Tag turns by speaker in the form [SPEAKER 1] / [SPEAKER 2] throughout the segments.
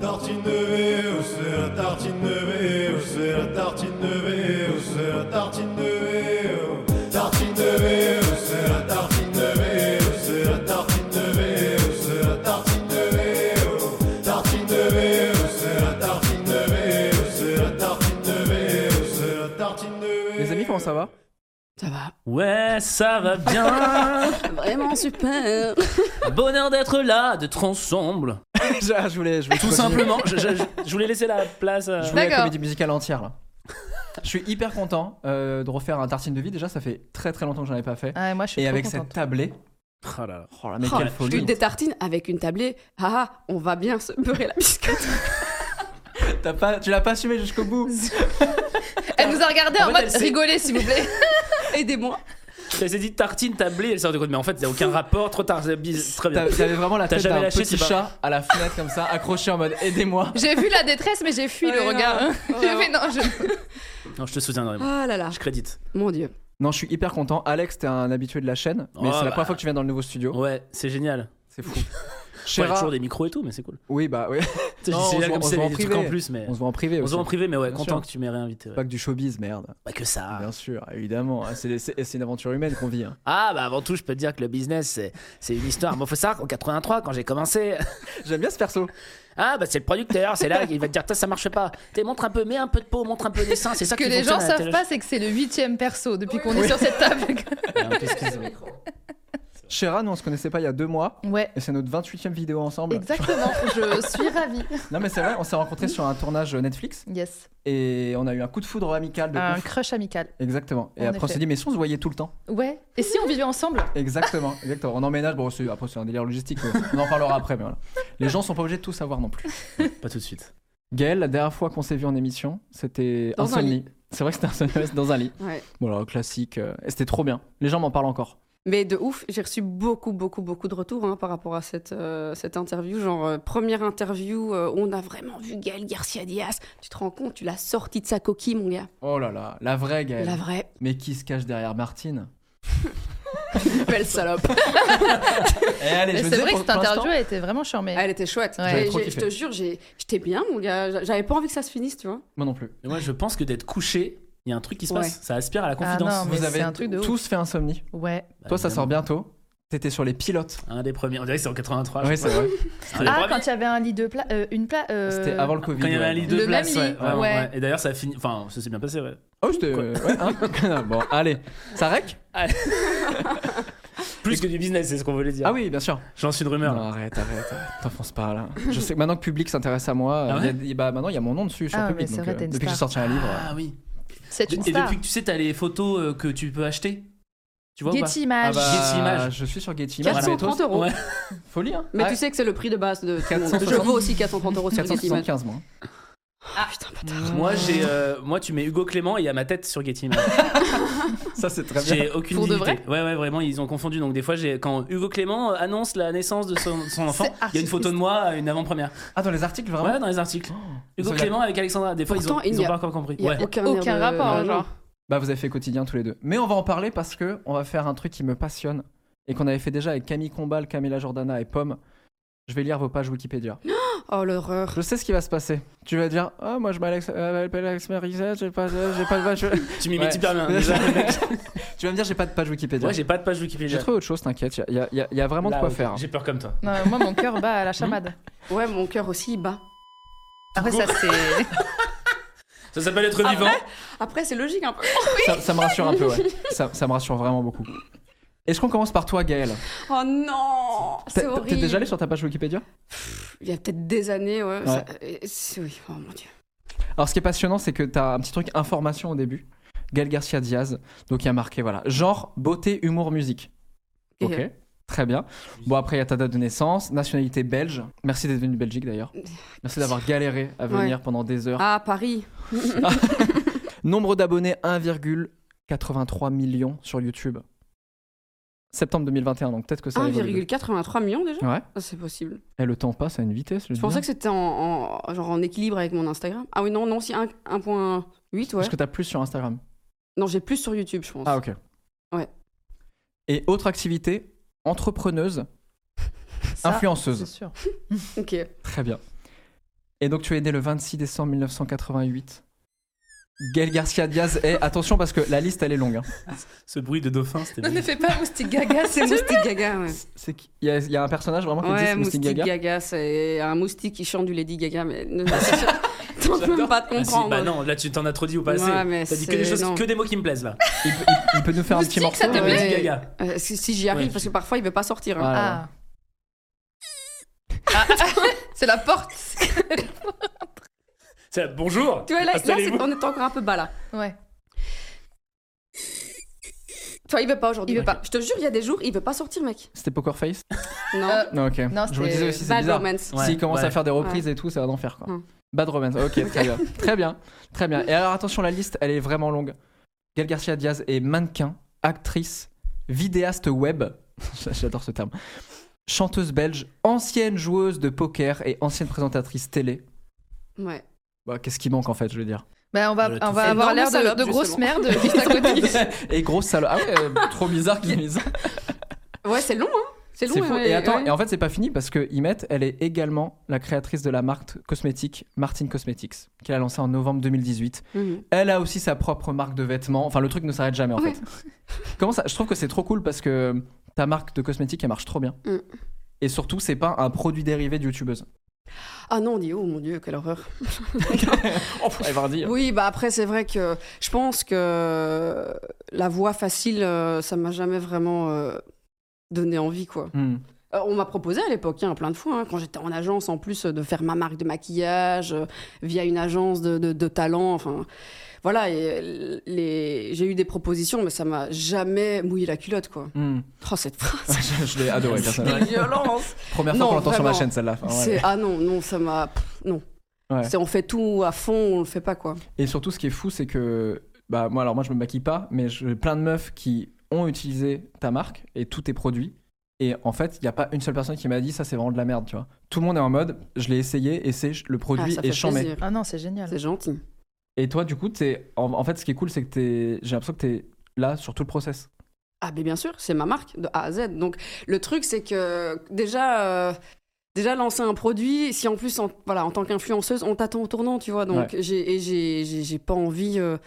[SPEAKER 1] Tartine de VO, oh, c'est la tartine de VO, c'est la tartine de VO, c'est la tartine de VO. Tartine de VO, oh, c'est la tartine de VO, c'est la tartine de VO, c'est la tartine de VO. Tartine de VO, oh, c'est la tartine de VO, c'est la tartine de VO, c'est la tartine de VO.
[SPEAKER 2] Les amis, comment ça va
[SPEAKER 3] Ça va.
[SPEAKER 4] Ouais, ça va bien.
[SPEAKER 3] Vraiment super.
[SPEAKER 4] Bonheur d'être là, d'être ensemble.
[SPEAKER 2] je, ah, je voulais, je voulais
[SPEAKER 4] Tout
[SPEAKER 2] continuer.
[SPEAKER 4] simplement, je, je- je voulais laisser la place. à-
[SPEAKER 2] Je voulais la
[SPEAKER 3] D'accord.
[SPEAKER 2] comédie musicale entière là. Je suis hyper content euh, de refaire un tartine de vie. Déjà, ça fait très très longtemps que j'en avais pas fait.
[SPEAKER 5] Ah, et moi, je suis
[SPEAKER 2] Et
[SPEAKER 5] trop
[SPEAKER 2] avec
[SPEAKER 5] contente.
[SPEAKER 2] cette tablée.
[SPEAKER 4] Oh là là.
[SPEAKER 2] Oh là, mais
[SPEAKER 3] Oh,
[SPEAKER 2] quelle
[SPEAKER 3] Plus
[SPEAKER 2] folie.
[SPEAKER 3] des tartines avec une tablée. Ah, ah, on va bien se beurrer la biscotte.
[SPEAKER 2] T'as pas, tu l'as pas assumé jusqu'au bout.
[SPEAKER 5] Elle nous a regardé
[SPEAKER 4] En
[SPEAKER 5] en
[SPEAKER 4] fait,
[SPEAKER 5] mode
[SPEAKER 4] elle sait.
[SPEAKER 5] rigolez s'il vous plaît.
[SPEAKER 3] Aidez-moi.
[SPEAKER 4] Elle s'est dit tartine tablée, elle sort de quoi Mais en fait, il n'y a aucun rapport, trop tard, c'est bis- très bien.
[SPEAKER 2] T'as- T'avais vraiment la
[SPEAKER 4] T'as
[SPEAKER 2] tête
[SPEAKER 4] jamais
[SPEAKER 2] d'un
[SPEAKER 4] lâché,
[SPEAKER 2] petit
[SPEAKER 4] c'est pas-
[SPEAKER 2] chat à la fenêtre comme ça, accroché en mode aidez-moi.
[SPEAKER 5] J'ai vu la détresse, mais j'ai fui
[SPEAKER 3] Ouais,
[SPEAKER 5] le
[SPEAKER 3] non.
[SPEAKER 5] regard. hein.
[SPEAKER 3] Ouais,
[SPEAKER 5] J'ai
[SPEAKER 3] ouais.
[SPEAKER 5] fait, non, je-
[SPEAKER 4] Non, je te soutiendrai. moi.
[SPEAKER 3] Ah là là,
[SPEAKER 4] Je crédite.
[SPEAKER 3] mon dieu.
[SPEAKER 2] Non, je suis hyper content. Alex, t'es un habitué de la chaîne, mais c'est
[SPEAKER 4] Oh,
[SPEAKER 2] la
[SPEAKER 4] bah.
[SPEAKER 2] première fois que tu viens dans le nouveau studio.
[SPEAKER 4] Ouais, c'est génial.
[SPEAKER 2] C'est fou.
[SPEAKER 4] Il y a
[SPEAKER 2] Chéra,
[SPEAKER 4] toujours des micros et tout, mais c'est cool.
[SPEAKER 2] oui, bah oui.
[SPEAKER 4] C'est
[SPEAKER 2] Non, on se
[SPEAKER 4] génial
[SPEAKER 2] voit-
[SPEAKER 4] comme
[SPEAKER 2] on
[SPEAKER 4] si
[SPEAKER 2] se voit
[SPEAKER 4] t'avais
[SPEAKER 2] en
[SPEAKER 4] des trucs en
[SPEAKER 2] privé.
[SPEAKER 4] plus, mais.
[SPEAKER 2] On se voit en privé
[SPEAKER 4] On
[SPEAKER 2] aussi.
[SPEAKER 4] se voit en privé, mais ouais,
[SPEAKER 2] Bien
[SPEAKER 4] content
[SPEAKER 2] sûr.
[SPEAKER 4] que tu m'aies réinvité. ouais.
[SPEAKER 2] Pas que du showbiz, merde.
[SPEAKER 4] Bah, que ça.
[SPEAKER 2] Bien sûr, évidemment. hein, C'est c'est- c'est une aventure humaine qu'on vit. hein.
[SPEAKER 4] Ah, bah avant tout, je peux te dire que le business, c'est- c'est une histoire. Bon, faut savoir qu'en 83, quand j'ai commencé,
[SPEAKER 2] J'aime bien ce perso.
[SPEAKER 4] Ah bah c'est le producteur, c'est là qu'il va te dire ça ça marche pas. T'es montre un peu, mets un peu de peau, montre un peu des seins, c'est
[SPEAKER 5] Ce
[SPEAKER 4] ça
[SPEAKER 5] que
[SPEAKER 4] qui
[SPEAKER 5] les gens
[SPEAKER 4] fonctionne à la
[SPEAKER 5] savent pas, c'est que c'est le huitième perso depuis qu'on est sur cette table.
[SPEAKER 4] télé. Ah, qu'est-ce que c'est
[SPEAKER 2] Chéra, nous on se connaissait pas il y a deux mois.
[SPEAKER 5] Ouais.
[SPEAKER 2] Et c'est notre 28 e vidéo ensemble.
[SPEAKER 5] Exactement, je suis ravie.
[SPEAKER 2] Non mais c'est vrai, on s'est rencontrés sur un tournage Netflix
[SPEAKER 5] Yes.
[SPEAKER 2] et on a eu un coup de foudre amical de
[SPEAKER 5] Un
[SPEAKER 2] ouf.
[SPEAKER 5] crush amical.
[SPEAKER 2] Exactement. Et
[SPEAKER 5] Ah, En
[SPEAKER 2] après on s'est
[SPEAKER 5] effet.
[SPEAKER 2] dit mais si on se voyait tout le temps.
[SPEAKER 5] Ouais. Et si on vivait ensemble
[SPEAKER 2] Exactement. Exactement. On emménage. Bon c'est- après c'est un délire logistique. mais on en parlera après. Mais voilà. Les gens sont pas obligés de tout savoir non plus.
[SPEAKER 4] Pas tout de suite.
[SPEAKER 2] Gaël, la dernière fois qu'on s'est vu en émission, c'était
[SPEAKER 3] Dans un
[SPEAKER 2] Insomnie. C'est vrai que c'était Insomnie ouais, c'était dans un lit.
[SPEAKER 3] Ouais.
[SPEAKER 2] Voilà classique. euh, Et c'était trop bien. Les gens m'en parlent encore.
[SPEAKER 3] Mais de ouf, j'ai reçu beaucoup, beaucoup, beaucoup de retours hein, par rapport à cette, euh, cette interview. Genre, euh, première interview, euh, on a vraiment vu Gaël Garcia Diaz. Tu te rends compte, tu l'as sorti de sa coquille, mon gars.
[SPEAKER 2] Oh là là, la vraie Gaël.
[SPEAKER 3] La vraie
[SPEAKER 2] Mais qui se cache derrière Martine
[SPEAKER 3] belle salope.
[SPEAKER 2] Et Eh, allez,
[SPEAKER 5] Mais
[SPEAKER 2] je veux
[SPEAKER 5] C'est
[SPEAKER 2] dire,
[SPEAKER 5] vrai que
[SPEAKER 2] pour-
[SPEAKER 5] cette
[SPEAKER 2] pour l'instant-
[SPEAKER 5] interview a été vraiment charmée.
[SPEAKER 3] Elle était chouette.
[SPEAKER 5] Ouais.
[SPEAKER 3] J'ai-
[SPEAKER 2] J'avais trop
[SPEAKER 3] j'ai- Je
[SPEAKER 2] kiffé.
[SPEAKER 3] te jure, j'ai- j'étais bien, mon gars. J'avais pas envie que ça se finisse, tu vois.
[SPEAKER 2] Moi non plus.
[SPEAKER 4] Et moi je pense que d'être couché, il y a un truc qui se
[SPEAKER 3] Ouais.
[SPEAKER 4] passe, ça aspire à la confidence.
[SPEAKER 5] Ah, non, mais
[SPEAKER 2] Vous
[SPEAKER 5] c'est
[SPEAKER 2] avez
[SPEAKER 5] un truc de ouf.
[SPEAKER 2] tous fait insomnie.
[SPEAKER 5] Ouais.
[SPEAKER 4] Bah,
[SPEAKER 2] Toi, ça
[SPEAKER 4] évidemment.
[SPEAKER 2] sort bientôt. T'étais sur les pilotes.
[SPEAKER 4] Un des premiers, on dirait que c'est en 83. je
[SPEAKER 2] Oui,
[SPEAKER 4] crois.
[SPEAKER 2] c'est vrai.
[SPEAKER 4] Un des
[SPEAKER 5] Ah,
[SPEAKER 4] premiers.
[SPEAKER 5] quand il y avait un lit de plat. euh, une plat. euh,
[SPEAKER 2] C'était avant le Covid.
[SPEAKER 4] Quand il y avait
[SPEAKER 2] ouais.
[SPEAKER 4] un lit de
[SPEAKER 5] Le
[SPEAKER 4] place,
[SPEAKER 5] même
[SPEAKER 4] ouais,
[SPEAKER 5] lit,
[SPEAKER 4] ouais, ouais,
[SPEAKER 5] ouais.
[SPEAKER 4] Et d'ailleurs, ça a fini. Enfin, ça s'est bien passé, ouais.
[SPEAKER 2] Oh, c'était. Ouais, hein Bon, allez. Ça rec
[SPEAKER 4] Plus que du business, c'est ce qu'on voulait dire.
[SPEAKER 2] Ah oui, bien sûr.
[SPEAKER 4] J'en suis une
[SPEAKER 2] Non,
[SPEAKER 4] rumeur. là.
[SPEAKER 2] arrête, arrête. arrête. T'enfonces pas là. Je sais que maintenant que public s'intéresse à moi,
[SPEAKER 4] Ah
[SPEAKER 2] il y a- il- bah, maintenant il y a mon nom dessus sur
[SPEAKER 5] Ah,
[SPEAKER 2] public.
[SPEAKER 5] mais c'est
[SPEAKER 2] donc,
[SPEAKER 5] vrai,
[SPEAKER 2] euh,
[SPEAKER 5] t'es une
[SPEAKER 2] depuis que j'ai
[SPEAKER 5] star.
[SPEAKER 2] sorti un livre.
[SPEAKER 4] Ah oui.
[SPEAKER 5] C'est une
[SPEAKER 4] Et
[SPEAKER 5] star.
[SPEAKER 4] depuis que tu sais, t'as les photos euh, que tu peux acheter. Tu vois ou pas
[SPEAKER 5] Getty Images.
[SPEAKER 2] bah,
[SPEAKER 4] Getty Images.
[SPEAKER 2] Je suis sur Getty Images. mais toi
[SPEAKER 3] 430
[SPEAKER 2] aussi.
[SPEAKER 3] euros.
[SPEAKER 4] Ouais.
[SPEAKER 2] Folie, hein
[SPEAKER 3] Mais
[SPEAKER 2] Ah,
[SPEAKER 3] tu sais que c'est le prix de base de tout le monde.
[SPEAKER 2] 460.
[SPEAKER 3] Je vaux aussi 430 euros sur Getty Images.
[SPEAKER 2] 475 mois.
[SPEAKER 3] Ah putain, bâtard.
[SPEAKER 4] Moi, j'ai, euh, moi, tu mets Hugo Clément et il y a ma tête sur Getty Images.
[SPEAKER 2] Ça, c'est très bien.
[SPEAKER 4] J'ai aucune
[SPEAKER 5] Pour de
[SPEAKER 4] dignité. Ouais, ouais, vraiment, ils ont confondu. Donc, des fois, j'ai quand Hugo Clément euh, annonce la naissance de son, de son enfant,
[SPEAKER 5] C'est
[SPEAKER 4] il y a une photo de moi à une avant-première.
[SPEAKER 2] Ah, dans les articles, vraiment Oh,
[SPEAKER 4] Ouais, dans les articles. Hugo
[SPEAKER 2] Ça va.
[SPEAKER 4] Clément avec Alexandra. Des fois,
[SPEAKER 3] Pourtant,
[SPEAKER 4] ils
[SPEAKER 3] il
[SPEAKER 4] ont,
[SPEAKER 3] y
[SPEAKER 4] ils ont
[SPEAKER 3] a-
[SPEAKER 4] pas encore compris.
[SPEAKER 3] Il y a
[SPEAKER 4] Ouais.
[SPEAKER 3] aucun,
[SPEAKER 5] Aucun
[SPEAKER 3] air de-
[SPEAKER 5] rapport,
[SPEAKER 3] non, non.
[SPEAKER 5] genre.
[SPEAKER 2] Bah vous avez fait quotidien tous les deux. Mais on va en parler parce que on va faire un truc qui me passionne et qu'on avait fait déjà avec Camille Combal, Camilla Jordana et Pomme. Je vais lire vos pages Wikipédia.
[SPEAKER 3] Oh l'horreur.
[SPEAKER 2] Je sais ce qui va se passer. Tu vas dire "Ah moi je m'appelle Alex- euh, Alex Marisette, j'ai pas j'ai pas de page."
[SPEAKER 4] Tu m'imites
[SPEAKER 2] Ouais.
[SPEAKER 4] hyper bien. déjà.
[SPEAKER 2] tu vas me dire j'ai pas de page Wikipédia.
[SPEAKER 4] ouais, j'ai pas de page Wikipédia.
[SPEAKER 2] j'ai trouvé autre chose, t'inquiète, il y, a- y a- y a vraiment
[SPEAKER 4] Là,
[SPEAKER 2] de quoi
[SPEAKER 4] ok.
[SPEAKER 3] hein.
[SPEAKER 2] faire.
[SPEAKER 4] J'ai peur comme toi.
[SPEAKER 2] bah.
[SPEAKER 5] Non, moi, mon cœur bat à
[SPEAKER 2] Mmh.
[SPEAKER 5] la chamade.
[SPEAKER 3] Ouais, mon cœur aussi il bat.
[SPEAKER 5] Après, ça, c'est.
[SPEAKER 4] Ça s'appelle
[SPEAKER 3] Ah
[SPEAKER 4] être vivant.
[SPEAKER 3] Après, c'est logique un peu.
[SPEAKER 2] Ça, ça me rassure un peu, ouais. Ça, ça me rassure vraiment beaucoup. Est-ce qu'on commence par toi Gaël
[SPEAKER 3] Oh non
[SPEAKER 2] T'es
[SPEAKER 3] C'est horrible.
[SPEAKER 2] t'es déjà allé sur ta page Wikipédia
[SPEAKER 3] Il y a peut-être des années, ouais.
[SPEAKER 2] Ouais.
[SPEAKER 3] ça- euh, c'est- oui, oh mon dieu.
[SPEAKER 2] Alors, ce qui est passionnant, c'est que t'as un petit truc information au début. Gaël Garcia Diaz. Donc, il y a marqué, voilà, genre, beauté, humour, musique.
[SPEAKER 3] Ok.
[SPEAKER 2] Ok. Très bien. Bon, après, il y a ta date de naissance, nationalité belge. Merci d'être venu de Belgique d'ailleurs. Merci d'avoir galéré à venir pendant des heures.
[SPEAKER 3] Ah, Paris.
[SPEAKER 2] Nombre d'abonnés 1,83 million sur YouTube. Septembre 2021, donc peut-être que ça a évolué.
[SPEAKER 3] 1,83 million déjà
[SPEAKER 2] Ouais.
[SPEAKER 3] Ah, C'est possible.
[SPEAKER 2] Et le hein. temps passe à une vitesse.
[SPEAKER 3] Je pensais que c'était en, en- genre en équilibre avec mon Instagram. Ah oui, non, non, si un- 1.8, ouais.
[SPEAKER 2] Parce que t'as plus sur Instagram.
[SPEAKER 3] Non, j'ai plus sur YouTube, je pense.
[SPEAKER 2] Ah, ok.
[SPEAKER 3] Ouais.
[SPEAKER 2] Et autre activité, entrepreneuse,
[SPEAKER 5] Ça,
[SPEAKER 2] influenceuse.
[SPEAKER 5] C'est sûr.
[SPEAKER 3] Ok.
[SPEAKER 2] Très bien. Et donc tu es né le 26 décembre 1988. Gaël Garcia Diaz est... Attention parce que la liste, elle est longue. hein.
[SPEAKER 4] Ce bruit de dauphin, c'était.
[SPEAKER 5] Non, ne
[SPEAKER 4] bien.
[SPEAKER 5] fais pas moustique gaga,
[SPEAKER 3] C'est
[SPEAKER 5] c'est moustique.
[SPEAKER 3] Moustique Gaga, ouais.
[SPEAKER 2] C'est qu'il y, a- il y a un personnage vraiment qui
[SPEAKER 3] Ouais,
[SPEAKER 2] existe, Moustique Gaga.
[SPEAKER 3] c'est un moustique qui chante du Lady Gaga, mais ne tente même pas de
[SPEAKER 4] Ah si,
[SPEAKER 3] comprendre.
[SPEAKER 4] bah non, là tu t'en as trop dit ou pas assez.
[SPEAKER 3] Ouais, mais
[SPEAKER 4] T'as dit que
[SPEAKER 3] c'est-
[SPEAKER 4] des choses,
[SPEAKER 3] non.
[SPEAKER 4] que des mots qui me plaisent là.
[SPEAKER 2] Il, peut- il- il peut nous faire un petit
[SPEAKER 5] Moustique,
[SPEAKER 2] morceau.
[SPEAKER 5] ça te
[SPEAKER 2] euh,
[SPEAKER 5] plaît
[SPEAKER 4] Lady
[SPEAKER 3] Ouais.
[SPEAKER 4] Gaga.
[SPEAKER 3] Euh, si si j'y arrive,
[SPEAKER 4] Ouais.
[SPEAKER 3] parce que parfois il veut pas sortir. hein.
[SPEAKER 2] Voilà.
[SPEAKER 5] Ah. Ah, c'est la porte.
[SPEAKER 4] C'est- Bonjour.
[SPEAKER 3] Tu vois, là, là, c'est-
[SPEAKER 4] Installez-vous.
[SPEAKER 3] on est encore un peu bas là.
[SPEAKER 5] Ouais.
[SPEAKER 3] Toi, il veut pas aujourd'hui.
[SPEAKER 5] Il veut pas.
[SPEAKER 3] Je te jure, il y a des jours, il veut pas sortir, mec.
[SPEAKER 2] C'était Poker Face
[SPEAKER 3] Non.
[SPEAKER 5] Euh,
[SPEAKER 2] Non, ok.
[SPEAKER 5] Non,
[SPEAKER 2] Je vous
[SPEAKER 5] c'était
[SPEAKER 2] disais aussi, c'est
[SPEAKER 3] Bad
[SPEAKER 2] bizarre.
[SPEAKER 3] romance.
[SPEAKER 4] Ouais,
[SPEAKER 2] S'il commence
[SPEAKER 4] ouais.
[SPEAKER 2] à faire des reprises et tout, ça va d'en faire quoi.
[SPEAKER 3] Hmm.
[SPEAKER 2] Bad Romance, ok, très bien. Très bien, très bien. Et alors attention, la liste, elle est vraiment longue. Gael Garcia Diaz est mannequin, actrice, vidéaste web, j'adore ce terme, chanteuse belge, ancienne joueuse de poker et ancienne présentatrice télé.
[SPEAKER 3] Ouais.
[SPEAKER 2] Bah, Qu'est-ce qui manque en fait, je veux dire
[SPEAKER 5] Bah, on va,
[SPEAKER 4] Voilà, tout
[SPEAKER 5] on va
[SPEAKER 3] fait.
[SPEAKER 5] avoir
[SPEAKER 3] Énorme
[SPEAKER 5] l'air de,
[SPEAKER 3] salope,
[SPEAKER 5] de grosses
[SPEAKER 3] justement.
[SPEAKER 5] merdes juste à côté.
[SPEAKER 2] Et grosse salope. Ah ouais, euh, trop bizarre qu'ils misent.
[SPEAKER 3] Ouais, c'est long, hein. C'est long.
[SPEAKER 2] C'est fou.
[SPEAKER 3] ouais,
[SPEAKER 2] et attends,
[SPEAKER 3] ouais.
[SPEAKER 2] et en fait, c'est pas fini parce que Imet, elle est également la créatrice de la marque cosmétique Martin Cosmetics, qu'elle a lancée en novembre 2018.
[SPEAKER 3] Mhm.
[SPEAKER 2] Elle a aussi sa propre marque de vêtements. Enfin, le truc ne s'arrête jamais en
[SPEAKER 3] Ouais.
[SPEAKER 2] fait. Comment ça Je trouve que c'est trop cool parce que ta marque de cosmétique, elle marche trop bien.
[SPEAKER 3] Mm.
[SPEAKER 2] Et surtout, c'est pas un produit dérivé de youtubeuse.
[SPEAKER 3] Ah non, on dit, oh mon dieu, quelle horreur.
[SPEAKER 2] Oh, elle va dire.
[SPEAKER 3] Oui, bah après, c'est vrai que je pense que la voix facile, euh, ça m'a jamais vraiment euh, donné envie, quoi.
[SPEAKER 2] Hmm.
[SPEAKER 3] Euh, On m'a proposé à l'époque, hein, plein de fois, hein, quand j'étais en agence, en plus euh, de faire ma marque de maquillage euh, via une agence de, de, de talent. Enfin, voilà, et, euh, les... j'ai eu des propositions, mais ça m'a jamais mouillé la culotte, quoi.
[SPEAKER 2] Hmm.
[SPEAKER 3] Oh, cette phrase,
[SPEAKER 2] je je l'ai adoré, personnellement.
[SPEAKER 3] quelle violence
[SPEAKER 2] Première fois
[SPEAKER 3] Non,
[SPEAKER 2] qu'on l'entend sur ma
[SPEAKER 3] vraiment.
[SPEAKER 2] chaîne, celle-là. Enfin, ouais.
[SPEAKER 3] C'est- Ah non, non, ça m'a. pff, Non.
[SPEAKER 2] Ouais.
[SPEAKER 3] C'est on fait tout à fond, on le fait pas, quoi.
[SPEAKER 2] Et surtout, ce qui est fou, c'est que. Bah, moi, alors, moi, je me maquille pas, mais j'ai plein de meufs qui ont utilisé ta marque et tous tes produits. Et en fait, il n'y a pas une seule personne qui m'a dit ça, c'est vraiment de la merde, tu vois. Tout le monde est en mode, je l'ai essayé et c'est le
[SPEAKER 3] Ah,
[SPEAKER 2] produit
[SPEAKER 3] ça
[SPEAKER 2] est
[SPEAKER 3] fait
[SPEAKER 2] chambé.
[SPEAKER 3] plaisir.
[SPEAKER 5] Ah non, c'est génial.
[SPEAKER 3] C'est gentil.
[SPEAKER 2] Et toi, du coup, t'es- en, en fait, ce qui est cool, c'est que t'es- j'ai l'impression que tu es là sur tout le process.
[SPEAKER 3] Ah, mais bien sûr, c'est ma marque de A à Z. Donc, le truc, c'est que déjà, euh, déjà lancer un produit, si en plus, en, voilà, en tant qu'influenceuse, on t'attend au tournant, tu vois. Donc, j'ai- et j'ai- j'ai j'ai pas envie euh,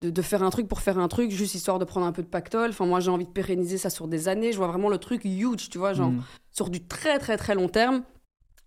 [SPEAKER 3] de, de faire un truc pour faire un truc, juste histoire de prendre un peu de pactole. Enfin, moi, j'ai envie de pérenniser ça sur des années. Je vois vraiment le truc huge, tu vois, genre
[SPEAKER 2] Mm.
[SPEAKER 3] sur du très, très, très long terme.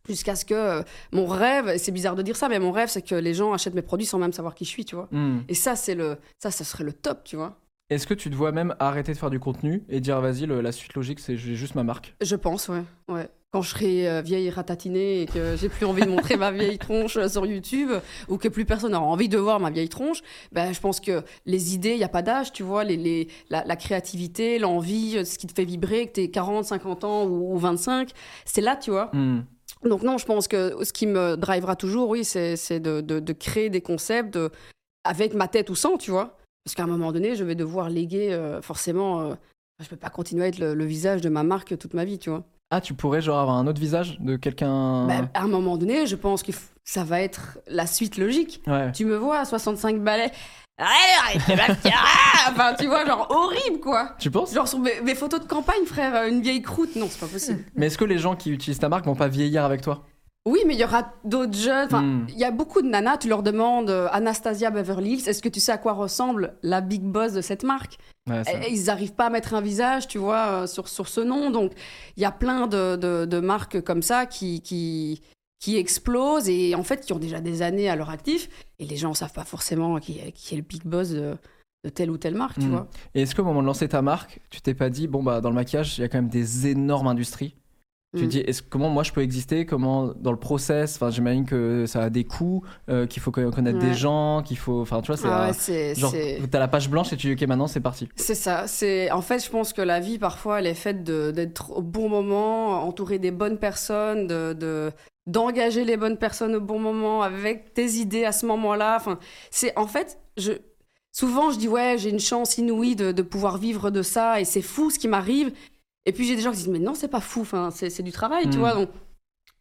[SPEAKER 3] Jusqu'à ce que euh, mon rêve, et c'est bizarre de dire ça, mais mon rêve, c'est que les gens achètent mes produits sans même savoir qui je suis, tu vois.
[SPEAKER 2] Mm.
[SPEAKER 3] Et ça, c'est le, ça, ça serait le top, tu vois.
[SPEAKER 2] Est-ce que tu te vois même arrêter de faire du contenu et dire, vas-y, le- la suite logique, c'est j'ai juste ma marque
[SPEAKER 3] Je pense, ouais. ouais. Quand je serai euh, vieille et ratatinée et que j'ai plus envie de montrer ma vieille tronche euh, sur YouTube ou que plus personne n'aura envie de voir ma vieille tronche, ben, je pense que les idées, il n'y a pas d'âge, tu vois, les, les- la, la créativité, l'envie, euh, ce qui te fait vibrer, que tu es 40, 50 ans ou, ou 25, c'est là, tu vois.
[SPEAKER 2] Mm.
[SPEAKER 3] Donc non, je pense que ce qui me drivera toujours, oui, c'est c'est de, de- de créer des concepts de- avec ma tête ou sans, tu vois. Parce qu'à un moment donné, je vais devoir léguer euh, forcément... euh, je peux pas continuer à être le- le visage de ma marque toute ma vie, tu vois.
[SPEAKER 2] Ah, tu pourrais genre avoir un autre visage de quelqu'un.
[SPEAKER 3] Bah, à un moment donné, je pense que f- ça va être la suite logique.
[SPEAKER 2] Ouais.
[SPEAKER 3] Tu me vois à 65 balais. Arrête, arrête, arrête, arrête. Enfin, tu vois, genre horrible quoi.
[SPEAKER 2] Tu penses
[SPEAKER 3] Genre sur mes, mes photos de campagne, frère, euh, une vieille croûte. Non, c'est pas possible.
[SPEAKER 2] Mais est-ce que les gens qui utilisent ta marque vont pas vieillir avec toi
[SPEAKER 3] Oui, mais il y aura d'autres jeunes. Enfin,
[SPEAKER 2] Mm.
[SPEAKER 3] il y a beaucoup de nanas. Tu leur demandes euh, Anastasia Beverly Hills, est-ce que tu sais à quoi ressemble la big boss de cette marque
[SPEAKER 2] Ouais, c'est
[SPEAKER 3] Et- et Eh, Ils n'arrivent pas à mettre un visage, tu vois, euh, sur, sur ce nom. Donc, il y a plein de, de- de marques comme ça qui, qui, qui explosent et en fait qui ont déjà des années à leur actif. Et les gens ne savent pas forcément qui, est- qui est le big boss de, de telle ou telle marque, tu
[SPEAKER 2] Mm.
[SPEAKER 3] vois.
[SPEAKER 2] Et est-ce qu'au moment de lancer ta marque, tu t'es pas dit, bon, bah, dans le maquillage, il y a quand même des énormes industries Tu
[SPEAKER 3] Mm.
[SPEAKER 2] te dis, est-ce- comment moi je peux exister Comment dans le process Enfin, j'imagine que ça a des coûts, euh, qu'il faut connaître
[SPEAKER 3] Ouais.
[SPEAKER 2] des gens, qu'il faut. Enfin, tu vois, c'est.
[SPEAKER 3] Ah
[SPEAKER 2] un-
[SPEAKER 3] ouais, c'est-
[SPEAKER 2] genre,
[SPEAKER 3] c'est-
[SPEAKER 2] t'as la page blanche et tu dis, ok, maintenant c'est parti.
[SPEAKER 3] C'est ça. C'est en fait, je pense que la vie parfois, elle est faite de- d'être au bon moment, entouré des bonnes personnes, de, de- d'engager les bonnes personnes au bon moment avec tes idées à ce moment-là. Enfin, c'est en fait, je souvent je dis ouais, j'ai une chance inouïe de, de pouvoir vivre de ça et c'est fou ce qui m'arrive. Et puis j'ai des gens qui disent mais non, c'est pas fou. Enfin, c'est, c'est du travail, tu
[SPEAKER 2] Mm.
[SPEAKER 3] vois. Donc,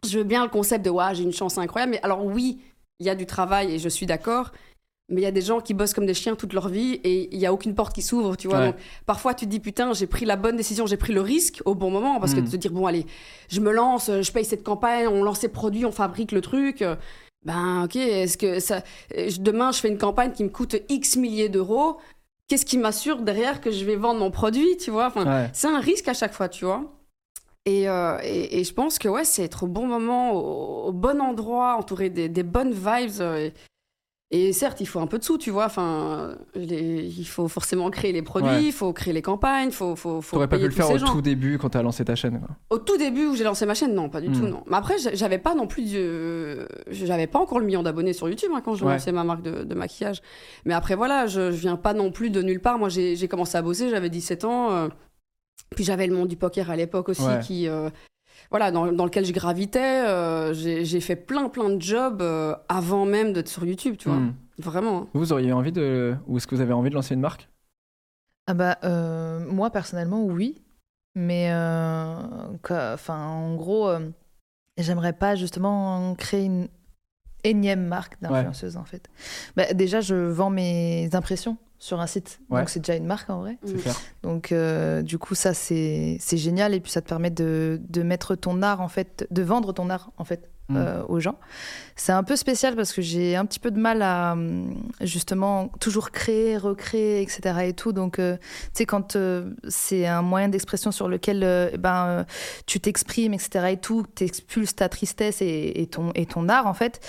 [SPEAKER 3] je veux bien le concept de ouais, j'ai une chance incroyable. Mais alors oui, il y a du travail et je suis d'accord. Mais il y a des gens qui bossent comme des chiens toute leur vie et il n'y a aucune porte qui s'ouvre, tu vois.
[SPEAKER 2] Ouais.
[SPEAKER 3] Donc, parfois, tu te dis, putain, j'ai pris la bonne décision, j'ai pris le risque au bon moment, parce que
[SPEAKER 2] Mm.
[SPEAKER 3] de te dire, bon, allez, je me lance, euh, je paye cette campagne, on lance ces produits, on fabrique le truc. euh, Ben, ok, est-ce que ça. euh, je- Demain, je fais une campagne qui me coûte X milliers d'euros. Qu'est-ce qui m'assure derrière que je vais vendre mon produit, tu vois Enfin,
[SPEAKER 2] Ouais.
[SPEAKER 3] c'est un risque à chaque fois, tu vois. Et, euh, et, et je pense que ouais, c'est être au bon moment, au, au bon endroit, entouré des, des bonnes vibes. euh, et, et certes, il faut un peu de sous, tu vois. Enfin, les- il faut forcément créer les produits,
[SPEAKER 2] Ouais.
[SPEAKER 3] il faut créer les campagnes, faut faut faut
[SPEAKER 2] T'aurais pas
[SPEAKER 3] payer
[SPEAKER 2] pu le
[SPEAKER 3] tous
[SPEAKER 2] faire
[SPEAKER 3] ces
[SPEAKER 2] au
[SPEAKER 3] gens.
[SPEAKER 2] tout début quand t'as lancé ta chaîne. quoi.
[SPEAKER 3] Au tout début où j'ai lancé ma chaîne, non, pas du
[SPEAKER 2] Hmm.
[SPEAKER 3] tout, non. Mais après, j'a- j'avais pas non plus de... J'avais pas encore le million d'abonnés sur YouTube hein, quand je
[SPEAKER 2] Ouais.
[SPEAKER 3] lançais ma marque de, de maquillage. Mais après, voilà, je, je viens pas non plus de nulle part. Moi, j'ai j'ai commencé à bosser, j'avais 17 ans. euh, Puis j'avais le monde du poker à l'époque aussi
[SPEAKER 2] Ouais.
[SPEAKER 3] qui... euh, Voilà, dans, dans lequel je gravitais. euh, j'ai j'ai fait plein, plein de jobs euh, avant même d'être sur YouTube, tu vois.
[SPEAKER 2] Mm.
[SPEAKER 3] Vraiment. hein.
[SPEAKER 2] Vous auriez envie de. Ou est-ce que vous avez envie de lancer une marque
[SPEAKER 5] Ah bah, euh, moi personnellement, oui. Mais euh, que- enfin, en gros, euh, j'aimerais pas justement créer une énième marque d'influenceuse en fait. Bah, déjà, je vends mes impressions sur un site.
[SPEAKER 2] Ouais.
[SPEAKER 5] Donc c'est déjà une marque en vrai.
[SPEAKER 2] C'est
[SPEAKER 3] Mm.
[SPEAKER 2] clair.
[SPEAKER 5] Donc, euh, du coup, ça, c'est c'est génial. Et puis, ça te permet de, de mettre ton art, en fait, de vendre ton art, en fait,
[SPEAKER 2] Mm.
[SPEAKER 5] euh, aux gens. C'est un peu spécial parce que j'ai un petit peu de mal à, hum, justement, toujours créer, recréer, etc. et tout. Donc, euh, tu sais, quand euh, c'est un moyen d'expression sur lequel euh, ben, euh, tu t'exprimes, etc. et tout, t'expulses ta tristesse et, et ton, et ton art, en fait,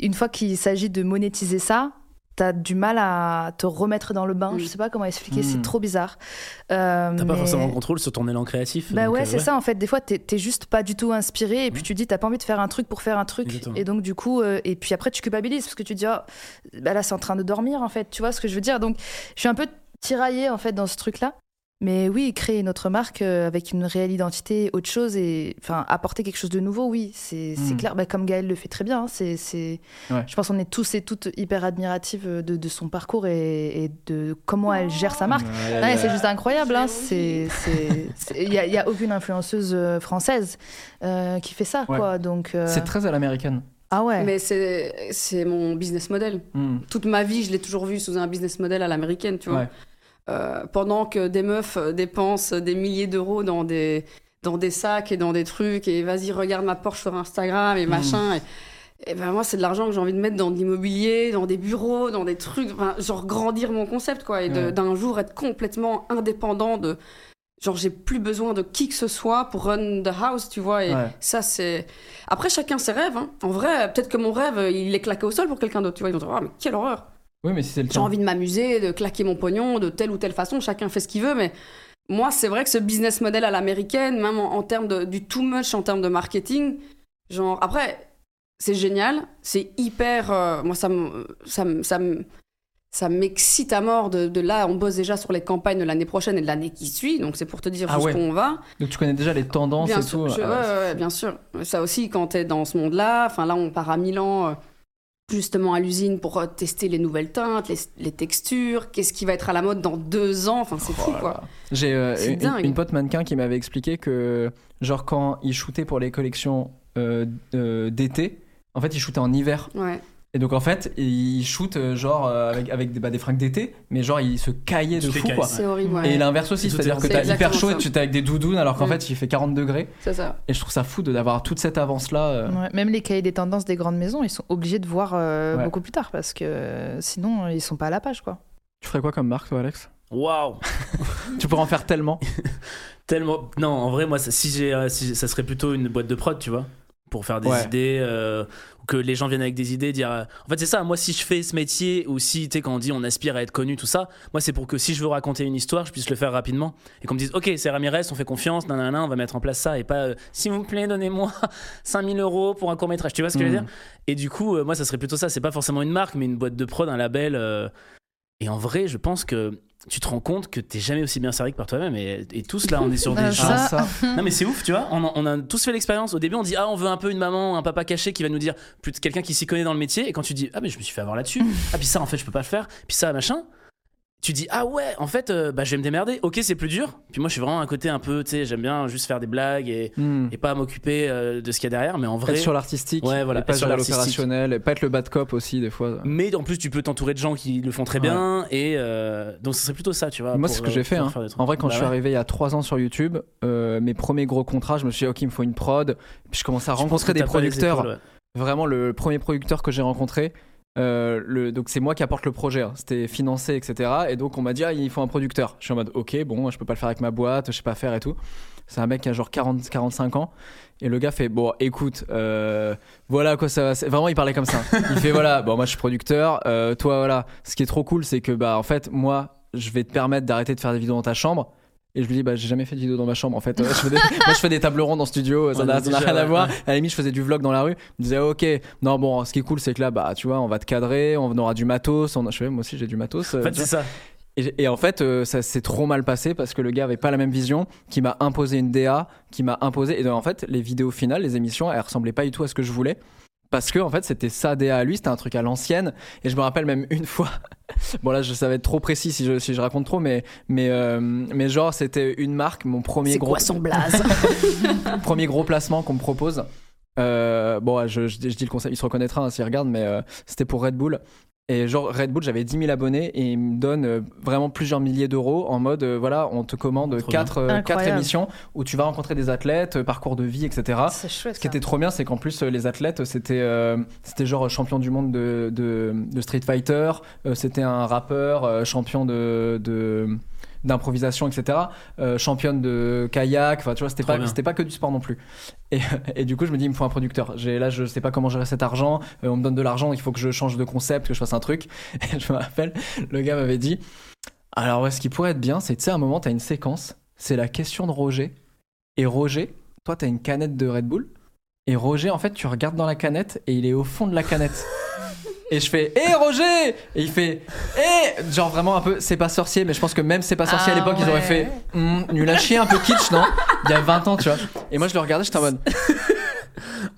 [SPEAKER 5] une fois qu'il s'agit de monétiser ça, t'as du mal à te remettre dans le bain.
[SPEAKER 3] Mm.
[SPEAKER 5] Je sais pas comment expliquer,
[SPEAKER 2] Mm.
[SPEAKER 5] c'est trop bizarre. Euh,
[SPEAKER 4] T'as pas
[SPEAKER 5] mais-
[SPEAKER 4] forcément contrôle sur ton élan créatif.
[SPEAKER 5] Bah
[SPEAKER 4] donc,
[SPEAKER 5] ouais,
[SPEAKER 4] euh,
[SPEAKER 5] c'est ça en fait. Des fois, t'es t'es juste pas du tout inspiré et puis
[SPEAKER 4] Ouais.
[SPEAKER 5] tu dis, t'as pas envie de faire un truc pour faire un truc.
[SPEAKER 4] Exactement.
[SPEAKER 5] Et donc, du coup, euh, et puis après, tu culpabilises parce que tu dis, oh, bah là, c'est en train de dormir en fait. Tu vois ce que je veux dire Donc, je suis un peu tiraillée en fait dans ce truc-là. Mais oui, créer une autre marque euh, avec une réelle identité, autre chose et enfin apporter quelque chose de nouveau, oui, c'est c'est
[SPEAKER 2] Mm.
[SPEAKER 4] Mmh.
[SPEAKER 5] clair. Bah, comme Gaël le fait très bien, hein, c'est c'est-
[SPEAKER 2] Ouais.
[SPEAKER 5] je pense qu'on est tous et toutes hyper admiratives de, de son parcours et, et de comment elle gère sa marque.
[SPEAKER 2] Ouais,
[SPEAKER 5] Ouais,
[SPEAKER 2] ouais.
[SPEAKER 5] c'est juste incroyable. hein,
[SPEAKER 3] j'ai
[SPEAKER 5] c'est- c'est- c'est- Il n'y a, il y a aucune influenceuse euh, française euh, qui fait ça.
[SPEAKER 2] Ouais.
[SPEAKER 5] Quoi, donc, euh,
[SPEAKER 2] C'est très à l'américaine.
[SPEAKER 5] Ah ouais.
[SPEAKER 3] Mais c'est c'est mon business model.
[SPEAKER 2] Mm.
[SPEAKER 3] Toute ma vie, je l'ai toujours vu sous un business model à l'américaine, tu vois.
[SPEAKER 2] Ouais.
[SPEAKER 3] Euh, pendant que des meufs euh, dépensent des milliers d'euros dans des, dans des sacs et dans des trucs, et vas-y, regarde ma Porsche sur Instagram
[SPEAKER 2] Hmm.
[SPEAKER 3] et machin. Et, et ben moi, c'est de l'argent que j'ai envie de mettre dans de l'immobilier, dans des bureaux, dans des trucs, enfin, genre grandir mon concept, quoi, et de-
[SPEAKER 2] Ouais.
[SPEAKER 3] d'un jour être complètement indépendant de. Genre, j'ai plus besoin de qui que ce soit pour run the house, tu vois. Et
[SPEAKER 2] Ouais.
[SPEAKER 3] ça, c'est. Après, chacun ses rêves. hein. En vrai, peut-être que mon rêve, il est claqué au sol pour quelqu'un d'autre, tu vois. Ils vont dire, ah, mais quelle horreur!
[SPEAKER 2] Oui, mais si c'est le
[SPEAKER 3] J'ai
[SPEAKER 2] cas.
[SPEAKER 3] envie de m'amuser, de claquer mon pognon de telle ou telle façon. Chacun fait ce qu'il veut, mais moi, c'est vrai que ce business model à l'américaine, même en, en termes de, du too much, en termes de marketing, genre, après, c'est génial, c'est hyper. euh, moi, ça me. Ça me- ça me- ça m'excite à mort de, de là, on bosse déjà sur les campagnes de l'année prochaine et de l'année qui suit, donc c'est pour te dire
[SPEAKER 2] Ah
[SPEAKER 3] jusqu'où
[SPEAKER 2] ouais.
[SPEAKER 3] on va.
[SPEAKER 2] Donc tu connais déjà les tendances
[SPEAKER 3] Bien
[SPEAKER 2] et
[SPEAKER 3] sûr,
[SPEAKER 2] tout.
[SPEAKER 3] je- euh,
[SPEAKER 2] Ah
[SPEAKER 3] ouais,
[SPEAKER 2] ouais,
[SPEAKER 3] ouais, bien sûr. Ça aussi, quand t'es dans ce monde-là, enfin là, on part à Milan, euh, justement à l'usine pour euh, tester les nouvelles teintes, les, les textures, qu'est-ce qui va être à la mode dans deux ans. Enfin, c'est
[SPEAKER 2] Oh
[SPEAKER 3] fou,
[SPEAKER 2] là
[SPEAKER 3] quoi.
[SPEAKER 2] là. J'ai euh,
[SPEAKER 3] C'est
[SPEAKER 2] une,
[SPEAKER 3] dingue.
[SPEAKER 2] une pote mannequin qui m'avait expliqué que, genre, quand il shootait pour les collections euh, euh, d'été, en fait, il shootait en hiver.
[SPEAKER 3] Ouais.
[SPEAKER 2] Et donc, en fait, il shoot, euh, genre, euh, avec, avec des, bah, des fringues d'été, mais genre, il se caillait de
[SPEAKER 4] Tout est
[SPEAKER 2] fou,
[SPEAKER 4] caillé,
[SPEAKER 2] quoi.
[SPEAKER 4] ouais.
[SPEAKER 3] C'est horrible. ouais.
[SPEAKER 2] Et l'inverse aussi,
[SPEAKER 4] Tout
[SPEAKER 2] c'est-à-dire
[SPEAKER 4] est-
[SPEAKER 2] que
[SPEAKER 3] C'est
[SPEAKER 2] t'as hyper
[SPEAKER 3] exactement
[SPEAKER 2] chaud et
[SPEAKER 3] ça.
[SPEAKER 2] tu t'es avec des doudounes alors qu'en
[SPEAKER 3] Mm.
[SPEAKER 2] fait il fait 40 degrés.
[SPEAKER 3] C'est ça.
[SPEAKER 2] Et je trouve ça fou de- d'avoir toute cette avance-là. euh.
[SPEAKER 4] Mm.
[SPEAKER 5] Ouais, Même les cahiers des tendances des grandes maisons, ils sont obligés de voir euh,
[SPEAKER 2] Ouais.
[SPEAKER 5] beaucoup plus tard parce que euh, sinon, ils sont pas à la page. quoi.
[SPEAKER 2] Tu ferais quoi comme marque, toi, Alex
[SPEAKER 4] Waouh
[SPEAKER 2] Tu pourrais en faire tellement.
[SPEAKER 4] Tellement. Non, en vrai, moi, ça- si j'ai, euh, si j'ai- ça serait plutôt une boîte de prod, tu vois. pour faire des
[SPEAKER 2] Ouais.
[SPEAKER 4] idées, euh, ou que les gens viennent avec des idées, dire. euh, En fait, c'est ça. Moi, si je fais ce métier, ou si, tu sais, quand on dit on aspire à être connu, tout ça, moi, c'est pour que si je veux raconter une histoire, je puisse le faire rapidement. Et qu'on me dise, OK, c'est Ramirez, on fait confiance, nanana, on va mettre en place ça, et pas, euh, s'il vous plaît, donnez-moi 5000 euros pour un court-métrage. Tu vois ce que je veux
[SPEAKER 2] Mhm.
[SPEAKER 4] dire Et du coup, euh, moi, ça serait plutôt ça. C'est pas forcément une marque, mais une boîte de prod, un label. euh, Et en vrai, je pense que. Tu te rends compte que t'es jamais aussi bien servi que par toi-même et, et tous là on est sur
[SPEAKER 5] Ah,
[SPEAKER 4] des
[SPEAKER 5] ça,
[SPEAKER 4] gens
[SPEAKER 2] Ah, ça.
[SPEAKER 4] non mais c'est ouf, tu vois, on a, on a tous fait l'expérience. Au début, on dit ah on veut un peu une maman, un papa caché qui va nous dire plus de quelqu'un qui s'y connaît dans le métier. Et quand tu dis ah mais je me suis fait avoir là-dessus, ah puis ça en fait je peux pas le faire, puis ça machin. Tu dis ah ouais en fait euh, bah je vais me démerder. Ok c'est plus dur. Puis moi je suis vraiment un côté un peu tu sais j'aime bien juste faire des blagues et,
[SPEAKER 2] Hmm.
[SPEAKER 4] et pas m'occuper euh, de ce qu'il y a derrière. Mais en vrai.
[SPEAKER 2] Être sur l'artistique,
[SPEAKER 4] Ouais, voilà,
[SPEAKER 2] et pas
[SPEAKER 4] être sur
[SPEAKER 2] sur
[SPEAKER 4] l'artistique.
[SPEAKER 2] l'opérationnel, et pas être le bad cop aussi des fois.
[SPEAKER 4] Mais en plus tu peux t'entourer de gens qui le font très bien et euh, donc ce serait plutôt ça tu vois.
[SPEAKER 2] Moi,
[SPEAKER 4] pour,
[SPEAKER 2] c'est ce que
[SPEAKER 4] euh,
[SPEAKER 2] j'ai fait.
[SPEAKER 4] pour
[SPEAKER 2] hein.
[SPEAKER 4] faire des trucs.
[SPEAKER 2] En vrai, quand
[SPEAKER 4] Bah
[SPEAKER 2] je suis
[SPEAKER 4] ouais.
[SPEAKER 2] arrivé il y a 3 ans sur YouTube, euh, mes premiers gros contrats, je me suis dit, ok, il me faut une prod. Puis je commençais à
[SPEAKER 4] Je pense
[SPEAKER 2] rencontrer
[SPEAKER 4] que
[SPEAKER 2] des
[SPEAKER 4] t'as pas les
[SPEAKER 2] producteurs.
[SPEAKER 4] épaules, ouais.
[SPEAKER 2] Vraiment, le premier producteur que j'ai rencontré, euh, le, donc c'est moi qui apporte le projet. hein. C'était financé, etc. Et donc, on m'a dit, ah, il faut un producteur. Je suis en mode, ok, bon, moi, je peux pas le faire avec ma boîte, je sais pas faire et tout. C'est un mec qui a genre 40, 45 ans. Et le gars fait Bon, écoute, euh, voilà à quoi ça va. c'est- Vraiment, il parlait comme ça. Il fait Voilà, bon, moi je suis producteur. euh, toi, voilà. Ce qui est trop cool, c'est que, bah, en fait, moi, je vais te permettre d'arrêter de faire des vidéos dans ta chambre. Et je lui dis, bah, j'ai jamais fait de vidéo dans ma chambre. En fait, Euh, je fais des- moi, je fais des tables rondes en studio. Ça
[SPEAKER 4] Ouais,
[SPEAKER 2] n'a
[SPEAKER 4] déjà,
[SPEAKER 2] ça n'a rien à
[SPEAKER 4] ouais,
[SPEAKER 2] voir.
[SPEAKER 4] ouais.
[SPEAKER 2] À la limite, je faisais du vlog dans la rue. Il me disait, ok, non, bon, ce qui est cool, c'est que là, bah, tu vois, on va te cadrer, on aura du matos. On... Je fais, moi aussi, j'ai du matos. euh,
[SPEAKER 4] En fait
[SPEAKER 2] tu
[SPEAKER 4] c'est ça.
[SPEAKER 2] et, et en fait, euh, ça s'est trop mal passé parce que le gars avait pas la même vision, qui m'a imposé une DA, qui m'a imposé. Et donc, en fait, les vidéos finales, les émissions, elles ressemblaient pas du tout à ce que je voulais. Parce que en fait c'était sa DA à lui, c'était un truc à l'ancienne. Et je me rappelle même une fois, bon là je savais être trop précis si je, si je raconte trop, mais, mais, euh, mais genre c'était une marque, mon premier
[SPEAKER 6] C'est
[SPEAKER 2] gros
[SPEAKER 6] quoi son blaze
[SPEAKER 2] premier gros placement qu'on me propose. Euh, bon, ouais, je, je dis je dis le conseil, il se reconnaîtra hein, s'il regarde, mais euh, c'était pour Red Bull. Et genre, Red Bull, j'avais 10 000 abonnés et ils me donnent euh, vraiment plusieurs milliers d'euros en mode euh, voilà, on te commande
[SPEAKER 4] Trop
[SPEAKER 2] 4,
[SPEAKER 5] bien. Incroyable.
[SPEAKER 2] émissions où tu vas rencontrer des athlètes, euh, parcours de vie, etc.
[SPEAKER 5] C'est chouette.
[SPEAKER 2] Ce qui
[SPEAKER 5] ça.
[SPEAKER 2] était trop bien, c'est qu'en plus, euh, les athlètes, c'était euh, c'était genre champion du monde de, de, de Street Fighter, euh, c'était un rappeur, euh, champion de. de- d'improvisation etc euh, championne de kayak enfin tu vois c'était
[SPEAKER 4] Trop
[SPEAKER 2] pas
[SPEAKER 4] bien.
[SPEAKER 2] c'était pas que du sport non plus et, et du coup je me dis il me faut un producteur j'ai là je sais pas comment gérer cet argent euh, on me donne de l'argent il faut que je change de concept que je fasse un truc et je me rappelle le gars m'avait dit alors ouais, ce qui pourrait être bien c'est tu sais à un moment t'as une séquence c'est la question de Roger et Roger toi t'as une canette de Red Bull et Roger, en fait, tu regardes dans la canette et il est au fond de la canette. Et je fais, hé Roger Et il fait, hé Genre vraiment un peu, c'est pas sorcier, mais je pense que même c'est pas sorcier à
[SPEAKER 5] Ah
[SPEAKER 2] l'époque, ils auraient
[SPEAKER 5] ouais.
[SPEAKER 2] fait, Hum, nul à chier, un peu kitsch, non Il y a 20 ans, tu vois. Et moi, je le regardais, j'étais en mode,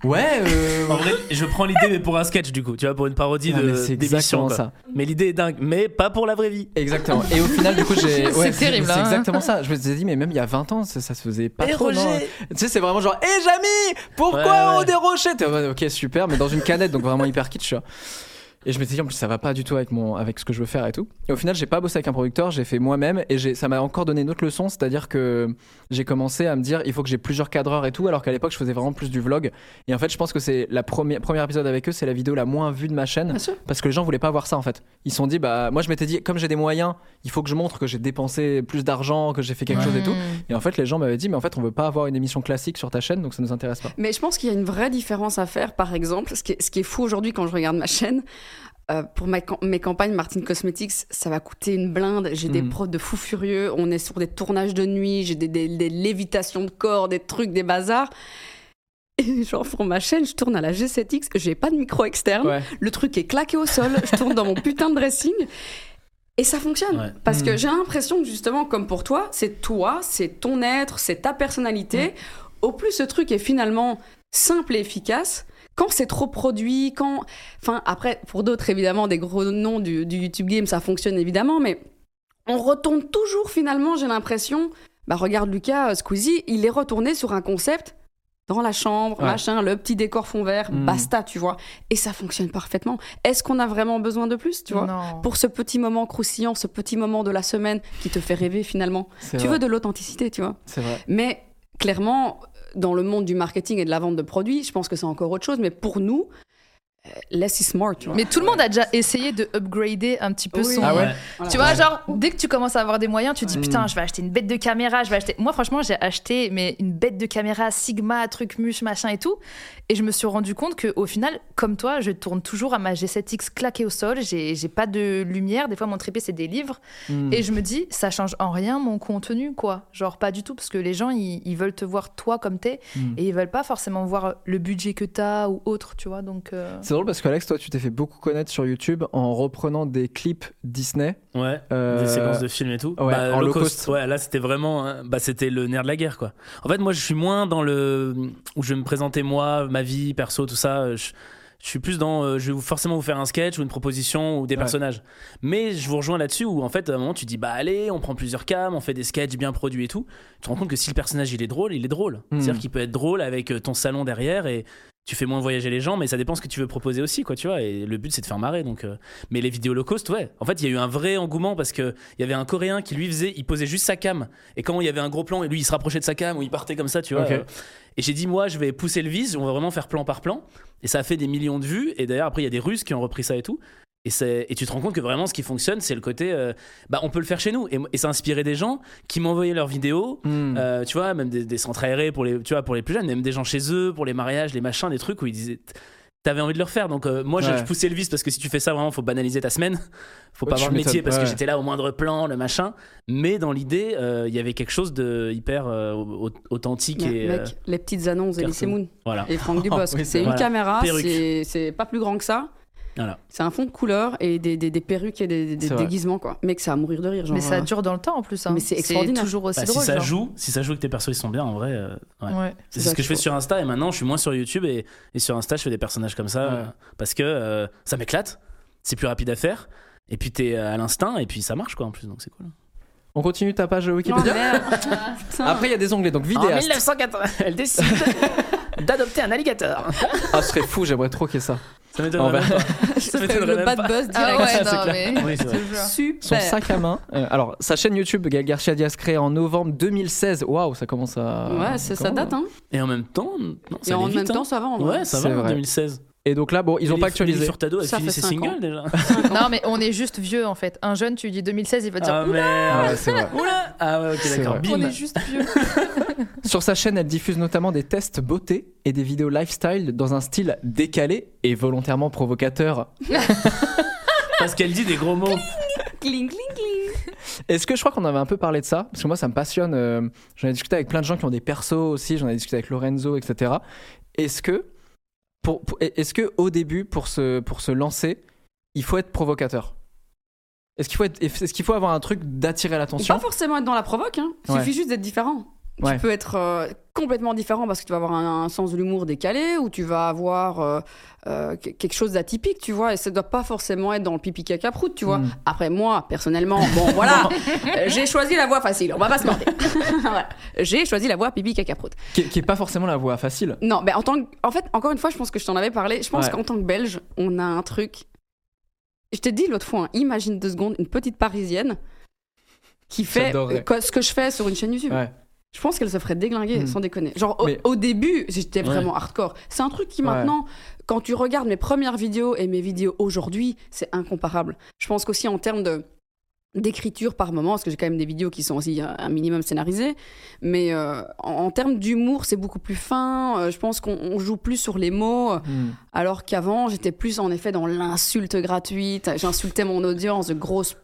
[SPEAKER 2] ouais, euh.
[SPEAKER 4] En vrai, je prends l'idée, mais pour un sketch, du coup, tu vois, pour une parodie
[SPEAKER 2] Ah, mais
[SPEAKER 4] de
[SPEAKER 2] c'est
[SPEAKER 4] d'émission.
[SPEAKER 2] exactement
[SPEAKER 4] quoi.
[SPEAKER 2] ça.
[SPEAKER 4] Mais l'idée est dingue, mais pas pour la vraie vie.
[SPEAKER 2] Exactement. Et au final, du coup, j'ai.
[SPEAKER 5] C'est terrible,
[SPEAKER 2] C'est
[SPEAKER 5] hein.
[SPEAKER 2] exactement ça. Je me suis dit, mais même il y a 20 ans, ça, ça se faisait pas
[SPEAKER 4] Eh,
[SPEAKER 2] trop. non.
[SPEAKER 4] Roger
[SPEAKER 2] Tu sais, c'est vraiment genre, hé Jamy, pourquoi
[SPEAKER 4] Ouais, ouais.
[SPEAKER 2] on dérochait T'es en mode, Ok, super, mais dans une canette, donc vraiment hyper kitsch. tu vois. Et je m'étais dit, en plus, ça va pas du tout avec, mon, avec ce que je veux faire et tout. Et au final, j'ai pas bossé avec un producteur, j'ai fait moi-même et j'ai- ça m'a encore donné une autre leçon, c'est-à-dire que j'ai commencé à me dire, il faut que j'ai plusieurs cadreurs et tout, alors qu'à l'époque, je faisais vraiment plus du vlog. Et en fait, je pense que c'est la première, premier épisode avec eux, c'est la vidéo la moins vue de ma chaîne
[SPEAKER 5] Bien sûr.
[SPEAKER 2] parce que les gens voulaient pas voir ça en fait. Ils se sont dit, bah, moi je m'étais dit, comme j'ai des moyens, il faut que je montre que j'ai dépensé plus d'argent, que j'ai fait quelque chose et tout.
[SPEAKER 5] Mmh.
[SPEAKER 2] Et en fait, les gens m'avaient dit, mais en fait, on veut pas avoir une émission classique sur ta chaîne, donc ça nous intéresse pas.
[SPEAKER 3] Mais je pense qu'il y a une vraie différence à faire, par exemple, ce qui est, ce qui est fou aujourd'hui quand je regarde ma chaîne. euh, pour ma cam- mes campagnes Martin Cosmetics, ça va coûter une blinde. J'ai des
[SPEAKER 2] Mhm.
[SPEAKER 3] prods de fous furieux. On est sur des tournages de nuit. J'ai des, des- des lévitations de corps, des trucs, des bazars. Et genre, pour ma chaîne, je tourne à la G7X. J'ai pas de micro externe.
[SPEAKER 2] Ouais.
[SPEAKER 3] Le truc est claqué au sol. Je tourne dans mon putain de dressing. Et ça fonctionne.
[SPEAKER 4] Ouais.
[SPEAKER 3] Parce que
[SPEAKER 2] Mhm.
[SPEAKER 3] j'ai l'impression que justement, comme pour toi, c'est toi, c'est ton être, c'est ta personnalité. Au plus ce truc est finalement simple et efficace, quand c'est trop produit, quand... Enfin, après, pour d'autres, évidemment, des gros noms du, du YouTube Game, ça fonctionne évidemment, mais on retourne toujours finalement, j'ai l'impression... Bah regarde Lucas, euh, Squeezie, il est retourné sur un concept dans la chambre,
[SPEAKER 2] Ouais.
[SPEAKER 3] machin, le petit décor fond vert,
[SPEAKER 2] Mhm.
[SPEAKER 3] basta, tu vois. Et ça fonctionne parfaitement. Est-ce qu'on a vraiment besoin de plus, tu vois
[SPEAKER 5] Non.
[SPEAKER 3] pour ce petit moment croustillant, ce petit moment de la semaine qui te fait rêver finalement.
[SPEAKER 2] C'est
[SPEAKER 3] Tu
[SPEAKER 2] vrai.
[SPEAKER 3] veux de l'authenticité, tu vois.
[SPEAKER 2] C'est vrai.
[SPEAKER 3] Mais clairement, dans le monde du marketing et de la vente de produits, je pense que c'est encore autre chose. Mais pour nous, euh, less is smart, tu vois.
[SPEAKER 5] Mais tout le monde a déjà essayé de upgrader un petit peu
[SPEAKER 3] Oui.
[SPEAKER 5] son.
[SPEAKER 2] Ah ouais
[SPEAKER 3] Voilà.
[SPEAKER 5] Tu vois, genre, dès que tu commences à avoir des moyens, tu te dis
[SPEAKER 4] Ouais.
[SPEAKER 5] putain, je vais acheter une bête de caméra, je vais acheter. Moi, franchement, j'ai acheté mais une bête de caméra Sigma, truc muche, machin et tout. Et je me suis rendu compte que au final, comme toi, je tourne toujours à ma G7X claquée au sol. J'ai j'ai pas de lumière. Des fois, mon trépied, c'est des livres.
[SPEAKER 2] Hmm.
[SPEAKER 5] Et je me dis, ça change en rien mon contenu, quoi. Genre, pas du tout, parce que les gens, ils, ils veulent te voir toi comme t'es
[SPEAKER 2] Mm.
[SPEAKER 5] et ils veulent pas forcément voir le budget que t'as ou autre, tu vois. Donc, euh,
[SPEAKER 2] C'est drôle parce qu'Alex, toi, tu t'es fait beaucoup connaître sur YouTube en reprenant des clips Disney.
[SPEAKER 4] Ouais.
[SPEAKER 2] euh,
[SPEAKER 4] Des séquences de films et tout. Bah,
[SPEAKER 2] ouais, en low cost.
[SPEAKER 4] Ouais, là c'était vraiment, hein, bah c'était le nerf de la guerre quoi. En fait, moi je suis moins dans le où je vais me présenter moi, ma vie perso, tout ça. euh, Je, je suis plus dans, euh, je vais vous- forcément vous faire un sketch ou une proposition ou des
[SPEAKER 2] Ouais.
[SPEAKER 4] personnages. Mais je vous rejoins là-dessus où en fait à un moment tu dis bah allez, on prend plusieurs cams, on fait des sketchs bien produits et tout. Tu te rends compte que si le personnage il est drôle, il est drôle.
[SPEAKER 2] Hmm.
[SPEAKER 4] C'est-à-dire qu'il peut être drôle avec euh, ton salon derrière et tu fais moins voyager les gens, mais ça dépend ce que tu veux proposer aussi, quoi, tu vois. Et le but, c'est de faire marrer. Donc, euh, mais les vidéos low cost, ouais. En fait, il y a eu un vrai engouement parce que il y avait un Coréen qui lui faisait, il posait juste sa cam. Et quand il y avait un gros plan, et lui, il se rapprochait de sa cam ou il partait comme ça, tu vois.
[SPEAKER 2] Ok.
[SPEAKER 4] euh, Et j'ai dit, moi, je vais pousser le vise. On va vraiment faire plan par plan. Et ça a fait des millions de vues. Et d'ailleurs, après, il y a des Russes qui ont repris ça et tout. Et, c'est- et tu te rends compte que vraiment ce qui fonctionne, c'est le côté, euh, bah on peut le faire chez nous. Et, et ça a inspiré des gens qui m'envoyaient leurs vidéos,
[SPEAKER 2] Hmm.
[SPEAKER 4] euh, tu vois, même des, des centres aérés pour les, tu vois, pour les plus jeunes, même des gens chez eux, pour les mariages, les machins, des trucs où ils disaient. T'avais envie de le refaire, donc euh, moi je-
[SPEAKER 2] Ouais.
[SPEAKER 4] je poussais le vice parce que si tu fais ça vraiment, faut banaliser ta semaine, faut pas
[SPEAKER 2] Ouais,
[SPEAKER 4] avoir
[SPEAKER 2] tu
[SPEAKER 4] le métier
[SPEAKER 2] m'étonnes,
[SPEAKER 4] parce
[SPEAKER 2] ouais.
[SPEAKER 4] que j'étais là au moindre plan, le machin. Mais dans l'idée, euh, il y avait quelque chose de hyper euh, au- authentique
[SPEAKER 3] Mais,
[SPEAKER 4] et
[SPEAKER 3] mec,
[SPEAKER 4] euh,
[SPEAKER 3] les petites annonces
[SPEAKER 4] cartoon.
[SPEAKER 3] d'Elysée Moon
[SPEAKER 4] voilà.
[SPEAKER 3] et Franck Dubosc.
[SPEAKER 2] Oui, c'est
[SPEAKER 3] c'est une
[SPEAKER 4] vrai.
[SPEAKER 3] caméra,
[SPEAKER 4] Perruque.
[SPEAKER 3] c'est c'est pas plus grand que ça.
[SPEAKER 4] Voilà.
[SPEAKER 3] C'est un fond de couleur et des, des- des perruques et des, des- des
[SPEAKER 2] C'est vrai.
[SPEAKER 3] déguisements, quoi. Mec, ça à mourir de rire, genre.
[SPEAKER 5] mais ça
[SPEAKER 3] euh,
[SPEAKER 5] dure dans le temps en plus. hein.
[SPEAKER 3] mais c'est extraordinaire.
[SPEAKER 5] toujours aussi
[SPEAKER 4] Bah, si
[SPEAKER 5] drôle.
[SPEAKER 4] ça
[SPEAKER 5] genre.
[SPEAKER 4] joue, si ça joue et que tes persos ils sont bien, en vrai, euh, ouais.
[SPEAKER 5] Ouais.
[SPEAKER 3] C'est
[SPEAKER 4] C'est
[SPEAKER 3] ça
[SPEAKER 4] ce que
[SPEAKER 3] qu'il
[SPEAKER 4] je fais
[SPEAKER 3] faut.
[SPEAKER 4] sur Insta et maintenant je suis moins sur YouTube et, et sur Insta je fais des personnages comme ça
[SPEAKER 2] Ouais.
[SPEAKER 4] euh, parce que euh, ça m'éclate, c'est plus rapide à faire et puis t'es euh, à l'instinct et puis ça marche quoi en plus donc c'est cool.
[SPEAKER 2] On continue ta page
[SPEAKER 3] Oh,
[SPEAKER 2] Wikipédia.
[SPEAKER 3] merde.
[SPEAKER 2] Après, il y a des onglets, donc
[SPEAKER 6] En
[SPEAKER 2] vidéaste.
[SPEAKER 6] 1980, elle décide d'adopter un alligator.
[SPEAKER 2] Ah, ce serait fou, j'aimerais trop qu'il y ait ça.
[SPEAKER 4] Ça
[SPEAKER 2] On va-
[SPEAKER 4] m'étonnerait pas. Ça m'étonnerait
[SPEAKER 3] euh, le
[SPEAKER 4] même
[SPEAKER 3] bad
[SPEAKER 4] pas.
[SPEAKER 3] buzz direct.
[SPEAKER 5] Ah ouais,
[SPEAKER 4] C'est
[SPEAKER 5] non,
[SPEAKER 4] clair.
[SPEAKER 5] mais.
[SPEAKER 4] Oui, c'est vrai.
[SPEAKER 5] Je te jure.
[SPEAKER 2] Son
[SPEAKER 3] Super.
[SPEAKER 2] sac à main. Euh, alors, sa chaîne YouTube, Gaël Garcia Diaz, créée en novembre 2016. Waouh, ça commence à.
[SPEAKER 3] Ouais, ça, ça
[SPEAKER 2] commence.
[SPEAKER 3] date, hein.
[SPEAKER 4] Et en même temps, non, ça
[SPEAKER 3] et en
[SPEAKER 4] allait
[SPEAKER 3] même
[SPEAKER 4] vite, hein.
[SPEAKER 3] temps, ça va en vrai.
[SPEAKER 4] Ouais, ça
[SPEAKER 2] C'est
[SPEAKER 4] va, en
[SPEAKER 2] vrai.
[SPEAKER 4] 2016.
[SPEAKER 2] Et donc là, bon, ils ont
[SPEAKER 4] Nelly-
[SPEAKER 2] pas actualisé.
[SPEAKER 4] Nelly Furtado a
[SPEAKER 3] Ça
[SPEAKER 4] fini
[SPEAKER 3] fait
[SPEAKER 4] ses
[SPEAKER 3] cinq
[SPEAKER 4] singles
[SPEAKER 3] ans.
[SPEAKER 4] déjà.
[SPEAKER 5] Non, mais on est juste vieux en fait. Un jeune, tu lui dis 2016, il va te dire
[SPEAKER 4] Ah merde.
[SPEAKER 2] Ouais, c'est vrai.
[SPEAKER 4] Oula Ah ouais, ok,
[SPEAKER 2] C'est
[SPEAKER 4] d'accord.
[SPEAKER 2] vrai.
[SPEAKER 5] on
[SPEAKER 4] Bim
[SPEAKER 5] est juste vieux.
[SPEAKER 2] Sur sa chaîne, elle diffuse notamment des tests beauté et des vidéos lifestyle dans un style décalé et volontairement provocateur.
[SPEAKER 4] Parce qu'elle dit des gros mots.
[SPEAKER 3] Cling, cling, cling.
[SPEAKER 2] Est-ce que je crois qu'on avait un peu parlé de ça Parce que moi, ça me passionne. euh, j'en ai discuté avec plein de gens qui ont des persos aussi. J'en ai discuté avec Lorenzo, etc. Est-ce que, pour, pour- est-ce que au début, pour se, pour se lancer, il faut être provocateur Est-ce qu'il faut, être- est-ce qu'il faut avoir un truc d'attirer
[SPEAKER 3] Et
[SPEAKER 2] l'attention
[SPEAKER 3] Pas forcément être dans la provoque, hein. Il
[SPEAKER 2] Ouais.
[SPEAKER 3] suffit juste d'être différent.
[SPEAKER 2] Ouais.
[SPEAKER 3] Tu peux être euh, complètement différent parce que tu vas avoir un, un sens de l'humour décalé ou tu vas avoir euh, euh, que- quelque chose d'atypique, tu vois. Et ça doit pas forcément être dans le pipi caca prout, tu vois.
[SPEAKER 4] Hmm.
[SPEAKER 2] Mm.
[SPEAKER 3] Après, moi, personnellement, bon, voilà, euh, j'ai choisi la voie facile, on va pas se mentir. Voilà. J'ai choisi la voie pipi caca prout.
[SPEAKER 2] qui, est- qui est pas forcément la voie facile.
[SPEAKER 3] Non, mais en tant que- en fait, encore une fois, je pense que je t'en avais parlé. Je pense
[SPEAKER 2] Ouais.
[SPEAKER 3] qu'en tant que Belge, on a un truc. Je t'ai dit l'autre fois, hein, imagine deux secondes une petite Parisienne qui fait
[SPEAKER 2] J'adorerais.
[SPEAKER 3] euh, ce que je fais sur une chaîne YouTube.
[SPEAKER 2] Ouais.
[SPEAKER 3] Je pense qu'elle se ferait déglinguer,
[SPEAKER 2] Mm.
[SPEAKER 3] sans déconner. Genre, au,
[SPEAKER 2] Mais-
[SPEAKER 3] au début, j'étais
[SPEAKER 4] Ouais.
[SPEAKER 3] vraiment hardcore. C'est un truc qui
[SPEAKER 2] Ouais.
[SPEAKER 3] maintenant, quand tu regardes mes premières vidéos et mes vidéos aujourd'hui, c'est incomparable. Je pense qu'aussi en termes de d'écriture par moment, parce que j'ai quand même des vidéos qui sont aussi euh, un un minimum scénarisées, mais euh, en, en termes d'humour, c'est beaucoup plus fin, Euh, je pense qu'on on joue plus sur les mots, euh,
[SPEAKER 2] Hmm.
[SPEAKER 3] alors qu'avant, j'étais plus en effet dans l'insulte gratuite, j'insultais mon audience de grosse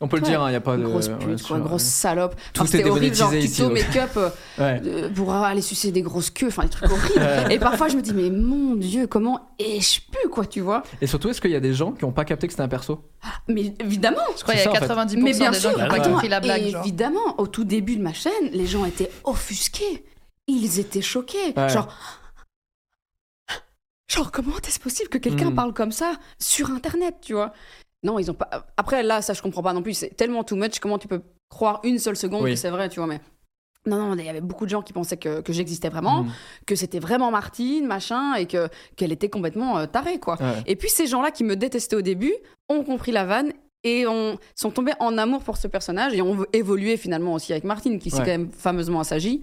[SPEAKER 2] On peut le
[SPEAKER 3] Ouais.
[SPEAKER 2] dire, il n'y a pas de.
[SPEAKER 3] grosse
[SPEAKER 2] ouais,
[SPEAKER 3] pute,
[SPEAKER 2] sûr,
[SPEAKER 3] quoi, grosse salope.
[SPEAKER 2] Tout
[SPEAKER 3] Enfin,
[SPEAKER 2] est
[SPEAKER 3] c'était horrible, genre
[SPEAKER 2] démonétisé
[SPEAKER 3] tuto
[SPEAKER 2] ici,
[SPEAKER 3] make-up euh,
[SPEAKER 2] ouais.
[SPEAKER 3] euh, pour aller sucer des grosses queues, enfin des trucs horribles. Et parfois, je me dis, mais mon Dieu, comment ai-je pu, quoi, tu vois
[SPEAKER 2] Et surtout, est-ce qu'il y a des gens qui n'ont pas capté que c'était un perso
[SPEAKER 3] Mais évidemment,
[SPEAKER 5] Je crois qu'il y
[SPEAKER 2] C'est
[SPEAKER 5] a
[SPEAKER 2] ça, en fait.
[SPEAKER 5] 90%
[SPEAKER 3] mais bien
[SPEAKER 5] des gens
[SPEAKER 3] sûr,
[SPEAKER 5] qui n'ont pas
[SPEAKER 3] attends,
[SPEAKER 5] compris la blague. genre.
[SPEAKER 3] évidemment, au tout début de ma chaîne, les gens étaient offusqués. Ils étaient choqués.
[SPEAKER 2] Ouais.
[SPEAKER 3] Genre, genre, comment est-ce possible que quelqu'un
[SPEAKER 2] Mm.
[SPEAKER 3] parle comme ça sur Internet, tu vois Non, ils ont pas. Après, là, ça, je comprends pas non plus. C'est tellement too much. Comment tu peux croire une seule seconde
[SPEAKER 2] Oui.
[SPEAKER 3] que c'est vrai, tu vois Mais non, non, il y avait beaucoup de gens qui pensaient que, que j'existais vraiment,
[SPEAKER 2] Mm.
[SPEAKER 3] que c'était vraiment Martine, machin, et que qu'elle était complètement euh, tarée, quoi.
[SPEAKER 2] Ouais.
[SPEAKER 3] Et puis ces gens-là qui me détestaient au début ont compris la vanne et ont, sont tombés en amour pour ce personnage et ont évolué finalement aussi avec Martine, qui s'est
[SPEAKER 2] Ouais.
[SPEAKER 3] quand même fameusement assagie.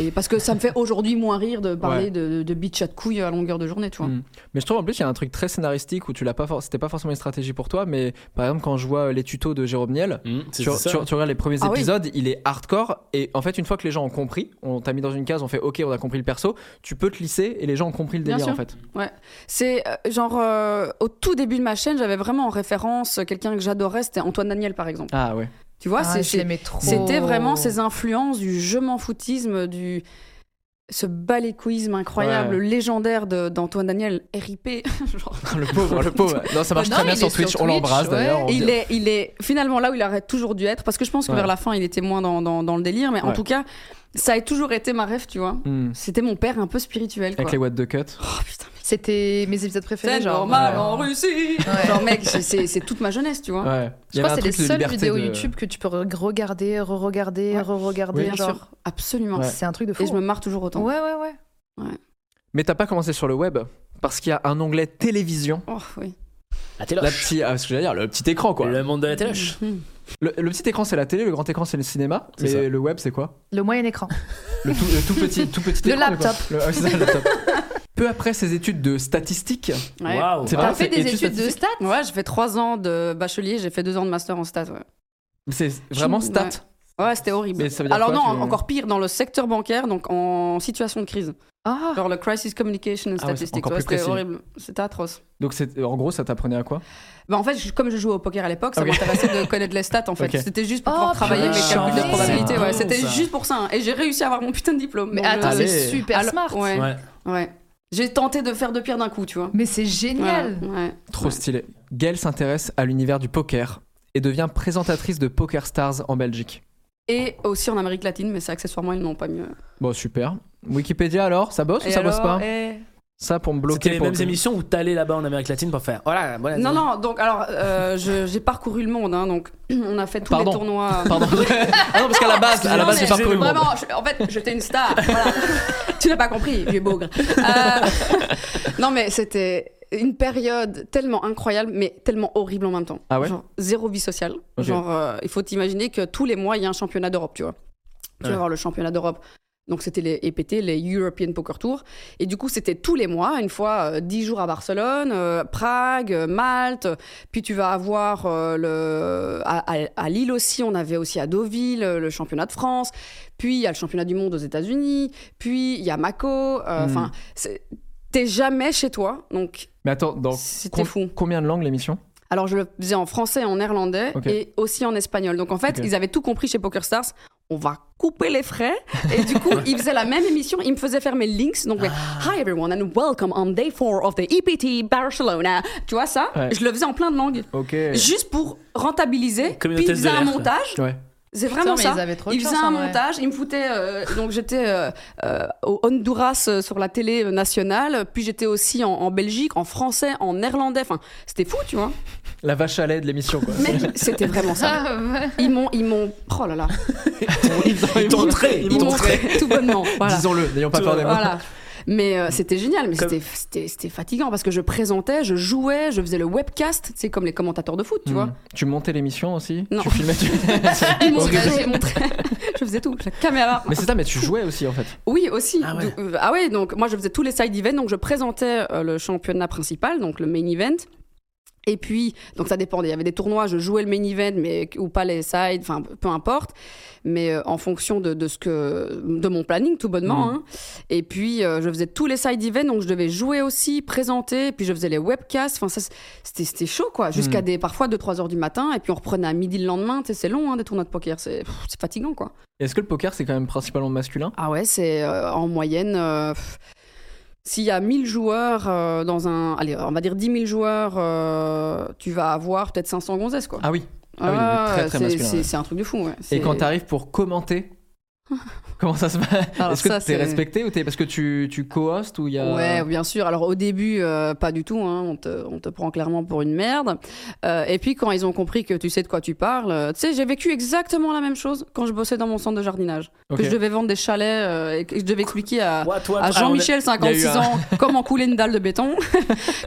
[SPEAKER 3] Et parce que ça me fait aujourd'hui moins rire de parler
[SPEAKER 2] Ouais.
[SPEAKER 3] de, de, de bitch à de couilles à longueur de journée, tu vois.
[SPEAKER 2] Mm. Mais je trouve en plus il y a un truc très scénaristique où tu l'as pas for- c'était pas forcément une stratégie pour toi mais par exemple quand je vois euh, les tutos de Jérôme Niel tu,
[SPEAKER 4] Mmh, ça.
[SPEAKER 2] tu- tu regardes les premiers
[SPEAKER 3] Ah oui.
[SPEAKER 2] épisodes, il est hardcore et en fait une fois que les gens ont compris, on t'a mis dans une case, on fait OK, on a compris le perso, tu peux te lisser et les gens ont compris le
[SPEAKER 3] Bien
[SPEAKER 2] délire en
[SPEAKER 3] sûr.
[SPEAKER 2] fait.
[SPEAKER 3] C'est euh, genre euh, au tout début de ma chaîne, j'avais vraiment en référence quelqu'un que j'adorais, c'était Antoine Daniel par exemple.
[SPEAKER 2] Ah ouais.
[SPEAKER 3] Tu vois, c'est-
[SPEAKER 5] Ah, je
[SPEAKER 3] c'est-
[SPEAKER 5] l'aimais trop.
[SPEAKER 3] c'était vraiment ces influences du je m'en foutisme, du ce balécoïsme incroyable, légendaire de- d'Antoine Daniel, RIP. genre.
[SPEAKER 2] Le pauvre, le pauvre. Non, ça marche
[SPEAKER 5] non,
[SPEAKER 2] très bien
[SPEAKER 5] il
[SPEAKER 2] sur
[SPEAKER 5] est sur
[SPEAKER 2] Twitch, on l'embrasse
[SPEAKER 5] Twitch,
[SPEAKER 2] d'ailleurs.
[SPEAKER 5] ouais.
[SPEAKER 2] on
[SPEAKER 3] Il
[SPEAKER 2] dit-
[SPEAKER 3] est, il est finalement là où il aurait toujours dû être, parce que je pense que
[SPEAKER 2] Ouais.
[SPEAKER 3] vers la fin, il était moins dans, dans- dans le délire, mais en
[SPEAKER 2] Ouais.
[SPEAKER 3] tout cas, ça a toujours été ma rêve, tu vois.
[SPEAKER 2] Hmm.
[SPEAKER 3] C'était mon père un peu spirituel. Quoi.
[SPEAKER 2] Avec les what the cut.
[SPEAKER 3] Oh putain, mais
[SPEAKER 5] C'était mes épisodes préférés.
[SPEAKER 3] c'est
[SPEAKER 5] genre,
[SPEAKER 3] normal
[SPEAKER 5] ouais.
[SPEAKER 3] en Russie.
[SPEAKER 5] Ouais.
[SPEAKER 3] Genre mec, c'est- c'est c'est toute ma jeunesse, tu vois.
[SPEAKER 2] Ouais. Il
[SPEAKER 5] Je
[SPEAKER 2] y
[SPEAKER 5] crois
[SPEAKER 2] avait un
[SPEAKER 5] que c'est les
[SPEAKER 2] truc de
[SPEAKER 5] seules
[SPEAKER 2] liberté
[SPEAKER 5] vidéos
[SPEAKER 2] de-
[SPEAKER 5] YouTube que tu peux re- regarder, re-regarder,
[SPEAKER 3] Ouais.
[SPEAKER 5] re-regarder.
[SPEAKER 3] Bien
[SPEAKER 5] genre.
[SPEAKER 3] sûr, absolument.
[SPEAKER 2] Ouais.
[SPEAKER 5] C'est un truc de fou.
[SPEAKER 3] Et je me marre toujours autant.
[SPEAKER 5] Ouais, ouais, ouais.
[SPEAKER 2] Mais t'as pas commencé sur le web parce qu'il y a un onglet télévision.
[SPEAKER 3] Oh, oui.
[SPEAKER 4] La
[SPEAKER 2] La
[SPEAKER 4] téloche.
[SPEAKER 2] petite, ah, ce que j'allais dire, le petit écran quoi.
[SPEAKER 4] Le monde de la téloche.
[SPEAKER 3] Mhm.
[SPEAKER 2] Le, le petit écran c'est la télé, le grand écran c'est le cinéma,
[SPEAKER 4] C'est
[SPEAKER 2] mais
[SPEAKER 4] ça.
[SPEAKER 2] le web c'est quoi
[SPEAKER 5] Le moyen écran.
[SPEAKER 2] le tout, le tout petit, tout petit
[SPEAKER 5] Le
[SPEAKER 2] écran,
[SPEAKER 5] laptop.
[SPEAKER 2] quoi. Le- ah, c'est ça, le laptop. Peu après ses études de statistique,
[SPEAKER 3] Ouais.
[SPEAKER 2] Ah,
[SPEAKER 4] Waouh.
[SPEAKER 2] C'est
[SPEAKER 5] T'as
[SPEAKER 2] vrai,
[SPEAKER 5] fait des
[SPEAKER 2] études
[SPEAKER 5] études de
[SPEAKER 2] statistiques.
[SPEAKER 5] stats
[SPEAKER 3] Ouais, j'ai fait 3 ans de bachelier, j'ai fait 2 ans de master en stats. Ouais,
[SPEAKER 2] c'est vraiment
[SPEAKER 3] Je-
[SPEAKER 2] stat.
[SPEAKER 3] ouais c'était horrible.
[SPEAKER 2] Mais ça veut dire
[SPEAKER 3] Alors
[SPEAKER 2] quoi,
[SPEAKER 3] non,
[SPEAKER 2] tu-
[SPEAKER 3] encore pire, dans le secteur bancaire, donc en situation de crise.
[SPEAKER 5] Ah,
[SPEAKER 3] Genre le crisis communication and
[SPEAKER 2] Ah ouais, c'est
[SPEAKER 3] statistics.
[SPEAKER 2] encore
[SPEAKER 3] ouais,
[SPEAKER 2] plus
[SPEAKER 3] c'était
[SPEAKER 2] précis.
[SPEAKER 3] horrible. C'était atroce.
[SPEAKER 2] Donc c'est en gros ça t'apprenait à quoi
[SPEAKER 3] Bah, en fait, je- comme je jouais au poker à l'époque, ça
[SPEAKER 2] Ok.
[SPEAKER 3] m'intéressait de connaître les stats en fait.
[SPEAKER 2] Ok.
[SPEAKER 3] C'était juste pour
[SPEAKER 5] Oh,
[SPEAKER 3] pouvoir travailler mes
[SPEAKER 4] purée.
[SPEAKER 3] calculs de
[SPEAKER 4] C'est
[SPEAKER 3] probabilité. ouais.
[SPEAKER 4] bon,
[SPEAKER 3] C'était
[SPEAKER 4] ça.
[SPEAKER 3] juste pour ça. hein. Et j'ai réussi à avoir mon putain de diplôme.
[SPEAKER 5] mais
[SPEAKER 3] Donc,
[SPEAKER 5] attends,
[SPEAKER 3] je-
[SPEAKER 2] Allez.
[SPEAKER 5] c'est super
[SPEAKER 3] Alors-
[SPEAKER 5] smart.
[SPEAKER 3] Ah Ouais.
[SPEAKER 4] Ouais.
[SPEAKER 3] ouais. J'ai tenté de faire deux pierres d'un coup, tu vois.
[SPEAKER 5] Mais c'est génial.
[SPEAKER 3] Voilà, ouais.
[SPEAKER 2] Trop stylé. Gaëlle s'intéresse à l'univers du poker et devient présentatrice de Poker Stars en Belgique.
[SPEAKER 3] Et aussi en Amérique latine, mais c'est accessoirement, ils n'ont pas mieux.
[SPEAKER 2] Bon super. Wikipédia alors, ça bosse ou ça bosse pas Ça pour me bloquer.
[SPEAKER 4] C'était les
[SPEAKER 2] pour-
[SPEAKER 4] mêmes émissions où t'allais là-bas en Amérique latine pour faire. Voilà, voilà.
[SPEAKER 3] Non, non, donc alors, euh, je- j'ai parcouru le monde, hein, donc on a fait tous
[SPEAKER 2] Pardon.
[SPEAKER 3] les tournois.
[SPEAKER 2] Pardon. ah non parce qu'à la base, à la
[SPEAKER 3] Non,
[SPEAKER 2] base
[SPEAKER 3] mais
[SPEAKER 2] j'ai parcouru le monde.
[SPEAKER 3] Vraiment, je- en fait, j'étais une star. voilà. tu n'as pas compris, vieux bougre. Euh, non, mais c'était une période tellement incroyable, mais tellement horrible en même temps.
[SPEAKER 2] Ah ouais
[SPEAKER 3] Genre, zéro vie sociale.
[SPEAKER 2] Ok.
[SPEAKER 3] Genre, euh, il faut imaginer que tous les mois, il y a un championnat d'Europe, tu vois. Tu
[SPEAKER 4] Ouais.
[SPEAKER 3] vas voir le championnat d'Europe. Donc, c'était les EPT, les European Poker Tour. Et du coup, c'était tous les mois, une fois euh, 10 jours à Barcelone, euh, Prague, euh, Malte. Puis tu vas avoir euh, le... à, à- à Lille aussi, on avait aussi à Deauville euh, le championnat de France. Puis il y a le championnat du monde aux États-Unis. Puis il y a Mako.
[SPEAKER 2] Hmm.
[SPEAKER 3] euh, Enfin, c'est- t'es jamais chez toi. Donc,
[SPEAKER 2] Mais attends, dans
[SPEAKER 3] c'était
[SPEAKER 2] com-
[SPEAKER 3] fou.
[SPEAKER 2] combien de langues l'émission
[SPEAKER 3] Alors, je le faisais en français, en néerlandais
[SPEAKER 2] Ok.
[SPEAKER 3] et aussi en espagnol. Donc, en fait,
[SPEAKER 2] Ok.
[SPEAKER 3] ils avaient tout compris chez PokerStars. On va couper les frais. Et du coup, ils faisaient la même émission. Ils me faisaient faire mes links. Donc,
[SPEAKER 2] Ah.
[SPEAKER 3] Hi everyone and welcome on day 4 of the EPT Barcelona. Tu vois ça
[SPEAKER 2] Ouais.
[SPEAKER 3] Je le faisais en plein de langues.
[SPEAKER 2] Ok.
[SPEAKER 3] Juste pour rentabiliser.
[SPEAKER 4] Comme une
[SPEAKER 3] Puis ils
[SPEAKER 4] hôtesse
[SPEAKER 3] faisaient
[SPEAKER 4] de
[SPEAKER 3] un
[SPEAKER 4] l'air, quoi.
[SPEAKER 3] montage.
[SPEAKER 2] Ouais.
[SPEAKER 3] C'est
[SPEAKER 5] Putain,
[SPEAKER 3] vraiment
[SPEAKER 5] mais
[SPEAKER 3] ça.
[SPEAKER 5] ils avaient trop de
[SPEAKER 3] Il faisait
[SPEAKER 5] chance, hein,
[SPEAKER 3] un
[SPEAKER 5] en vrai.
[SPEAKER 3] montage, il me foutait. euh, donc j'étais euh, euh, au Honduras euh, sur la télé nationale, puis j'étais aussi en, en Belgique, en français, en néerlandais. Enfin, c'était fou, tu vois.
[SPEAKER 2] La vache à lait de l'émission quoi.
[SPEAKER 3] Mais c'était vraiment ça.
[SPEAKER 5] Ah, ouais.
[SPEAKER 3] Ils m'ont, ils m'ont, oh là là,
[SPEAKER 4] Ils t'ont montré.
[SPEAKER 3] ils m'ont fait tout bonnement. Voilà.
[SPEAKER 2] Disons-le, n'ayons pas peur des mots.
[SPEAKER 3] Voilà. Mais euh, c'était génial, mais
[SPEAKER 4] Comme-
[SPEAKER 3] c'était, c'était, c'était fatigant parce que je présentais, je jouais, je faisais le webcast, c'est comme les commentateurs de foot, tu
[SPEAKER 2] Hmm.
[SPEAKER 3] vois.
[SPEAKER 2] Tu montais l'émission aussi
[SPEAKER 3] Mm. Non.
[SPEAKER 2] Tu filmais tu-
[SPEAKER 3] Ils montraient,
[SPEAKER 2] Horrible.
[SPEAKER 3] ils montraient. je faisais tout, la caméra.
[SPEAKER 2] Mais c'est ça, mais tu jouais aussi en fait.
[SPEAKER 3] Oui, aussi.
[SPEAKER 4] Ah
[SPEAKER 3] Ah
[SPEAKER 4] ouais.
[SPEAKER 3] ouais. ah ouais, donc moi je faisais tous les side events, donc je présentais euh, le championnat principal, donc le main event. Et puis, donc ça dépendait. Il y avait des tournois, je jouais le main event, mais ou pas les sides, enfin peu importe. Mais euh, en fonction de, de ce que de mon planning, tout
[SPEAKER 4] Mmh.
[SPEAKER 3] bonnement. hein. Et puis euh, je faisais tous les side events, donc je devais jouer aussi, présenter. Puis je faisais les webcasts. Enfin ça, c'est- c'était c'était chaud quoi, jusqu'à
[SPEAKER 2] Mm.
[SPEAKER 4] Mmh.
[SPEAKER 3] des parfois 2-3 heures du matin. Et puis on reprenait à midi le lendemain. Tu sais, c'est long hein, des tournois de poker, c'est pff, c'est fatigant quoi.
[SPEAKER 2] Est-ce que le poker c'est quand même principalement masculin
[SPEAKER 3] Ah ouais, c'est euh, en moyenne. euh, pff, S'il y a 1000 joueurs euh, dans un. Allez, on va dire 10 000 joueurs, euh, tu vas avoir peut-être 500 gonzesses, quoi.
[SPEAKER 2] Ah oui. ah oui,
[SPEAKER 3] Ah,
[SPEAKER 2] très, très
[SPEAKER 3] c'est-
[SPEAKER 2] masculin,
[SPEAKER 3] C'est
[SPEAKER 2] ouais.
[SPEAKER 3] c'est un truc de fou, ouais.
[SPEAKER 2] Et
[SPEAKER 3] C'est-
[SPEAKER 2] quand t'arrives pour commenter, comment ça se passe
[SPEAKER 3] Alors
[SPEAKER 2] Est-ce que
[SPEAKER 3] ça,
[SPEAKER 2] t'es
[SPEAKER 3] c'est-
[SPEAKER 2] respecté euh, ou t'es parce que tu, tu co-host ou il y a
[SPEAKER 3] Ouais, bien sûr. Alors au début, euh, pas du tout. hein. On, te, on te prend clairement pour une merde. Euh, et puis quand ils ont compris que tu sais de quoi tu parles, euh, tu sais, j'ai vécu exactement la même chose quand je bossais dans mon centre de jardinage.
[SPEAKER 2] Ok.
[SPEAKER 3] Que je devais vendre des chalets euh, et que je devais expliquer à,
[SPEAKER 4] Ouais, toi,
[SPEAKER 3] à
[SPEAKER 4] ah, on est-
[SPEAKER 3] Jean-Michel,
[SPEAKER 2] il y
[SPEAKER 3] 56
[SPEAKER 2] a eu un-
[SPEAKER 3] ans, comment couler une dalle de béton,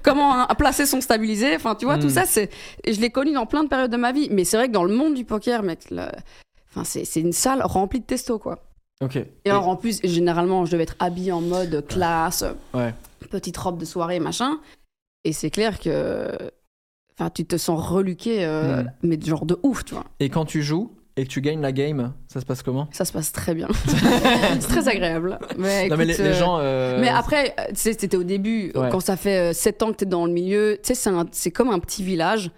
[SPEAKER 3] comment hein, placer son stabilisé. Enfin, tu vois,
[SPEAKER 2] Mm.
[SPEAKER 3] tout ça, c'est, et je l'ai connu dans plein de périodes de ma vie. Mais c'est vrai que dans le monde du poker, mec, le- enfin, c'est, c'est une salle remplie de testo, quoi.
[SPEAKER 2] Ok.
[SPEAKER 3] Et alors, en plus, généralement, je devais être habillée en mode classe,
[SPEAKER 2] Ouais.
[SPEAKER 3] petite robe de soirée, machin. Et c'est clair que. Enfin, tu te sens reluqué, euh,
[SPEAKER 2] Mm.
[SPEAKER 3] mais genre de ouf, tu vois.
[SPEAKER 2] Et quand tu joues et que tu gagnes la game, ça se passe comment
[SPEAKER 3] Ça se passe très bien. c'est très agréable. Mais
[SPEAKER 2] Non mais les,
[SPEAKER 3] écoute,
[SPEAKER 2] les
[SPEAKER 3] euh,
[SPEAKER 2] gens. euh,
[SPEAKER 3] Mais après, euh, tu sais, c'était au début, euh,
[SPEAKER 2] Ouais.
[SPEAKER 3] quand ça fait 7 ans que t'es dans le milieu, tu sais, c'est un- c'est comme un petit village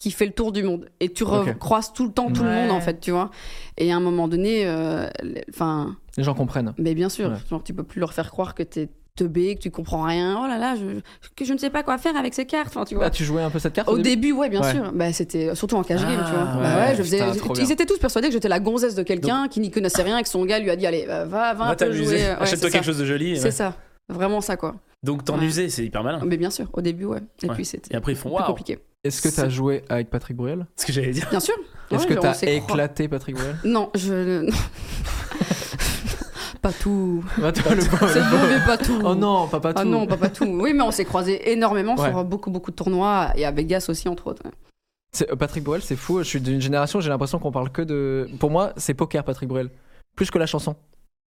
[SPEAKER 3] qui fait le tour du monde. Et tu
[SPEAKER 2] Ok.
[SPEAKER 3] recroises tout le temps tout le
[SPEAKER 5] Ouais.
[SPEAKER 3] monde, en fait, tu vois. Et à un moment donné, euh, les- enfin,
[SPEAKER 2] les gens comprennent.
[SPEAKER 3] mais bien sûr,
[SPEAKER 2] Ouais.
[SPEAKER 3] genre, tu peux plus leur faire croire que t'es teubé, que tu comprends rien. Oh là là, je, que je ne sais pas quoi faire avec ces cartes, enfin, tu vois.
[SPEAKER 2] Ah, tu jouais un peu cette carte
[SPEAKER 3] Au
[SPEAKER 2] début
[SPEAKER 3] début, ouais, bien
[SPEAKER 2] Ouais.
[SPEAKER 3] sûr. Bah, c'était surtout en cash game,
[SPEAKER 4] Ah,
[SPEAKER 3] tu vois. Bah
[SPEAKER 2] ouais,
[SPEAKER 3] ouais, je faisais-
[SPEAKER 2] putain, trop bien.
[SPEAKER 3] ils étaient tous persuadés que j'étais la gonzesse de quelqu'un qui n'y connaissait rien et que son gars lui a dit allez, va, va, va un
[SPEAKER 4] Va
[SPEAKER 3] peu jouer.
[SPEAKER 4] t'amuser,
[SPEAKER 3] Ouais,
[SPEAKER 4] achète-toi
[SPEAKER 3] c'est
[SPEAKER 4] quelque
[SPEAKER 3] ça.
[SPEAKER 4] chose de joli. et
[SPEAKER 3] C'est
[SPEAKER 4] ouais.
[SPEAKER 3] ça, vraiment ça quoi.
[SPEAKER 4] Donc t'en
[SPEAKER 3] Ouais.
[SPEAKER 4] usais, c'est hyper malin.
[SPEAKER 3] Mais bien sûr, au début, ouais. Et
[SPEAKER 4] Ah. Ouais.
[SPEAKER 3] puis c'était
[SPEAKER 4] Et après ils font
[SPEAKER 3] plus
[SPEAKER 4] waouh,
[SPEAKER 3] compliqué.
[SPEAKER 2] Est-ce que t'as joué avec Patrick Bruel
[SPEAKER 4] ce que j'allais dire.
[SPEAKER 3] Bien sûr.
[SPEAKER 2] Est-ce
[SPEAKER 3] Ouais,
[SPEAKER 2] que
[SPEAKER 3] on
[SPEAKER 2] t'as
[SPEAKER 3] s'est croit-
[SPEAKER 2] éclaté Patrick Bruel
[SPEAKER 3] Non, je. non. pas tout.
[SPEAKER 2] Bah, toi, le-
[SPEAKER 3] C'est
[SPEAKER 2] le-
[SPEAKER 3] bon, mais pas tout.
[SPEAKER 2] Oh non, pas, pas
[SPEAKER 3] Ah
[SPEAKER 2] tout.
[SPEAKER 3] non, pas, pas tout. Oui, mais on s'est croisés énormément
[SPEAKER 2] Ouais.
[SPEAKER 3] sur beaucoup, beaucoup de tournois et à Vegas aussi, entre autres. ouais.
[SPEAKER 2] C'est- euh, Patrick Bruel, c'est fou. Je suis d'une génération, j'ai l'impression qu'on parle que de. Pour moi, c'est poker, Patrick Bruel. Plus que la chanson.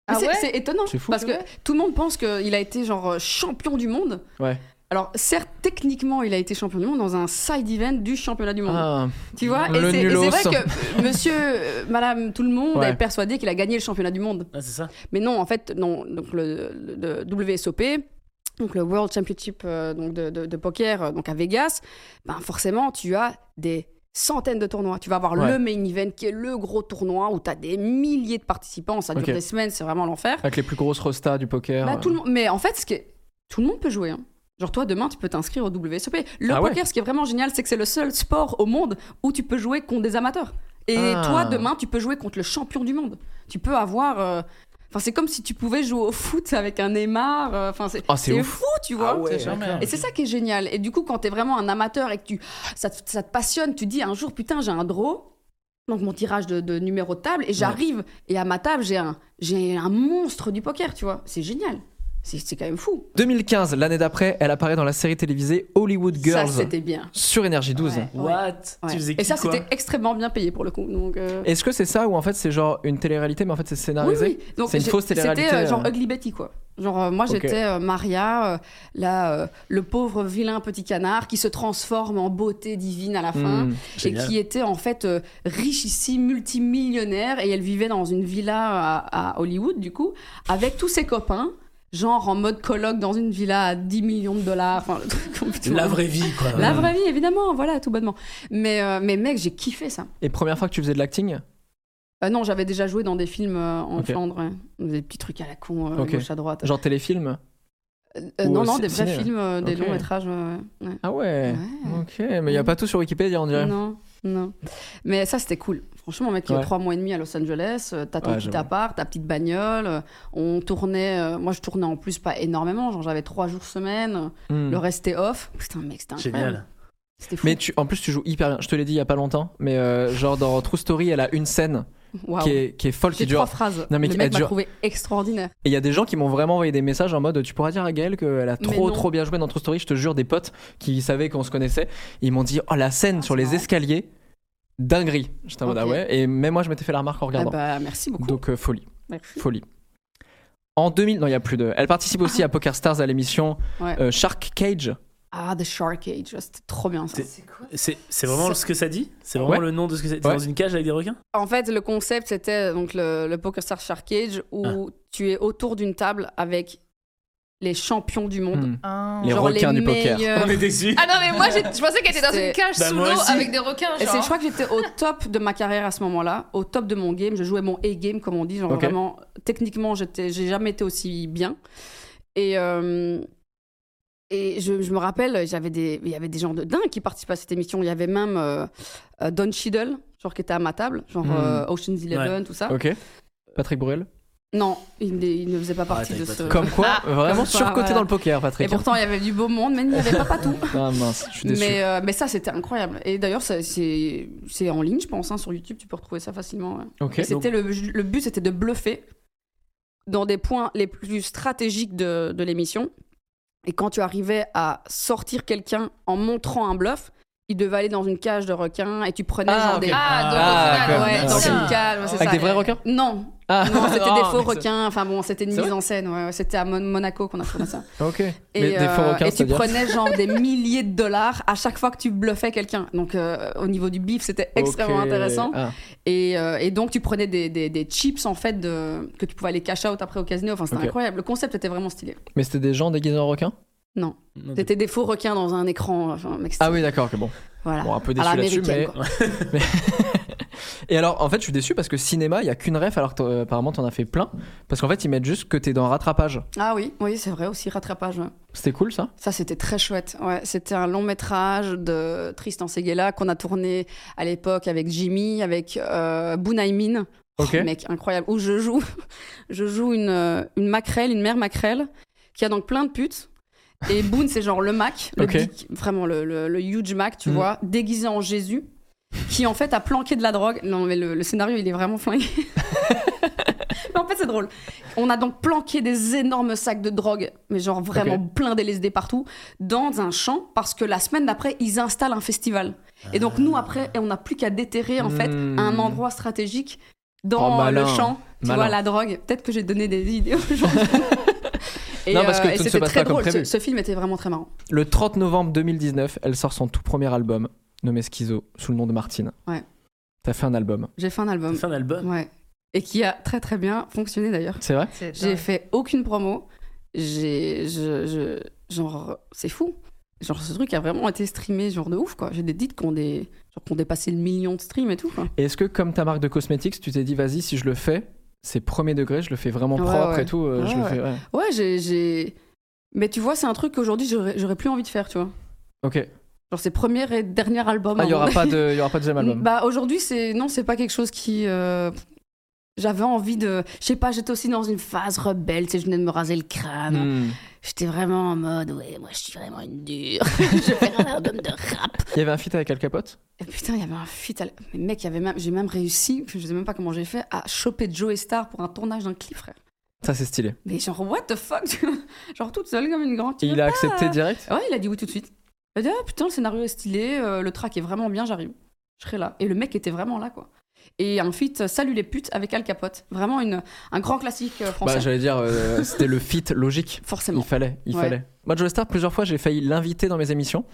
[SPEAKER 3] Mais
[SPEAKER 5] Ah
[SPEAKER 3] c'est-
[SPEAKER 5] ouais
[SPEAKER 3] c'est étonnant
[SPEAKER 2] C'est fou.
[SPEAKER 3] parce que tout le monde pense qu'il a été genre euh, champion du monde.
[SPEAKER 2] Ouais.
[SPEAKER 3] Alors certes, techniquement, il a été champion du monde dans un side event du championnat du monde.
[SPEAKER 2] Ah,
[SPEAKER 3] tu vois, et
[SPEAKER 2] le
[SPEAKER 3] c'est- et c'est vrai
[SPEAKER 2] nulos.
[SPEAKER 3] que monsieur, euh, madame, tout le monde
[SPEAKER 2] Ouais.
[SPEAKER 3] est persuadé qu'il a gagné le championnat du monde.
[SPEAKER 4] Ah, c'est ça.
[SPEAKER 3] Mais non, en fait, non. Donc le, le- le WSOP, donc le World Championship euh, donc de, de- de poker, euh, donc à Vegas, ben forcément, tu as des centaines de tournois. Tu vas avoir
[SPEAKER 2] Ouais.
[SPEAKER 3] le main event qui est le gros tournoi où tu as des milliers de participants. Ça dure
[SPEAKER 2] Ok.
[SPEAKER 3] des semaines, c'est vraiment l'enfer.
[SPEAKER 2] Avec les plus grosses rostas du poker.
[SPEAKER 3] Bah, tout le monde- Mais en fait, ce qui est- tout le monde peut jouer. hein. Genre toi, demain, tu peux t'inscrire au WSOP. Le
[SPEAKER 2] Ah ouais.
[SPEAKER 3] poker, ce qui est vraiment génial, c'est que c'est le seul sport au monde où tu peux jouer contre des amateurs. Et
[SPEAKER 2] Ah.
[SPEAKER 3] toi, demain, tu peux jouer contre le champion du monde. Tu peux avoir... euh, Enfin, c'est comme si tu pouvais jouer au foot avec un Neymar. euh, Enfin, c'est
[SPEAKER 2] Ah, c'est ouf.
[SPEAKER 3] fou, tu vois. Et c'est ça qui est génial. Et du coup, quand t'es vraiment un amateur et que tu, ça, te- ça te passionne, tu dis un jour, putain, j'ai un draw, donc mon tirage de, de numéro de table, et j'arrive, et à ma table, j'ai un, j'ai un monstre du poker, tu vois. C'est génial. C'est c'est quand même fou.
[SPEAKER 2] 2015, l'année d'après, elle apparaît dans la série télévisée Hollywood
[SPEAKER 3] Ça,
[SPEAKER 2] Girls
[SPEAKER 3] c'était bien.
[SPEAKER 2] sur Énergie 12.
[SPEAKER 3] Ouais, ouais,
[SPEAKER 4] What
[SPEAKER 3] ouais.
[SPEAKER 4] Tu faisais
[SPEAKER 3] Et
[SPEAKER 4] qui,
[SPEAKER 3] ça,
[SPEAKER 4] quoi
[SPEAKER 3] c'était extrêmement bien payé pour le coup. Donc, euh,
[SPEAKER 2] Est-ce que c'est ça ou en fait c'est genre une télé-réalité mais en fait c'est
[SPEAKER 3] oui,
[SPEAKER 2] scénarisé
[SPEAKER 3] oui. Donc,
[SPEAKER 2] C'est une
[SPEAKER 3] j'ai-
[SPEAKER 2] fausse télé-réalité,
[SPEAKER 3] C'était euh,
[SPEAKER 2] euh.
[SPEAKER 3] genre Ugly Betty, quoi. Genre, euh, moi,
[SPEAKER 2] Ok.
[SPEAKER 3] j'étais euh, Maria, euh, la, euh, le pauvre vilain petit canard qui se transforme en beauté divine à la fin.
[SPEAKER 2] Hmm.
[SPEAKER 3] et
[SPEAKER 4] Génial.
[SPEAKER 3] qui était en fait euh, richissime, multimillionnaire, et elle vivait dans une villa euh, à, à Hollywood, du coup, avec tous ses copains, genre en mode colloque dans une villa à 10 millions de dollars, enfin, le truc complètement-
[SPEAKER 4] La vraie vie, quoi.
[SPEAKER 3] La vraie vie, évidemment, voilà, tout bonnement. Mais, euh, mais mec, j'ai kiffé ça.
[SPEAKER 2] Et première fois que tu faisais de l'acting
[SPEAKER 3] Euh, non, j'avais déjà joué dans des films euh, en
[SPEAKER 2] Ok.
[SPEAKER 3] Flandre, ouais. des petits trucs à la con, euh,
[SPEAKER 2] Ok.
[SPEAKER 3] gauche à droite.
[SPEAKER 2] Genre téléfilm
[SPEAKER 3] Euh,
[SPEAKER 2] ou
[SPEAKER 3] non,
[SPEAKER 2] au
[SPEAKER 3] non,
[SPEAKER 2] cin-
[SPEAKER 3] des vrais
[SPEAKER 2] ciné,
[SPEAKER 3] films, euh, des
[SPEAKER 2] Ok.
[SPEAKER 3] longs métrages. euh, ouais. Ouais.
[SPEAKER 2] Ah ouais,
[SPEAKER 3] Ouais.
[SPEAKER 2] Ok, mais il y a
[SPEAKER 3] Mm.
[SPEAKER 2] pas tout sur Wikipédia on dirait.
[SPEAKER 3] Non, non. Mais ça, c'était cool. Franchement, mec, il y a
[SPEAKER 2] Ouais.
[SPEAKER 3] trois mois et demi à Los Angeles, euh, t'as ton
[SPEAKER 2] Ouais,
[SPEAKER 3] petit
[SPEAKER 2] j'avoue.
[SPEAKER 3] appart, ta petite bagnole. euh, On tournait, euh, moi je tournais en plus pas énormément, genre j'avais trois jours semaine, euh,
[SPEAKER 2] Hmm.
[SPEAKER 3] le reste est off. Putain, mec, c'était incroyable.
[SPEAKER 4] Génial.
[SPEAKER 3] C'était fou.
[SPEAKER 2] Mais tu, en plus tu joues hyper bien. Je te l'ai dit il y a pas longtemps, mais euh, genre dans True Story, elle a une scène
[SPEAKER 3] Waouh.
[SPEAKER 2] qui, est, qui est folle, qui
[SPEAKER 3] J'ai
[SPEAKER 2] dure.
[SPEAKER 3] trois phrases.
[SPEAKER 2] Non, mais
[SPEAKER 3] le
[SPEAKER 2] qui-
[SPEAKER 3] mec
[SPEAKER 2] elle
[SPEAKER 3] m'a
[SPEAKER 2] dure-
[SPEAKER 3] trouvé extraordinaire.
[SPEAKER 2] Et il y a des gens qui m'ont vraiment envoyé des messages en mode tu pourras dire à Gaëlle qu'elle a
[SPEAKER 3] Mais
[SPEAKER 2] trop
[SPEAKER 3] non.
[SPEAKER 2] trop bien joué dans True Story, je te jure, des potes qui savaient qu'on se connaissait, ils m'ont dit oh la scène
[SPEAKER 3] Ah,
[SPEAKER 2] sur
[SPEAKER 3] c'est
[SPEAKER 2] les
[SPEAKER 3] marrant.
[SPEAKER 2] escaliers, dinguerie. J'étais en mode
[SPEAKER 3] Ok.
[SPEAKER 2] ah ouais, et même moi je m'étais fait la remarque en
[SPEAKER 3] Ah
[SPEAKER 2] regardant.
[SPEAKER 3] bah, merci beaucoup.
[SPEAKER 2] Donc euh, folie,
[SPEAKER 3] Merci.
[SPEAKER 2] folie. En 2000, non il y a plus de. Elle participe aussi à Poker Stars à l'émission
[SPEAKER 3] Ah. Ouais.
[SPEAKER 2] euh, Shark Cage.
[SPEAKER 3] Ah, The Shark Cage, c'était trop bien ça.
[SPEAKER 4] C'est c'est vraiment
[SPEAKER 3] Ça-
[SPEAKER 4] ce que ça dit C'est vraiment
[SPEAKER 2] Ouais.
[SPEAKER 4] le nom de ce que c'est C'est
[SPEAKER 2] Ouais.
[SPEAKER 4] dans une cage avec des requins
[SPEAKER 3] En fait, le concept, c'était euh, donc le, le Poker Star Shark Cage où
[SPEAKER 2] Ah.
[SPEAKER 3] tu es autour d'une table avec les champions du monde.
[SPEAKER 2] Hmm.
[SPEAKER 5] Ah.
[SPEAKER 2] Les
[SPEAKER 3] Genre
[SPEAKER 2] requins
[SPEAKER 3] les
[SPEAKER 2] du poker.
[SPEAKER 3] meilleurs-
[SPEAKER 4] est déçus.
[SPEAKER 7] Ah non, mais moi, j'ai- je pensais qu'elle était dans
[SPEAKER 3] C'est-
[SPEAKER 7] une cage
[SPEAKER 4] Bah,
[SPEAKER 7] sous
[SPEAKER 4] moi
[SPEAKER 7] l'eau
[SPEAKER 4] aussi.
[SPEAKER 7] avec des requins.
[SPEAKER 3] Et
[SPEAKER 7] genre.
[SPEAKER 3] c'est, je crois que j'étais au top de ma carrière à ce moment-là, au top de mon game. Je jouais mon A game comme on dit, genre
[SPEAKER 2] Ok.
[SPEAKER 3] vraiment techniquement, j'étais, j'ai jamais été aussi bien. Et euh, et je, je me rappelle, j'avais des, il y avait des gens de dingue qui participaient à cette émission. Il y avait même euh, euh, Don Cheadle, genre qui était à ma table, genre
[SPEAKER 2] Hmm.
[SPEAKER 3] euh, Ocean's Eleven, tout ça.
[SPEAKER 2] Ok. Patrick Bruel.
[SPEAKER 3] Non, il, n'est- il ne faisait pas partie
[SPEAKER 4] t'as
[SPEAKER 3] de
[SPEAKER 4] pas
[SPEAKER 3] ce.
[SPEAKER 2] Comme quoi, vraiment
[SPEAKER 3] Euh. Ah, comme quoi,
[SPEAKER 2] surcoté
[SPEAKER 3] voilà.
[SPEAKER 2] dans le poker, Patrick.
[SPEAKER 3] Et pourtant, il y avait du beau monde, mais il n'y avait pas tout.
[SPEAKER 2] Ah mince, je suis déçu.
[SPEAKER 3] Mais, euh, mais ça, c'était incroyable. Et d'ailleurs, ça, c'est, c'est en ligne, je pense, hein, sur YouTube, tu peux retrouver ça facilement. ouais.
[SPEAKER 2] Ok.
[SPEAKER 3] Et euh, c'était le, le but, c'était de bluffer dans des points les plus stratégiques de, de l'émission. Et quand tu arrivais à sortir quelqu'un en montrant un bluff, il devait aller dans une cage de requins et tu prenais
[SPEAKER 2] Ah,
[SPEAKER 3] genre
[SPEAKER 2] ok.
[SPEAKER 3] des...
[SPEAKER 7] Ah, donc
[SPEAKER 2] Ah,
[SPEAKER 7] au final,
[SPEAKER 2] comme-
[SPEAKER 3] ouais,
[SPEAKER 7] ouais,
[SPEAKER 2] ah,
[SPEAKER 3] dans
[SPEAKER 2] ok.
[SPEAKER 7] tiens.
[SPEAKER 3] une cage, ouais, c'est
[SPEAKER 2] Avec
[SPEAKER 3] ça.
[SPEAKER 2] des vrais requins
[SPEAKER 3] Non,
[SPEAKER 2] Ah,
[SPEAKER 3] Non, c'était des
[SPEAKER 2] non,
[SPEAKER 3] faux
[SPEAKER 2] mais ça-
[SPEAKER 3] requins. Enfin bon, c'était une
[SPEAKER 2] C'est
[SPEAKER 3] mise en scène. ouais, ouais, c'était à Mon- Monaco qu'on a tourné ça.
[SPEAKER 2] Ok.
[SPEAKER 3] Et,
[SPEAKER 2] mais des faux
[SPEAKER 3] euh,
[SPEAKER 2] requins,
[SPEAKER 3] et tu
[SPEAKER 2] c'est-à-dire
[SPEAKER 3] prenais genre des milliers de dollars à chaque fois que tu bluffais quelqu'un. Donc euh, au niveau du bif, c'était extrêmement
[SPEAKER 2] Ok.
[SPEAKER 3] intéressant.
[SPEAKER 2] Ah,
[SPEAKER 3] Et, euh, et donc tu prenais des, des- des chips en fait de- que tu pouvais aller cash out après au casino. Enfin c'était
[SPEAKER 2] Ok.
[SPEAKER 3] incroyable. Le concept était vraiment stylé.
[SPEAKER 2] Mais c'était des gens déguisés en requins
[SPEAKER 3] Non,
[SPEAKER 4] Non,
[SPEAKER 3] c'était des faux requins dans un écran. Enfin, mec, c'était-
[SPEAKER 2] Ah oui, d'accord, que bon.
[SPEAKER 3] Voilà.
[SPEAKER 2] Bon, un peu
[SPEAKER 3] à
[SPEAKER 2] déçu là-dessus,
[SPEAKER 3] l'américaine.
[SPEAKER 2] mais.
[SPEAKER 3] quoi.
[SPEAKER 2] Et alors, en fait, je suis déçu parce que cinéma, il y a qu'une ref, alors que euh, apparemment, t'en as fait plein. Parce qu'en fait, ils mettent juste que t'es dans rattrapage.
[SPEAKER 3] Ah oui, oui, c'est vrai aussi, rattrapage. ouais.
[SPEAKER 2] C'était cool ça
[SPEAKER 3] Ça, c'était très chouette. Ouais, c'était un long métrage de Tristan Seguela qu'on a tourné à l'époque avec Jimmy, avec euh, Bunaimin.
[SPEAKER 2] Ok.
[SPEAKER 3] Oh, mec, incroyable. Où je joue, je joue une, euh, une maquerelle, une mère maquerelle, qui a donc plein de putes. Et Boone, c'est genre le Mac, le
[SPEAKER 2] Ok.
[SPEAKER 3] big- vraiment le, le- le huge Mac, tu
[SPEAKER 2] Mm.
[SPEAKER 3] vois, déguisé en Jésus, qui en fait a planqué de la drogue. Non, mais le, le scénario, il est vraiment flingué. mais en fait, c'est drôle. On a donc planqué des énormes sacs de drogue, mais genre vraiment plein d'LSD partout, dans un champ, parce que la semaine d'après, ils installent un festival. Et donc, nous,
[SPEAKER 2] Ah.
[SPEAKER 3] après, on n'a plus qu'à déterrer, en fait,
[SPEAKER 2] Mm.
[SPEAKER 3] un endroit stratégique
[SPEAKER 2] Oh,
[SPEAKER 3] dans
[SPEAKER 2] malin.
[SPEAKER 3] le champ, tu
[SPEAKER 2] Malin.
[SPEAKER 3] vois, la drogue. Peut-être que j'ai donné des idées aujourd'hui. Et,
[SPEAKER 2] Non, parce que
[SPEAKER 3] euh, et
[SPEAKER 2] tout ne se
[SPEAKER 3] c'était
[SPEAKER 2] passe
[SPEAKER 3] très
[SPEAKER 2] pas comme
[SPEAKER 3] drôle.
[SPEAKER 2] prévu.
[SPEAKER 3] Ce, ce film était vraiment très marrant.
[SPEAKER 2] Le 30 novembre 2019, elle sort son tout premier album, nommé Schizo, sous le nom de Martine.
[SPEAKER 3] Ouais.
[SPEAKER 2] T'as fait un album.
[SPEAKER 3] J'ai fait un
[SPEAKER 4] T'as
[SPEAKER 3] album.
[SPEAKER 4] fait un album.
[SPEAKER 3] Ouais. Et qui a très très bien fonctionné d'ailleurs.
[SPEAKER 2] C'est vrai
[SPEAKER 5] C'est
[SPEAKER 3] J'ai fait aucune promo. J'ai. Je, je- genre, c'est fou. Genre, ce truc a vraiment été streamé, genre de ouf, quoi. J'ai des titres qui ont, des, genre, qui ont dépassé le million de streams et tout, quoi.
[SPEAKER 2] Et est-ce que, comme ta marque de cosmétiques, tu t'es dit, vas-y, si je le fais, c'est premier degré, je le fais vraiment
[SPEAKER 3] Ouais,
[SPEAKER 2] propre
[SPEAKER 3] ouais.
[SPEAKER 2] et tout, euh, je
[SPEAKER 3] Ouais,
[SPEAKER 2] le fais. ouais.
[SPEAKER 3] Ouais, j'ai- j'ai. Mais tu vois, c'est un truc qu'aujourd'hui, j'aurais j'aurais plus envie de faire, tu vois.
[SPEAKER 2] Ok.
[SPEAKER 3] Genre, c'est premier et dernier album.
[SPEAKER 2] Ah, il
[SPEAKER 3] à
[SPEAKER 2] n'y
[SPEAKER 3] mon
[SPEAKER 2] aura, pas de- il y aura pas de deuxième album.
[SPEAKER 3] Bah aujourd'hui c'est non c'est pas quelque chose qui euh, j'avais envie de je sais pas j'étais aussi dans une phase rebelle tu sais je venais de me raser le crâne
[SPEAKER 2] Hmm.
[SPEAKER 3] j'étais vraiment en mode ouais moi je suis vraiment une dure je vais faire un album de rap
[SPEAKER 2] Il y avait un feat avec Al Capote
[SPEAKER 3] et putain il y avait un feat à l- mais mec il y avait même j'ai même réussi je sais même pas comment j'ai fait à choper Joe Star pour un tournage d'un clip frère
[SPEAKER 2] Ça, c'est stylé.
[SPEAKER 3] mais genre what the fuck tu vois genre toute seule comme une grande Ah
[SPEAKER 2] Et il a
[SPEAKER 3] euh,
[SPEAKER 2] accepté direct
[SPEAKER 3] Ouais, il a dit oui tout de suite. Il a dit ah putain, le scénario est stylé, euh, le track est vraiment bien, j'arrive. Je serai là. Et le mec était vraiment là, quoi. Et un feat euh, Salut les putes avec Al Capote. Vraiment une, un grand classique euh, français.
[SPEAKER 2] Bah, j'allais dire, euh, c'était le feat logique.
[SPEAKER 3] Forcément.
[SPEAKER 2] Il fallait, il
[SPEAKER 3] Ouais.
[SPEAKER 2] fallait. Moi, Joe Star, plusieurs fois, j'ai failli l'inviter dans mes émissions.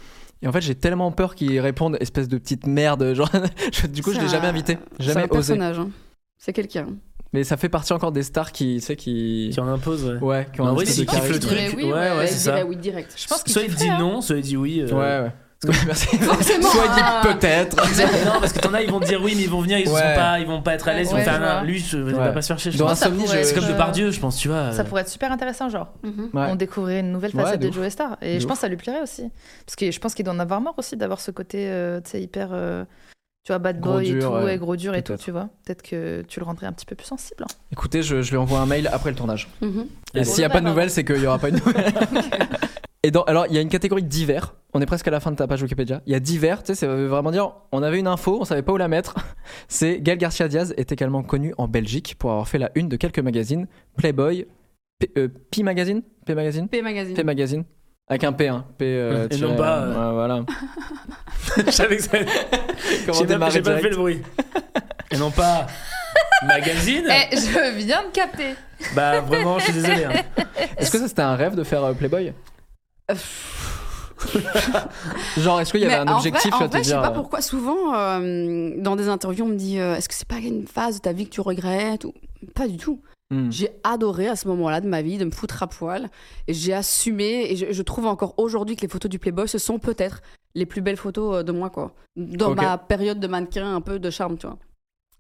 [SPEAKER 2] Et en fait, j'ai tellement peur qu'il réponde espèce de petite merde. Genre, je- du coup, je
[SPEAKER 3] C'est
[SPEAKER 2] l'ai
[SPEAKER 3] un-
[SPEAKER 2] jamais invité,
[SPEAKER 3] C'est
[SPEAKER 2] jamais
[SPEAKER 3] un
[SPEAKER 2] osé.
[SPEAKER 3] personnage. hein. C'est quelqu'un.
[SPEAKER 2] Mais ça fait partie encore des stars qui, tu sais, qui,
[SPEAKER 4] Qui en impose, ouais.
[SPEAKER 2] ouais, qui ont
[SPEAKER 4] En
[SPEAKER 2] un
[SPEAKER 4] vrai,
[SPEAKER 2] espèce
[SPEAKER 4] s'il
[SPEAKER 2] de
[SPEAKER 4] kiffe le
[SPEAKER 2] charisme.
[SPEAKER 4] truc,
[SPEAKER 5] dirait oui,
[SPEAKER 4] ouais,
[SPEAKER 5] ouais,
[SPEAKER 4] ouais,
[SPEAKER 3] Eh Ouais,
[SPEAKER 4] c'est
[SPEAKER 3] il
[SPEAKER 4] ça.
[SPEAKER 3] dirait oui direct. Je pense qu'il
[SPEAKER 4] Soit il
[SPEAKER 3] fait,
[SPEAKER 4] dit
[SPEAKER 3] hein.
[SPEAKER 4] non, soit il dit oui. euh,
[SPEAKER 2] Ouais, ouais. Parce que- merci.
[SPEAKER 3] Forcément.
[SPEAKER 2] Soit il
[SPEAKER 3] ah.
[SPEAKER 2] dit peut-être.
[SPEAKER 4] Exactement. Non, parce que t'en as, ils vont te dire oui, mais ils vont venir, ils
[SPEAKER 2] Ouais.
[SPEAKER 4] sont pas, ils vont pas être à l'aise, ils
[SPEAKER 5] Ouais,
[SPEAKER 4] vont faire
[SPEAKER 5] je
[SPEAKER 4] un
[SPEAKER 5] vois.
[SPEAKER 4] lui, je- il
[SPEAKER 2] Ouais.
[SPEAKER 4] va pas se faire chier. je
[SPEAKER 2] Dans
[SPEAKER 4] pense.
[SPEAKER 5] pense
[SPEAKER 2] un
[SPEAKER 5] que ça
[SPEAKER 2] somni,
[SPEAKER 5] pourrait
[SPEAKER 4] C'est
[SPEAKER 2] je.
[SPEAKER 5] être-
[SPEAKER 4] comme de par Dieu, je pense, tu vois.
[SPEAKER 5] Ça
[SPEAKER 4] euh,
[SPEAKER 5] pourrait être super intéressant, genre.
[SPEAKER 3] Mhm.
[SPEAKER 2] Ouais.
[SPEAKER 5] On découvrait une nouvelle
[SPEAKER 2] Ouais,
[SPEAKER 5] facette
[SPEAKER 2] de
[SPEAKER 5] de,
[SPEAKER 2] ouf.
[SPEAKER 5] Joe Star. Et
[SPEAKER 2] De
[SPEAKER 5] je
[SPEAKER 2] ouf.
[SPEAKER 5] pense que ça lui plairait aussi. Parce que je pense qu'il doit en avoir marre aussi d'avoir ce côté, euh, tu sais, hyper. euh, tu vois, bad
[SPEAKER 2] Gros
[SPEAKER 5] boy et
[SPEAKER 2] dur,
[SPEAKER 5] tout,
[SPEAKER 2] ouais.
[SPEAKER 5] et gros dur et tout,
[SPEAKER 2] Peut-être.
[SPEAKER 5] tu vois. Peut-être que tu le rendrais un petit peu plus sensible. hein.
[SPEAKER 2] Écoutez, je, je lui envoie un mail après le tournage.
[SPEAKER 3] Mhm.
[SPEAKER 2] Et
[SPEAKER 4] Allez.
[SPEAKER 2] s'il n'y a
[SPEAKER 5] Bon,
[SPEAKER 2] pas de
[SPEAKER 5] bah,
[SPEAKER 2] nouvelles, c'est qu'il n'y aura pas de nouvelles. Et dans, alors, il y a une catégorie divers. On est presque à la fin de ta page Wikipédia. Il y a divers, tu sais, ça veut vraiment dire on avait une info, on savait pas où la mettre. C'est Gaël Garcia Diaz est également connu en Belgique pour avoir fait la une de quelques magazines Playboy, P, euh, P Magazine P Magazine
[SPEAKER 3] P Magazine.
[SPEAKER 2] P Magazine Avec un P, hein. P. euh,
[SPEAKER 4] Et
[SPEAKER 2] tiret,
[SPEAKER 4] non pas, euh,
[SPEAKER 2] ouais, voilà.
[SPEAKER 4] Je savais que ça.
[SPEAKER 2] Comment
[SPEAKER 4] J'ai pas,
[SPEAKER 2] démarrer
[SPEAKER 4] j'ai pas
[SPEAKER 2] direct
[SPEAKER 4] fait le bruit. Et non pas. Magazine
[SPEAKER 5] Eh, je viens de capter.
[SPEAKER 4] Bah vraiment, je suis désolé. hein.
[SPEAKER 2] Est-ce que ça c'était un rêve de faire euh, Playboy
[SPEAKER 3] Euh, pff.
[SPEAKER 2] Genre, est-ce qu'il y avait
[SPEAKER 3] Mais
[SPEAKER 2] un
[SPEAKER 3] en
[SPEAKER 2] objectif
[SPEAKER 3] vrai,
[SPEAKER 2] à
[SPEAKER 3] en
[SPEAKER 2] te
[SPEAKER 3] vrai, je sais
[SPEAKER 2] dire,
[SPEAKER 3] pas
[SPEAKER 2] euh,
[SPEAKER 3] pourquoi souvent euh, dans des interviews on me dit euh, est-ce que c'est pas une phase de ta vie que tu regrettes ou pas du tout
[SPEAKER 2] hmm.
[SPEAKER 3] J'ai adoré à ce moment-là de ma vie de me foutre à poil. Et j'ai assumé. Et je, je trouve encore aujourd'hui que les photos du Playboy, ce sont peut-être les plus belles photos euh, de moi, quoi. Dans
[SPEAKER 2] Ok.
[SPEAKER 3] ma période de mannequin, un peu de charme, tu vois.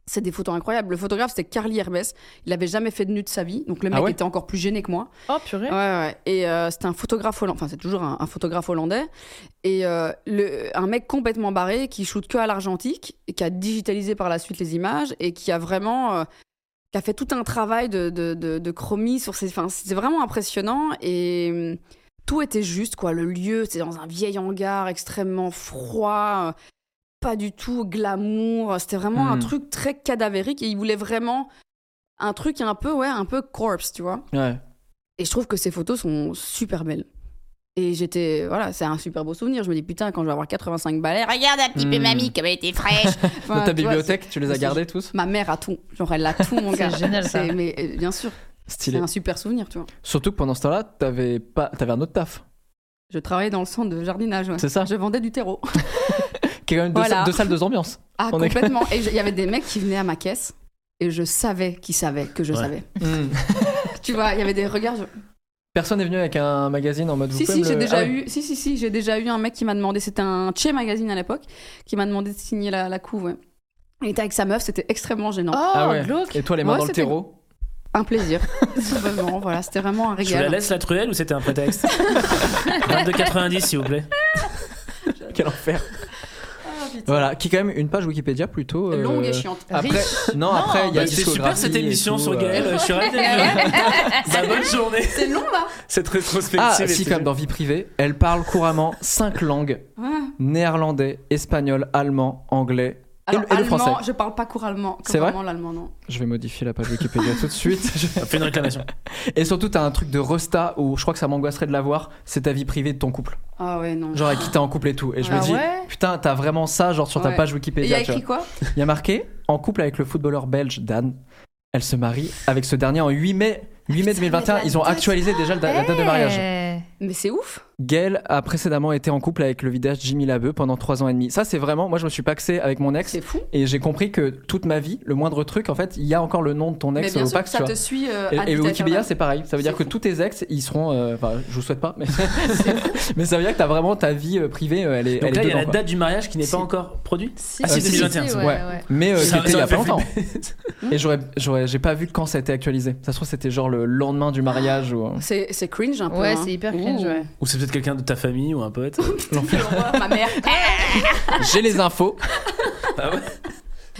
[SPEAKER 3] C'est des photos incroyables. Le photographe, c'était Carly Hermès. Il avait jamais fait de nu de sa vie. Donc le mec
[SPEAKER 2] Ah ouais
[SPEAKER 3] était encore plus gêné que moi.
[SPEAKER 5] Oh, purée.
[SPEAKER 3] Ouais, ouais. Et euh, c'était un photographe hollandais. Enfin, c'est toujours un, un photographe hollandais. Et euh, le, un mec complètement barré qui shoot que à l'argentique et qui a digitalisé par la suite les images et qui a vraiment. euh, qui a fait tout un travail de, de, de, de chromie sur ses. Enfin, c'était vraiment impressionnant et. hum, Tout était juste, quoi. Le lieu, c'est dans un vieil hangar extrêmement froid, euh, pas du tout glamour. C'était vraiment un
[SPEAKER 2] Hmm.
[SPEAKER 3] truc très cadavérique et il voulait vraiment un truc un peu, ouais, un peu corpse, tu vois.
[SPEAKER 2] Ouais.
[SPEAKER 3] Et je trouve que ces photos sont super belles. Et j'étais, voilà, c'est un super beau souvenir. Je me dis, putain, quand je vais avoir 85 balais, regarde la petite
[SPEAKER 2] Hmm.
[SPEAKER 3] mamie qui avait été fraîche.
[SPEAKER 2] Dans
[SPEAKER 3] Enfin,
[SPEAKER 2] ta
[SPEAKER 3] tu vois,
[SPEAKER 2] bibliothèque, tu les as
[SPEAKER 3] c'est-
[SPEAKER 2] gardés tous
[SPEAKER 3] c'est- Ma mère a tout. Genre, elle a tout, mon
[SPEAKER 5] C'est
[SPEAKER 3] gars.
[SPEAKER 5] génial, ça.
[SPEAKER 3] C'est- Mais euh, bien sûr, c'est
[SPEAKER 2] Stylé.
[SPEAKER 3] un super souvenir, tu vois.
[SPEAKER 2] Surtout que pendant ce temps-là, t'avais pas, t'avais un autre taf,
[SPEAKER 3] Je travaillais dans le centre de jardinage. ouais.
[SPEAKER 2] c'est ça
[SPEAKER 3] Je vendais du terreau.
[SPEAKER 2] Qui est quand même deux,
[SPEAKER 3] Voilà.
[SPEAKER 2] salles, deux salles, deux ambiances.
[SPEAKER 3] Ah,
[SPEAKER 2] On est-
[SPEAKER 3] complètement. Et je- il y avait des mecs qui venaient à ma caisse et je savais qu'ils savaient que je
[SPEAKER 4] Ouais.
[SPEAKER 3] savais. Tu vois, il y avait des regards. je-
[SPEAKER 2] Personne n'est venu avec un magazine en mode. vous
[SPEAKER 3] Si,
[SPEAKER 2] pouvez
[SPEAKER 3] si,
[SPEAKER 2] me
[SPEAKER 3] j'ai
[SPEAKER 2] le-
[SPEAKER 3] déjà
[SPEAKER 2] Ah oui.
[SPEAKER 3] eu. Si, si, si, j'ai déjà eu un mec qui m'a demandé. C'était un Che Magazine à l'époque qui m'a demandé de signer la, la couve. ouais. Il était avec sa meuf, c'était extrêmement gênant.
[SPEAKER 5] Oh,
[SPEAKER 2] Ah ouais.
[SPEAKER 5] glauque.
[SPEAKER 2] Et toi, les mains
[SPEAKER 3] Ouais,
[SPEAKER 2] dans le
[SPEAKER 3] c'était-
[SPEAKER 2] terreau
[SPEAKER 3] Un plaisir. vraiment, voilà, c'était vraiment un
[SPEAKER 4] Je vous la
[SPEAKER 3] régal.
[SPEAKER 4] laisse la truelle ou c'était un prétexte 22,90 s'il vous plaît.
[SPEAKER 2] Quel enfer Voilà, qui est quand même une page Wikipédia plutôt. euh,
[SPEAKER 3] Longue et chiante.
[SPEAKER 2] Après, non, après, il y a
[SPEAKER 4] Bah, C'était
[SPEAKER 2] discographie
[SPEAKER 4] super cette
[SPEAKER 2] et
[SPEAKER 4] émission
[SPEAKER 2] tout,
[SPEAKER 4] sur
[SPEAKER 2] euh.
[SPEAKER 4] Gaël. Je suis ravi d'être venu. Bah, bonne journée.
[SPEAKER 3] C'est long là
[SPEAKER 4] Cette rétrospective.
[SPEAKER 2] Ah,
[SPEAKER 4] était-
[SPEAKER 2] si, comme dans vie privée, elle parle couramment cinq langues
[SPEAKER 3] Ouais.
[SPEAKER 2] néerlandais, espagnol, allemand, anglais.
[SPEAKER 3] Alors,
[SPEAKER 2] et le
[SPEAKER 3] allemand,
[SPEAKER 2] français.
[SPEAKER 3] je parle pas couramment.
[SPEAKER 2] C'est vrai
[SPEAKER 3] Couramment l'allemand, non.
[SPEAKER 2] Je vais modifier la page Wikipédia tout de suite. Je-
[SPEAKER 4] Fais une réclamation.
[SPEAKER 2] Et surtout, t'as un truc de Resta où je crois que ça m'angoisserait de l'avoir. C'est ta vie privée de ton couple.
[SPEAKER 3] Ah ouais, non.
[SPEAKER 2] Genre avec qui t'es en couple et tout. Et je
[SPEAKER 5] Ah
[SPEAKER 2] me dis,
[SPEAKER 5] ouais
[SPEAKER 2] putain, t'as vraiment ça, genre sur ta
[SPEAKER 3] Ouais.
[SPEAKER 2] page
[SPEAKER 3] Et il y
[SPEAKER 2] Wikipédia.
[SPEAKER 3] a
[SPEAKER 2] tu vois.
[SPEAKER 3] écrit quoi
[SPEAKER 2] Il y a marqué en couple avec le footballeur belge Dan. Elle se marie avec ce dernier en 8 mai, 8 mai 2021. Ils ont actualisé déjà le da- la date de mariage.
[SPEAKER 5] Eh.
[SPEAKER 3] Mais c'est ouf.
[SPEAKER 2] Gaël a précédemment été en couple avec le vidage Jimmy Labeu pendant 3 ans et demi. Ça, c'est vraiment. Moi, je me suis paxé avec mon ex
[SPEAKER 3] C'est fou.
[SPEAKER 2] et j'ai compris que toute ma vie, le moindre truc, en fait, il y a encore le nom de ton
[SPEAKER 3] Mais
[SPEAKER 2] ex
[SPEAKER 3] bien
[SPEAKER 2] au
[SPEAKER 3] sûr,
[SPEAKER 2] pax.
[SPEAKER 3] ça
[SPEAKER 2] tu
[SPEAKER 3] te
[SPEAKER 2] vois.
[SPEAKER 3] suit. euh, ad
[SPEAKER 2] Et, et
[SPEAKER 3] vitam
[SPEAKER 2] Wikipédia,
[SPEAKER 3] aeternam.
[SPEAKER 2] c'est pareil. Ça veut
[SPEAKER 3] C'est
[SPEAKER 2] dire que
[SPEAKER 3] fou.
[SPEAKER 2] tous tes ex, ils seront. euh, Enfin, je vous souhaite pas, mais. mais ça veut dire que t'as vraiment ta vie euh, privée, euh, elle est.
[SPEAKER 4] Donc
[SPEAKER 2] elle
[SPEAKER 4] là,
[SPEAKER 2] est
[SPEAKER 4] il y a
[SPEAKER 2] dedans,
[SPEAKER 4] la
[SPEAKER 2] quoi.
[SPEAKER 4] date du mariage qui n'est pas encore produite.
[SPEAKER 5] Si,
[SPEAKER 4] Ah,
[SPEAKER 2] c'est
[SPEAKER 5] si,
[SPEAKER 4] 2021,
[SPEAKER 5] si,
[SPEAKER 4] c'est
[SPEAKER 5] ouais,
[SPEAKER 2] ouais.
[SPEAKER 5] ouais.
[SPEAKER 2] Mais euh,
[SPEAKER 4] Ça-
[SPEAKER 2] qui
[SPEAKER 4] ça
[SPEAKER 2] était il y
[SPEAKER 4] m'a
[SPEAKER 2] a
[SPEAKER 4] fait
[SPEAKER 2] pas longtemps.
[SPEAKER 4] flipper.
[SPEAKER 2] Et j'aurais, j'aurais, j'ai pas vu quand ça a été actualisé. Ça se trouve, c'était genre le lendemain du mariage ou. euh,
[SPEAKER 3] C'est c'est cringe un peu.
[SPEAKER 5] Ouais,
[SPEAKER 3] hein.
[SPEAKER 5] c'est hyper cringe,
[SPEAKER 3] Ouh.
[SPEAKER 5] ouais.
[SPEAKER 4] Ou c'est peut-être quelqu'un de ta famille ou un pote.
[SPEAKER 3] Je vois ma mère.
[SPEAKER 2] J'ai les infos.
[SPEAKER 4] Ah ouais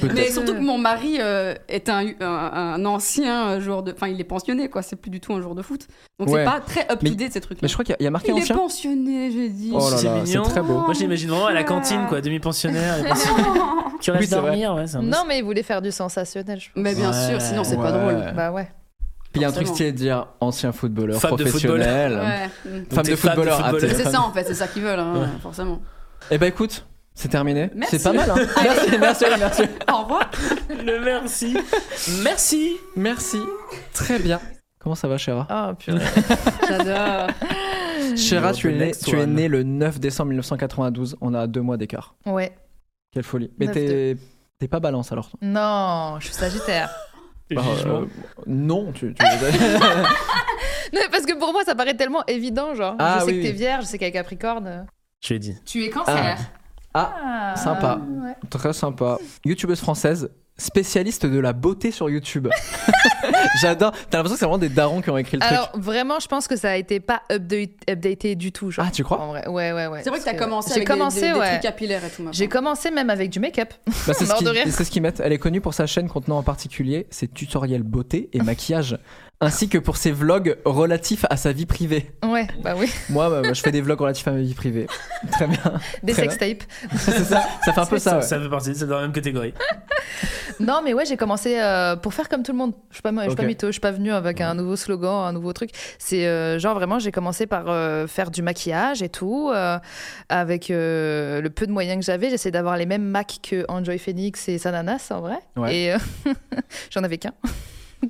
[SPEAKER 3] Mais
[SPEAKER 2] Peut-être.
[SPEAKER 3] surtout que mon mari euh, est un, un, un ancien joueur de. Enfin, il est pensionné, quoi. C'est plus du tout un joueur de foot. Donc,
[SPEAKER 2] Ouais.
[SPEAKER 3] c'est pas très
[SPEAKER 2] Mais-
[SPEAKER 3] up-to-date, ces trucs-là.
[SPEAKER 2] Mais je crois qu'il y a- il y a marqué
[SPEAKER 3] Il est
[SPEAKER 2] ancien.
[SPEAKER 3] pensionné, j'ai dit.
[SPEAKER 2] Oh là
[SPEAKER 4] C'est
[SPEAKER 2] là, c'est
[SPEAKER 4] mignon.
[SPEAKER 2] très beau.
[SPEAKER 4] Moi, j'imagine vraiment à la cantine, quoi, demi-pensionnaire. et puis- Tu
[SPEAKER 2] Oui,
[SPEAKER 4] restes
[SPEAKER 2] c'est vrai.
[SPEAKER 4] dormir, ouais, c'est un
[SPEAKER 5] Non, mais il voulait faire du sensationnel, je pense.
[SPEAKER 3] Mais bien
[SPEAKER 4] Ouais.
[SPEAKER 3] sûr, sinon, c'est pas
[SPEAKER 2] Ouais.
[SPEAKER 3] drôle.
[SPEAKER 5] Bah ouais.
[SPEAKER 2] Puis il y a un truc
[SPEAKER 3] Forcément.
[SPEAKER 2] stylé de dire ancien footballeur,
[SPEAKER 4] Femme de
[SPEAKER 2] professionnel.
[SPEAKER 3] Ouais. Mm.
[SPEAKER 4] Donc
[SPEAKER 2] Femme
[SPEAKER 4] t'es
[SPEAKER 2] de
[SPEAKER 4] femme de
[SPEAKER 2] footballeur. ah,
[SPEAKER 4] footballeur.
[SPEAKER 2] t'es
[SPEAKER 3] C'est
[SPEAKER 2] femme-
[SPEAKER 3] ça, en fait, c'est ça qu'ils veulent, hein, forcément.
[SPEAKER 2] Eh ben écoute, c'est terminé.
[SPEAKER 3] Merci.
[SPEAKER 2] C'est pas mal. Hein. merci, merci, merci.
[SPEAKER 3] Au revoir.
[SPEAKER 4] Le merci. Merci.
[SPEAKER 2] Merci. Très bien. Comment ça va, Chéra
[SPEAKER 5] Oh purée.
[SPEAKER 3] J'adore.
[SPEAKER 2] Chéra,
[SPEAKER 3] Euh,
[SPEAKER 4] You're
[SPEAKER 2] tu es,
[SPEAKER 4] the
[SPEAKER 2] né,
[SPEAKER 4] next
[SPEAKER 2] tu es
[SPEAKER 4] one.
[SPEAKER 2] né le 9 décembre 1992. On a deux mois d'écart.
[SPEAKER 5] Ouais.
[SPEAKER 2] Quelle folie. Mais
[SPEAKER 5] 9-2.
[SPEAKER 2] t'es t'es pas balance alors.
[SPEAKER 5] Non, je suis sagittaire.
[SPEAKER 2] Bah,
[SPEAKER 4] Jugement.
[SPEAKER 2] euh, non, tu. tu-
[SPEAKER 5] Non, mais parce que pour moi, ça paraît tellement évident, genre.
[SPEAKER 2] Ah,
[SPEAKER 5] je sais
[SPEAKER 2] oui,
[SPEAKER 5] que t'es
[SPEAKER 2] oui.
[SPEAKER 5] vierge, je sais qu'elle est capricorne. euh.
[SPEAKER 4] Je l'ai dit.
[SPEAKER 3] Tu es
[SPEAKER 2] cancer.
[SPEAKER 5] Ah,
[SPEAKER 2] Sympa.
[SPEAKER 5] ouais.
[SPEAKER 2] Très sympa. Youtubeuse française, spécialiste de la beauté sur YouTube. J'adore. T'as l'impression que c'est vraiment des darons qui ont écrit le
[SPEAKER 5] Alors
[SPEAKER 2] truc.
[SPEAKER 5] vraiment, je pense que ça a été pas update- updaté du tout, genre.
[SPEAKER 2] Ah, tu crois
[SPEAKER 5] En vrai, ouais, ouais, ouais.
[SPEAKER 3] C'est vrai que
[SPEAKER 5] Parce
[SPEAKER 3] t'as commencé
[SPEAKER 5] J'ai
[SPEAKER 3] avec des-
[SPEAKER 5] commencé,
[SPEAKER 3] des, des
[SPEAKER 5] ouais.
[SPEAKER 3] trucs capillaires et tout. maintenant.
[SPEAKER 5] J'ai commencé même avec du make-up.
[SPEAKER 2] Bah, c'est, ce
[SPEAKER 5] Mort de
[SPEAKER 2] qu'ils-
[SPEAKER 5] rire.
[SPEAKER 2] c'est ce qu'ils mettent. Elle est connue pour sa chaîne contenant en particulier ses tutoriels beauté et maquillage, ainsi que pour ses vlogs relatifs à sa vie privée.
[SPEAKER 5] Ouais, bah oui.
[SPEAKER 2] Moi, bah, bah, je fais des vlogs relatifs à ma vie privée. Très bien.
[SPEAKER 5] Des
[SPEAKER 2] Très
[SPEAKER 5] sextapes.
[SPEAKER 2] C'est ça. Ça fait un peu ça. ouais.
[SPEAKER 4] Ça fait partie, c'est dans la même catégorie.
[SPEAKER 5] Non, mais ouais, j'ai commencé euh, pour faire comme tout le monde. Je suis pas, je suis pas
[SPEAKER 2] Ok. Mhm.
[SPEAKER 5] mytho, je suis pas venue avec un nouveau slogan, un nouveau truc. C'est euh, genre vraiment, j'ai commencé par euh, faire du maquillage et tout. euh, avec euh, le peu de moyens que j'avais, j'essayais d'avoir les mêmes macs que Enjoy Phoenix et Sananas en vrai.
[SPEAKER 2] Ouais.
[SPEAKER 5] Et euh, j'en avais qu'un.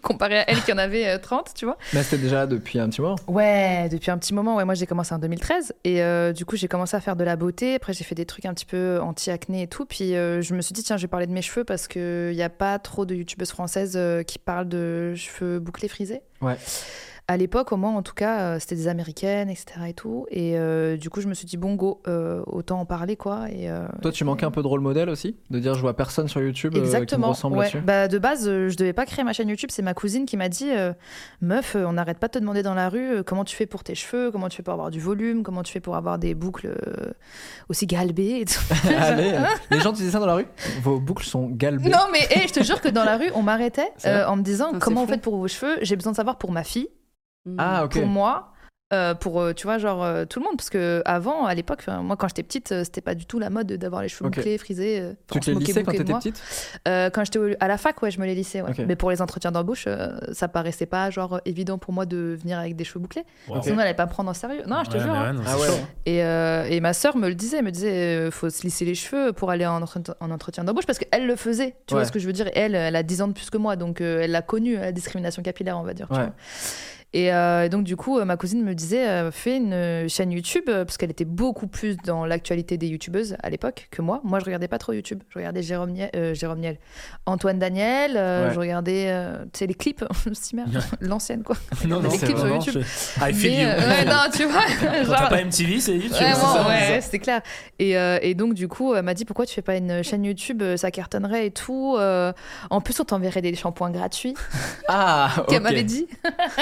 [SPEAKER 5] Comparé à elle qui en avait euh, 30, tu vois.
[SPEAKER 2] Mais c'était déjà là depuis un petit moment.
[SPEAKER 5] Ouais, depuis un petit moment. Ouais, moi j'ai commencé en 2013 et euh, du coup j'ai commencé à faire de la beauté. Après j'ai fait des trucs un petit peu anti-acné et tout. Puis euh, je me suis dit tiens je vais parler de mes cheveux parce que il y a pas trop de youtubeuses françaises euh, qui parlent de cheveux bouclés frisés.
[SPEAKER 2] Ouais.
[SPEAKER 5] À l'époque au moins en tout cas euh, c'était des américaines etc et tout. Et euh, du coup je me suis dit bon go euh, autant en parler quoi. Et euh,
[SPEAKER 2] Toi, tu manquais un peu de rôle modèle aussi, de dire je vois personne sur YouTube euh, qui me
[SPEAKER 5] Exactement.
[SPEAKER 2] ressemble
[SPEAKER 5] ouais.
[SPEAKER 2] là-dessus.
[SPEAKER 5] Bah, de base, euh, je devais pas créer ma chaîne YouTube. C'est ma cousine qui m'a dit euh, Meuf, euh, on n'arrête pas de te demander dans la rue euh, comment tu fais pour tes cheveux, comment tu fais pour avoir du volume, comment tu fais pour avoir des boucles euh, aussi galbées. Et tout.
[SPEAKER 2] Allez, euh, les gens disaient ça dans la rue Vos boucles sont galbées.
[SPEAKER 5] non, mais hé, je te jure que dans la rue, on m'arrêtait
[SPEAKER 2] C'est vrai
[SPEAKER 5] euh, en me disant
[SPEAKER 3] Ah, c'est
[SPEAKER 5] Comment vous
[SPEAKER 3] fou.
[SPEAKER 5] faites pour vos cheveux J'ai besoin de savoir pour ma fille,
[SPEAKER 3] Mm.
[SPEAKER 2] Ah, ok.
[SPEAKER 5] pour moi. euh, pour, euh, tu vois, genre euh, tout le monde. Parce que avant, à l'époque, enfin, moi quand j'étais petite, euh, c'était pas du tout la mode d'avoir les cheveux
[SPEAKER 2] Ok.
[SPEAKER 5] bouclés, frisés. euh,
[SPEAKER 2] Tu
[SPEAKER 5] on se
[SPEAKER 2] te les
[SPEAKER 5] moquait
[SPEAKER 2] lissais quand
[SPEAKER 5] beaucoup de
[SPEAKER 2] t'étais
[SPEAKER 5] moi.
[SPEAKER 2] petite
[SPEAKER 5] Euh, Quand j'étais au- à la fac, ouais, je me les lissais. ouais.
[SPEAKER 2] Ok.
[SPEAKER 5] Mais pour les entretiens d'embauche, euh, ça paraissait pas genre évident pour moi de venir avec des cheveux bouclés.
[SPEAKER 4] Wow.
[SPEAKER 5] Sinon, on allait pas me prendre en sérieux. Non, je te
[SPEAKER 4] Ouais,
[SPEAKER 5] jure.
[SPEAKER 4] mais
[SPEAKER 5] hein.
[SPEAKER 4] ouais, non,
[SPEAKER 2] Ah
[SPEAKER 4] c'est
[SPEAKER 2] ouais.
[SPEAKER 4] chaud.
[SPEAKER 5] Et, euh, et ma sœur me le disait, elle me disait, euh, faut se lisser les cheveux pour aller en, entretien- en entretien d'embauche parce qu'elle le faisait. Tu
[SPEAKER 2] Ouais.
[SPEAKER 5] vois ce que je veux dire Et Elle, elle a 10 ans de plus que moi, donc euh, elle a connu la discrimination capillaire, on va dire. tu
[SPEAKER 2] Ouais.
[SPEAKER 5] vois. Et, euh, et donc du coup, euh, ma cousine me disait, euh, fais une euh, chaîne YouTube euh, parce qu'elle était beaucoup plus dans l'actualité des youtubeuses à l'époque que moi. Moi, je regardais pas trop YouTube. Je regardais Jérôme Niel, euh, Jérôme Niel. Antoine Daniel. euh,
[SPEAKER 2] Ouais.
[SPEAKER 5] Je regardais, euh, tu sais, les clips, je me suis dit, merde, l'ancienne quoi.
[SPEAKER 4] Non, non,
[SPEAKER 5] Des
[SPEAKER 4] c'est
[SPEAKER 5] clips sur
[SPEAKER 4] vraiment-
[SPEAKER 5] YouTube.
[SPEAKER 4] I feel
[SPEAKER 5] Mais,
[SPEAKER 4] you.
[SPEAKER 5] euh, ouais, non, tu vois.
[SPEAKER 4] Quand
[SPEAKER 5] genre-
[SPEAKER 4] t'as pas MTV, c'est YouTube.
[SPEAKER 5] Ouais,
[SPEAKER 4] c'est
[SPEAKER 5] moi,
[SPEAKER 4] ça,
[SPEAKER 5] ouais,
[SPEAKER 4] c'est ça.
[SPEAKER 5] ouais, c'était clair. Et, euh, et donc, du coup, elle m'a dit pourquoi tu fais pas une chaîne YouTube, euh, ça cartonnerait et tout. euh, en plus, on t'enverrait des shampoings gratuits.
[SPEAKER 2] Ah, ok.
[SPEAKER 5] Qu'elle m'avait dit.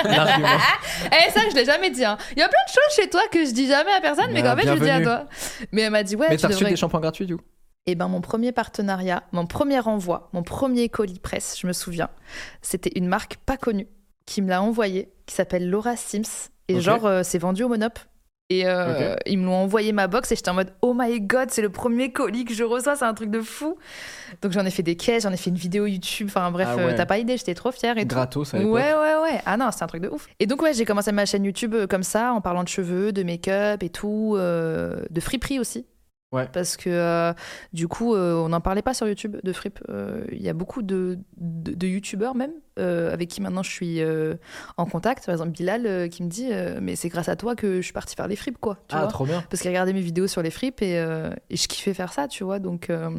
[SPEAKER 2] L'argument.
[SPEAKER 5] Eh, ça, je l'ai jamais dit. hein. Il y a plein de choses chez toi que je dis jamais à personne, mais
[SPEAKER 2] Bah,
[SPEAKER 5] qu'en fait, je le dis à
[SPEAKER 2] bienvenue.
[SPEAKER 5] toi. Mais elle m'a dit ouais,
[SPEAKER 2] Mais
[SPEAKER 5] tu
[SPEAKER 2] t'as reçu
[SPEAKER 5] devrais.
[SPEAKER 2] des shampoings gratuits du coup
[SPEAKER 5] Et ben, mon premier partenariat, mon premier envoi, mon premier colis presse, je me souviens, c'était une marque pas connue qui me l'a envoyé, qui s'appelle Laura Sims. Et
[SPEAKER 2] Ok.
[SPEAKER 5] genre, euh, c'est vendu au Monop. Et euh, ils me l'ont envoyé ma box et j'étais en mode Oh my god, c'est le premier colis que je reçois, c'est un truc de fou. Donc j'en ai fait des caisses, j'en ai fait une vidéo YouTube, enfin bref,
[SPEAKER 2] Ah
[SPEAKER 5] euh,
[SPEAKER 2] ouais.
[SPEAKER 5] t'as pas idée, j'étais trop fière et tout.
[SPEAKER 2] Gratos à
[SPEAKER 5] Ouais,
[SPEAKER 2] l'époque.
[SPEAKER 5] ouais, ouais. Ah non, c'est un truc de ouf. Et donc, ouais, j'ai commencé ma chaîne YouTube euh, comme ça, en parlant de cheveux, de make-up et tout, euh, de friperie aussi.
[SPEAKER 2] Ouais.
[SPEAKER 5] Parce que euh, du coup, euh, on n'en parlait pas sur YouTube de fripe. Euh, Il y a beaucoup de, de, de YouTubeurs même, euh, avec qui maintenant je suis euh, en contact. Par exemple, Bilal euh, qui me dit euh, Mais c'est grâce à toi que je suis partie faire les fripes, quoi. Tu
[SPEAKER 2] Ah,
[SPEAKER 5] vois
[SPEAKER 2] trop bien.
[SPEAKER 5] parce qu'il regardait mes vidéos sur les fripes et, euh, et je kiffais faire ça, tu vois. Donc, euh,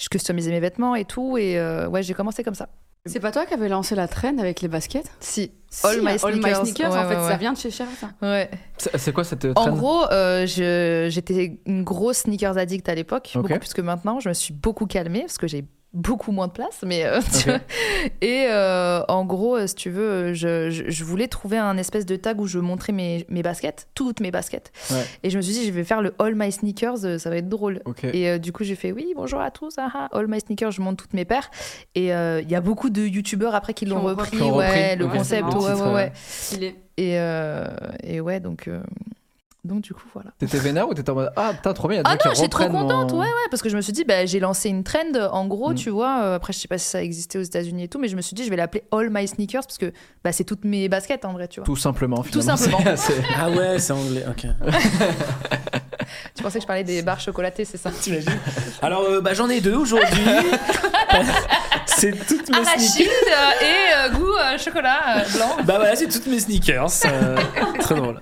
[SPEAKER 5] je customisais mes vêtements et tout. Et euh, ouais, j'ai commencé comme ça.
[SPEAKER 3] C'est pas toi qui avais lancé la traîne avec les baskets
[SPEAKER 5] Si.
[SPEAKER 3] Si,
[SPEAKER 5] All my sneakers.
[SPEAKER 3] en
[SPEAKER 5] Ouais,
[SPEAKER 3] fait,
[SPEAKER 5] ouais,
[SPEAKER 3] ça
[SPEAKER 5] ouais.
[SPEAKER 3] vient de chez Cher. ça.
[SPEAKER 5] Ouais.
[SPEAKER 2] C'est c'est quoi cette euh,
[SPEAKER 5] En
[SPEAKER 2] traîne
[SPEAKER 5] gros, euh, je- j'étais une grosse sneakers addict à l'époque,
[SPEAKER 2] Ok.
[SPEAKER 5] beaucoup plus que maintenant. Je me suis beaucoup calmée parce que j'ai beaucoup moins de place. Mais euh, tu vois. et euh, en gros, euh, si tu veux, euh, je, je- je voulais trouver un espèce de tag où je montrais mes, mes baskets, toutes mes baskets.
[SPEAKER 2] Ouais.
[SPEAKER 5] Et je me suis dit, je vais faire le all my sneakers, euh, ça va être drôle.
[SPEAKER 2] Ok.
[SPEAKER 5] Et euh, du coup, j'ai fait oui, bonjour à tous, ah, ah, all my sneakers, je monte toutes mes paires. Et euh, il y a beaucoup de youtubeurs après qui
[SPEAKER 3] Qui
[SPEAKER 5] l'ont
[SPEAKER 3] ont
[SPEAKER 5] repris,
[SPEAKER 2] repris.
[SPEAKER 5] ouais, le
[SPEAKER 3] Ok.
[SPEAKER 5] concept,
[SPEAKER 3] Le
[SPEAKER 5] ouais,
[SPEAKER 2] titre,
[SPEAKER 5] ouais,
[SPEAKER 2] euh,
[SPEAKER 5] ouais.
[SPEAKER 3] Stylé.
[SPEAKER 5] Et, euh, et ouais, donc, euh, donc du coup, voilà.
[SPEAKER 2] T'étais vénère ou t'étais en mode Ah putain, trop bien, il y a des
[SPEAKER 5] Ah
[SPEAKER 2] gens
[SPEAKER 5] non,
[SPEAKER 2] qui
[SPEAKER 5] j'étais trop
[SPEAKER 2] reprennent
[SPEAKER 5] contente,
[SPEAKER 2] mon-
[SPEAKER 5] ouais, ouais, parce que je me suis dit, bah, j'ai lancé une trend, en gros,
[SPEAKER 2] Mm.
[SPEAKER 5] tu vois. euh, après, je sais pas si ça existait aux États-Unis et tout, mais je me suis dit, je vais l'appeler All My Sneakers parce que bah, c'est toutes mes baskets en vrai, tu vois.
[SPEAKER 2] Tout simplement, finalement.
[SPEAKER 5] simplement.
[SPEAKER 2] C'est assez-
[SPEAKER 4] Ah ouais, c'est anglais. Ok.
[SPEAKER 5] Tu pensais que je parlais des barres chocolatées, c'est ça
[SPEAKER 4] T'imagines Alors, euh, bah, j'en ai deux aujourd'hui. c'est toutes mes
[SPEAKER 5] Arachide
[SPEAKER 4] sneakers.
[SPEAKER 5] euh, et euh, goût euh, chocolat euh, blanc.
[SPEAKER 4] Bah voilà, c'est toutes mes sneakers. euh, très drôle.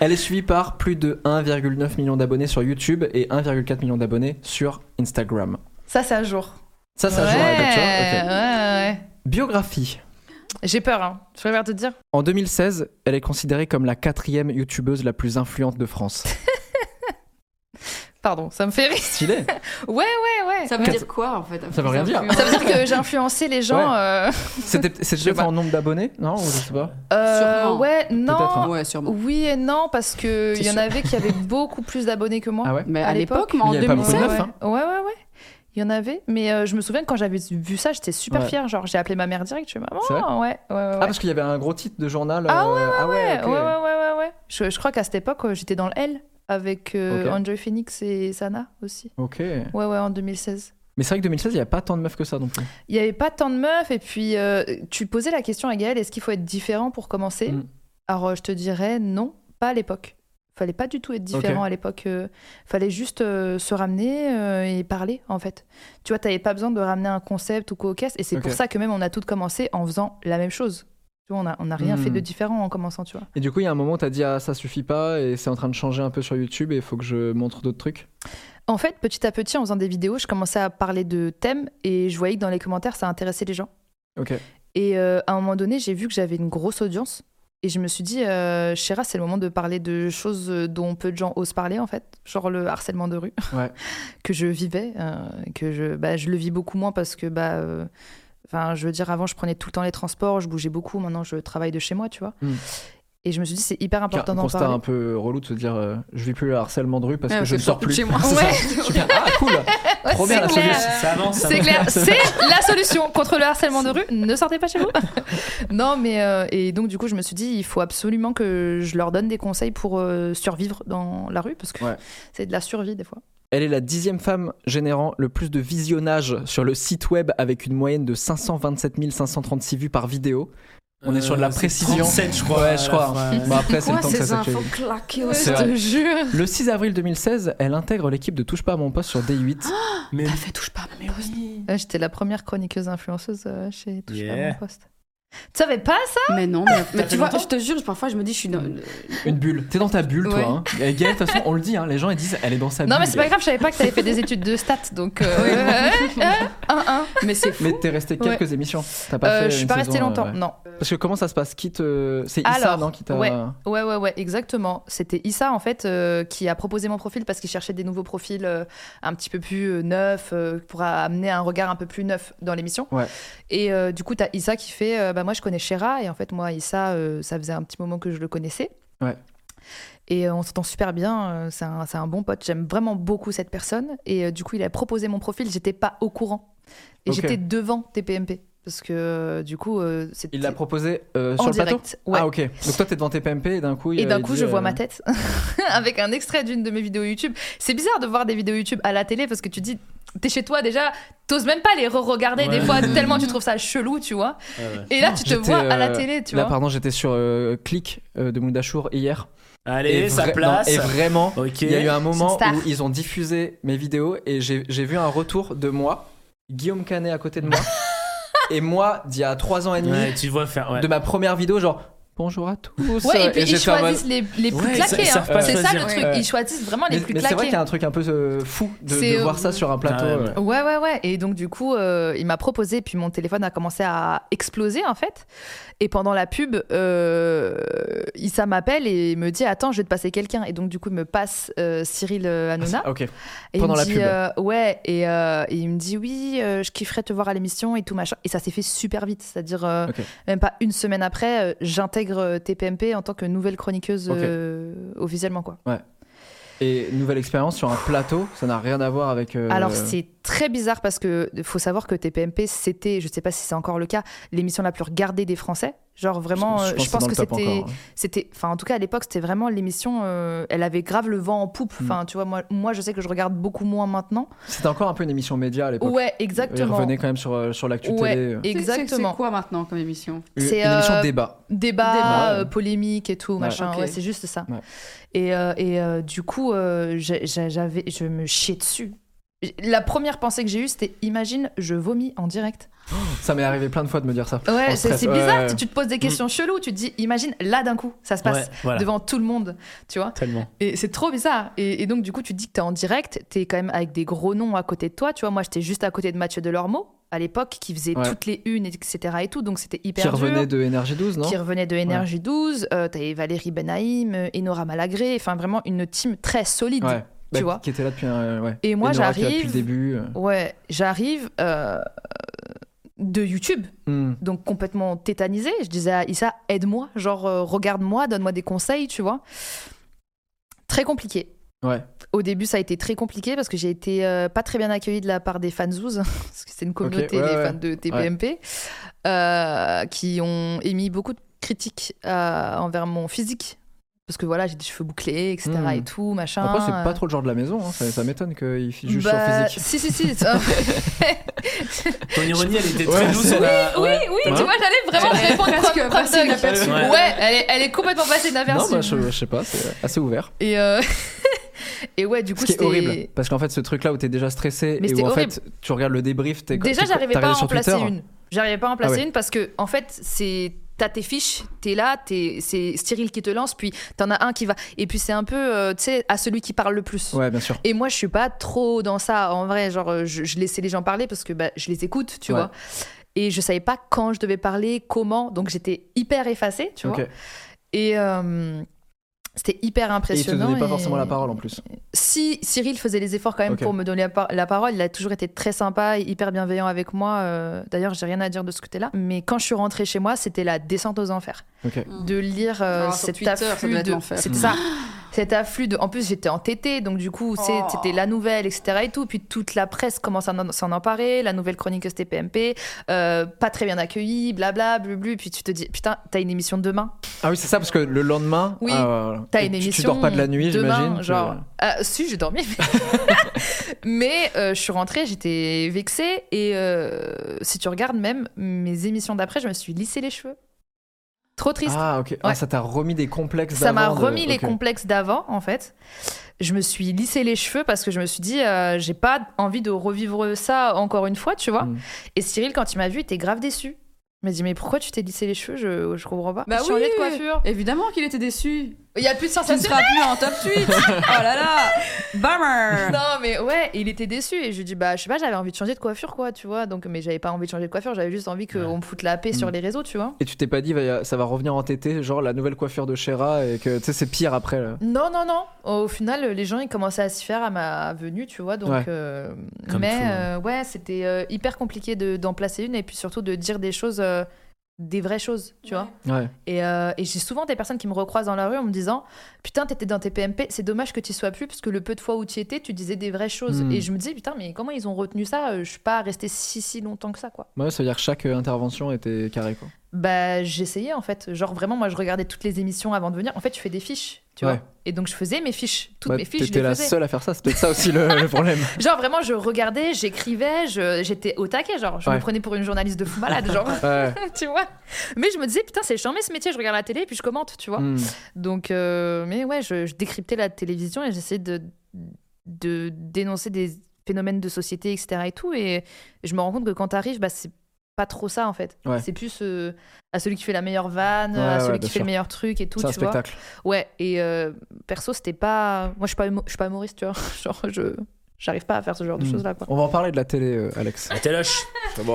[SPEAKER 2] Elle est suivie par plus de 1,9 million d'abonnés sur YouTube et 1,4 million d'abonnés sur Instagram.
[SPEAKER 5] Ça, c'est un jour.
[SPEAKER 2] Ça, ça joue
[SPEAKER 5] ouais,
[SPEAKER 2] à la date, tu vois, ok.
[SPEAKER 5] ouais, ouais, ouais.
[SPEAKER 2] Biographie.
[SPEAKER 5] J'ai peur, hein. je préfère te dire.
[SPEAKER 2] En 2016, elle est considérée comme la quatrième youtubeuse la plus influente de France.
[SPEAKER 5] Pardon, ça me fait rire.
[SPEAKER 2] Stylé
[SPEAKER 5] Ouais, ouais, ouais.
[SPEAKER 3] Ça veut
[SPEAKER 2] Quatre-
[SPEAKER 3] dire quoi en fait
[SPEAKER 2] Ça veut rien dire.
[SPEAKER 5] Ça veut dire que j'ai influencé les gens.
[SPEAKER 2] Ouais.
[SPEAKER 5] euh,
[SPEAKER 2] C'était c'était
[SPEAKER 5] sais pas.
[SPEAKER 2] en nombre d'abonnés Non, je sais pas.
[SPEAKER 5] euh,
[SPEAKER 3] Sûrement.
[SPEAKER 5] ouais,
[SPEAKER 2] Peut-être,
[SPEAKER 5] non.
[SPEAKER 2] hein.
[SPEAKER 3] Ouais, sûrement.
[SPEAKER 5] Oui et non, parce qu'il y en
[SPEAKER 2] sûr.
[SPEAKER 5] avait qui avaient beaucoup plus d'abonnés que moi.
[SPEAKER 2] Ah ouais
[SPEAKER 3] Mais à
[SPEAKER 5] À
[SPEAKER 3] l'époque,
[SPEAKER 5] l'époque,
[SPEAKER 3] mais en
[SPEAKER 2] il y avait pas beaucoup de
[SPEAKER 3] 2007,
[SPEAKER 2] neufs,
[SPEAKER 5] ouais.
[SPEAKER 2] hein.
[SPEAKER 5] ouais, ouais, ouais. Il y en avait. Mais euh, je me souviens que quand j'avais vu ça, j'étais super
[SPEAKER 2] Ouais.
[SPEAKER 5] fière. Genre, j'ai appelé ma mère direct. Je suis maman.
[SPEAKER 2] C'est vrai
[SPEAKER 5] ouais, ouais, ouais. ouais.
[SPEAKER 2] Ah, parce qu'il y avait un gros titre de journal.
[SPEAKER 5] Ah
[SPEAKER 2] euh, ah
[SPEAKER 5] ouais,
[SPEAKER 2] ok.
[SPEAKER 5] ouais, ouais, ouais, ouais, ouais. Je, je crois qu'à cette époque, euh, j'étais dans le L avec euh,
[SPEAKER 2] Ok.
[SPEAKER 5] Enjoy Phoenix et Sana aussi.
[SPEAKER 2] Ok.
[SPEAKER 5] Ouais, ouais, en 2016.
[SPEAKER 2] Mais c'est vrai que 2016, il n'y a pas tant de meufs que ça non plus.
[SPEAKER 5] Il n'y avait pas tant de meufs. Et puis, euh, tu posais la question à Gaël est-ce qu'il faut être différent pour commencer
[SPEAKER 2] Mm.
[SPEAKER 5] Alors, euh, je te dirais non, pas à l'époque. Fallait pas du tout être différent
[SPEAKER 2] Ok.
[SPEAKER 5] à l'époque. euh, fallait juste euh, se ramener euh, et parler, en fait. Tu vois, t'avais pas besoin de ramener un concept ou quoi au caisse. Et c'est
[SPEAKER 2] Ok.
[SPEAKER 5] pour ça que même on a toutes commencé en faisant la même chose. Tu vois, on a, on a rien
[SPEAKER 2] Mm.
[SPEAKER 5] fait de différent en commençant, tu vois.
[SPEAKER 2] Et du coup, il y a un moment où tu as dit Ah, ça suffit pas et c'est en train de changer un peu sur YouTube et il faut que je montre d'autres trucs.
[SPEAKER 5] En fait, petit à petit, en faisant des vidéos, je commençais à parler de thèmes et je voyais que dans les commentaires, ça intéressait les gens.
[SPEAKER 2] Ok.
[SPEAKER 5] Et euh, à un moment donné, j'ai vu que j'avais une grosse audience. Et je me suis dit, euh, Chéra, c'est le moment de parler de choses euh, dont peu de gens osent parler, en fait. Genre le harcèlement de rue.
[SPEAKER 2] Ouais.
[SPEAKER 5] que je vivais. euh, que je, bah, je le vis beaucoup moins parce que, bah, euh, enfin, je veux dire, avant, je prenais tout le temps les transports, je bougeais beaucoup. Maintenant, je travaille de chez moi, tu vois.
[SPEAKER 2] Mm.
[SPEAKER 5] Et je me suis dit, c'est hyper important
[SPEAKER 2] Un
[SPEAKER 5] d'en
[SPEAKER 2] constat
[SPEAKER 5] parler.
[SPEAKER 2] un peu relou de se dire euh, je vis plus le harcèlement de rue parce
[SPEAKER 3] Ouais,
[SPEAKER 2] que
[SPEAKER 3] parce
[SPEAKER 2] je ne
[SPEAKER 3] que
[SPEAKER 2] sors
[SPEAKER 3] surtout
[SPEAKER 2] plus.
[SPEAKER 3] chez moi.
[SPEAKER 2] C'est ça.
[SPEAKER 5] Ouais.
[SPEAKER 2] Je suis bien, ah cool,
[SPEAKER 5] Ouais,
[SPEAKER 2] trop
[SPEAKER 5] c'est
[SPEAKER 2] bien la
[SPEAKER 5] clair.
[SPEAKER 2] solution.
[SPEAKER 4] Ça avance, ça
[SPEAKER 5] C'est clair, c'est la solution contre le harcèlement de rue. Ne sortez pas chez vous. non, mais euh, et donc du coup, je me suis dit, il faut absolument que je leur donne des conseils pour euh, survivre dans la rue parce que
[SPEAKER 2] Ouais.
[SPEAKER 5] c'est de la survie des fois.
[SPEAKER 2] Elle est la dixième femme générant le plus de visionnages sur le site web avec une moyenne de 527 536 vues par vidéo. On est sur de la
[SPEAKER 4] Euh, c'est
[SPEAKER 2] précision.
[SPEAKER 4] 37, je crois.
[SPEAKER 2] Ouais, je
[SPEAKER 4] à la
[SPEAKER 2] crois.
[SPEAKER 4] fin, ouais.
[SPEAKER 2] Bon, après, c'est
[SPEAKER 3] Quoi
[SPEAKER 2] le temps que ça
[SPEAKER 3] ces
[SPEAKER 2] s'actualise.
[SPEAKER 3] infos claquées
[SPEAKER 2] C'est
[SPEAKER 5] je
[SPEAKER 2] vrai.
[SPEAKER 5] te jure.
[SPEAKER 2] Le 6 avril 2016, elle intègre l'équipe de Touche pas à mon poste sur D8.
[SPEAKER 4] Mais
[SPEAKER 3] T'as fait touche pas à mon poste.
[SPEAKER 5] Ouais, J'étais la première chroniqueuse influenceuse euh, chez Touche pas à
[SPEAKER 4] Yeah.
[SPEAKER 5] mon poste. Tu savais pas ça
[SPEAKER 3] Mais non, mais, mais
[SPEAKER 4] fait
[SPEAKER 3] tu vois,
[SPEAKER 4] longtemps
[SPEAKER 3] je te jure, parfois je me dis, je suis dans.
[SPEAKER 2] Une bulle. T'es dans ta bulle,
[SPEAKER 3] Ouais.
[SPEAKER 2] toi. Hein. Et Gaëlle, de toute façon, on le dit, hein, les gens ils disent elle est dans sa bulle.
[SPEAKER 5] Non, mais c'est pas grave, je savais pas que t'avais fait des études de stats, donc. euh, un, un.
[SPEAKER 3] Mais c'est
[SPEAKER 2] Mais t'es resté
[SPEAKER 5] Ouais.
[SPEAKER 2] quelques émissions. T'as pas
[SPEAKER 5] Euh,
[SPEAKER 2] fait
[SPEAKER 5] je suis
[SPEAKER 2] une
[SPEAKER 5] pas
[SPEAKER 2] saison,
[SPEAKER 5] restée longtemps,
[SPEAKER 2] euh, ouais.
[SPEAKER 5] non.
[SPEAKER 2] Parce que comment ça se passe Qui te... C'est Issa,
[SPEAKER 5] Alors,
[SPEAKER 2] non qui t'a-
[SPEAKER 5] ouais. Ouais, ouais, ouais, exactement. C'était Issa, en fait, euh, qui a proposé mon profil parce qu'il cherchait des nouveaux profils euh, un petit peu plus euh, neufs euh, pour a- amener un regard un peu plus neuf dans l'émission.
[SPEAKER 2] Ouais.
[SPEAKER 5] Et euh, du coup, t'as Issa qui fait euh, Bah, moi, je connais Shera. Et en fait, moi, Issa, euh, ça faisait un petit moment que je le connaissais.
[SPEAKER 2] Ouais.
[SPEAKER 5] Et euh, on s'entend super bien. euh, c'est un, c'est un bon pote. J'aime vraiment beaucoup cette personne. Et euh, du coup, il a proposé mon profil. J'étais pas au courant. Et
[SPEAKER 2] Ok.
[SPEAKER 5] j'étais devant TPMP. Parce que euh, du coup, euh, c'était.
[SPEAKER 2] Il l'a proposé euh,
[SPEAKER 5] en
[SPEAKER 2] sur le plateau
[SPEAKER 5] direct. Ouais.
[SPEAKER 2] Ah ok. Donc toi t'es devant tes PMP et d'un coup il
[SPEAKER 5] Et d'un
[SPEAKER 2] il
[SPEAKER 5] coup,
[SPEAKER 2] dit,
[SPEAKER 5] je
[SPEAKER 2] euh,
[SPEAKER 5] vois ma tête avec un extrait d'une de mes vidéos YouTube. C'est bizarre de voir des vidéos YouTube à la télé parce que tu dis, t'es chez toi déjà, t'oses même pas les re-regarder des
[SPEAKER 4] Ouais.
[SPEAKER 5] fois tellement tu trouves ça chelou, tu vois.
[SPEAKER 4] Ouais, ouais.
[SPEAKER 5] Et là, tu te
[SPEAKER 2] J'étais,
[SPEAKER 5] vois à la
[SPEAKER 2] euh,
[SPEAKER 5] télé, tu
[SPEAKER 2] Là
[SPEAKER 5] vois.
[SPEAKER 2] pardon j'étais sur euh, Click euh, de Moudachour hier.
[SPEAKER 4] Bah, Allez, sa
[SPEAKER 2] vra-
[SPEAKER 4] place.
[SPEAKER 2] non, et vraiment,
[SPEAKER 4] Ok.
[SPEAKER 2] il y a eu un moment
[SPEAKER 5] C'est une
[SPEAKER 2] où
[SPEAKER 5] star.
[SPEAKER 2] ils ont diffusé mes vidéos et j'ai j'ai vu un retour de moi, Guillaume Canet à côté de moi, et moi d'il y a 3 ans et demi,
[SPEAKER 4] Ouais, tu vois faire. ouais.
[SPEAKER 2] de ma première vidéo, genre bonjour à tous.
[SPEAKER 5] Ouais, et puis ils
[SPEAKER 2] j'étais en mode-
[SPEAKER 5] choisissent les, les plus
[SPEAKER 4] Ouais, ils
[SPEAKER 5] claqués.
[SPEAKER 4] sa-
[SPEAKER 5] hein.
[SPEAKER 4] savent pas
[SPEAKER 5] C'est ça le
[SPEAKER 4] choisir.
[SPEAKER 5] truc,
[SPEAKER 2] Ouais.
[SPEAKER 5] ils choisissent vraiment les
[SPEAKER 2] Mais,
[SPEAKER 5] plus
[SPEAKER 2] mais c'est vrai
[SPEAKER 5] claqués.
[SPEAKER 2] qu'il y a un truc un peu euh, fou de,
[SPEAKER 5] C'est,
[SPEAKER 2] de
[SPEAKER 5] euh,
[SPEAKER 2] voir ça sur un plateau.
[SPEAKER 4] Ah ouais,
[SPEAKER 2] euh.
[SPEAKER 4] ouais.
[SPEAKER 5] Ouais, ouais, ouais. Et donc, du coup, euh, il m'a proposé, puis mon téléphone a commencé à exploser, en fait. Et pendant la pub, euh, Issa m'appelle et me dit Attends, je vais te passer quelqu'un. Et donc, du coup, il me passe euh, Cyril euh, Hanouna.
[SPEAKER 2] Ah, ok.
[SPEAKER 5] Et il
[SPEAKER 2] Pendant
[SPEAKER 5] me
[SPEAKER 2] la
[SPEAKER 5] dit,
[SPEAKER 2] pub.
[SPEAKER 5] euh, ouais, et, euh, et il me dit oui, euh, je kifferais te voir à l'émission et tout machin. Et ça s'est fait super vite, c'est-à-dire euh,
[SPEAKER 2] Ok.
[SPEAKER 5] même pas une semaine après, euh, j'intègre euh, TPMP en tant que nouvelle chroniqueuse
[SPEAKER 2] Ok.
[SPEAKER 5] euh, officiellement quoi.
[SPEAKER 2] Et nouvelle expérience sur un plateau, ça n'a rien à voir avec. euh,
[SPEAKER 5] Alors c'est très bizarre parce que faut savoir que TPMP c'était, je sais pas si c'est encore le cas, l'émission la plus regardée des Français. Genre vraiment, euh, je,
[SPEAKER 2] c'est
[SPEAKER 5] pense
[SPEAKER 2] dans
[SPEAKER 5] que
[SPEAKER 2] le top
[SPEAKER 5] c'était,
[SPEAKER 2] encore, hein.
[SPEAKER 5] c'était, enfin en tout cas à l'époque c'était vraiment l'émission, euh, elle avait grave le vent en poupe.
[SPEAKER 2] Mm.
[SPEAKER 5] Enfin tu vois moi, moi je sais que je regarde beaucoup moins maintenant.
[SPEAKER 2] C'était encore un peu une émission média à l'époque.
[SPEAKER 5] Ouais
[SPEAKER 2] Il
[SPEAKER 5] exactement.
[SPEAKER 2] revenait quand même sur, euh, sur l'actu
[SPEAKER 5] Ouais,
[SPEAKER 2] télé. euh.
[SPEAKER 5] exactement.
[SPEAKER 3] C'est quoi maintenant comme émission
[SPEAKER 2] Une,
[SPEAKER 5] c'est,
[SPEAKER 2] une émission
[SPEAKER 5] euh,
[SPEAKER 2] débat.
[SPEAKER 5] débat,
[SPEAKER 3] Débat,
[SPEAKER 5] euh,
[SPEAKER 2] ouais.
[SPEAKER 5] polémique et tout, machin.
[SPEAKER 3] Ok.
[SPEAKER 5] Ouais, c'est juste ça.
[SPEAKER 2] Ouais.
[SPEAKER 5] Et, euh, et, euh, du coup, euh, j'ai- j'ai- j'avais, je me chiais dessus. J- La première pensée que j'ai eue, c'était imagine, je vomis en direct.
[SPEAKER 2] Ça m'est arrivé plein de fois de me dire ça. En
[SPEAKER 5] Ouais, c'est
[SPEAKER 2] stress,
[SPEAKER 5] c'est bizarre.
[SPEAKER 2] ouais, Mm.
[SPEAKER 5] Tu, tu te poses des questions cheloues. Tu te dis, imagine, là d'un coup, ça se passe
[SPEAKER 4] Ouais, voilà.
[SPEAKER 5] devant tout le monde, tu vois.
[SPEAKER 4] Tellement.
[SPEAKER 5] Et c'est trop bizarre. Et, et donc, du coup, tu te dis que t'es en direct, t'es quand même avec des gros noms à côté de toi. Tu vois, moi, j'étais juste à côté de Mathieu Delormeau à l'époque, qui faisait
[SPEAKER 2] Ouais.
[SPEAKER 5] toutes les unes, etc. et tout. Donc, c'était hyper
[SPEAKER 2] Qui
[SPEAKER 5] dur
[SPEAKER 2] revenait de NRJ12, non
[SPEAKER 5] qui revenait de Énergie 12, euh, t'avais Valérie Benaïm, euh, Enora Malagré, enfin vraiment une team très solide.
[SPEAKER 2] Ouais. Bah,
[SPEAKER 5] vois.
[SPEAKER 2] Qui était là depuis un. Ouais.
[SPEAKER 5] Et moi,
[SPEAKER 2] Nora qui est là Depuis
[SPEAKER 5] j'arrive.
[SPEAKER 2] le début. euh.
[SPEAKER 5] Ouais, j'arrive euh, de YouTube,
[SPEAKER 2] Hmm.
[SPEAKER 5] donc complètement tétanisée. Je disais à Issa, aide-moi, genre euh, regarde-moi, donne-moi des conseils, tu vois. Très compliqué.
[SPEAKER 2] Ouais.
[SPEAKER 5] Au début, ça a été très compliqué parce que j'ai été euh, pas très bien accueillie de la part des fans Zouz, parce que c'est une communauté
[SPEAKER 2] ouais,
[SPEAKER 5] des
[SPEAKER 2] ouais.
[SPEAKER 5] fans de TPMP, euh, qui ont émis beaucoup de critiques euh, envers mon physique. Parce que voilà, j'ai des cheveux bouclés, etc.
[SPEAKER 2] Mm.
[SPEAKER 5] et tout, machin.
[SPEAKER 2] Après, c'est
[SPEAKER 5] euh.
[SPEAKER 2] pas trop le genre de la maison. hein. Ça, ça m'étonne qu'il juge
[SPEAKER 5] Bah,
[SPEAKER 2] sur physique.
[SPEAKER 5] Si, si, si. c'est-
[SPEAKER 4] Ton ironie, elle était
[SPEAKER 2] Ouais,
[SPEAKER 4] très douce.
[SPEAKER 2] c'est-
[SPEAKER 4] elle a-
[SPEAKER 5] oui,
[SPEAKER 4] ouais. Hein
[SPEAKER 5] oui, tu
[SPEAKER 2] Ouais.
[SPEAKER 5] vois, j'allais vraiment
[SPEAKER 3] Elle est
[SPEAKER 5] répondre
[SPEAKER 3] presque
[SPEAKER 5] comme- comme
[SPEAKER 3] passée
[SPEAKER 5] Doug.
[SPEAKER 3] inaperçue.
[SPEAKER 5] Ouais,
[SPEAKER 4] Ouais.
[SPEAKER 5] elle, est, elle est complètement passée
[SPEAKER 2] Non,
[SPEAKER 5] d'inverse.
[SPEAKER 2] bah, je, je sais pas, c'est assez ouvert.
[SPEAKER 5] Et, euh, et ouais, du coup,
[SPEAKER 2] Ce qui est
[SPEAKER 5] c'était.
[SPEAKER 2] horrible, parce qu'en fait, ce truc-là où t'es déjà stressé
[SPEAKER 5] Mais
[SPEAKER 2] et
[SPEAKER 5] c'était
[SPEAKER 2] où en
[SPEAKER 5] horrible.
[SPEAKER 2] fait, tu regardes le débrief, t'es
[SPEAKER 5] Déjà,
[SPEAKER 2] t'es-
[SPEAKER 5] j'arrivais
[SPEAKER 2] t'as
[SPEAKER 5] pas à
[SPEAKER 2] regardé
[SPEAKER 5] en
[SPEAKER 2] sur
[SPEAKER 5] placer
[SPEAKER 2] Twitter.
[SPEAKER 5] une. J'arrivais pas à en placer
[SPEAKER 2] Ah ouais.
[SPEAKER 5] une parce que, en fait, c'est. T'as tes fiches, t'es là, t'es- c'est Cyril qui te lance, puis t'en as un qui va. Et puis c'est un peu, euh, tu sais, à celui qui parle le plus.
[SPEAKER 2] Ouais, bien sûr.
[SPEAKER 5] Et moi, je suis pas trop dans ça, en vrai. Genre, euh, je, je laissais les gens parler parce que bah, je les écoute, tu
[SPEAKER 2] Ouais.
[SPEAKER 5] vois. Et je savais pas quand je devais parler, comment. Donc, j'étais hyper effacée, tu
[SPEAKER 2] Ok.
[SPEAKER 5] vois. Et, euh, C'était hyper
[SPEAKER 2] Et il te
[SPEAKER 5] impressionnant.
[SPEAKER 2] donnait pas
[SPEAKER 5] et-
[SPEAKER 2] forcément la parole en plus.
[SPEAKER 5] Si Cyril faisait les efforts quand même
[SPEAKER 2] Ok.
[SPEAKER 5] pour me donner la, par- la parole, il a toujours été très sympa et hyper bienveillant avec moi. euh, D'ailleurs, j'ai rien à dire de ce côté-là. Mais quand je suis rentrée chez moi, c'était la descente aux enfers.
[SPEAKER 2] Ok.
[SPEAKER 5] De lire
[SPEAKER 3] Ah,
[SPEAKER 5] euh,
[SPEAKER 3] Mm. sur
[SPEAKER 5] cet
[SPEAKER 3] Twitter, ça
[SPEAKER 5] afflux
[SPEAKER 3] devait être
[SPEAKER 5] de.
[SPEAKER 3] l'enfer. Mm.
[SPEAKER 5] C'était ça. Cet afflux de. En plus, j'étais entêtée, donc du coup, tu sais,
[SPEAKER 3] Oh.
[SPEAKER 5] c'était la nouvelle, etc. Et tout. Puis toute la presse commence à en- s'en emparer. La nouvelle chronique STPMP, euh, pas très bien accueillie, blabla, blublu. Puis tu te dis, putain, t'as une émission demain.
[SPEAKER 2] Ah oui, c'est ça, parce que le lendemain,
[SPEAKER 5] Oui,
[SPEAKER 2] ah, voilà.
[SPEAKER 5] T'as
[SPEAKER 2] Et
[SPEAKER 5] une
[SPEAKER 2] tu-
[SPEAKER 5] émission.
[SPEAKER 2] tu dors pas de la nuit,
[SPEAKER 5] demain,
[SPEAKER 2] j'imagine. tu-
[SPEAKER 5] Genre, Ah, si, j'ai dormi. mais- mais euh, je suis rentrée, j'étais vexée. Et euh, si tu regardes même mes émissions d'après, je me suis lissé les cheveux. Trop triste.
[SPEAKER 2] Ah, ok. Ah,
[SPEAKER 5] Ouais.
[SPEAKER 2] ça t'a remis des complexes
[SPEAKER 5] Ça m'a
[SPEAKER 2] d'avant de-
[SPEAKER 5] remis les
[SPEAKER 2] ok.
[SPEAKER 5] complexes d'avant, en fait. Je me suis lissé les cheveux parce que je me suis dit, euh, j'ai pas envie de revivre ça encore une fois, tu vois.
[SPEAKER 2] Mm.
[SPEAKER 5] Et Cyril, quand il m'a vu, il était grave déçu. Il m'a dit, mais pourquoi tu t'es lissé les cheveux Je, je comprends pas.
[SPEAKER 3] Bah
[SPEAKER 5] je suis
[SPEAKER 3] oui.
[SPEAKER 5] enlevée de coiffure.
[SPEAKER 3] Évidemment qu'il était déçu.
[SPEAKER 5] Il y a plus de
[SPEAKER 3] Tu ne
[SPEAKER 5] sensation.
[SPEAKER 3] seras plus en top 8. Oh là là. Bummer.
[SPEAKER 5] Non, mais ouais, il était déçu et je lui dis bah je sais pas, j'avais envie de changer de coiffure quoi, tu vois. Donc mais j'avais pas envie de changer de coiffure, j'avais juste envie qu'on me foute la paix sur les réseaux, tu vois.
[SPEAKER 2] Et tu t'es pas dit, va- ça va revenir en tété, genre la nouvelle coiffure de Shera, et que tu sais, c'est pire après. là.
[SPEAKER 5] Non, non, non. Au final, les gens ils commençaient à s'y faire à ma venue, tu vois. Donc
[SPEAKER 2] Ouais.
[SPEAKER 5] euh,
[SPEAKER 4] Comme
[SPEAKER 5] mais
[SPEAKER 4] tout, hein.
[SPEAKER 5] euh, ouais, c'était euh, hyper compliqué de- d'en placer une et puis surtout de dire des choses euh, des vraies choses, tu vois.
[SPEAKER 2] Ouais.
[SPEAKER 5] Et, euh, et j'ai souvent des personnes qui me recroisent dans la rue en me disant Putain, t'étais dans tes PMP, c'est dommage que t'y sois plus, parce que le peu de fois où tu étais, tu disais des vraies choses.
[SPEAKER 2] Hmm.
[SPEAKER 5] Et je me disais Putain, mais comment ils ont retenu ça Euh, Je suis pas restée si, si longtemps que ça, quoi.
[SPEAKER 2] Ouais, ça veut dire que chaque euh, intervention était carrée, quoi.
[SPEAKER 5] Bah, j'essayais, en fait. Genre, vraiment, moi, je regardais toutes les émissions avant de venir. En fait, je fais des fiches, tu
[SPEAKER 2] Ouais.
[SPEAKER 5] vois. Et donc, je faisais mes fiches. Toutes
[SPEAKER 2] Ouais,
[SPEAKER 5] mes fiches, je
[SPEAKER 2] T'étais
[SPEAKER 5] les
[SPEAKER 2] la
[SPEAKER 5] faisais.
[SPEAKER 2] seule à faire ça, c'est peut-être ça aussi le, le problème.
[SPEAKER 5] Genre, vraiment, je regardais, j'écrivais, je- j'étais au taquet. Genre, je
[SPEAKER 2] Ouais.
[SPEAKER 5] me prenais pour une journaliste de fou malade, genre.
[SPEAKER 2] Ouais.
[SPEAKER 5] tu vois Mais je me disais, putain, c'est charmé ce métier, je regarde la télé et puis je commente, tu vois.
[SPEAKER 2] Mm.
[SPEAKER 5] Donc, euh, mais ouais, je, je décryptais la télévision et j'essayais de, de dénoncer des phénomènes de société, etc. Et tout. Et je me rends compte que quand t'arrives, bah, c'est pas trop ça en fait.
[SPEAKER 2] Ouais.
[SPEAKER 5] C'est plus euh, à celui qui fait la meilleure vanne, à
[SPEAKER 2] Ouais,
[SPEAKER 5] celui
[SPEAKER 2] ouais,
[SPEAKER 5] qui
[SPEAKER 2] bien
[SPEAKER 5] fait
[SPEAKER 2] sûr.
[SPEAKER 5] le meilleur truc et tout.
[SPEAKER 2] C'est un
[SPEAKER 5] tu vois.
[SPEAKER 2] spectacle.
[SPEAKER 5] Ouais. Et euh, perso, c'était pas. Moi, je suis pas, humo- je suis pas humoriste, tu vois. Genre, je j'arrive pas à faire ce genre de
[SPEAKER 2] Mm.
[SPEAKER 5] choses là. Quoi.
[SPEAKER 2] On va en parler de la télé, euh, Alex.
[SPEAKER 4] Ah, T'es lâche.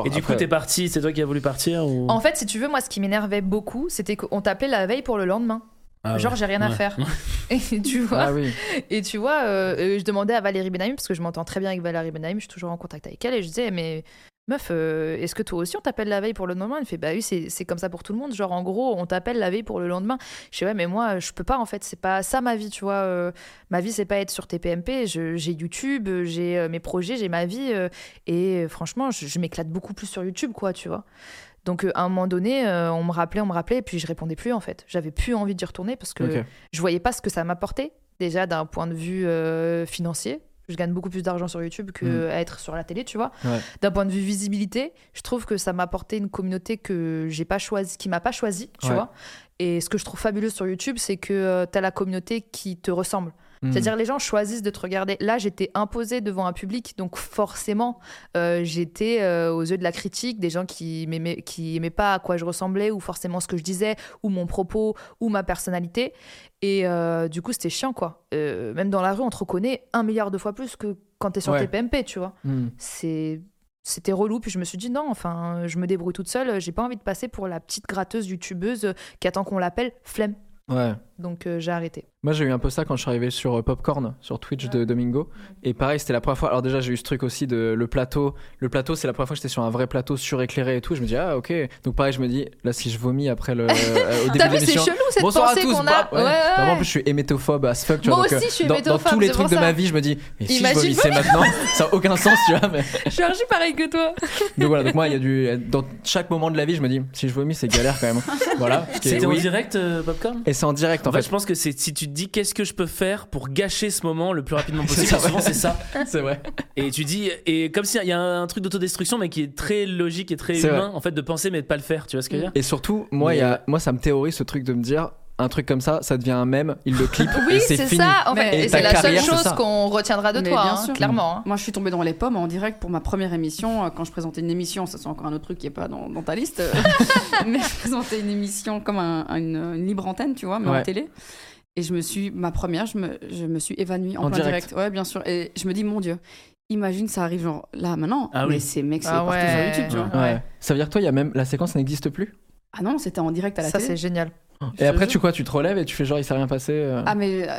[SPEAKER 4] Et du coup, t'es parti, c'est toi qui as voulu partir ou...
[SPEAKER 5] En fait, si tu veux, moi, ce qui m'énervait beaucoup, c'était qu'on t'appelait la veille pour le lendemain.
[SPEAKER 4] Ah,
[SPEAKER 5] Genre,
[SPEAKER 4] ouais.
[SPEAKER 5] j'ai rien à
[SPEAKER 4] Ouais.
[SPEAKER 5] faire. Et tu vois.
[SPEAKER 2] Ah oui.
[SPEAKER 5] Et tu vois, euh, euh, je demandais à Valérie Benahim, parce que je m'entends très bien avec Valérie Benahim, je suis toujours en contact avec elle, et je disais, mais meuf, euh, est-ce que toi aussi on t'appelle la veille pour le lendemain Elle me fait, bah oui, c'est c'est comme ça pour tout le monde. Genre, en gros, on t'appelle la veille pour le lendemain. Je dis, ouais, mais moi, je peux pas, en fait, c'est pas ça ma vie, tu vois. euh, ma vie, c'est pas être sur TPMP, je- j'ai YouTube, euh, j'ai euh, mes projets, j'ai ma vie, euh, et euh, franchement, je, je m'éclate beaucoup plus sur YouTube, quoi, tu vois. Donc, euh, à un moment donné, euh, on me rappelait, on me rappelait, et puis je répondais plus, en fait. J'avais plus envie d'y retourner parce que
[SPEAKER 2] Ok.
[SPEAKER 5] je voyais pas ce que ça m'apportait déjà d'un point de vue euh, financier. Je gagne beaucoup plus d'argent sur YouTube que
[SPEAKER 2] Mm.
[SPEAKER 5] à être sur la télé, tu vois.
[SPEAKER 2] Ouais.
[SPEAKER 5] D'un point de vue visibilité, je trouve que ça m'a apporté une communauté que j'ai pas choisi, qui m'a pas choisi, tu
[SPEAKER 2] Ouais.
[SPEAKER 5] vois. Et ce que je trouve fabuleux sur YouTube, c'est que tu as la communauté qui te ressemble.
[SPEAKER 2] Mm.
[SPEAKER 5] C'est-à-dire les gens choisissent de te regarder. Là, j'étais imposée devant un public, donc forcément, euh, j'étais euh, aux yeux de la critique, des gens qui m'aimaient, qui aimaient pas à quoi je ressemblais ou forcément ce que je disais ou mon propos ou ma personnalité. Et euh, du coup, c'était chiant quoi. Euh, même dans la rue, on te reconnaît un milliard de fois plus que quand t'es sur
[SPEAKER 2] Ouais.
[SPEAKER 5] tes PMP, tu vois.
[SPEAKER 2] Mm.
[SPEAKER 5] C'est c'était relou puis je me suis dit non enfin je me débrouille toute seule j'ai pas envie de passer pour la petite gratteuse youtubeuse euh, qui attend qu'on l'appelle flemme
[SPEAKER 2] Ouais.
[SPEAKER 5] donc euh, j'ai arrêté
[SPEAKER 2] Moi, j'ai eu un peu ça quand je suis arrivé sur euh, Popcorn, sur Twitch
[SPEAKER 5] Ah.
[SPEAKER 2] de Domingo. Et pareil, c'était la première fois. Alors, déjà, j'ai eu ce truc aussi de le plateau. Le plateau, c'est la première fois que j'étais sur un vrai plateau suréclairé et tout. Je me dis, ah, ok. Donc, pareil, je me dis, là, si je vomis après le. euh, au début
[SPEAKER 5] T'as
[SPEAKER 2] de
[SPEAKER 5] vu, c'est
[SPEAKER 2] l'émission.
[SPEAKER 5] chelou cette
[SPEAKER 2] Bonsoir à
[SPEAKER 5] pensée
[SPEAKER 2] tous.
[SPEAKER 5] qu'on a.
[SPEAKER 2] bah, ouais. Bah, moi, en plus, je suis hémétophobe à ce fuck. Tu
[SPEAKER 5] Moi
[SPEAKER 2] vois, donc,
[SPEAKER 5] aussi,
[SPEAKER 2] euh,
[SPEAKER 5] je suis
[SPEAKER 2] dans- dans,
[SPEAKER 5] hémétophobe,
[SPEAKER 2] tous les
[SPEAKER 5] c'est
[SPEAKER 2] trucs
[SPEAKER 5] pour
[SPEAKER 2] de ma
[SPEAKER 5] ça.
[SPEAKER 2] vie, je me dis, mais si
[SPEAKER 5] Imagine
[SPEAKER 2] je vomissais maintenant, ça n'a aucun sens, tu vois. mais-
[SPEAKER 5] je suis archi pareil que toi.
[SPEAKER 2] Donc, voilà, donc moi, il y a du. Dans chaque moment de la vie, je me dis, si je vomis, c'est galère quand même. Voilà. ce qui est-
[SPEAKER 4] C'était en
[SPEAKER 2] Eh oui.
[SPEAKER 4] direct, euh, Popcorn
[SPEAKER 2] Et c'est en direct,
[SPEAKER 4] En
[SPEAKER 2] en
[SPEAKER 4] fait,
[SPEAKER 2] fait.
[SPEAKER 4] je pense que c'est si tu te dis qu'est-ce que je peux faire pour gâcher ce moment le plus rapidement
[SPEAKER 2] C'est
[SPEAKER 4] possible.
[SPEAKER 2] ça,
[SPEAKER 4] souvent
[SPEAKER 2] ouais.
[SPEAKER 4] c'est ça.
[SPEAKER 2] C'est vrai.
[SPEAKER 4] Et tu dis et comme s'il y a un truc d'autodestruction mais qui est très logique et très
[SPEAKER 2] C'est
[SPEAKER 4] humain en fait de penser mais de pas le faire. Tu vois ce que je veux dire
[SPEAKER 2] Et surtout, moi,
[SPEAKER 4] Mais-
[SPEAKER 2] il y a, moi, ça me théorise ce truc de me dire un truc comme ça, ça devient un mème, il le clip
[SPEAKER 5] Oui,
[SPEAKER 2] et
[SPEAKER 5] c'est
[SPEAKER 2] c'est fini.
[SPEAKER 5] ça. En fait,
[SPEAKER 3] Mais-
[SPEAKER 5] et,
[SPEAKER 3] Et
[SPEAKER 5] c'est
[SPEAKER 3] ta
[SPEAKER 5] la seule
[SPEAKER 2] carrière, c'est
[SPEAKER 5] chose
[SPEAKER 2] ça.
[SPEAKER 5] qu'on retiendra de
[SPEAKER 3] Mais
[SPEAKER 5] toi,
[SPEAKER 3] bien
[SPEAKER 5] hein,
[SPEAKER 3] sûr.
[SPEAKER 5] clairement. hein.
[SPEAKER 3] Moi, je suis tombée dans les pommes en direct pour ma première émission. euh, Quand je présentais une émission, ça c'est encore un autre truc qui est pas dans, dans ta liste, euh, mais je présentais une émission comme un- un- une, une libre antenne, tu vois, mais
[SPEAKER 2] Ouais.
[SPEAKER 3] en télé. Et je me suis, ma première, je me, je me suis évanouie en,
[SPEAKER 2] En
[SPEAKER 3] plein
[SPEAKER 2] direct.
[SPEAKER 3] direct. Ouais, bien sûr. Et je me dis, mon Dieu, imagine ça arrive genre là maintenant.
[SPEAKER 4] Ah
[SPEAKER 3] mais
[SPEAKER 4] oui.
[SPEAKER 3] ces mecs, c'est
[SPEAKER 5] Ah
[SPEAKER 3] partout
[SPEAKER 5] ouais.
[SPEAKER 3] sur YouTube, tu vois.
[SPEAKER 2] Ouais. Ça veut dire que toi, il y a même la séquence n'existe plus.
[SPEAKER 3] Ah non, c'était en direct à la
[SPEAKER 5] Ça,
[SPEAKER 3] télé.
[SPEAKER 5] c'est génial.
[SPEAKER 2] Et après, tu quoi Tu te relèves et tu fais genre, il s'est rien passé. euh.
[SPEAKER 3] Ah, mais euh,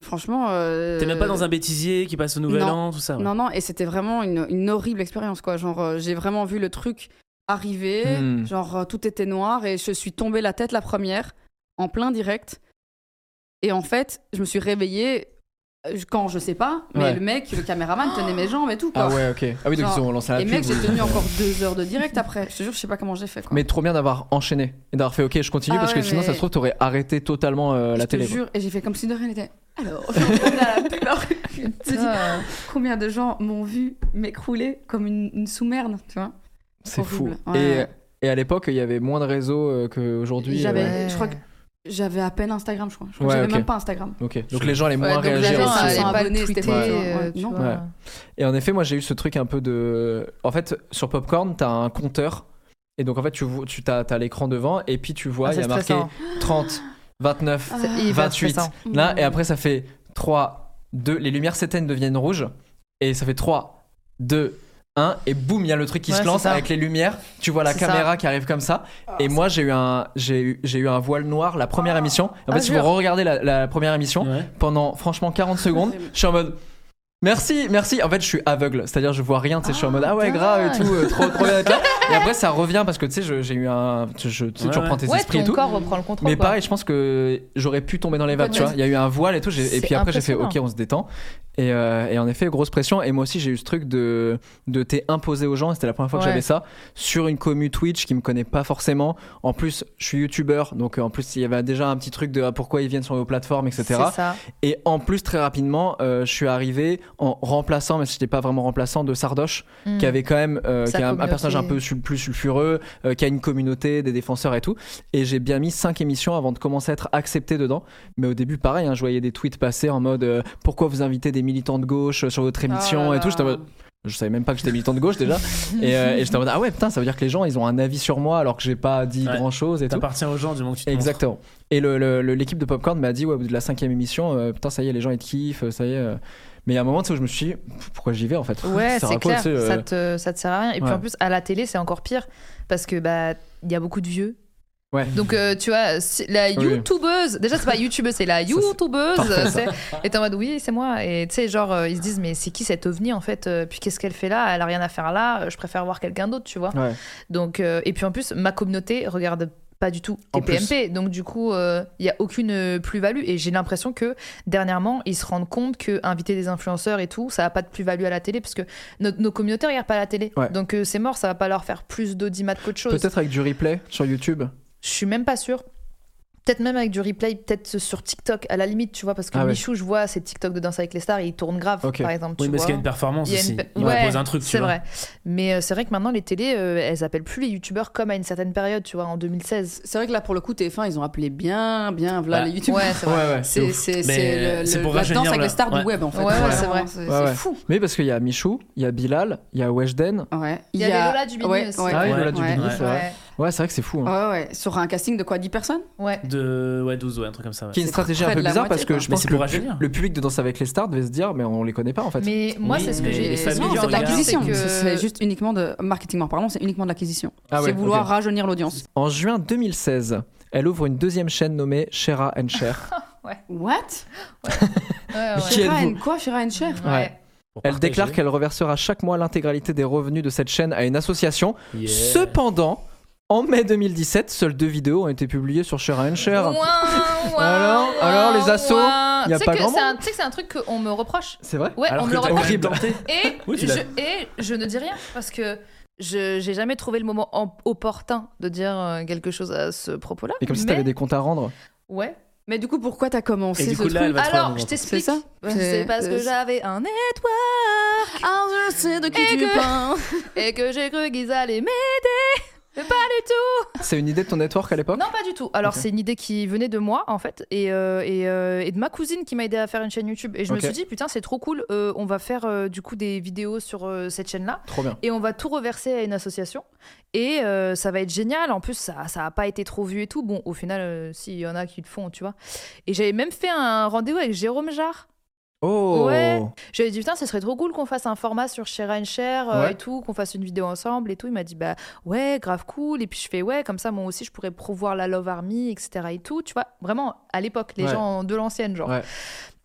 [SPEAKER 3] franchement. euh,
[SPEAKER 4] T'es même pas dans un bêtisier qui passe au nouvel
[SPEAKER 3] non.
[SPEAKER 4] an, tout
[SPEAKER 2] Ah
[SPEAKER 4] ça. ouais.
[SPEAKER 3] Non, non, et c'était vraiment une, une horrible expérience, quoi. Genre, euh, j'ai vraiment vu le truc arriver,
[SPEAKER 2] Hmm.
[SPEAKER 3] genre, euh, tout était noir, et je suis tombée la tête la première, en plein direct. Et en fait, je me suis réveillée euh, quand je sais pas, mais
[SPEAKER 2] Ouais.
[SPEAKER 3] le mec, le caméraman tenait mes jambes et tout, quoi.
[SPEAKER 2] Ah ouais, ok. Ah oui, donc
[SPEAKER 3] Genre,
[SPEAKER 2] ils ont lancé la
[SPEAKER 3] Et
[SPEAKER 2] pub.
[SPEAKER 3] mec, j'ai
[SPEAKER 2] oui.
[SPEAKER 3] tenu encore deux heures de direct après. Je te jure, je sais pas comment j'ai fait, quoi.
[SPEAKER 2] Mais trop bien d'avoir enchaîné et d'avoir fait ok, je continue
[SPEAKER 3] Ah
[SPEAKER 2] parce que
[SPEAKER 3] ouais,
[SPEAKER 2] sinon,
[SPEAKER 3] mais-
[SPEAKER 2] ça se trouve, t'aurais arrêté totalement euh, la
[SPEAKER 3] je te
[SPEAKER 2] télé. quoi.
[SPEAKER 3] jure, et j'ai fait comme si de rien n'était. Alors, on a la pub après. Je te dis,
[SPEAKER 5] Putain.
[SPEAKER 3] combien de gens m'ont vu m'écrouler comme une, une sous-merde, tu vois
[SPEAKER 2] C'est fou.
[SPEAKER 3] horrible. Ouais,
[SPEAKER 2] Et,
[SPEAKER 3] ouais.
[SPEAKER 2] et à l'époque, il y avait moins de réseaux euh, qu'aujourd'hui.
[SPEAKER 3] J'avais-
[SPEAKER 2] euh,
[SPEAKER 3] je crois que- J'avais à peine Instagram, je crois. Je crois
[SPEAKER 2] Ouais,
[SPEAKER 3] que j'avais
[SPEAKER 2] ok.
[SPEAKER 3] même pas Instagram.
[SPEAKER 2] Ok. Donc les gens allaient
[SPEAKER 5] Ouais,
[SPEAKER 2] moins
[SPEAKER 5] donc
[SPEAKER 2] réagir.
[SPEAKER 5] les gens
[SPEAKER 2] aussi,
[SPEAKER 5] allaient
[SPEAKER 2] ouais.
[SPEAKER 3] sans
[SPEAKER 5] pas
[SPEAKER 3] abonner,
[SPEAKER 5] tweeter,
[SPEAKER 3] c'était pas-
[SPEAKER 5] euh,
[SPEAKER 3] ouais,
[SPEAKER 5] tu
[SPEAKER 3] non.
[SPEAKER 5] vois.
[SPEAKER 2] Ouais. Et en effet, moi j'ai eu ce truc un peu de. En fait, sur Popcorn, t'as un compteur. Et donc en fait, tu vois- tu t'as t'as l'écran devant. Et puis tu vois,
[SPEAKER 5] Ah,
[SPEAKER 2] il y
[SPEAKER 5] c'est
[SPEAKER 2] a marqué
[SPEAKER 5] stressant.
[SPEAKER 2] 30, 29,
[SPEAKER 3] Ah,
[SPEAKER 5] C'est hyper
[SPEAKER 2] 28.
[SPEAKER 5] stressant. Mmh.
[SPEAKER 2] Là, et après, ça fait 3, 2. Les lumières s'éteignent, deviennent rouges. Et ça fait 3, 2, 1. Et boum, il y a le truc qui
[SPEAKER 5] Ouais,
[SPEAKER 2] se
[SPEAKER 5] c'est
[SPEAKER 2] lance
[SPEAKER 5] ça.
[SPEAKER 2] avec les lumières. Tu vois la
[SPEAKER 5] C'est ça.
[SPEAKER 2] caméra qui arrive comme ça. et moi, j'ai eu, un- j'ai eu, j'ai eu un voile noir la première émission. En fait, si vous
[SPEAKER 5] jure.
[SPEAKER 2] regardez la, la première émission,
[SPEAKER 4] Ouais.
[SPEAKER 2] pendant franchement 40 secondes,
[SPEAKER 3] Horrible.
[SPEAKER 2] je suis en mode. Merci, merci. En fait, je suis aveugle, c'est-à-dire je vois rien. Tu sais, je suis en mode ah ouais,
[SPEAKER 5] dingue.
[SPEAKER 2] grave et tout, euh, trop, trop bien. et tout. Et après, ça revient parce que tu sais, je- j'ai eu un, tu, je- tu sais,
[SPEAKER 4] Ouais,
[SPEAKER 2] tu reprends
[SPEAKER 4] ouais.
[SPEAKER 2] tes
[SPEAKER 5] Ouais,
[SPEAKER 2] esprits et
[SPEAKER 5] ton
[SPEAKER 2] tout.
[SPEAKER 5] corps reprend le contrôle.
[SPEAKER 2] Mais
[SPEAKER 5] quoi.
[SPEAKER 2] pareil, je pense que j'aurais pu tomber dans les vagues, tu vois. Il y a eu un voile et tout, j'ai- et
[SPEAKER 5] C'est
[SPEAKER 2] puis après j'ai fait ok,
[SPEAKER 5] impressionnant.
[SPEAKER 2] on se détend. Et, euh, et en effet, grosse pression. Et moi aussi, j'ai eu ce truc de, de t'es imposé aux gens. et C'était la première fois que
[SPEAKER 5] Ouais.
[SPEAKER 2] j'avais ça sur une commu Twitch qui me connaît pas forcément. En plus, je suis youtubeur, donc euh, en plus, il y avait déjà un petit truc de ah, pourquoi ils viennent sur vos plateformes, etc.
[SPEAKER 5] C'est ça.
[SPEAKER 2] Et en plus, très rapidement, euh, je suis arrivé en remplaçant, mais c'était pas vraiment remplaçant, de Sardoche,
[SPEAKER 5] Mm.
[SPEAKER 2] qui avait quand même, euh,
[SPEAKER 5] Sa
[SPEAKER 2] qui a un, un
[SPEAKER 5] communauté.
[SPEAKER 2] personnage un peu sul- plus sulfureux, euh, qui a une communauté, des défenseurs et tout. Et j'ai bien mis 5 émissions avant de commencer à être accepté dedans. Mais au début, pareil, hein, je voyais des tweets passer en mode euh, pourquoi vous invitez des militants de gauche euh, sur
[SPEAKER 5] Oh
[SPEAKER 2] votre émission et tout. J'étais en mode, je savais même pas que j'étais militant de gauche déjà. et euh, et j'étais en mode ah ouais, putain, ça veut dire que les gens ils ont un avis sur moi alors que j'ai pas dit
[SPEAKER 4] Ouais.
[SPEAKER 2] grand chose et tout.
[SPEAKER 4] T'appartiens aux gens du moment que tu te montres.
[SPEAKER 2] Exactement. Et le- le- le- l'équipe de Popcorn m'a dit, ouais, au bout de la cinquième émission, euh, putain, ça y est, les gens ils te kiffent, euh, ça y est. euh. Mais il y a un moment tu sais, où je me suis dit, Pff, pourquoi j'y vais en fait
[SPEAKER 5] Ouais,
[SPEAKER 2] Ça
[SPEAKER 5] c'est
[SPEAKER 2] raconte,
[SPEAKER 5] clair,
[SPEAKER 2] tu sais, euh,
[SPEAKER 5] ça, te, ça te sert à rien. Et puis
[SPEAKER 2] ouais.
[SPEAKER 5] en plus, à la télé, c'est encore pire parce que bah il y a beaucoup de vieux.
[SPEAKER 2] Ouais.
[SPEAKER 5] Donc euh, tu vois, si- la
[SPEAKER 2] Oui.
[SPEAKER 5] youtubeuse, déjà c'est pas youtubeuse, c'est la
[SPEAKER 2] c'est
[SPEAKER 5] youtubeuse,
[SPEAKER 2] parfait,
[SPEAKER 5] c'est- et t'es en mode oui, c'est moi. Et tu sais, genre, euh, ils se disent, mais c'est qui cette ovni en fait Euh, Puis qu'est-ce qu'elle fait là Elle a rien à faire là, Euh, je préfère voir quelqu'un d'autre, tu vois.
[SPEAKER 2] Ouais.
[SPEAKER 5] Donc, euh, et puis en plus, ma communauté regarde pas du tout
[SPEAKER 2] En
[SPEAKER 5] TPMP. Donc du coup, il n'y a aucune euh, plus-value. Et j'ai l'impression que dernièrement, ils se rendent compte que inviter des influenceurs et tout, ça n'a pas de plus-value à la télé parce que no- nos communautés regardent pas la télé.
[SPEAKER 2] Ouais.
[SPEAKER 5] Donc euh, c'est mort, ça va pas leur faire plus d'audimat qu'autre chose.
[SPEAKER 2] Peut-être avec du replay sur YouTube.
[SPEAKER 5] Je suis même pas sûre. Peut-être même avec du replay, peut-être sur TikTok, à la limite, tu vois, parce que
[SPEAKER 2] Ah ouais.
[SPEAKER 5] Michou, je vois ses TikTok de Danse avec les stars, et il tourne grave,
[SPEAKER 2] Ok.
[SPEAKER 5] par exemple.
[SPEAKER 4] Oui,
[SPEAKER 5] tu
[SPEAKER 4] parce
[SPEAKER 5] vois.
[SPEAKER 4] qu'il y a une performance
[SPEAKER 5] Il y a
[SPEAKER 4] aussi.
[SPEAKER 5] une-
[SPEAKER 4] Il
[SPEAKER 5] Ouais,
[SPEAKER 4] propose un truc, tu
[SPEAKER 5] C'est
[SPEAKER 4] vois.
[SPEAKER 5] vrai. Mais euh, c'est vrai que maintenant, les télés, euh, elles appellent plus les youtubeurs comme à une certaine période, tu vois, en 2016.
[SPEAKER 3] C'est vrai que là, pour le coup, TF1, ils ont appelé bien, bien, voilà,
[SPEAKER 4] Bah,
[SPEAKER 3] les youtubeurs.
[SPEAKER 5] Ouais, c'est
[SPEAKER 2] Ouais,
[SPEAKER 5] vrai.
[SPEAKER 2] ouais.
[SPEAKER 3] C'est
[SPEAKER 4] ouf.
[SPEAKER 3] c'est-
[SPEAKER 4] Mais
[SPEAKER 3] c'est le-
[SPEAKER 4] c'est
[SPEAKER 3] le-
[SPEAKER 4] pour
[SPEAKER 3] la
[SPEAKER 4] rajeunir
[SPEAKER 3] danse avec
[SPEAKER 4] le-
[SPEAKER 3] les stars
[SPEAKER 4] ouais.
[SPEAKER 3] du web, en fait.
[SPEAKER 5] Ouais, ouais,
[SPEAKER 3] Vraiment,
[SPEAKER 5] c'est vrai.
[SPEAKER 3] C'est
[SPEAKER 2] Ouais,
[SPEAKER 3] c'est
[SPEAKER 2] ouais.
[SPEAKER 3] fou.
[SPEAKER 2] Mais parce qu'il y a Michou, il y a Bilal, il y a Weshden.
[SPEAKER 3] Ouais.
[SPEAKER 5] Il y avait Lola Dubini
[SPEAKER 3] ouais,
[SPEAKER 5] aussi.
[SPEAKER 3] Ouais,
[SPEAKER 2] ah oui,
[SPEAKER 3] ouais,
[SPEAKER 2] Lola Dubini,
[SPEAKER 4] ouais.
[SPEAKER 2] c'est vrai. Ouais, c'est vrai que c'est fou. hein.
[SPEAKER 3] Ouais, ouais. Sur un casting de quoi 10 personnes
[SPEAKER 5] Ouais.
[SPEAKER 4] De... Ouais, 12, ouais, un truc comme ça. ouais.
[SPEAKER 2] Qui est une stratégie un
[SPEAKER 3] près
[SPEAKER 2] peu
[SPEAKER 3] de la
[SPEAKER 2] bizarre
[SPEAKER 3] moitié,
[SPEAKER 2] parce que
[SPEAKER 3] quoi.
[SPEAKER 2] je
[SPEAKER 4] Mais
[SPEAKER 2] pense
[SPEAKER 4] c'est
[SPEAKER 2] que le,
[SPEAKER 4] pour
[SPEAKER 2] pu-
[SPEAKER 4] rajeunir.
[SPEAKER 2] le public de Danse avec les stars devait se dire, mais on les connaît pas en fait.
[SPEAKER 5] Mais moi,
[SPEAKER 4] Oui,
[SPEAKER 5] c'est ce que
[SPEAKER 4] mais
[SPEAKER 5] j'ai.
[SPEAKER 4] les
[SPEAKER 5] c'est
[SPEAKER 4] familles
[SPEAKER 3] Non, c'est de
[SPEAKER 4] regarde.
[SPEAKER 3] l'acquisition.
[SPEAKER 5] que-
[SPEAKER 3] C'est c'est juste uniquement de. Marketingment parlant, c'est uniquement de l'acquisition.
[SPEAKER 2] Ah ouais,
[SPEAKER 3] c'est vouloir
[SPEAKER 2] ok.
[SPEAKER 3] rajeunir l'audience.
[SPEAKER 2] En juin 2016, elle ouvre une deuxième chaîne nommée Shera and Cher.
[SPEAKER 3] What
[SPEAKER 5] Ouais, ouais,
[SPEAKER 2] Mais
[SPEAKER 5] ouais.
[SPEAKER 2] Qui
[SPEAKER 3] Shira
[SPEAKER 2] êtes-vous
[SPEAKER 3] and quoi Shira and Cher
[SPEAKER 5] Ouais.
[SPEAKER 2] Ouais.
[SPEAKER 4] Pour
[SPEAKER 2] Elle
[SPEAKER 4] partager.
[SPEAKER 2] déclare qu'elle reversera chaque mois l'intégralité des revenus de cette chaîne à une association
[SPEAKER 4] Yeah.
[SPEAKER 2] Cependant, en mai 2017, seules deux vidéos ont été publiées sur Share and Share.
[SPEAKER 5] Ouin, ouin,
[SPEAKER 2] Alors-
[SPEAKER 5] ouin,
[SPEAKER 2] alors, les assos,
[SPEAKER 5] ouin.
[SPEAKER 2] y a
[SPEAKER 5] Tu sais
[SPEAKER 2] pas
[SPEAKER 5] que
[SPEAKER 2] grand
[SPEAKER 5] c'est un-
[SPEAKER 2] monde.
[SPEAKER 5] Tu sais que c'est un truc qu'on me reproche.
[SPEAKER 2] C'est vrai
[SPEAKER 5] Ouais,
[SPEAKER 4] Alors
[SPEAKER 5] on me
[SPEAKER 4] que
[SPEAKER 5] le
[SPEAKER 4] t'as
[SPEAKER 5] reproche.
[SPEAKER 4] quand même tenté.
[SPEAKER 5] Et,
[SPEAKER 4] Oui, tu
[SPEAKER 5] je,
[SPEAKER 4] l'as-
[SPEAKER 5] et je ne dis rien parce que je j'ai jamais trouvé le moment en- opportun de dire euh, quelque chose à ce propos-là.
[SPEAKER 2] Et comme si
[SPEAKER 5] mais-
[SPEAKER 2] t'avais des comptes à rendre.
[SPEAKER 5] Ouais.
[SPEAKER 3] Mais du coup, pourquoi t'as
[SPEAKER 4] Et
[SPEAKER 3] commencé
[SPEAKER 4] du
[SPEAKER 3] ce
[SPEAKER 4] coup, là, elle
[SPEAKER 3] truc
[SPEAKER 4] va trouver un
[SPEAKER 5] Alors,
[SPEAKER 4] nouveau
[SPEAKER 5] je
[SPEAKER 4] truc.
[SPEAKER 5] t'explique.
[SPEAKER 3] C'est ça
[SPEAKER 5] C'est parce que
[SPEAKER 3] c'est-
[SPEAKER 5] j'avais un network
[SPEAKER 3] Ah, je sais de qui
[SPEAKER 5] Et
[SPEAKER 3] tu
[SPEAKER 5] que-
[SPEAKER 3] parles.
[SPEAKER 5] et que j'ai cru qu'ils allaient m'aider. Mais pas du tout.
[SPEAKER 2] C'est une idée de ton network à l'époque
[SPEAKER 5] Non, pas du tout. Alors,
[SPEAKER 2] Ok.
[SPEAKER 5] c'est une idée qui venait de moi, en fait, et, euh, et, euh, et de ma cousine qui m'a aidé à faire une chaîne YouTube. Et je
[SPEAKER 2] Ok.
[SPEAKER 5] me suis dit, putain, c'est trop cool, euh, on va faire euh, du coup des vidéos sur euh, cette chaîne-là.
[SPEAKER 2] Trop bien.
[SPEAKER 5] Et on va tout reverser à une association. Et euh, ça va être génial. En plus, ça ça a pas été trop vu et tout. Bon, au final, euh, s'il y en a qui le font, tu vois. Et j'avais même fait un rendez-vous avec Jérôme Jarre.
[SPEAKER 2] Oh
[SPEAKER 5] Ouais. J'avais dit putain, ce serait trop cool qu'on fasse un format sur Share and Share euh,
[SPEAKER 2] Ouais.
[SPEAKER 5] et tout, qu'on fasse une vidéo ensemble et tout. Il m'a dit bah ouais, grave cool. Et puis je fais ouais, comme ça moi aussi je pourrais promouvoir la Love Army, etc. et tout. Tu vois, vraiment à l'époque, les
[SPEAKER 2] Ouais.
[SPEAKER 5] gens de l'ancienne genre.
[SPEAKER 2] Ouais.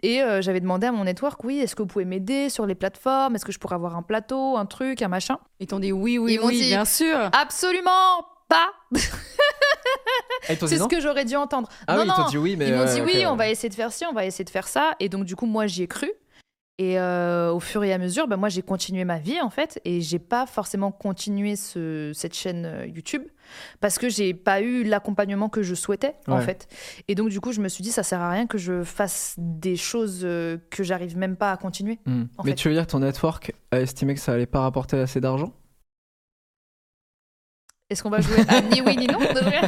[SPEAKER 5] Et euh, j'avais demandé à mon network, oui, est-ce que vous pouvez m'aider sur les plateformes Est-ce que je pourrais avoir un plateau, un truc, un machin
[SPEAKER 3] Ils t'ont dit oui, oui,
[SPEAKER 5] Ils m'ont
[SPEAKER 3] oui,
[SPEAKER 5] dit- ah,
[SPEAKER 3] bien sûr.
[SPEAKER 5] Absolument pas
[SPEAKER 2] Et ils t'ont dit
[SPEAKER 5] C'est ce
[SPEAKER 2] non
[SPEAKER 5] que j'aurais dû entendre.
[SPEAKER 2] Ah
[SPEAKER 5] non,
[SPEAKER 2] oui,
[SPEAKER 5] non,
[SPEAKER 2] ils t'ont dit oui, mais.
[SPEAKER 5] ils m'ont
[SPEAKER 2] ouais,
[SPEAKER 5] dit
[SPEAKER 2] ok,
[SPEAKER 5] oui,
[SPEAKER 2] ouais.
[SPEAKER 5] on va essayer de faire ci, on va essayer de faire ça. Et donc, du coup, moi, j'y ai cru. Et euh, au fur et à mesure, bah, moi, j'ai continué ma vie, en fait. Et j'ai pas forcément continué ce- cette chaîne euh, YouTube parce que j'ai pas eu l'accompagnement que je souhaitais, en
[SPEAKER 2] Ouais.
[SPEAKER 5] fait. Et donc, du coup, je me suis dit, ça sert à rien que je fasse des choses euh, que j'arrive même pas à continuer.
[SPEAKER 2] Hmm.
[SPEAKER 5] en
[SPEAKER 2] Mais
[SPEAKER 5] fait.
[SPEAKER 2] tu veux dire que ton network a estimé que ça allait pas rapporter assez d'argent
[SPEAKER 5] Est-ce qu'on va jouer à ni oui ni non de vrai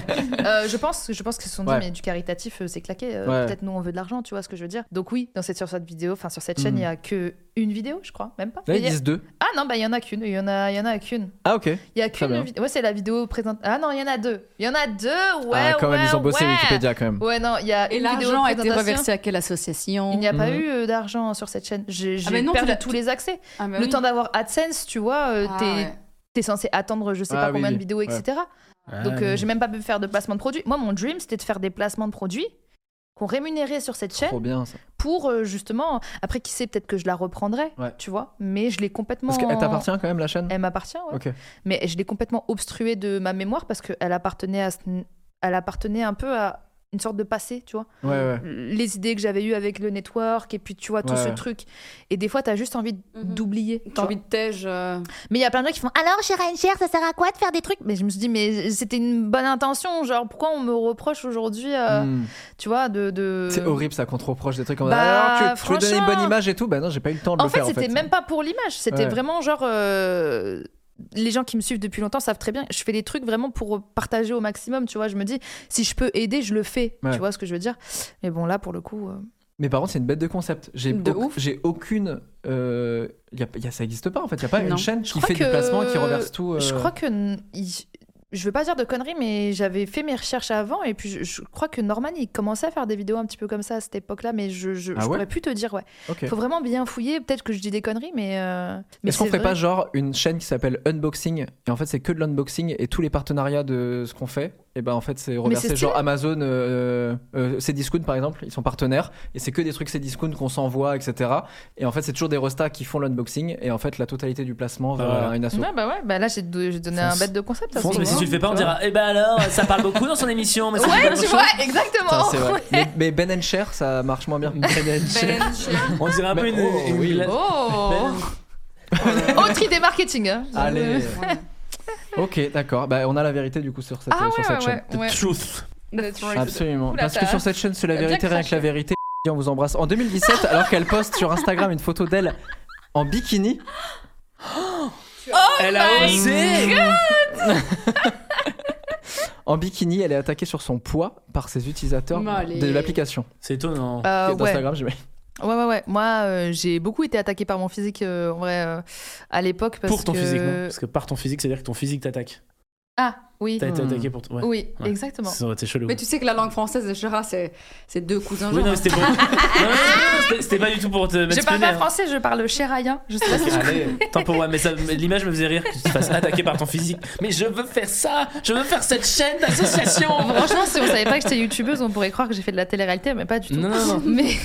[SPEAKER 5] Euh, Je pense, je pense qu'ils se sont dit,
[SPEAKER 2] Ouais.
[SPEAKER 5] mais du caritatif, euh, c'est claqué. euh,
[SPEAKER 2] Ouais.
[SPEAKER 5] Peut-être nous on veut de l'argent, tu vois ce que je veux dire Donc oui, dans cette sur cette vidéo, enfin sur cette chaîne, il
[SPEAKER 2] Mhm.
[SPEAKER 5] y a que une vidéo, je crois, même pas.
[SPEAKER 2] Là, ils
[SPEAKER 5] Il y a-
[SPEAKER 2] disent deux.
[SPEAKER 5] Ah non, bah il y en a qu'une, il y en a, il y en a qu'une.
[SPEAKER 2] Ah, ok.
[SPEAKER 5] Il y a
[SPEAKER 2] Très
[SPEAKER 5] qu'une
[SPEAKER 2] bien.
[SPEAKER 5] vidéo. Ouais, c'est la vidéo présente. Ah non, il y en a deux. Il y en a deux. Ouais,
[SPEAKER 2] ah, quand même,
[SPEAKER 5] ouais,
[SPEAKER 2] ils ont bossé
[SPEAKER 5] ouais.
[SPEAKER 2] Wikipédia quand même.
[SPEAKER 5] Ouais, non, il y a
[SPEAKER 3] Et
[SPEAKER 5] une vidéo
[SPEAKER 3] l'argent a été
[SPEAKER 5] présentation.
[SPEAKER 3] reversé à quelle association
[SPEAKER 5] Il n'y a pas
[SPEAKER 2] Mhm.
[SPEAKER 5] eu euh, d'argent sur cette chaîne. J'ai j'ai
[SPEAKER 3] Ah, mais non, tu
[SPEAKER 5] perdu
[SPEAKER 3] l'as-
[SPEAKER 5] tous les accès.
[SPEAKER 3] Ah, mais
[SPEAKER 5] Le
[SPEAKER 3] oui.
[SPEAKER 5] temps d'avoir AdSense, tu vois, euh,
[SPEAKER 3] Ah,
[SPEAKER 5] t'es
[SPEAKER 3] ouais.
[SPEAKER 5] t'es censé attendre je sais
[SPEAKER 2] Ah
[SPEAKER 5] pas
[SPEAKER 2] oui,
[SPEAKER 5] combien de
[SPEAKER 2] oui.
[SPEAKER 5] vidéos, etc.
[SPEAKER 4] Ah,
[SPEAKER 5] Donc euh,
[SPEAKER 4] oui.
[SPEAKER 5] j'ai même pas pu faire de placement de produits. Moi, mon dream, c'était de faire des placements de produits qu'on rémunérait sur cette
[SPEAKER 2] Trop
[SPEAKER 5] chaîne
[SPEAKER 2] bien ça.
[SPEAKER 5] pour euh, justement. Après, qui sait, peut-être que je la reprendrai,
[SPEAKER 2] Ouais.
[SPEAKER 5] tu vois. Mais je l'ai complètement.
[SPEAKER 2] Parce qu'elle t'appartient quand même la chaîne
[SPEAKER 5] Elle m'appartient, ouais.
[SPEAKER 2] Ok.
[SPEAKER 5] Mais je l'ai complètement obstruée de ma mémoire parce qu'elle appartenait à, ce- elle appartenait un peu à une sorte de passé, tu vois.
[SPEAKER 2] Ouais, ouais.
[SPEAKER 5] Les idées que j'avais eues avec le network et puis tu vois tout
[SPEAKER 2] Ouais,
[SPEAKER 5] ce
[SPEAKER 2] ouais.
[SPEAKER 5] truc. Et des fois, t'as juste envie
[SPEAKER 3] Mhm.
[SPEAKER 5] d'oublier. tu
[SPEAKER 3] T'as
[SPEAKER 5] vois.
[SPEAKER 3] envie de tège. euh,
[SPEAKER 5] Mais il y a plein de gens qui font alors chez Ranger, ça sert à quoi de faire des trucs Mais je me suis dit mais c'était une bonne intention, genre pourquoi on me reproche aujourd'hui, euh,
[SPEAKER 2] Hmm.
[SPEAKER 5] tu vois, de, de...
[SPEAKER 2] C'est horrible ça qu'on te reproche des trucs comme
[SPEAKER 5] Bah,
[SPEAKER 2] alors tu, tu veux donner une
[SPEAKER 5] franchement.
[SPEAKER 2] bonne image et tout bah non j'ai pas eu le temps de
[SPEAKER 5] En
[SPEAKER 2] le
[SPEAKER 5] fait,
[SPEAKER 2] faire
[SPEAKER 5] c'était même pas pour l'image,
[SPEAKER 2] Ouais.
[SPEAKER 5] c'était vraiment genre euh, les gens qui me suivent depuis longtemps savent très bien, je fais des trucs vraiment pour partager au maximum, tu vois. Je me dis si je peux aider, je le fais,
[SPEAKER 2] Ouais.
[SPEAKER 5] tu vois ce que je veux dire. Mais bon là pour le coup, euh,
[SPEAKER 2] mais par contre c'est une bête de concept j'ai
[SPEAKER 3] De
[SPEAKER 2] au-
[SPEAKER 3] ouf.
[SPEAKER 2] j'ai aucune euh, y a- y a- ça existe pas en fait y a pas
[SPEAKER 3] Non.
[SPEAKER 2] une chaîne qui
[SPEAKER 5] crois
[SPEAKER 2] fait du
[SPEAKER 5] que-
[SPEAKER 2] placement et qui reverse tout
[SPEAKER 5] je
[SPEAKER 2] euh,
[SPEAKER 5] crois que n- il- je veux pas dire de conneries, mais j'avais fait mes recherches avant et puis je, je crois que Norman il commençait à faire des vidéos un petit peu comme ça à cette époque-là, mais je, je,
[SPEAKER 2] Ah
[SPEAKER 5] je
[SPEAKER 2] ouais
[SPEAKER 5] pourrais plus te dire ouais.
[SPEAKER 2] ok.
[SPEAKER 5] Faut vraiment bien fouiller. Peut-être que je dis des conneries, mais. euh, mais
[SPEAKER 2] Est-ce qu'on
[SPEAKER 5] c'est
[SPEAKER 2] ferait
[SPEAKER 5] vrai.
[SPEAKER 2] pas genre une chaîne qui s'appelle Unboxing et en fait c'est que de l'unboxing et tous les partenariats de ce qu'on fait et ben en fait c'est
[SPEAKER 5] c'est
[SPEAKER 2] reversé genre
[SPEAKER 5] stylé.
[SPEAKER 2] Amazon euh, euh, Cdiscount par exemple ils sont partenaires et c'est que des trucs Cdiscount qu'on s'envoie etc et en fait c'est toujours des restas qui font l'unboxing et en fait la totalité du placement va
[SPEAKER 4] Ah ouais.
[SPEAKER 2] à une asso
[SPEAKER 5] Ouais, bah ouais, bah là j'ai j'ai donné
[SPEAKER 2] Fonce.
[SPEAKER 5] un bête de concept.
[SPEAKER 2] Fonce,
[SPEAKER 5] parce que
[SPEAKER 4] mais si
[SPEAKER 5] moi,
[SPEAKER 4] tu le fais pas, on
[SPEAKER 5] vois.
[SPEAKER 4] dira Eh ben alors, ça parle beaucoup dans son émission, mais ça fait pas
[SPEAKER 5] Ouais, tu
[SPEAKER 4] grand-chose.
[SPEAKER 5] vois,
[SPEAKER 2] Putain,
[SPEAKER 5] exactement.
[SPEAKER 2] c'est vrai. Mais, mais Ben Cher ça marche moins bien Ben Cher
[SPEAKER 4] On dirait un peu
[SPEAKER 2] Mais-
[SPEAKER 4] une.
[SPEAKER 2] oh,
[SPEAKER 4] une-
[SPEAKER 2] oui.
[SPEAKER 4] la-
[SPEAKER 5] Oh Autre idée marketing. hein.
[SPEAKER 4] Ah,
[SPEAKER 2] allez ok d'accord bah on a la vérité du coup sur cette, euh,
[SPEAKER 5] Ah
[SPEAKER 2] sur
[SPEAKER 5] ouais,
[SPEAKER 2] cette
[SPEAKER 5] ouais,
[SPEAKER 2] chaîne
[SPEAKER 5] ouais.
[SPEAKER 4] Truth.
[SPEAKER 5] That's right.
[SPEAKER 2] Absolument.
[SPEAKER 5] Oula,
[SPEAKER 2] Parce que
[SPEAKER 5] ça-
[SPEAKER 2] sur cette chaîne, c'est la
[SPEAKER 5] bien
[SPEAKER 2] vérité, rien que
[SPEAKER 5] craché.
[SPEAKER 2] la vérité. On vous embrasse. En 2017, alors qu'elle poste sur Instagram une photo d'elle en bikini. elle a
[SPEAKER 5] Oh my
[SPEAKER 2] osé En bikini, elle est attaquée sur son poids par ses utilisateurs
[SPEAKER 3] Mais allez.
[SPEAKER 2] de l'application
[SPEAKER 4] C'est étonnant.
[SPEAKER 5] Euh, ouais.
[SPEAKER 2] d'Instagram. j'imagine.
[SPEAKER 5] ouais, ouais, ouais. Moi, euh, j'ai beaucoup été attaquée par mon physique euh, en vrai euh, à l'époque parce
[SPEAKER 4] Pour ton
[SPEAKER 5] que.
[SPEAKER 4] physique, non Parce que par ton physique, c'est-à-dire que ton physique t'attaque.
[SPEAKER 5] Ah oui.
[SPEAKER 4] T'as été
[SPEAKER 2] Hmm.
[SPEAKER 4] attaqué pour. ton- Ouais.
[SPEAKER 5] Oui,
[SPEAKER 4] Ouais.
[SPEAKER 5] exactement.
[SPEAKER 4] Ça aurait été chelou.
[SPEAKER 3] Mais tu sais que la langue française, etc., c'est c'est deux cousins.
[SPEAKER 4] Oui, non,
[SPEAKER 3] genre.
[SPEAKER 4] mais c'était pas... Non, non, non, c'était- c'était pas du tout pour te mettre
[SPEAKER 5] Je parle pas
[SPEAKER 4] spinner, hein.
[SPEAKER 5] français, je parle cherayen. Je sais pas si je
[SPEAKER 4] Allez, tant pour moi, mais, ça- mais l'image me faisait rire que tu te fasses attaquer par ton physique. Mais je veux faire ça, je veux faire cette chaîne d'association.
[SPEAKER 5] Franchement, si on savait pas que j'étais youtubeuse, on pourrait croire que j'ai fait de la télé-réalité, mais pas du tout.
[SPEAKER 4] Non, non, non.
[SPEAKER 5] Mais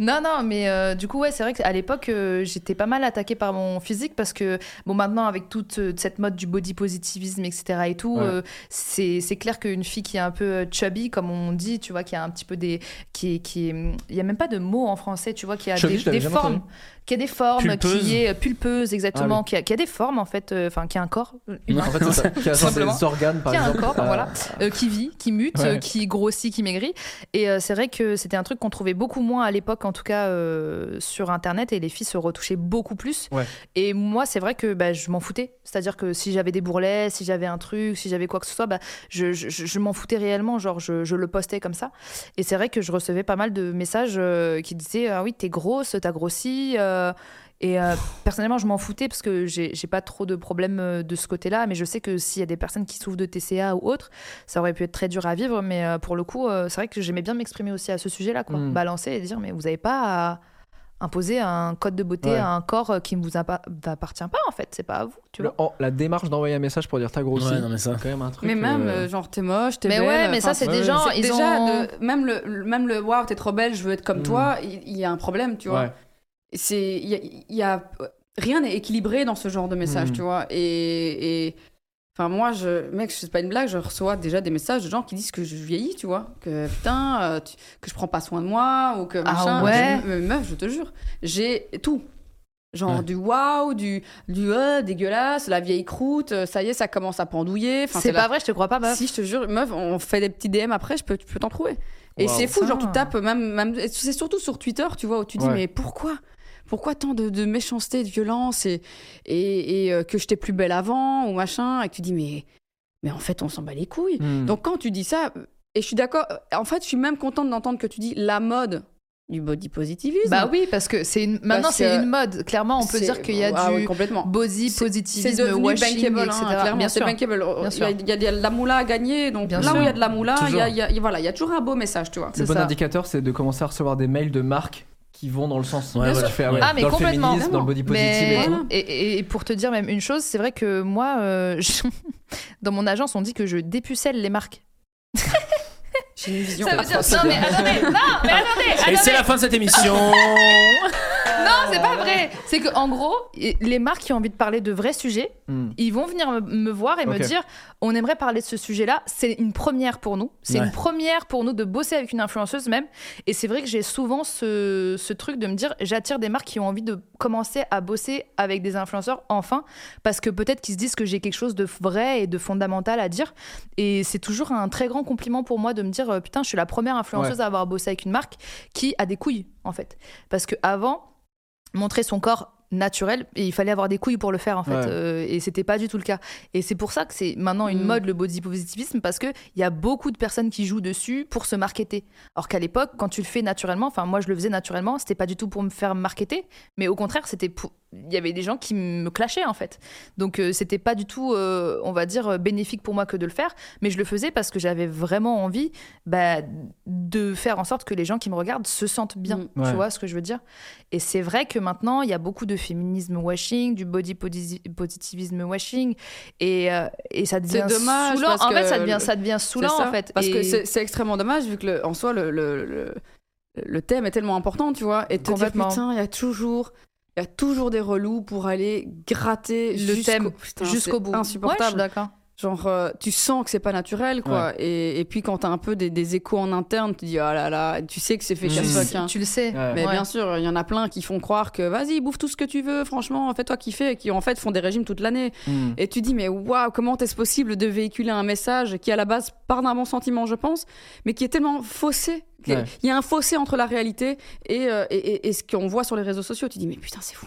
[SPEAKER 5] non, non, mais euh, du coup, ouais, c'est vrai qu'à l'époque, euh, j'étais pas mal attaquée par mon physique parce que, bon, maintenant, avec toute euh, cette mode du body positivisme, etc. et tout,
[SPEAKER 2] Ouais.
[SPEAKER 5] euh, c'est c'est clair qu'une fille qui est un peu euh, chubby, comme on dit, tu vois, qui a un petit peu des. qui est- qui est- Il y a même pas de mot en français, tu vois, qui a
[SPEAKER 2] Chubby,
[SPEAKER 5] des-
[SPEAKER 2] je l'avais
[SPEAKER 5] des,
[SPEAKER 2] jamais
[SPEAKER 5] formes.
[SPEAKER 2] entendu. Ah
[SPEAKER 5] Qui a des formes,
[SPEAKER 4] Pulpeuse.
[SPEAKER 5] qui est euh, pulpeuse, exactement, qui, a, qui a des formes, en fait, euh, enfin, qui a un corps, euh,
[SPEAKER 2] En fait, c'est ça. Qui a genre
[SPEAKER 5] Simplement.
[SPEAKER 2] des organes, par
[SPEAKER 5] Qui a un
[SPEAKER 2] exemple.
[SPEAKER 5] corps,
[SPEAKER 2] euh,
[SPEAKER 5] voilà. euh, qui vit, qui mute,
[SPEAKER 2] Ouais.
[SPEAKER 5] euh, qui grossit, qui maigrit. Et euh, c'est vrai que c'était un truc qu'on trouvait beaucoup moins à l'époque, en tout cas euh, sur Internet, et les filles se retouchaient beaucoup plus.
[SPEAKER 2] Ouais.
[SPEAKER 5] Et moi, c'est vrai que bah, je m'en foutais. C'est-à-dire que si j'avais des bourrelets, si j'avais un truc, si j'avais quoi que ce soit, bah, je, je- je- je m'en foutais réellement. Genre, je, je le postais comme ça. Et c'est vrai que je recevais pas mal de messages euh, qui disaient Ah oui, t'es grosse, t'as grossi. euh, et euh, personnellement, je m'en foutais parce que j'ai j'ai pas trop de problèmes euh, de ce côté-là. Mais je sais que s'il y a des personnes qui souffrent de TCA ou autre, ça aurait pu être très dur à vivre. Mais euh, pour le coup, euh, c'est vrai que j'aimais bien m'exprimer aussi à ce sujet-là, quoi.
[SPEAKER 2] Mm.
[SPEAKER 5] Balancer et dire, mais vous avez pas à, imposer un code de beauté
[SPEAKER 2] Ouais.
[SPEAKER 5] à un corps euh, qui ne vous appa- appartient pas en fait, c'est pas à vous, tu
[SPEAKER 2] Le-
[SPEAKER 5] vois.
[SPEAKER 2] oh, la démarche d'envoyer un message pour dire t'as grossi.
[SPEAKER 4] Ouais, non, mais ça.
[SPEAKER 2] C'est quand même un truc.
[SPEAKER 7] Mais même,
[SPEAKER 2] euh,
[SPEAKER 7] euh, genre, t'es moche, t'es
[SPEAKER 5] Mais
[SPEAKER 7] belle,
[SPEAKER 5] ouais, mais ça
[SPEAKER 7] enfin,
[SPEAKER 5] c'est
[SPEAKER 2] ouais,
[SPEAKER 5] des
[SPEAKER 2] ouais.
[SPEAKER 5] gens,
[SPEAKER 7] c'est-
[SPEAKER 5] ils
[SPEAKER 7] déjà,
[SPEAKER 5] ont
[SPEAKER 7] de- même le, le- même le waouh, t'es trop belle, je veux être comme
[SPEAKER 2] Mm.
[SPEAKER 7] toi, il il y, a un problème, tu vois.
[SPEAKER 2] ouais.
[SPEAKER 7] C'est, il y a, il y a- rien n'est équilibré dans ce genre de message,
[SPEAKER 4] Hmm.
[SPEAKER 2] Mm.
[SPEAKER 7] tu vois. Et, et- enfin, moi, je, mec, c'est pas une blague, je reçois déjà des messages de gens qui disent que je vieillis, tu vois, que putain, euh, tu- que je prends pas soin de moi ou que
[SPEAKER 5] Ah
[SPEAKER 7] machin.
[SPEAKER 5] ouais
[SPEAKER 7] Je- mais meuf, je te jure, j'ai tout. Genre
[SPEAKER 4] Ouais.
[SPEAKER 7] du waouh, du, du euh, dégueulasse, la vieille croûte, euh, ça y est, ça commence à pendouiller. Enfin,
[SPEAKER 5] c'est
[SPEAKER 7] la-
[SPEAKER 5] pas vrai, je te crois pas, meuf.
[SPEAKER 7] si je te jure, meuf, on fait des petits DM après, je peux, tu peux t'en trouver. Et c'est fou, genre tu
[SPEAKER 5] Ah.
[SPEAKER 7] tapes même, même- et c'est surtout sur Twitter, tu vois, où tu dis
[SPEAKER 2] Ouais.
[SPEAKER 7] mais pourquoi, pourquoi tant de, de méchanceté, de violence et et, et, euh, que j'étais plus belle avant ou machin, et que tu dis mais mais en fait on s'en bat les couilles.
[SPEAKER 2] Hmm.
[SPEAKER 7] Donc quand tu dis ça, et je suis d'accord, en fait je suis même contente d'entendre que tu dis la mode du body positivisme.
[SPEAKER 5] Bah oui, parce que c'est une. Maintenant,
[SPEAKER 7] Parce
[SPEAKER 5] c'est
[SPEAKER 7] que
[SPEAKER 5] une mode. Clairement, on peut
[SPEAKER 7] C'est-
[SPEAKER 5] dire qu'il y a
[SPEAKER 7] ah
[SPEAKER 5] du
[SPEAKER 7] ouais, complètement.
[SPEAKER 5] body
[SPEAKER 7] C'est- C'est
[SPEAKER 5] positivisme,
[SPEAKER 7] devenu
[SPEAKER 5] washing,
[SPEAKER 7] bankable,
[SPEAKER 5] etc.
[SPEAKER 7] hein, clairement,
[SPEAKER 5] Bien
[SPEAKER 7] c'est
[SPEAKER 5] sûr.
[SPEAKER 7] bankable.
[SPEAKER 5] Bien
[SPEAKER 7] Il y a- il y, a de la moula à gagner, donc
[SPEAKER 5] Bien
[SPEAKER 7] là où
[SPEAKER 5] sûr.
[SPEAKER 7] il y a de la moula, il y a,
[SPEAKER 2] Toujours.
[SPEAKER 7] il y a- voilà, il y a toujours un beau message, tu vois.
[SPEAKER 5] C'est
[SPEAKER 2] Le bon
[SPEAKER 5] ça.
[SPEAKER 2] indicateur, c'est de commencer à recevoir des mails de marques qui vont dans le sens
[SPEAKER 4] Ouais,
[SPEAKER 2] de ce
[SPEAKER 4] ouais.
[SPEAKER 2] que tu fais,
[SPEAKER 4] Ah,
[SPEAKER 2] ouais.
[SPEAKER 5] mais
[SPEAKER 2] dans le
[SPEAKER 5] complètement.
[SPEAKER 2] féminisme, dans le body positive et
[SPEAKER 5] Mais-
[SPEAKER 2] tout.
[SPEAKER 7] Voilà.
[SPEAKER 5] et, et- et pour te dire même une chose, c'est vrai que moi, euh, je- dans mon agence, on dit que je dépucelle les marques.
[SPEAKER 7] J'ai une vision.
[SPEAKER 5] Ah, Ça veut dire
[SPEAKER 7] atroce.
[SPEAKER 5] non mais attendez, Ah non mais attendez,
[SPEAKER 4] Et
[SPEAKER 5] attendez.
[SPEAKER 4] c'est la fin de cette émission.
[SPEAKER 5] non c'est pas vrai. C'est que en gros, et- les marques qui ont envie de parler de vrais sujets,
[SPEAKER 2] Hmm.
[SPEAKER 5] ils vont venir me, me voir et
[SPEAKER 2] Ok.
[SPEAKER 5] me dire on aimerait parler de ce sujet-là. C'est une première pour nous. C'est
[SPEAKER 4] Ouais.
[SPEAKER 5] une première pour nous de bosser avec une influenceuse même. Et c'est vrai que j'ai souvent ce, ce truc de me dire j'attire des marques qui ont envie de commencer à bosser avec des influenceurs enfin parce que peut-être qu'ils se disent que j'ai quelque chose de vrai et de fondamental à dire. Et c'est toujours un très grand compliment pour moi de me dire euh, putain je suis la première influenceuse à avoir bossé avec une marque qui a des couilles en fait. Parce que avant montrer son corps naturel et il fallait avoir des couilles pour le faire en fait
[SPEAKER 2] Ouais.
[SPEAKER 5] Euh, et c'était pas du tout le cas et c'est pour ça que c'est maintenant une
[SPEAKER 7] Mm.
[SPEAKER 5] mode le body positivisme parce que il y a beaucoup de personnes qui jouent dessus pour se marketer alors qu'à l'époque quand tu le fais naturellement enfin moi je le faisais naturellement c'était pas du tout pour me faire marketer mais au contraire c'était pour il y avait des gens qui me clashaient en fait donc euh, c'était pas du tout euh, on va dire euh, bénéfique pour moi que de le faire mais je le faisais parce que j'avais vraiment envie bah, de faire en sorte que les gens qui me regardent se sentent bien
[SPEAKER 7] Mm.
[SPEAKER 5] tu
[SPEAKER 2] Ouais.
[SPEAKER 5] vois ce que je veux dire et c'est vrai que maintenant, il y a beaucoup de féminisme washing, du body posi- positivisme washing, et, euh, et ça devient
[SPEAKER 7] dommage,
[SPEAKER 5] saoulant.
[SPEAKER 7] parce
[SPEAKER 5] En fait, ça
[SPEAKER 7] que
[SPEAKER 5] devient,
[SPEAKER 7] le-
[SPEAKER 5] ça devient
[SPEAKER 7] C'est
[SPEAKER 5] saoulant,
[SPEAKER 7] ça,
[SPEAKER 5] en fait.
[SPEAKER 7] Parce que
[SPEAKER 5] Et-
[SPEAKER 7] c'est c'est extrêmement dommage, vu que le- en soi, le, le, le, le thème est tellement important, tu vois. Et de te dire,
[SPEAKER 5] Complètement.
[SPEAKER 7] putain, il y a toujours. Il y a toujours des relous pour aller gratter
[SPEAKER 5] Le
[SPEAKER 7] jusqu'au-
[SPEAKER 5] thème,
[SPEAKER 7] putain,
[SPEAKER 5] jusqu'au
[SPEAKER 7] c'est
[SPEAKER 5] bout. Ouais, je suis
[SPEAKER 7] Insupportable.
[SPEAKER 5] d'accord.
[SPEAKER 7] Genre, euh, tu sens que c'est pas naturel, quoi. Et, et puis, quand t'as un peu des, des échos en interne, tu dis, ah là là, tu sais que c'est
[SPEAKER 4] Hmm.
[SPEAKER 7] fait
[SPEAKER 2] Mmh.
[SPEAKER 7] casse
[SPEAKER 5] Tu- Tu le sais.
[SPEAKER 2] Ouais.
[SPEAKER 7] Mais
[SPEAKER 5] Ouais.
[SPEAKER 7] bien sûr, il y en a plein qui font croire que vas-y, bouffe tout ce que tu veux, franchement, fais-toi kiffer, et qui en fait font des régimes toute l'année.
[SPEAKER 2] Hmm.
[SPEAKER 7] Et tu dis, mais waouh, comment est-ce possible de véhiculer un message qui, à la base, part d'un bon sentiment, je pense, mais qui est tellement faussé qu'il y a-
[SPEAKER 2] Ouais.
[SPEAKER 7] Il y a un fossé entre la réalité et, euh, et, et- et ce qu'on voit sur les réseaux sociaux. Tu dis, mais putain, c'est fou.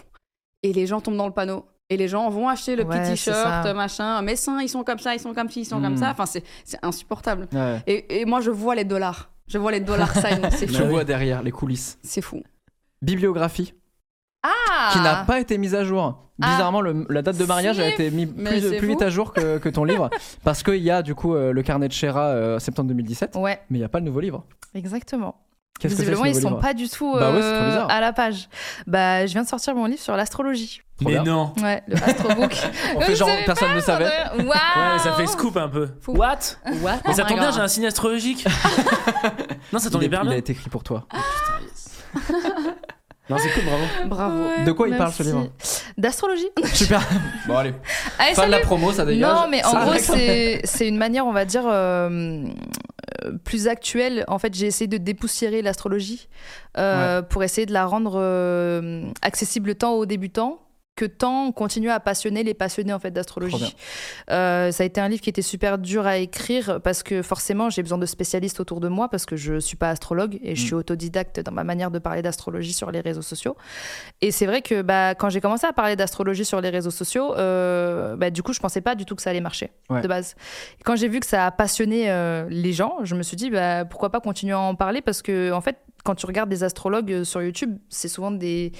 [SPEAKER 7] Et les gens tombent dans le panneau. Et les gens vont acheter le
[SPEAKER 5] Ouais,
[SPEAKER 7] petit
[SPEAKER 5] c'est
[SPEAKER 7] t-shirt,
[SPEAKER 5] ça.
[SPEAKER 7] machin, mes seins, ils sont comme ça, ils sont comme ci, ils sont comme
[SPEAKER 2] Mm.
[SPEAKER 7] ça. Enfin, c'est c'est insupportable.
[SPEAKER 2] Ouais.
[SPEAKER 7] Et, et moi, je vois les dollars. Je vois les dollars signs. C'est
[SPEAKER 2] Je
[SPEAKER 7] fou.
[SPEAKER 2] vois derrière les coulisses.
[SPEAKER 7] C'est fou.
[SPEAKER 2] Bibliographie
[SPEAKER 5] Ah
[SPEAKER 2] qui n'a pas été mise à jour.
[SPEAKER 5] Ah.
[SPEAKER 2] Bizarrement, le- la date de mariage
[SPEAKER 7] Si,
[SPEAKER 2] a été mise
[SPEAKER 7] mais
[SPEAKER 2] plus,
[SPEAKER 7] c'est
[SPEAKER 2] plus
[SPEAKER 7] fou.
[SPEAKER 2] vite à jour que, que ton livre parce qu'il y a du coup euh, le carnet de Shera euh, septembre 2017,
[SPEAKER 5] Ouais,
[SPEAKER 2] mais il n'y a pas le nouveau livre.
[SPEAKER 5] exactement.
[SPEAKER 2] Qu'est-ce que c'est ce
[SPEAKER 5] Visiblement,
[SPEAKER 2] nouveau
[SPEAKER 5] ils sont
[SPEAKER 2] livre
[SPEAKER 5] pas du tout
[SPEAKER 2] Bah ouais, c'est
[SPEAKER 5] euh,
[SPEAKER 2] trop bizarre.
[SPEAKER 5] à la page. Bah, je viens de sortir mon livre sur l'astrologie.
[SPEAKER 2] Trop bien.
[SPEAKER 4] non.
[SPEAKER 5] Ouais, le astrobook.
[SPEAKER 2] On fait genre
[SPEAKER 5] savez
[SPEAKER 2] personne ne le savait.
[SPEAKER 5] Waouh
[SPEAKER 4] Ouais, mais ça fait scoop un peu.
[SPEAKER 7] Fou.
[SPEAKER 4] What
[SPEAKER 5] What
[SPEAKER 4] Mais ça
[SPEAKER 5] Oh
[SPEAKER 4] tombe
[SPEAKER 5] my
[SPEAKER 4] bien,
[SPEAKER 5] God.
[SPEAKER 4] j'ai un signe astrologique. non, ça tombe
[SPEAKER 2] Il, est-
[SPEAKER 4] hyper
[SPEAKER 2] il a
[SPEAKER 4] bien.
[SPEAKER 2] été écrit pour toi. Ah, non, c'est cool, bravo.
[SPEAKER 7] Bravo.
[SPEAKER 5] Ouais,
[SPEAKER 2] De quoi il parle, ce
[SPEAKER 5] merci.
[SPEAKER 2] livre
[SPEAKER 5] D'astrologie.
[SPEAKER 2] Super. Bon, allez.
[SPEAKER 5] Allez,
[SPEAKER 2] Fin de
[SPEAKER 5] salut.
[SPEAKER 2] la promo, ça dégage.
[SPEAKER 5] Non, mais en
[SPEAKER 2] Ça
[SPEAKER 5] gros,
[SPEAKER 2] règle.
[SPEAKER 5] c'est c'est une manière, on va dire, euh, euh, plus actuelle. En fait, j'ai essayé de dépoussiérer l'astrologie euh, pour essayer de la rendre euh, accessible tant aux débutants que tant continue à passionner les passionnés en fait
[SPEAKER 2] Trop
[SPEAKER 5] d'astrologie. Euh, ça a été un livre qui était super dur à écrire parce que forcément j'ai besoin de spécialistes autour de moi parce que je suis pas astrologue et je
[SPEAKER 2] Mm.
[SPEAKER 5] suis autodidacte dans ma manière de parler d'astrologie sur les réseaux sociaux. Et c'est vrai que bah, quand j'ai commencé à parler d'astrologie sur les réseaux sociaux, euh, bah, du coup, je pensais pas du tout que ça allait marcher
[SPEAKER 2] Ouais.
[SPEAKER 5] de base. Et quand j'ai vu que ça a passionné euh, les gens, je me suis dit bah, pourquoi pas continuer à en parler parce que en fait, quand tu regardes des astrologues euh, sur YouTube, c'est souvent des,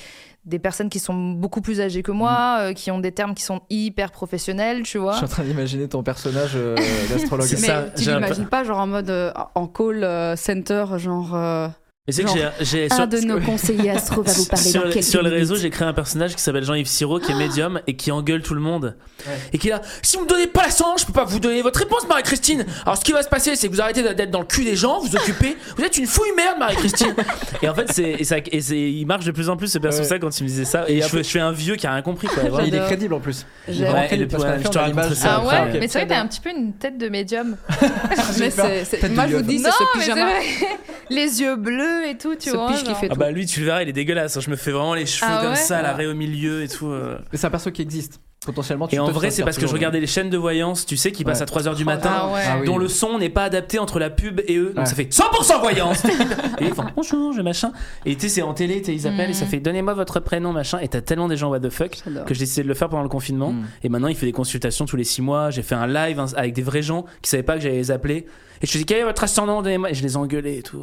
[SPEAKER 5] des personnes qui sont beaucoup plus âgées que moi,
[SPEAKER 4] Mm-hmm.
[SPEAKER 5] euh, qui ont des termes qui sont hyper professionnels, tu
[SPEAKER 2] Je
[SPEAKER 5] vois.
[SPEAKER 2] suis en train d'imaginer ton personnage euh, d'astrologue.
[SPEAKER 4] C'est
[SPEAKER 7] Mais
[SPEAKER 4] ça,
[SPEAKER 7] tu
[SPEAKER 4] j'ai un
[SPEAKER 7] l'imagines pas genre en mode euh, en call euh, center genre euh,
[SPEAKER 4] Mais c'est que j'ai- j'ai
[SPEAKER 8] Un
[SPEAKER 4] sur-
[SPEAKER 8] de nos conseillers astro va vous parler
[SPEAKER 4] sur,
[SPEAKER 8] dans quelques
[SPEAKER 4] sur les réseaux,
[SPEAKER 8] minutes.
[SPEAKER 4] j'ai créé un personnage qui s'appelle Jean-Yves Siro, qui est médium et qui engueule tout le monde. Et qui est là, si vous me donnez pas la 100, je peux pas vous donner votre réponse, Marie-Christine. Alors ce qui va se passer, c'est que vous arrêtez d'être dans le cul des gens, vous occupez, vous êtes une fouille merde, Marie-Christine. et en fait, c'est, et ça- et c'est- il marche de plus en plus ce perso
[SPEAKER 2] Ouais.
[SPEAKER 4] ça quand il me disait ça. Et, je, fais- je fais un vieux qui a rien compris. Quoi, vraiment.
[SPEAKER 2] Il est crédible en plus.
[SPEAKER 4] Ouais,
[SPEAKER 2] vraiment fait
[SPEAKER 4] et
[SPEAKER 2] des
[SPEAKER 4] puis,
[SPEAKER 2] passes
[SPEAKER 4] ouais,
[SPEAKER 2] parfaits
[SPEAKER 4] je te
[SPEAKER 2] en
[SPEAKER 4] raconterai
[SPEAKER 2] image.
[SPEAKER 4] ça
[SPEAKER 5] Ah
[SPEAKER 4] après,
[SPEAKER 5] ouais,
[SPEAKER 4] ok.
[SPEAKER 5] mais c'est vrai que t'as
[SPEAKER 2] J'adore.
[SPEAKER 5] un petit peu une tête de médium.
[SPEAKER 4] Ah,
[SPEAKER 7] Mais
[SPEAKER 2] Super.
[SPEAKER 7] c'est- c'est-
[SPEAKER 2] Tête
[SPEAKER 7] moi,
[SPEAKER 2] de
[SPEAKER 7] je vous
[SPEAKER 2] gueule.
[SPEAKER 7] dis, c'est
[SPEAKER 5] non,
[SPEAKER 7] ce
[SPEAKER 5] mais c'est
[SPEAKER 7] pyjama.
[SPEAKER 5] vrai. Les yeux bleus et tout, tu
[SPEAKER 7] Ce
[SPEAKER 5] vois.
[SPEAKER 7] pige qui
[SPEAKER 5] genre.
[SPEAKER 7] fait
[SPEAKER 4] Ah
[SPEAKER 7] tout.
[SPEAKER 4] bah lui, tu le verras, il est dégueulasse. Je me fais vraiment les cheveux
[SPEAKER 5] Ah
[SPEAKER 4] comme
[SPEAKER 5] ouais
[SPEAKER 4] ça, l'arrêt au milieu et tout. euh.
[SPEAKER 2] Mais c'est un perso qui existe. Potentiellement, tu
[SPEAKER 4] Et en
[SPEAKER 2] peux te
[SPEAKER 4] vrai, c'est
[SPEAKER 2] sortir
[SPEAKER 4] parce que je
[SPEAKER 2] toujours.
[SPEAKER 4] regardais les chaînes de voyance, tu sais, qui passent
[SPEAKER 2] Ouais.
[SPEAKER 4] à 3h du
[SPEAKER 5] Ah
[SPEAKER 4] matin.
[SPEAKER 5] ouais.
[SPEAKER 2] Ah oui.
[SPEAKER 4] dont le son n'est pas adapté entre la pub et eux. Donc
[SPEAKER 2] Ouais.
[SPEAKER 4] ça fait 100% voyance Et ils font bonjour, je machin. Et tu sais, c'est en télé, tu sais, ils appellent et ça fait donnez-moi votre prénom, machin. Et t'as tellement des gens what the fuck
[SPEAKER 7] Mm. J'adore.
[SPEAKER 4] que j'ai décidé de le faire pendant le confinement.
[SPEAKER 2] Mm.
[SPEAKER 4] Et maintenant, il fait des consultations tous les 6 mois. J'ai fait un live hein, avec des vrais gens qui savaient pas que j'allais les appeler. Et je te dis quel est votre ascendant Donnez-moi. Et je les engueulais et tout.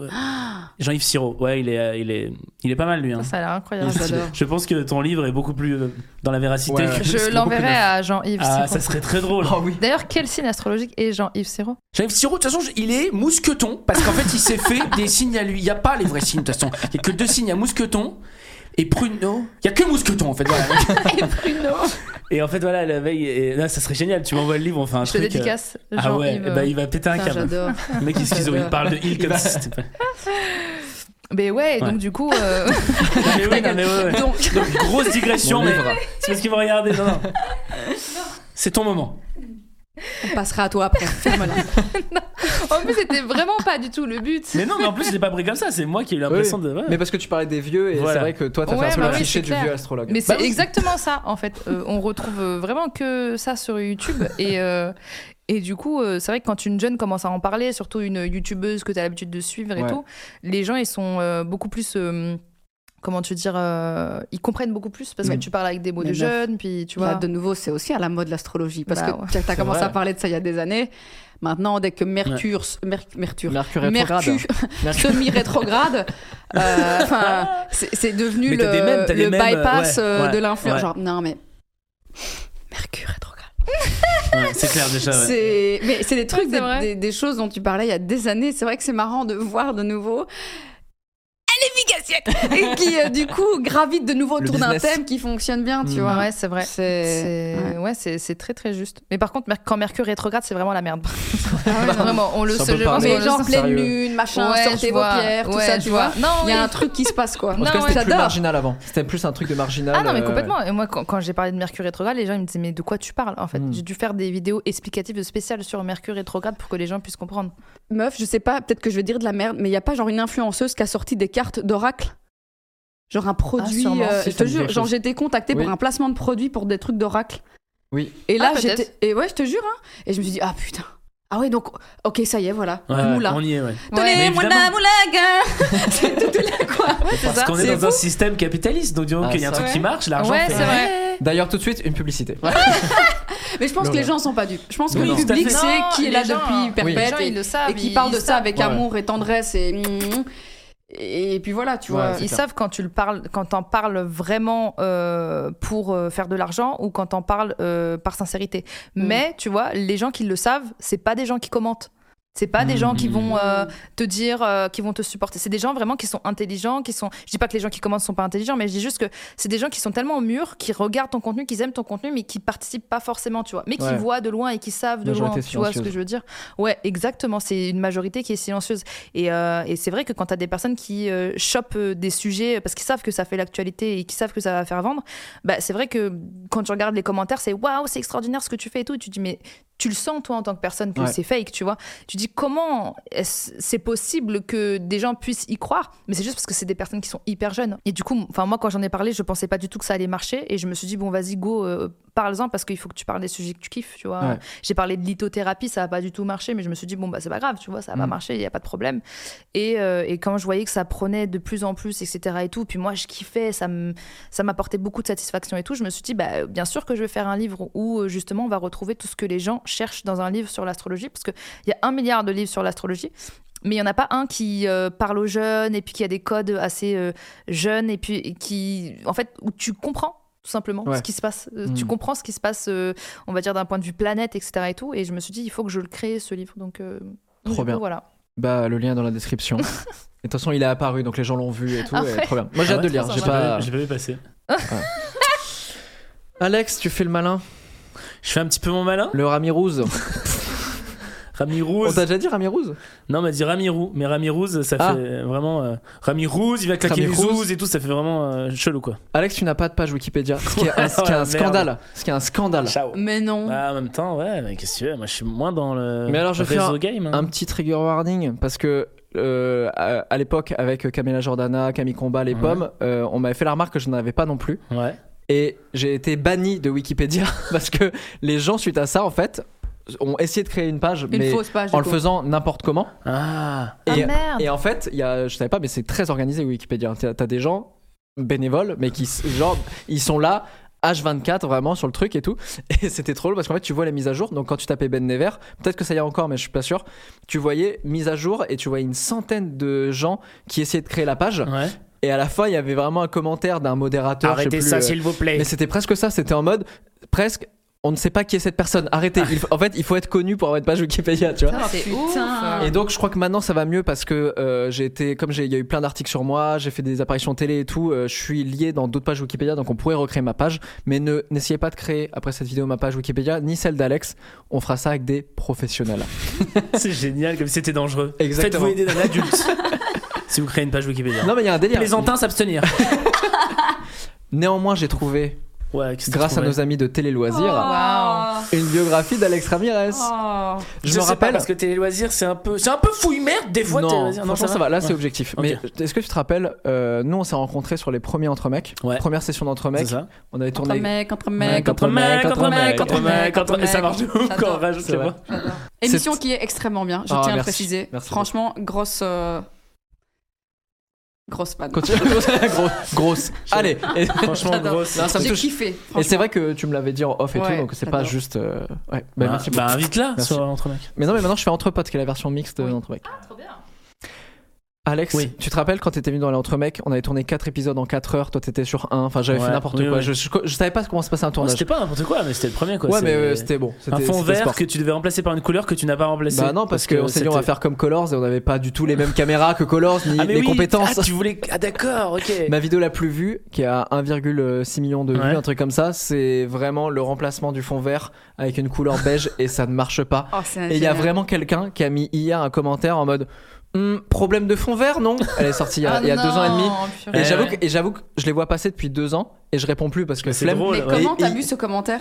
[SPEAKER 4] Jean-Yves Siro, ouais, il est, euh, il est, il est pas mal lui. hein.
[SPEAKER 5] Ça a l'air incroyable.
[SPEAKER 4] Il est stylé.
[SPEAKER 7] j'adore.
[SPEAKER 4] Je pense que ton livre est beaucoup plus euh, dans la véracité.
[SPEAKER 2] Ouais, ouais.
[SPEAKER 4] que- que
[SPEAKER 5] Je
[SPEAKER 4] beaucoup
[SPEAKER 5] l'enverrai
[SPEAKER 4] de-
[SPEAKER 5] à Jean-Yves
[SPEAKER 4] Ah,
[SPEAKER 5] Siro.
[SPEAKER 4] ça serait très drôle.
[SPEAKER 2] Oh oui.
[SPEAKER 5] D'ailleurs, quel signe astrologique est Jean-Yves Siro
[SPEAKER 4] Jean-Yves Siro, de toute façon, je- il est mousqueton parce qu'en fait, il s'est fait des signes à lui. Il n'y a pas les vrais signes, de toute façon. Il n'y a que deux signes à mousqueton et pruneau. Il n'y a que mousqueton, en fait. Voilà. et pruneau. Et en fait, voilà, la veille. et- non, ça serait génial. Tu m'envoies le livre, on fait un
[SPEAKER 5] Je te
[SPEAKER 4] truc. euh,
[SPEAKER 5] dédicace.
[SPEAKER 4] Ah ouais,
[SPEAKER 5] Jean-Yves.
[SPEAKER 4] eh ben, il va péter un
[SPEAKER 7] Putain,
[SPEAKER 4] câble.
[SPEAKER 7] J'adore.
[SPEAKER 4] Le mec, il se schizo, il parle de il comme si c'était pas.
[SPEAKER 5] Mais ouais, et
[SPEAKER 4] Ouais.
[SPEAKER 5] donc du coup, euh,
[SPEAKER 4] Non, mais oui, non, mais ouais, ouais.
[SPEAKER 5] donc,
[SPEAKER 4] Donc, grosse digression,
[SPEAKER 2] Mon
[SPEAKER 4] mais
[SPEAKER 2] livre.
[SPEAKER 4] c'est parce qu'il va regarder. Non, non. C'est ton moment.
[SPEAKER 7] On passera à toi après. Ferme-la.
[SPEAKER 5] en plus, c'était vraiment pas du tout le but.
[SPEAKER 4] Mais non, mais en plus, je l'ai pas pris comme ça. C'est moi qui ai eu l'impression
[SPEAKER 2] Oui.
[SPEAKER 4] de. ouais.
[SPEAKER 2] Mais parce que tu parlais des vieux et
[SPEAKER 4] Voilà.
[SPEAKER 2] c'est vrai que toi, t'as
[SPEAKER 5] Ouais,
[SPEAKER 2] fait un peu
[SPEAKER 5] bah
[SPEAKER 2] le
[SPEAKER 5] oui,
[SPEAKER 2] cliché
[SPEAKER 5] c'est
[SPEAKER 2] du
[SPEAKER 5] clair.
[SPEAKER 2] vieux astrologue.
[SPEAKER 5] Mais
[SPEAKER 4] Bah
[SPEAKER 5] c'est
[SPEAKER 4] oui.
[SPEAKER 5] exactement ça, en fait. Euh, on retrouve euh, vraiment que ça sur YouTube. Et, euh, et du coup, euh, c'est vrai que quand une jeune commence à en parler, surtout une youtubeuse que tu as l'habitude de suivre et
[SPEAKER 2] Ouais.
[SPEAKER 5] tout, les gens, ils sont euh, beaucoup plus. euh, Comment tu dire euh, Ils comprennent beaucoup plus parce
[SPEAKER 2] Mm.
[SPEAKER 5] que tu parles avec des mots
[SPEAKER 7] Mais
[SPEAKER 5] de
[SPEAKER 7] meuf,
[SPEAKER 5] jeunes, puis tu vois.
[SPEAKER 7] Là, Bah, de nouveau, c'est aussi à la mode l'astrologie. Parce
[SPEAKER 5] Bah
[SPEAKER 7] que
[SPEAKER 5] ouais.
[SPEAKER 7] t'as- t'as commencé
[SPEAKER 4] vrai.
[SPEAKER 7] à parler de ça il y a des années. Maintenant, dès que Mercure, Merc- Mercure,
[SPEAKER 2] Mercure rétrograde.
[SPEAKER 7] Mercure semi-rétrograde, euh, enfin, c'est c'est devenu
[SPEAKER 4] Mais t'as
[SPEAKER 7] le,
[SPEAKER 4] des mêmes, t'as les
[SPEAKER 7] le
[SPEAKER 4] mêmes,
[SPEAKER 7] bypass
[SPEAKER 4] ouais,
[SPEAKER 7] euh,
[SPEAKER 4] ouais,
[SPEAKER 7] de l'influence.
[SPEAKER 4] ouais.
[SPEAKER 7] Genre, non, mais Mercure rétrograde.
[SPEAKER 4] Ouais, c'est clair déjà. ouais.
[SPEAKER 7] C'est- Mais c'est des trucs,
[SPEAKER 5] c'est
[SPEAKER 7] des-
[SPEAKER 5] vrai.
[SPEAKER 7] des, des choses dont tu parlais il y a des années. C'est vrai que c'est marrant de voir de nouveau. Elle est efficace Et qui, euh, du coup, gravite de nouveau
[SPEAKER 2] Le
[SPEAKER 7] autour d'un
[SPEAKER 2] business.
[SPEAKER 7] thème qui fonctionne bien, tu
[SPEAKER 2] Mm.
[SPEAKER 7] vois.
[SPEAKER 5] Ouais, c'est vrai.
[SPEAKER 7] C'est.
[SPEAKER 5] C'est ouais, c'est c'est très très juste. Mais par contre, Mer- quand Mercure rétrograde, c'est vraiment la merde. vraiment, on le
[SPEAKER 2] Ah, Ça
[SPEAKER 5] sait.
[SPEAKER 2] peut
[SPEAKER 5] je pense
[SPEAKER 2] parler.
[SPEAKER 5] qu'on
[SPEAKER 7] Mais
[SPEAKER 5] le
[SPEAKER 7] genre
[SPEAKER 5] sait.
[SPEAKER 7] pleine
[SPEAKER 2] sérieux.
[SPEAKER 7] lune, machin,
[SPEAKER 5] Ouais,
[SPEAKER 7] sortez
[SPEAKER 5] tu
[SPEAKER 7] vos
[SPEAKER 5] vois.
[SPEAKER 7] pierres, tout
[SPEAKER 5] Ouais,
[SPEAKER 7] ça,
[SPEAKER 5] je
[SPEAKER 7] tu vois.
[SPEAKER 5] Non,
[SPEAKER 7] Il y a
[SPEAKER 5] oui.
[SPEAKER 7] un truc qui se passe, quoi.
[SPEAKER 2] En tout cas,
[SPEAKER 5] Non,
[SPEAKER 2] c'était
[SPEAKER 5] ouais.
[SPEAKER 2] plus
[SPEAKER 7] J'adore.
[SPEAKER 2] marginal avant. C'était plus un truc de marginal.
[SPEAKER 5] Ah non, mais
[SPEAKER 2] euh,
[SPEAKER 5] complètement. Et moi, quand, quand j'ai parlé de Mercure rétrograde, les gens ils me disaient Mais de quoi tu parles en fait
[SPEAKER 2] Mm.
[SPEAKER 5] J'ai dû faire des vidéos explicatives spéciales sur Mercure rétrograde pour que les gens puissent comprendre.
[SPEAKER 7] Meuf, je sais pas, peut-être que je vais dire de la merde, mais il y a pas genre une influenceuse qui a sorti des cartes d'oracle Genre un produit.
[SPEAKER 5] Ah, sûrement.
[SPEAKER 7] euh,
[SPEAKER 2] Si,
[SPEAKER 7] je
[SPEAKER 2] ça
[SPEAKER 7] te
[SPEAKER 2] me dit
[SPEAKER 7] jure,
[SPEAKER 2] quelque
[SPEAKER 7] genre
[SPEAKER 2] chose.
[SPEAKER 7] j'ai été contactée
[SPEAKER 2] Oui.
[SPEAKER 7] pour un placement de produit pour des trucs d'oracle.
[SPEAKER 2] Oui.
[SPEAKER 7] Et là,
[SPEAKER 5] Ah, peut-être.
[SPEAKER 7] j'étais. Et ouais, je te jure, hein. Et je me suis dit, ah putain. Ah ouais, donc, ok, ça y est, voilà.
[SPEAKER 4] Ouais, ouais,
[SPEAKER 7] Moula.
[SPEAKER 4] on y est, ouais. Mais
[SPEAKER 7] Donnez-moi de la
[SPEAKER 4] évidemment.
[SPEAKER 7] moulaga C'est tout là, quoi.
[SPEAKER 4] Parce qu'on est, dans un système capitaliste, donc disons
[SPEAKER 2] Ah,
[SPEAKER 4] qu'il y a un
[SPEAKER 2] ça,
[SPEAKER 4] truc qui marche, l'argent
[SPEAKER 5] Ouais,
[SPEAKER 4] fait-
[SPEAKER 5] c'est vrai.
[SPEAKER 2] D'ailleurs, tout de suite, une publicité.
[SPEAKER 7] Mais je pense que les
[SPEAKER 2] Lola.
[SPEAKER 7] gens sont pas dupes. Je pense que
[SPEAKER 4] Non,
[SPEAKER 7] le
[SPEAKER 4] non.
[SPEAKER 7] public
[SPEAKER 4] Tout à
[SPEAKER 7] sait
[SPEAKER 5] Non,
[SPEAKER 7] qui est
[SPEAKER 5] les
[SPEAKER 7] là
[SPEAKER 5] gens-
[SPEAKER 7] depuis
[SPEAKER 5] oui.
[SPEAKER 7] perpète.
[SPEAKER 5] Les gens,
[SPEAKER 7] et-
[SPEAKER 5] ils le savent,
[SPEAKER 7] et qui
[SPEAKER 5] ils-
[SPEAKER 7] parle de
[SPEAKER 5] ils
[SPEAKER 7] ça
[SPEAKER 5] savent.
[SPEAKER 7] avec
[SPEAKER 2] Ouais.
[SPEAKER 7] amour et tendresse et et puis voilà tu vois
[SPEAKER 2] Ouais, c'est
[SPEAKER 5] Ils
[SPEAKER 2] clair.
[SPEAKER 5] savent quand tu le parles, quand t'en parles vraiment euh, pour euh, faire de l'argent ou quand t'en parles euh, par sincérité.
[SPEAKER 7] Mm.
[SPEAKER 5] Mais tu vois, les gens qui le savent, c'est pas des gens qui commentent. C'est pas des gens qui
[SPEAKER 4] Mm.
[SPEAKER 5] vont euh, te dire, euh, qui vont te supporter. C'est des gens vraiment qui sont intelligents, qui sont. Je dis pas que les gens qui commentent sont pas intelligents, mais je dis juste que c'est des gens qui sont tellement mûrs, qui regardent ton contenu, qui aiment ton contenu, mais qui participent pas forcément, tu vois, mais qui
[SPEAKER 2] Ouais.
[SPEAKER 5] voient de loin et qui savent de
[SPEAKER 2] Majorité
[SPEAKER 5] loin. Tu vois ce que
[SPEAKER 2] silencieuse.
[SPEAKER 5] je veux dire Ouais, exactement. C'est une majorité qui est silencieuse. Et, euh, et c'est vrai que quand tu as des personnes qui euh, chopent euh, des sujets parce qu'ils savent que ça fait l'actualité et qu'ils savent que ça va faire vendre, bah, c'est vrai que quand tu regardes les commentaires, c'est waouh, c'est extraordinaire ce que tu fais et tout. Et tu te dis, mais tu le sens, toi, en tant que personne, que
[SPEAKER 2] Ouais.
[SPEAKER 5] c'est fake, tu vois. Tu te dis, comment est-ce- c'est possible que des gens puissent y croire Mais c'est juste parce que c'est des personnes qui sont hyper jeunes. Et du coup, enfin, moi, quand j'en ai parlé, je pensais pas du tout que ça allait marcher. Et je me suis dit, bon, vas-y, go, euh, parle-en parce qu'il faut que tu parles des sujets que tu kiffes, tu vois.
[SPEAKER 2] Ouais.
[SPEAKER 5] J'ai parlé de lithothérapie, ça n'a pas du tout marché, mais je me suis dit, bon, bah, c'est pas grave, tu vois, ça va
[SPEAKER 2] Mm.
[SPEAKER 5] marcher, il n'y a pas de problème. Et, euh, et quand je voyais que ça prenait de plus en plus, etc., et tout, puis moi, je kiffais, ça me- ça m'apportait beaucoup de satisfaction et tout, je me suis dit, bah, bien sûr que je vais faire un livre où, euh, justement, on va retrouver tout ce que les gens cherchent dans un livre sur l'astrologie, parce qu'il y a un milliard de livres sur l'astrologie. Mais il n'y en a pas un qui euh, parle aux jeunes et puis qui a des codes assez euh, jeunes et puis et qui, en fait, où tu comprends tout simplement
[SPEAKER 2] Ouais.
[SPEAKER 5] ce qui se passe. Euh, Tu
[SPEAKER 2] Mm.
[SPEAKER 5] comprends ce qui se passe euh, on va dire d'un point de vue planète, etc. Et tout. Et je me suis dit, il faut que je le crée ce livre. Donc, euh,
[SPEAKER 2] Trop
[SPEAKER 5] du coup,
[SPEAKER 2] bien.
[SPEAKER 5] voilà.
[SPEAKER 2] Bah, le lien est dans la description. Et de toute façon, il est apparu, donc les gens l'ont vu et tout.
[SPEAKER 5] Ah
[SPEAKER 2] et
[SPEAKER 5] ouais.
[SPEAKER 2] trop bien. Moi, j'ai
[SPEAKER 4] Ah
[SPEAKER 2] hâte
[SPEAKER 4] ouais,
[SPEAKER 2] de lire. J'ai
[SPEAKER 4] pas-
[SPEAKER 2] pas...
[SPEAKER 4] J'ai pas vu passer.
[SPEAKER 2] Alex, tu fais le malin.
[SPEAKER 4] Je fais un petit peu mon malin.
[SPEAKER 2] Le Ramirouz.
[SPEAKER 4] Ramirouz.
[SPEAKER 2] On t'a déjà dit Ramirouz
[SPEAKER 4] Non, on m'a dit Ramirou, mais Ramirouz, ça
[SPEAKER 2] Ah.
[SPEAKER 4] fait vraiment. euh, Ramirouz, il va claquer
[SPEAKER 2] Ramirouz.
[SPEAKER 4] les zouzes et tout, ça fait vraiment euh, chelou quoi.
[SPEAKER 2] Alex, tu n'as pas de page Wikipédia. Ce qui est un, ce qui est un
[SPEAKER 4] Ouais, merde.
[SPEAKER 2] scandale. Ce qui est un scandale.
[SPEAKER 4] Ciao.
[SPEAKER 7] Mais non.
[SPEAKER 4] Bah, en même temps, ouais, mais qu'est-ce que tu veux, moi je suis moins dans le
[SPEAKER 2] Mais alors, je vais
[SPEAKER 4] réseau
[SPEAKER 2] faire
[SPEAKER 4] game. hein.
[SPEAKER 2] Un petit trigger warning, parce que euh, à, à l'époque, avec Camilla Jordana, Camille Combat, les
[SPEAKER 4] Ouais.
[SPEAKER 2] pommes, euh, on m'avait fait la remarque que je n'en avais pas non plus.
[SPEAKER 4] Ouais.
[SPEAKER 2] Et j'ai été banni de Wikipédia parce que les gens, suite à ça, en fait, ont essayé de créer une page,
[SPEAKER 7] Une
[SPEAKER 2] mais
[SPEAKER 7] fausse page.
[SPEAKER 2] en
[SPEAKER 7] du
[SPEAKER 2] le
[SPEAKER 7] coup.
[SPEAKER 2] faisant n'importe comment.
[SPEAKER 4] Ah.
[SPEAKER 5] Ah
[SPEAKER 2] et,
[SPEAKER 5] merde
[SPEAKER 2] et en fait, il y a, je savais pas, mais c'est très organisé Wikipédia. T'as t'as des gens bénévoles, mais qui, s- genre, ils sont là. H24 vraiment sur le truc et tout et c'était trop drôle parce qu'en fait tu vois les mises à jour donc quand tu tapais Ben Never peut-être que ça y est encore mais je suis pas sûr tu voyais mise à jour et tu voyais une centaine de gens qui essayaient de créer la page
[SPEAKER 4] Ouais.
[SPEAKER 2] et à la fin il y avait vraiment un commentaire d'un modérateur je sais
[SPEAKER 6] Arrêtez
[SPEAKER 2] plus,
[SPEAKER 6] ça,
[SPEAKER 2] euh,
[SPEAKER 6] s'il vous plaît.
[SPEAKER 2] mais c'était presque ça, c'était en mode presque on ne sait pas qui est cette personne. Arrêtez. Il faut- en fait, il faut être connu pour avoir une page Wikipédia, tu vois.
[SPEAKER 5] Ah,
[SPEAKER 7] C'est
[SPEAKER 5] putain.
[SPEAKER 7] ouf.
[SPEAKER 2] Et donc je crois que maintenant ça va mieux parce que euh, j'ai été comme j'ai il y a eu plein d'articles sur moi, j'ai fait des apparitions télé et tout, euh, je suis lié dans d'autres pages Wikipédia donc on pourrait recréer ma page mais ne n'essayez pas de créer après cette vidéo ma page Wikipédia ni celle d'Alex, on fera ça avec des professionnels.
[SPEAKER 4] C'est génial, comme si c'était dangereux.
[SPEAKER 2] Exactement.
[SPEAKER 4] Faites-vous aider d'un adulte si vous créez une page Wikipédia.
[SPEAKER 2] Non mais il y a un délire.
[SPEAKER 4] Plaisantin s'abstenir.
[SPEAKER 2] Néanmoins, j'ai trouvé
[SPEAKER 4] Ouais, qu'est-ce que t'as
[SPEAKER 2] grâce à
[SPEAKER 4] trouvé
[SPEAKER 2] nos amis de Télé Loisirs
[SPEAKER 7] Waouh.
[SPEAKER 5] Oh.
[SPEAKER 2] une biographie d'alex Ramirez.
[SPEAKER 7] Oh.
[SPEAKER 2] Je,
[SPEAKER 4] sais
[SPEAKER 2] me
[SPEAKER 4] pas,
[SPEAKER 2] rappelle
[SPEAKER 4] parce que télé loisirs, c'est un peu, c'est un peu fouille merde des fois. télé
[SPEAKER 2] non,
[SPEAKER 4] loisirs.
[SPEAKER 2] franchement, ça, va. Là, c'est objectif.
[SPEAKER 4] Ok.
[SPEAKER 2] Mais est-ce que tu te rappelles, euh, nous, on s'est rencontrés sur les premiers entre mecs.
[SPEAKER 4] Ouais.
[SPEAKER 2] Première session d'entre
[SPEAKER 4] C'est
[SPEAKER 2] mecs.
[SPEAKER 4] ça.
[SPEAKER 2] On avait
[SPEAKER 7] Contre
[SPEAKER 2] tourné.
[SPEAKER 7] mec, contre
[SPEAKER 2] Ouais,
[SPEAKER 7] mec,
[SPEAKER 2] contre
[SPEAKER 4] Contre mec, contre mec, contre mec, contre
[SPEAKER 7] contre
[SPEAKER 4] mec. Et ça
[SPEAKER 7] mec.
[SPEAKER 4] marche de ouf quand on
[SPEAKER 7] J'adore.
[SPEAKER 4] rajoute
[SPEAKER 2] C'est
[SPEAKER 4] les
[SPEAKER 2] vrai.
[SPEAKER 4] voix.
[SPEAKER 7] Émission qui est extrêmement bien, je
[SPEAKER 2] Ah,
[SPEAKER 7] tiens à le
[SPEAKER 2] merci.
[SPEAKER 7] préciser.
[SPEAKER 2] Merci
[SPEAKER 7] Franchement, grosse. euh, Grosse panne.
[SPEAKER 2] Continue. Gros- grosse. Allez. Et,
[SPEAKER 4] Franchement,
[SPEAKER 7] J'adore.
[SPEAKER 4] grosse.
[SPEAKER 2] Non, ça me
[SPEAKER 7] J'ai
[SPEAKER 2] touche.
[SPEAKER 7] kiffé.
[SPEAKER 2] Et c'est
[SPEAKER 7] franchement.
[SPEAKER 2] vrai que tu me l'avais dit en off et
[SPEAKER 7] Ouais,
[SPEAKER 2] tout, donc c'est pas
[SPEAKER 7] j'adore.
[SPEAKER 2] juste. euh, Ouais. Bah,
[SPEAKER 4] Bah,
[SPEAKER 2] merci
[SPEAKER 4] bah,
[SPEAKER 2] beaucoup.
[SPEAKER 4] invite là
[SPEAKER 2] Merci.
[SPEAKER 4] sur entre mecs.
[SPEAKER 2] Mais non, mais maintenant, je fais entre potes, qui est la version mixte
[SPEAKER 7] Oui.
[SPEAKER 2] d'entre mecs. Ah, trop bien. Alex,
[SPEAKER 4] Oui.
[SPEAKER 2] tu te rappelles quand t'étais venu dans l'entre mecs, on avait tourné 4 épisodes en 4 heures, toi t'étais sur 1, enfin j'avais
[SPEAKER 4] Ouais.
[SPEAKER 2] fait n'importe
[SPEAKER 4] Oui,
[SPEAKER 2] quoi.
[SPEAKER 4] oui.
[SPEAKER 2] Je, je- je savais pas comment se passait un tournage.
[SPEAKER 4] C'était pas n'importe quoi, mais c'était le premier quoi.
[SPEAKER 2] ouais,
[SPEAKER 4] C'est
[SPEAKER 2] mais euh, c'était bon.
[SPEAKER 4] Un
[SPEAKER 2] C'était-
[SPEAKER 4] fond
[SPEAKER 2] c'était
[SPEAKER 4] vert
[SPEAKER 2] sport.
[SPEAKER 4] que tu devais remplacer par une couleur que tu n'as pas remplacée.
[SPEAKER 2] Bah non, parce, qu'on s'est dit on va
[SPEAKER 4] c'était-
[SPEAKER 2] faire comme Colors et on n'avait pas du tout les mêmes caméras que Colors ni
[SPEAKER 4] Ah, mais
[SPEAKER 2] les
[SPEAKER 4] oui.
[SPEAKER 2] compétences.
[SPEAKER 4] Ah, tu voulais. Ah, d'accord, ok.
[SPEAKER 2] Ma vidéo la plus vue, qui est à 1,6 million de vues,
[SPEAKER 4] Ouais.
[SPEAKER 2] un truc comme ça, c'est vraiment le remplacement du fond vert avec une couleur beige et ça ne marche pas.
[SPEAKER 7] Oh, c'est
[SPEAKER 2] Et il y a
[SPEAKER 7] génial.
[SPEAKER 2] vraiment quelqu'un qui a mis hier un commentaire en mode Hum, problème de fond vert, non Elle est sortie il y a,
[SPEAKER 7] Ah
[SPEAKER 2] il y a deux ans et demi.
[SPEAKER 5] Oh,
[SPEAKER 7] non, Eh purée.
[SPEAKER 2] Et
[SPEAKER 4] Ouais,
[SPEAKER 2] j'avoue
[SPEAKER 4] ouais.
[SPEAKER 2] que, et j'avoue que je les vois passer depuis deux ans et je réponds plus parce que
[SPEAKER 4] Mais c'est
[SPEAKER 2] flemme.
[SPEAKER 4] drôle.
[SPEAKER 7] Mais
[SPEAKER 4] Et-
[SPEAKER 7] comment t'as
[SPEAKER 2] et-
[SPEAKER 7] vu ce commentaire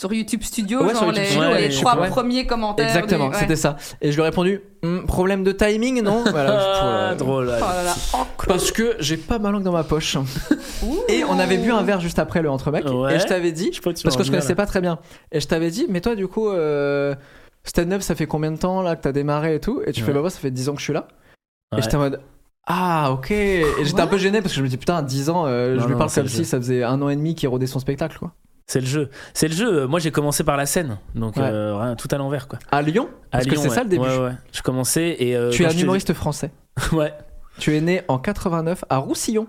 [SPEAKER 7] Sur YouTube Studio,
[SPEAKER 2] Ouais, sur
[SPEAKER 7] genre
[SPEAKER 2] YouTube
[SPEAKER 7] les,
[SPEAKER 4] Studio,
[SPEAKER 7] les
[SPEAKER 4] ouais,
[SPEAKER 7] trois
[SPEAKER 4] je comprends.
[SPEAKER 7] premiers commentaires.
[SPEAKER 2] Exactement,
[SPEAKER 7] des- ouais.
[SPEAKER 2] c'était ça. Et je lui ai répondu Hum, problème de timing, non Voilà, je trouve,
[SPEAKER 4] Ah,
[SPEAKER 2] euh,
[SPEAKER 4] drôle. ouais.
[SPEAKER 7] Oh là là. Oh,
[SPEAKER 2] Parce que j'ai pas ma langue dans ma poche.
[SPEAKER 7] Ouh.
[SPEAKER 2] Et on avait bu un verre juste après le entre mecs
[SPEAKER 4] Ouais.
[SPEAKER 2] et je t'avais dit
[SPEAKER 4] Je sais pas, tu
[SPEAKER 2] parce
[SPEAKER 4] m'en
[SPEAKER 2] que je
[SPEAKER 4] reviens,
[SPEAKER 2] connaissais
[SPEAKER 4] là.
[SPEAKER 2] pas très bien et je t'avais dit mais toi du coup euh, stand-up ça fait combien de temps là que t'as démarré et tout et tu fais
[SPEAKER 4] Ouais.
[SPEAKER 2] bah moi ça fait 10 ans que je suis là
[SPEAKER 4] Ouais.
[SPEAKER 2] et j'étais en mode ah ok et j'étais un peu gêné parce que je me dis putain 10 ans euh,
[SPEAKER 4] Non,
[SPEAKER 2] je lui
[SPEAKER 4] non,
[SPEAKER 2] parle
[SPEAKER 4] c'est
[SPEAKER 2] comme
[SPEAKER 4] le
[SPEAKER 2] si
[SPEAKER 4] jeu.
[SPEAKER 2] ça faisait un an et demi qu'il rodait son spectacle quoi
[SPEAKER 4] C'est le jeu. C'est le jeu. Moi, j'ai commencé par la scène, donc
[SPEAKER 2] Ouais.
[SPEAKER 4] euh, rien, tout à l'envers quoi.
[SPEAKER 2] à Lyon
[SPEAKER 4] À
[SPEAKER 2] parce
[SPEAKER 4] Lyon,
[SPEAKER 2] que c'est
[SPEAKER 4] ouais.
[SPEAKER 2] ça le début
[SPEAKER 4] Ouais, ouais. Je commençais et. euh,
[SPEAKER 2] tu es un
[SPEAKER 4] quand je te dis-
[SPEAKER 2] humoriste français
[SPEAKER 4] Ouais.
[SPEAKER 2] tu es né en 89 à Roussillon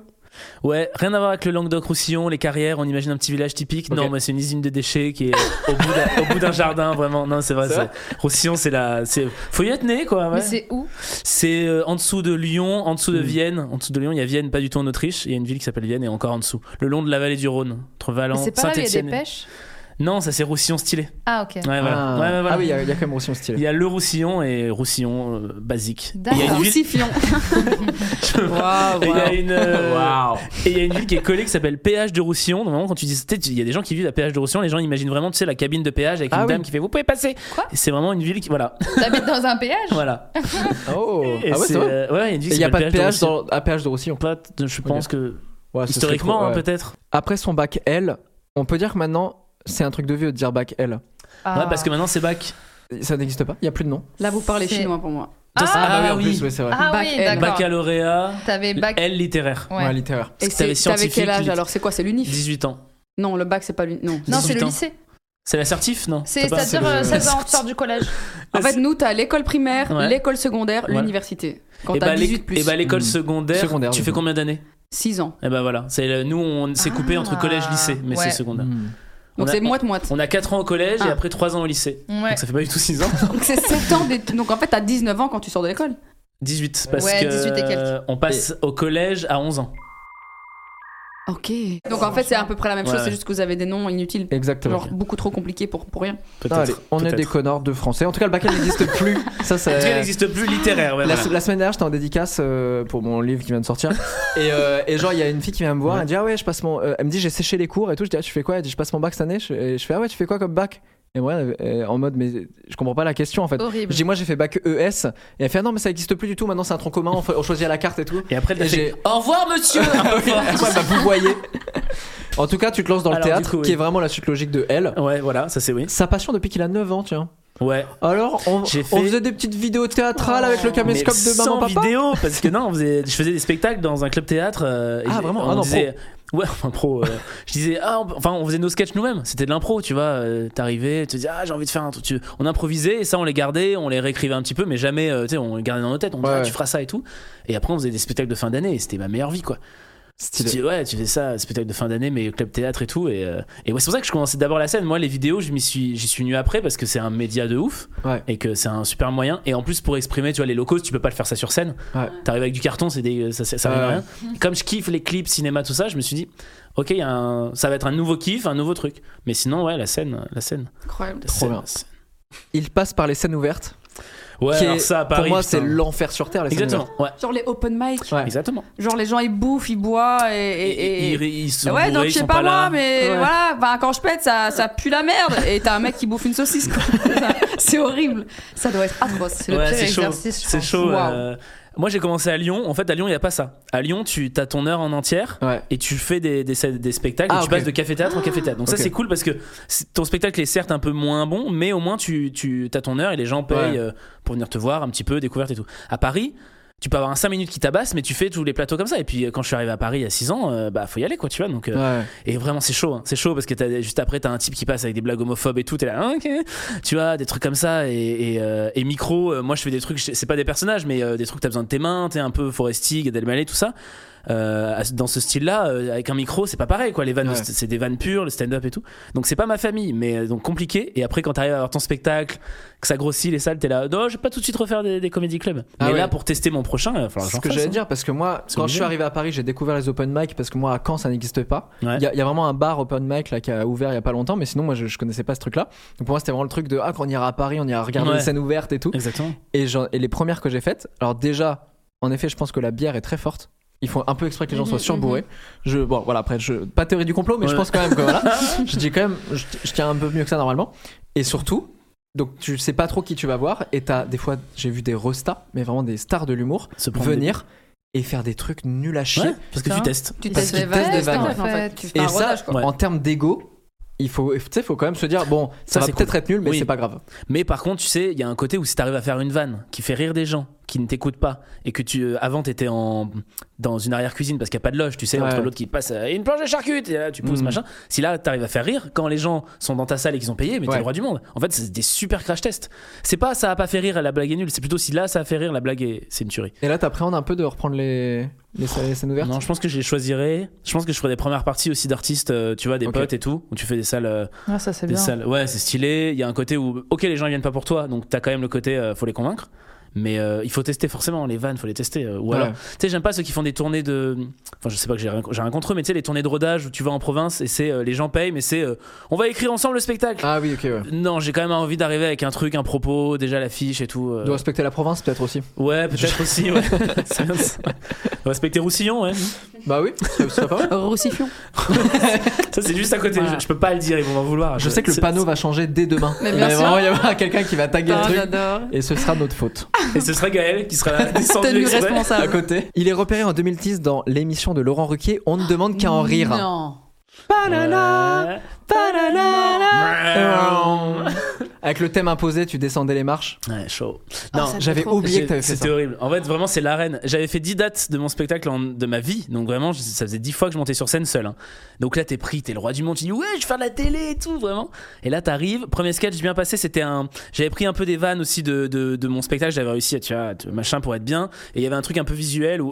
[SPEAKER 4] Ouais, rien à voir avec le Languedoc-Roussillon, les carrières, on imagine un petit village typique.
[SPEAKER 2] Ok.
[SPEAKER 4] Non, moi c'est une usine de déchets qui est au bout d'un- au bout d'un jardin, vraiment. Non, c'est vrai.
[SPEAKER 2] C'est
[SPEAKER 4] c'est-
[SPEAKER 2] vrai
[SPEAKER 4] Roussillon, c'est la. c'est- Faut y être né, quoi. ouais.
[SPEAKER 5] Mais c'est où
[SPEAKER 4] C'est euh, en dessous de Lyon, en dessous de
[SPEAKER 2] Mm.
[SPEAKER 4] Vienne. En dessous de Lyon, il y a Vienne, pas du tout en Autriche. Il y a une ville qui s'appelle Vienne et encore en dessous. Le long de la vallée du Rhône, entre
[SPEAKER 5] Mais
[SPEAKER 4] Valence,
[SPEAKER 5] C'est pas là où il y a
[SPEAKER 4] Saint-Etienne.
[SPEAKER 5] des pêches
[SPEAKER 4] non, ça c'est Roussillon stylé.
[SPEAKER 5] Ah, ok.
[SPEAKER 4] Ouais, voilà.
[SPEAKER 2] ah.
[SPEAKER 4] Ouais, ouais, voilà.
[SPEAKER 2] Ah oui il y, a il y a quand même Roussillon stylé
[SPEAKER 4] Il y a le Roussillon et Roussillon euh, basique. Et Il y a
[SPEAKER 5] D'accord.
[SPEAKER 4] une ville.
[SPEAKER 7] Roussillon. Waouh,
[SPEAKER 4] et il y a
[SPEAKER 7] waouh.
[SPEAKER 4] une, euh, et il y a une ville qui est collée qui s'appelle Péage de Roussillon. Normalement, quand tu dis, tu sais, tu- il y a des gens qui vivent à Péage de Roussillon, les gens imaginent vraiment, tu sais, la cabine de péage avec
[SPEAKER 2] Ah
[SPEAKER 4] une
[SPEAKER 2] oui.
[SPEAKER 4] dame qui fait, vous pouvez passer.
[SPEAKER 5] Quoi
[SPEAKER 4] Et c'est vraiment une ville qui, voilà,
[SPEAKER 5] T'habites dans un péage
[SPEAKER 4] voilà.
[SPEAKER 2] oh
[SPEAKER 4] Et
[SPEAKER 2] ah ouais
[SPEAKER 4] c'est,
[SPEAKER 2] c'est vrai
[SPEAKER 4] euh, ouais, il y a une
[SPEAKER 2] et
[SPEAKER 4] ville qui
[SPEAKER 2] il y a pas
[SPEAKER 4] s'appelle
[SPEAKER 2] de péage
[SPEAKER 4] Roussillon.
[SPEAKER 2] dans, à péage de Roussillon
[SPEAKER 4] Pas de- je pense que
[SPEAKER 2] Ouais, ce serait
[SPEAKER 4] historiquement,
[SPEAKER 2] trop-
[SPEAKER 4] hein,
[SPEAKER 2] ouais.
[SPEAKER 4] peut-être.
[SPEAKER 2] Après son bac L, on peut dire que maintenant, c'est un truc de vieux de dire bac L.
[SPEAKER 5] Ah.
[SPEAKER 4] Ouais, parce que maintenant c'est bac.
[SPEAKER 2] Ça n'existe pas, il n'y a plus de nom.
[SPEAKER 7] Là, vous parlez
[SPEAKER 5] C'est-
[SPEAKER 7] chinois pour moi.
[SPEAKER 4] Ah,
[SPEAKER 2] bah oui, en
[SPEAKER 4] oui.
[SPEAKER 2] plus, ouais, c'est vrai.
[SPEAKER 5] Ah
[SPEAKER 7] Bac
[SPEAKER 5] oui,
[SPEAKER 7] L.
[SPEAKER 5] d'accord.
[SPEAKER 4] Baccalauréat,
[SPEAKER 5] T'avais bac.
[SPEAKER 4] L littéraire.
[SPEAKER 2] Ouais, littéraire.
[SPEAKER 4] Parce
[SPEAKER 7] Et
[SPEAKER 4] que t'avais
[SPEAKER 7] c'est- t'avais
[SPEAKER 4] scientifique,
[SPEAKER 7] quel âge
[SPEAKER 4] lit-
[SPEAKER 7] alors C'est quoi C'est l'UNIF
[SPEAKER 4] 18 ans.
[SPEAKER 7] Non, le bac, c'est pas l'UNIF. Non.
[SPEAKER 5] Non, c'est
[SPEAKER 4] 18
[SPEAKER 5] le
[SPEAKER 4] ans.
[SPEAKER 5] lycée.
[SPEAKER 4] C'est la certif, non T'as
[SPEAKER 5] C'est-
[SPEAKER 4] pas-
[SPEAKER 5] C'est-à-dire,
[SPEAKER 2] c'est le-
[SPEAKER 5] euh, ça sort- sort du collège.
[SPEAKER 7] En fait, nous, t'as l'école primaire,
[SPEAKER 4] Ouais.
[SPEAKER 7] l'école secondaire,
[SPEAKER 4] Voilà.
[SPEAKER 7] l'université. Quand
[SPEAKER 4] Et bah,
[SPEAKER 7] t'as
[SPEAKER 4] l'éc-
[SPEAKER 7] 18
[SPEAKER 4] et
[SPEAKER 7] plus.
[SPEAKER 4] bah, l'école
[SPEAKER 2] Hmm.
[SPEAKER 4] secondaire,
[SPEAKER 2] Secondaire,
[SPEAKER 4] tu
[SPEAKER 2] oui.
[SPEAKER 4] fais combien d'années
[SPEAKER 7] 6 ans.
[SPEAKER 4] Et bah voilà, c'est le- nous on s'est coupé entre collège lycée, mais
[SPEAKER 5] Ah. Ouais. Hmm.
[SPEAKER 4] c'est secondaire. On
[SPEAKER 7] Donc
[SPEAKER 4] a-
[SPEAKER 7] c'est moite-moite.
[SPEAKER 4] On a 4 ans au collège et
[SPEAKER 7] Ah.
[SPEAKER 4] après 3 ans au lycée.
[SPEAKER 5] Ouais.
[SPEAKER 4] Donc ça fait pas du tout 6 ans.
[SPEAKER 7] Donc c'est 7 ans. des- Donc en fait, t'as 19 ans quand tu sors de l'école.
[SPEAKER 4] 18, parce
[SPEAKER 5] Ouais,
[SPEAKER 4] que
[SPEAKER 5] 18 et quelques.
[SPEAKER 4] euh, on passe au collège à 11 ans.
[SPEAKER 3] Ok.
[SPEAKER 7] Donc en fait, c'est à peu près la même chose,
[SPEAKER 4] Ouais,
[SPEAKER 7] c'est juste que vous avez des noms inutiles.
[SPEAKER 2] Exactement.
[SPEAKER 7] Genre beaucoup trop compliqués pour, pour rien.
[SPEAKER 2] Ouais, on est des
[SPEAKER 4] Peut-être.
[SPEAKER 2] connards de français. En tout cas, le bac elle n'existe plus. Ça, ça.
[SPEAKER 4] En tout cas, il n'existe plus littéraire. ouais,
[SPEAKER 2] La,
[SPEAKER 4] voilà.
[SPEAKER 2] la semaine dernière, j'étais en dédicace euh, pour mon livre qui vient de sortir. et, euh, et genre, il y a une fille qui vient me voir. Elle dit Ah ouais, je passe mon. euh, elle me dit J'ai séché les cours et tout. Je dis Ah, tu fais quoi Elle dit Je passe mon bac cette année. Je, et je fais Ah ouais, tu fais quoi comme bac Et moi, elle- elle- en mode Mais je comprends pas la question en fait.
[SPEAKER 5] Horrible.
[SPEAKER 2] Je dis Moi, j'ai fait bac ES. Et elle fait Ah non, mais ça existe plus du tout. Maintenant, c'est un tronc commun. On, fait- on choisit à la carte et tout.
[SPEAKER 4] Et après, elle
[SPEAKER 2] Et
[SPEAKER 4] t'a fait
[SPEAKER 2] j'ai.
[SPEAKER 4] Au revoir, monsieur Bah, un peu
[SPEAKER 2] Oui,
[SPEAKER 4] fort.
[SPEAKER 2] ouais, bah, vous voyez. en tout cas, tu te lances dans le
[SPEAKER 4] Alors, du
[SPEAKER 2] théâtre,
[SPEAKER 4] coup, oui.
[SPEAKER 2] qui est vraiment la suite logique de elle.
[SPEAKER 4] Ouais, voilà, ça c'est oui.
[SPEAKER 2] Sa passion depuis qu'il a 9 ans, tiens.
[SPEAKER 4] Ouais.
[SPEAKER 2] Alors, on,
[SPEAKER 4] J'ai
[SPEAKER 2] on
[SPEAKER 4] fait- Oh.
[SPEAKER 2] faisait des petites vidéos théâtrales avec le
[SPEAKER 4] Mais
[SPEAKER 2] caméscope de
[SPEAKER 4] sans
[SPEAKER 2] maman papa.
[SPEAKER 4] vidéo, parce que non, on faisait- je faisais des spectacles dans un club théâtre. euh, et
[SPEAKER 2] Ah, vraiment
[SPEAKER 4] on
[SPEAKER 2] Ah non,
[SPEAKER 4] disait- Ouais, enfin pro. euh, je disais, ah, on- enfin, on faisait nos sketchs nous-mêmes. C'était de l'impro, tu vois. euh, T'arrivais, tu te dis, ah, j'ai envie de faire un truc. Tu- On improvisait et ça, on les gardait, on les réécrivait un petit peu, mais jamais, euh, tu sais, on les gardait dans nos têtes. On disait,
[SPEAKER 2] Ouais,
[SPEAKER 4] ah,
[SPEAKER 2] ouais.
[SPEAKER 4] tu feras ça et tout. Et après, on faisait des spectacles de fin d'année et c'était ma meilleure vie, quoi. Tu
[SPEAKER 2] Stylé.
[SPEAKER 4] dis, ouais, tu fais ça, spectacle de fin d'année, mais club théâtre et tout. Et, euh, et ouais, c'est pour ça que je commençais d'abord la scène. Moi, les vidéos, je m'y suis, j'y suis venu après parce que c'est un média de ouf
[SPEAKER 2] Ouais.
[SPEAKER 4] et que c'est un super moyen. Et en plus, pour exprimer, tu vois, les locaux, tu peux pas le faire ça sur scène.
[SPEAKER 2] Ouais.
[SPEAKER 4] T'arrives avec du carton, c'est des, ça, ça, ça
[SPEAKER 2] Ouais.
[SPEAKER 4] mène à rien. Comme je kiffe les clips, cinéma, tout ça, je me suis dit, ok, il y a un- ça va être un nouveau kiff, un nouveau truc. Mais sinon, ouais, la scène, la scène.
[SPEAKER 7] Incroyable.
[SPEAKER 4] La
[SPEAKER 2] Trop
[SPEAKER 4] scène,
[SPEAKER 2] bien.
[SPEAKER 4] la scène.
[SPEAKER 2] Il passe par les scènes ouvertes.
[SPEAKER 4] Ouais,
[SPEAKER 2] qui
[SPEAKER 4] alors
[SPEAKER 2] est-
[SPEAKER 4] ça, à Paris,
[SPEAKER 2] pour moi,
[SPEAKER 4] putain.
[SPEAKER 2] c'est l'enfer sur terre. Les scènes
[SPEAKER 4] Exactement, ouais.
[SPEAKER 7] Genre les open mic.
[SPEAKER 2] ouvertes. Ouais.
[SPEAKER 4] Exactement.
[SPEAKER 7] Genre les gens ils bouffent, ils boivent et. et- et-
[SPEAKER 4] Ils- ils- ils sont
[SPEAKER 7] Ouais, donc
[SPEAKER 4] bourrés,
[SPEAKER 7] je
[SPEAKER 4] ils
[SPEAKER 7] sais
[SPEAKER 4] sont
[SPEAKER 7] pas, moi,
[SPEAKER 4] là.
[SPEAKER 7] mais
[SPEAKER 2] Ouais.
[SPEAKER 7] voilà, bah, quand je pète, ça, ça pue la merde. Et t'as un mec qui bouffe une saucisse, quoi. C'est horrible. Ça doit être atroce.
[SPEAKER 5] C'est le
[SPEAKER 4] Ouais,
[SPEAKER 5] pire
[SPEAKER 4] c'est chaud.
[SPEAKER 5] exercice, je
[SPEAKER 4] C'est
[SPEAKER 5] pense.
[SPEAKER 4] chaud.
[SPEAKER 7] Waouh.
[SPEAKER 4] euh, Moi, j'ai commencé à Lyon. En fait, à Lyon, il n'y a pas ça. À Lyon, tu as ton heure en entière
[SPEAKER 2] Ouais.
[SPEAKER 4] et tu fais des, des, scènes- des spectacles.
[SPEAKER 2] Ah,
[SPEAKER 4] et tu
[SPEAKER 2] ok.
[SPEAKER 4] passes de café-théâtre en café-théâtre. Donc,
[SPEAKER 2] Ok.
[SPEAKER 4] ça, c'est cool parce que c'est- ton spectacle est certes un peu moins bon, mais au moins, tu, tu as ton heure et les gens payent
[SPEAKER 2] Ouais.
[SPEAKER 4] euh, pour venir te voir un petit peu, découverte et tout. À Paris. Tu peux avoir un 5 minutes qui tabasse, mais tu fais tous les plateaux comme ça. Et puis euh, quand je suis arrivé à Paris il y a 6 ans, euh, bah faut y aller quoi, tu vois. Donc, euh,
[SPEAKER 2] Ouais.
[SPEAKER 4] et vraiment, c'est chaud. hein. C'est chaud parce que t'as- juste après, t'as un type qui passe avec des blagues homophobes et tout. T'es là, Ah, ok. Tu vois, des trucs comme ça. Et, et, euh, et micro, euh, moi, je fais des trucs, je- c'est pas des personnages, mais euh, des trucs que t'as besoin de tes mains. T'es un peu Foresti, Gad Elmaleh, tout ça. Euh, à- dans ce style-là, euh, avec un micro, c'est pas pareil, quoi. Les vannes,
[SPEAKER 2] Ouais.
[SPEAKER 4] c'est c'est des vannes pures, le stand-up et tout. Donc, c'est pas ma famille, mais euh, donc compliqué. Et après, quand t'arrives à avoir ton spectacle, que ça grossit les salles, t'es là, non, je vais pas tout de suite refaire des, des comedy clubs.
[SPEAKER 2] Ah
[SPEAKER 4] mais
[SPEAKER 2] ouais.
[SPEAKER 4] là, pour tester mon prochain, il va falloir
[SPEAKER 2] C'est ce
[SPEAKER 4] que j'en
[SPEAKER 2] que
[SPEAKER 4] fasse,
[SPEAKER 2] j'allais
[SPEAKER 4] hein.
[SPEAKER 2] dire parce que moi,
[SPEAKER 4] C'est
[SPEAKER 2] quand je
[SPEAKER 4] obligé.
[SPEAKER 2] suis arrivé à Paris, j'ai découvert les open mic parce que moi à Caen ça n'existe pas. Il
[SPEAKER 4] Ouais.
[SPEAKER 2] y, a- il y a vraiment un bar open mic là qui a ouvert il y a pas longtemps, mais sinon moi je, je connaissais pas ce truc là. Donc pour moi c'était vraiment le truc de ah quand on ira à Paris, on ira regarder
[SPEAKER 4] Ouais.
[SPEAKER 2] les scènes ouvertes et tout.
[SPEAKER 4] Exactement.
[SPEAKER 2] Et, j'en- et les premières que j'ai faites, alors déjà, en effet, je pense que la bière est très forte. Ils font un peu exprès que les gens soient surbourrés. Je, bon, voilà, après, je, pas théorie du complot, mais je
[SPEAKER 4] Mhm, Ouais.
[SPEAKER 2] pense quand même que voilà. je dis quand même, je, je tiens un peu mieux que ça normalement. Et surtout, donc tu sais pas trop qui tu vas voir. Et t'as des fois, j'ai vu des restas, mais vraiment des stars de l'humour,
[SPEAKER 4] Se prendre des-
[SPEAKER 2] venir et faire des trucs nuls à chier.
[SPEAKER 4] Ouais, parce que tu
[SPEAKER 5] Putain.
[SPEAKER 4] testes.
[SPEAKER 7] Tu
[SPEAKER 2] Parce
[SPEAKER 7] testes
[SPEAKER 2] qu'ils
[SPEAKER 7] les vannes,
[SPEAKER 2] testent des
[SPEAKER 7] tu
[SPEAKER 2] vannes,
[SPEAKER 7] testes,
[SPEAKER 5] ouais.
[SPEAKER 7] en fait. Tu fais
[SPEAKER 2] Et
[SPEAKER 7] un
[SPEAKER 2] ça,
[SPEAKER 7] rodage, quoi.
[SPEAKER 4] Ouais.
[SPEAKER 2] en termes d'ego, il faut, tu sais, faut quand même se dire, bon, ça,
[SPEAKER 4] Ça,
[SPEAKER 2] va
[SPEAKER 4] c'est
[SPEAKER 2] peut-être être nul, mais
[SPEAKER 4] Oui.
[SPEAKER 2] c'est pas grave.
[SPEAKER 4] Mais par contre, tu sais, il y a un côté où si t'arrives à faire une vanne qui fait rire des gens, qui ne t'écoutent pas, et que tu euh, avant t'étais en dans une arrière cuisine parce qu'il n'y a pas de loge, tu sais,
[SPEAKER 2] Ouais.
[SPEAKER 4] entre l'autre qui passe euh, une planche de charcutes, et là tu pousses
[SPEAKER 2] Mm.
[SPEAKER 4] machin. Si là t'arrives à faire rire, quand les gens sont dans ta salle et qu'ils ont payé, mais t'as
[SPEAKER 2] Ouais.
[SPEAKER 4] le droit du monde. En fait, c'est des super crash tests. C'est pas ça a pas fait rire la blague est nulle, c'est plutôt si là ça a fait rire la blague est c'est une tuerie.
[SPEAKER 2] Et là, t'appréhendes un peu de reprendre les, les scènes les scènes ouvertes.
[SPEAKER 4] Non, je pense que je les choisirais. Je pense que je ferais des premières parties aussi d'artistes, euh, tu vois, des
[SPEAKER 2] Ok.
[SPEAKER 4] potes et tout, où tu fais des salles. euh,
[SPEAKER 5] Ah, ça, c'est
[SPEAKER 4] Des
[SPEAKER 5] bien.
[SPEAKER 4] salles- Ouais, c'est stylé. Il y a un côté où, ok, les gens ils viennent pas pour toi, donc t'as quand même le côté, euh, faut les convaincre. Mais euh, il faut tester forcément les vannes, faut les tester. euh, ou alors,
[SPEAKER 2] Ouais.
[SPEAKER 4] tu sais, j'aime pas ceux qui font des tournées de. Enfin, je sais pas que j'ai rien, j'ai rien contre eux, mais tu sais, les tournées de rodage où tu vas en province et c'est euh, les gens payent, mais c'est euh, on va écrire ensemble le spectacle.
[SPEAKER 2] Ah oui, ok, ouais.
[SPEAKER 4] Non, j'ai quand même envie d'arriver avec un truc, un propos, déjà l'affiche et tout. euh.
[SPEAKER 2] De respecter la province, peut-être aussi.
[SPEAKER 4] Ouais, peut-être aussi. Ouais. Ça vient de ça. Respecter Roussillon, ouais.
[SPEAKER 2] Bah oui, ce serait pas mal.
[SPEAKER 7] Roussiflon.
[SPEAKER 4] Ça, c'est juste à côté. Je, je peux pas le dire, ils vont m'en vouloir.
[SPEAKER 2] Je sais que le
[SPEAKER 4] C'est-
[SPEAKER 2] panneau va changer dès demain.
[SPEAKER 7] Mais
[SPEAKER 2] Il
[SPEAKER 7] bien
[SPEAKER 2] va
[SPEAKER 7] sûr.
[SPEAKER 2] vraiment y avoir quelqu'un qui va taguer le
[SPEAKER 7] Ah,
[SPEAKER 2] truc.
[SPEAKER 7] J'adore.
[SPEAKER 2] Et ce sera notre faute.
[SPEAKER 4] Et ce sera Gaël qui sera descendu
[SPEAKER 7] Tenu
[SPEAKER 4] exprès.
[SPEAKER 2] À
[SPEAKER 7] responsable.
[SPEAKER 2] côté. Il est repéré en 2010 dans l'émission de Laurent Ruquier On ne demande qu'à en rire.
[SPEAKER 7] Non.
[SPEAKER 2] Ba-la-la,
[SPEAKER 4] Ouais.
[SPEAKER 2] ba-la-la-la. Euh, Avec le thème imposé, tu descendais les marches.
[SPEAKER 4] Ouais, chaud.
[SPEAKER 7] Ah.
[SPEAKER 2] Non, j'avais oublié que
[SPEAKER 4] J'ai-
[SPEAKER 2] t'avais fait ça.
[SPEAKER 4] C'était horrible. En fait, vraiment, c'est l'arène. J'avais fait 10 dates de mon spectacle en- de ma vie. Donc, vraiment, je- ça faisait 10 fois que je montais sur scène seul. hein. Donc là, t'es pris, t'es le roi du monde. Tu dis, ouais, je vais faire de la télé et tout, vraiment. Et là, t'arrives. Premier sketch bien passé, c'était un. J'avais pris un peu des vannes aussi de, de, de mon spectacle. J'avais réussi à, tu vois, te- machin pour être bien. Et il y avait un truc un peu visuel où.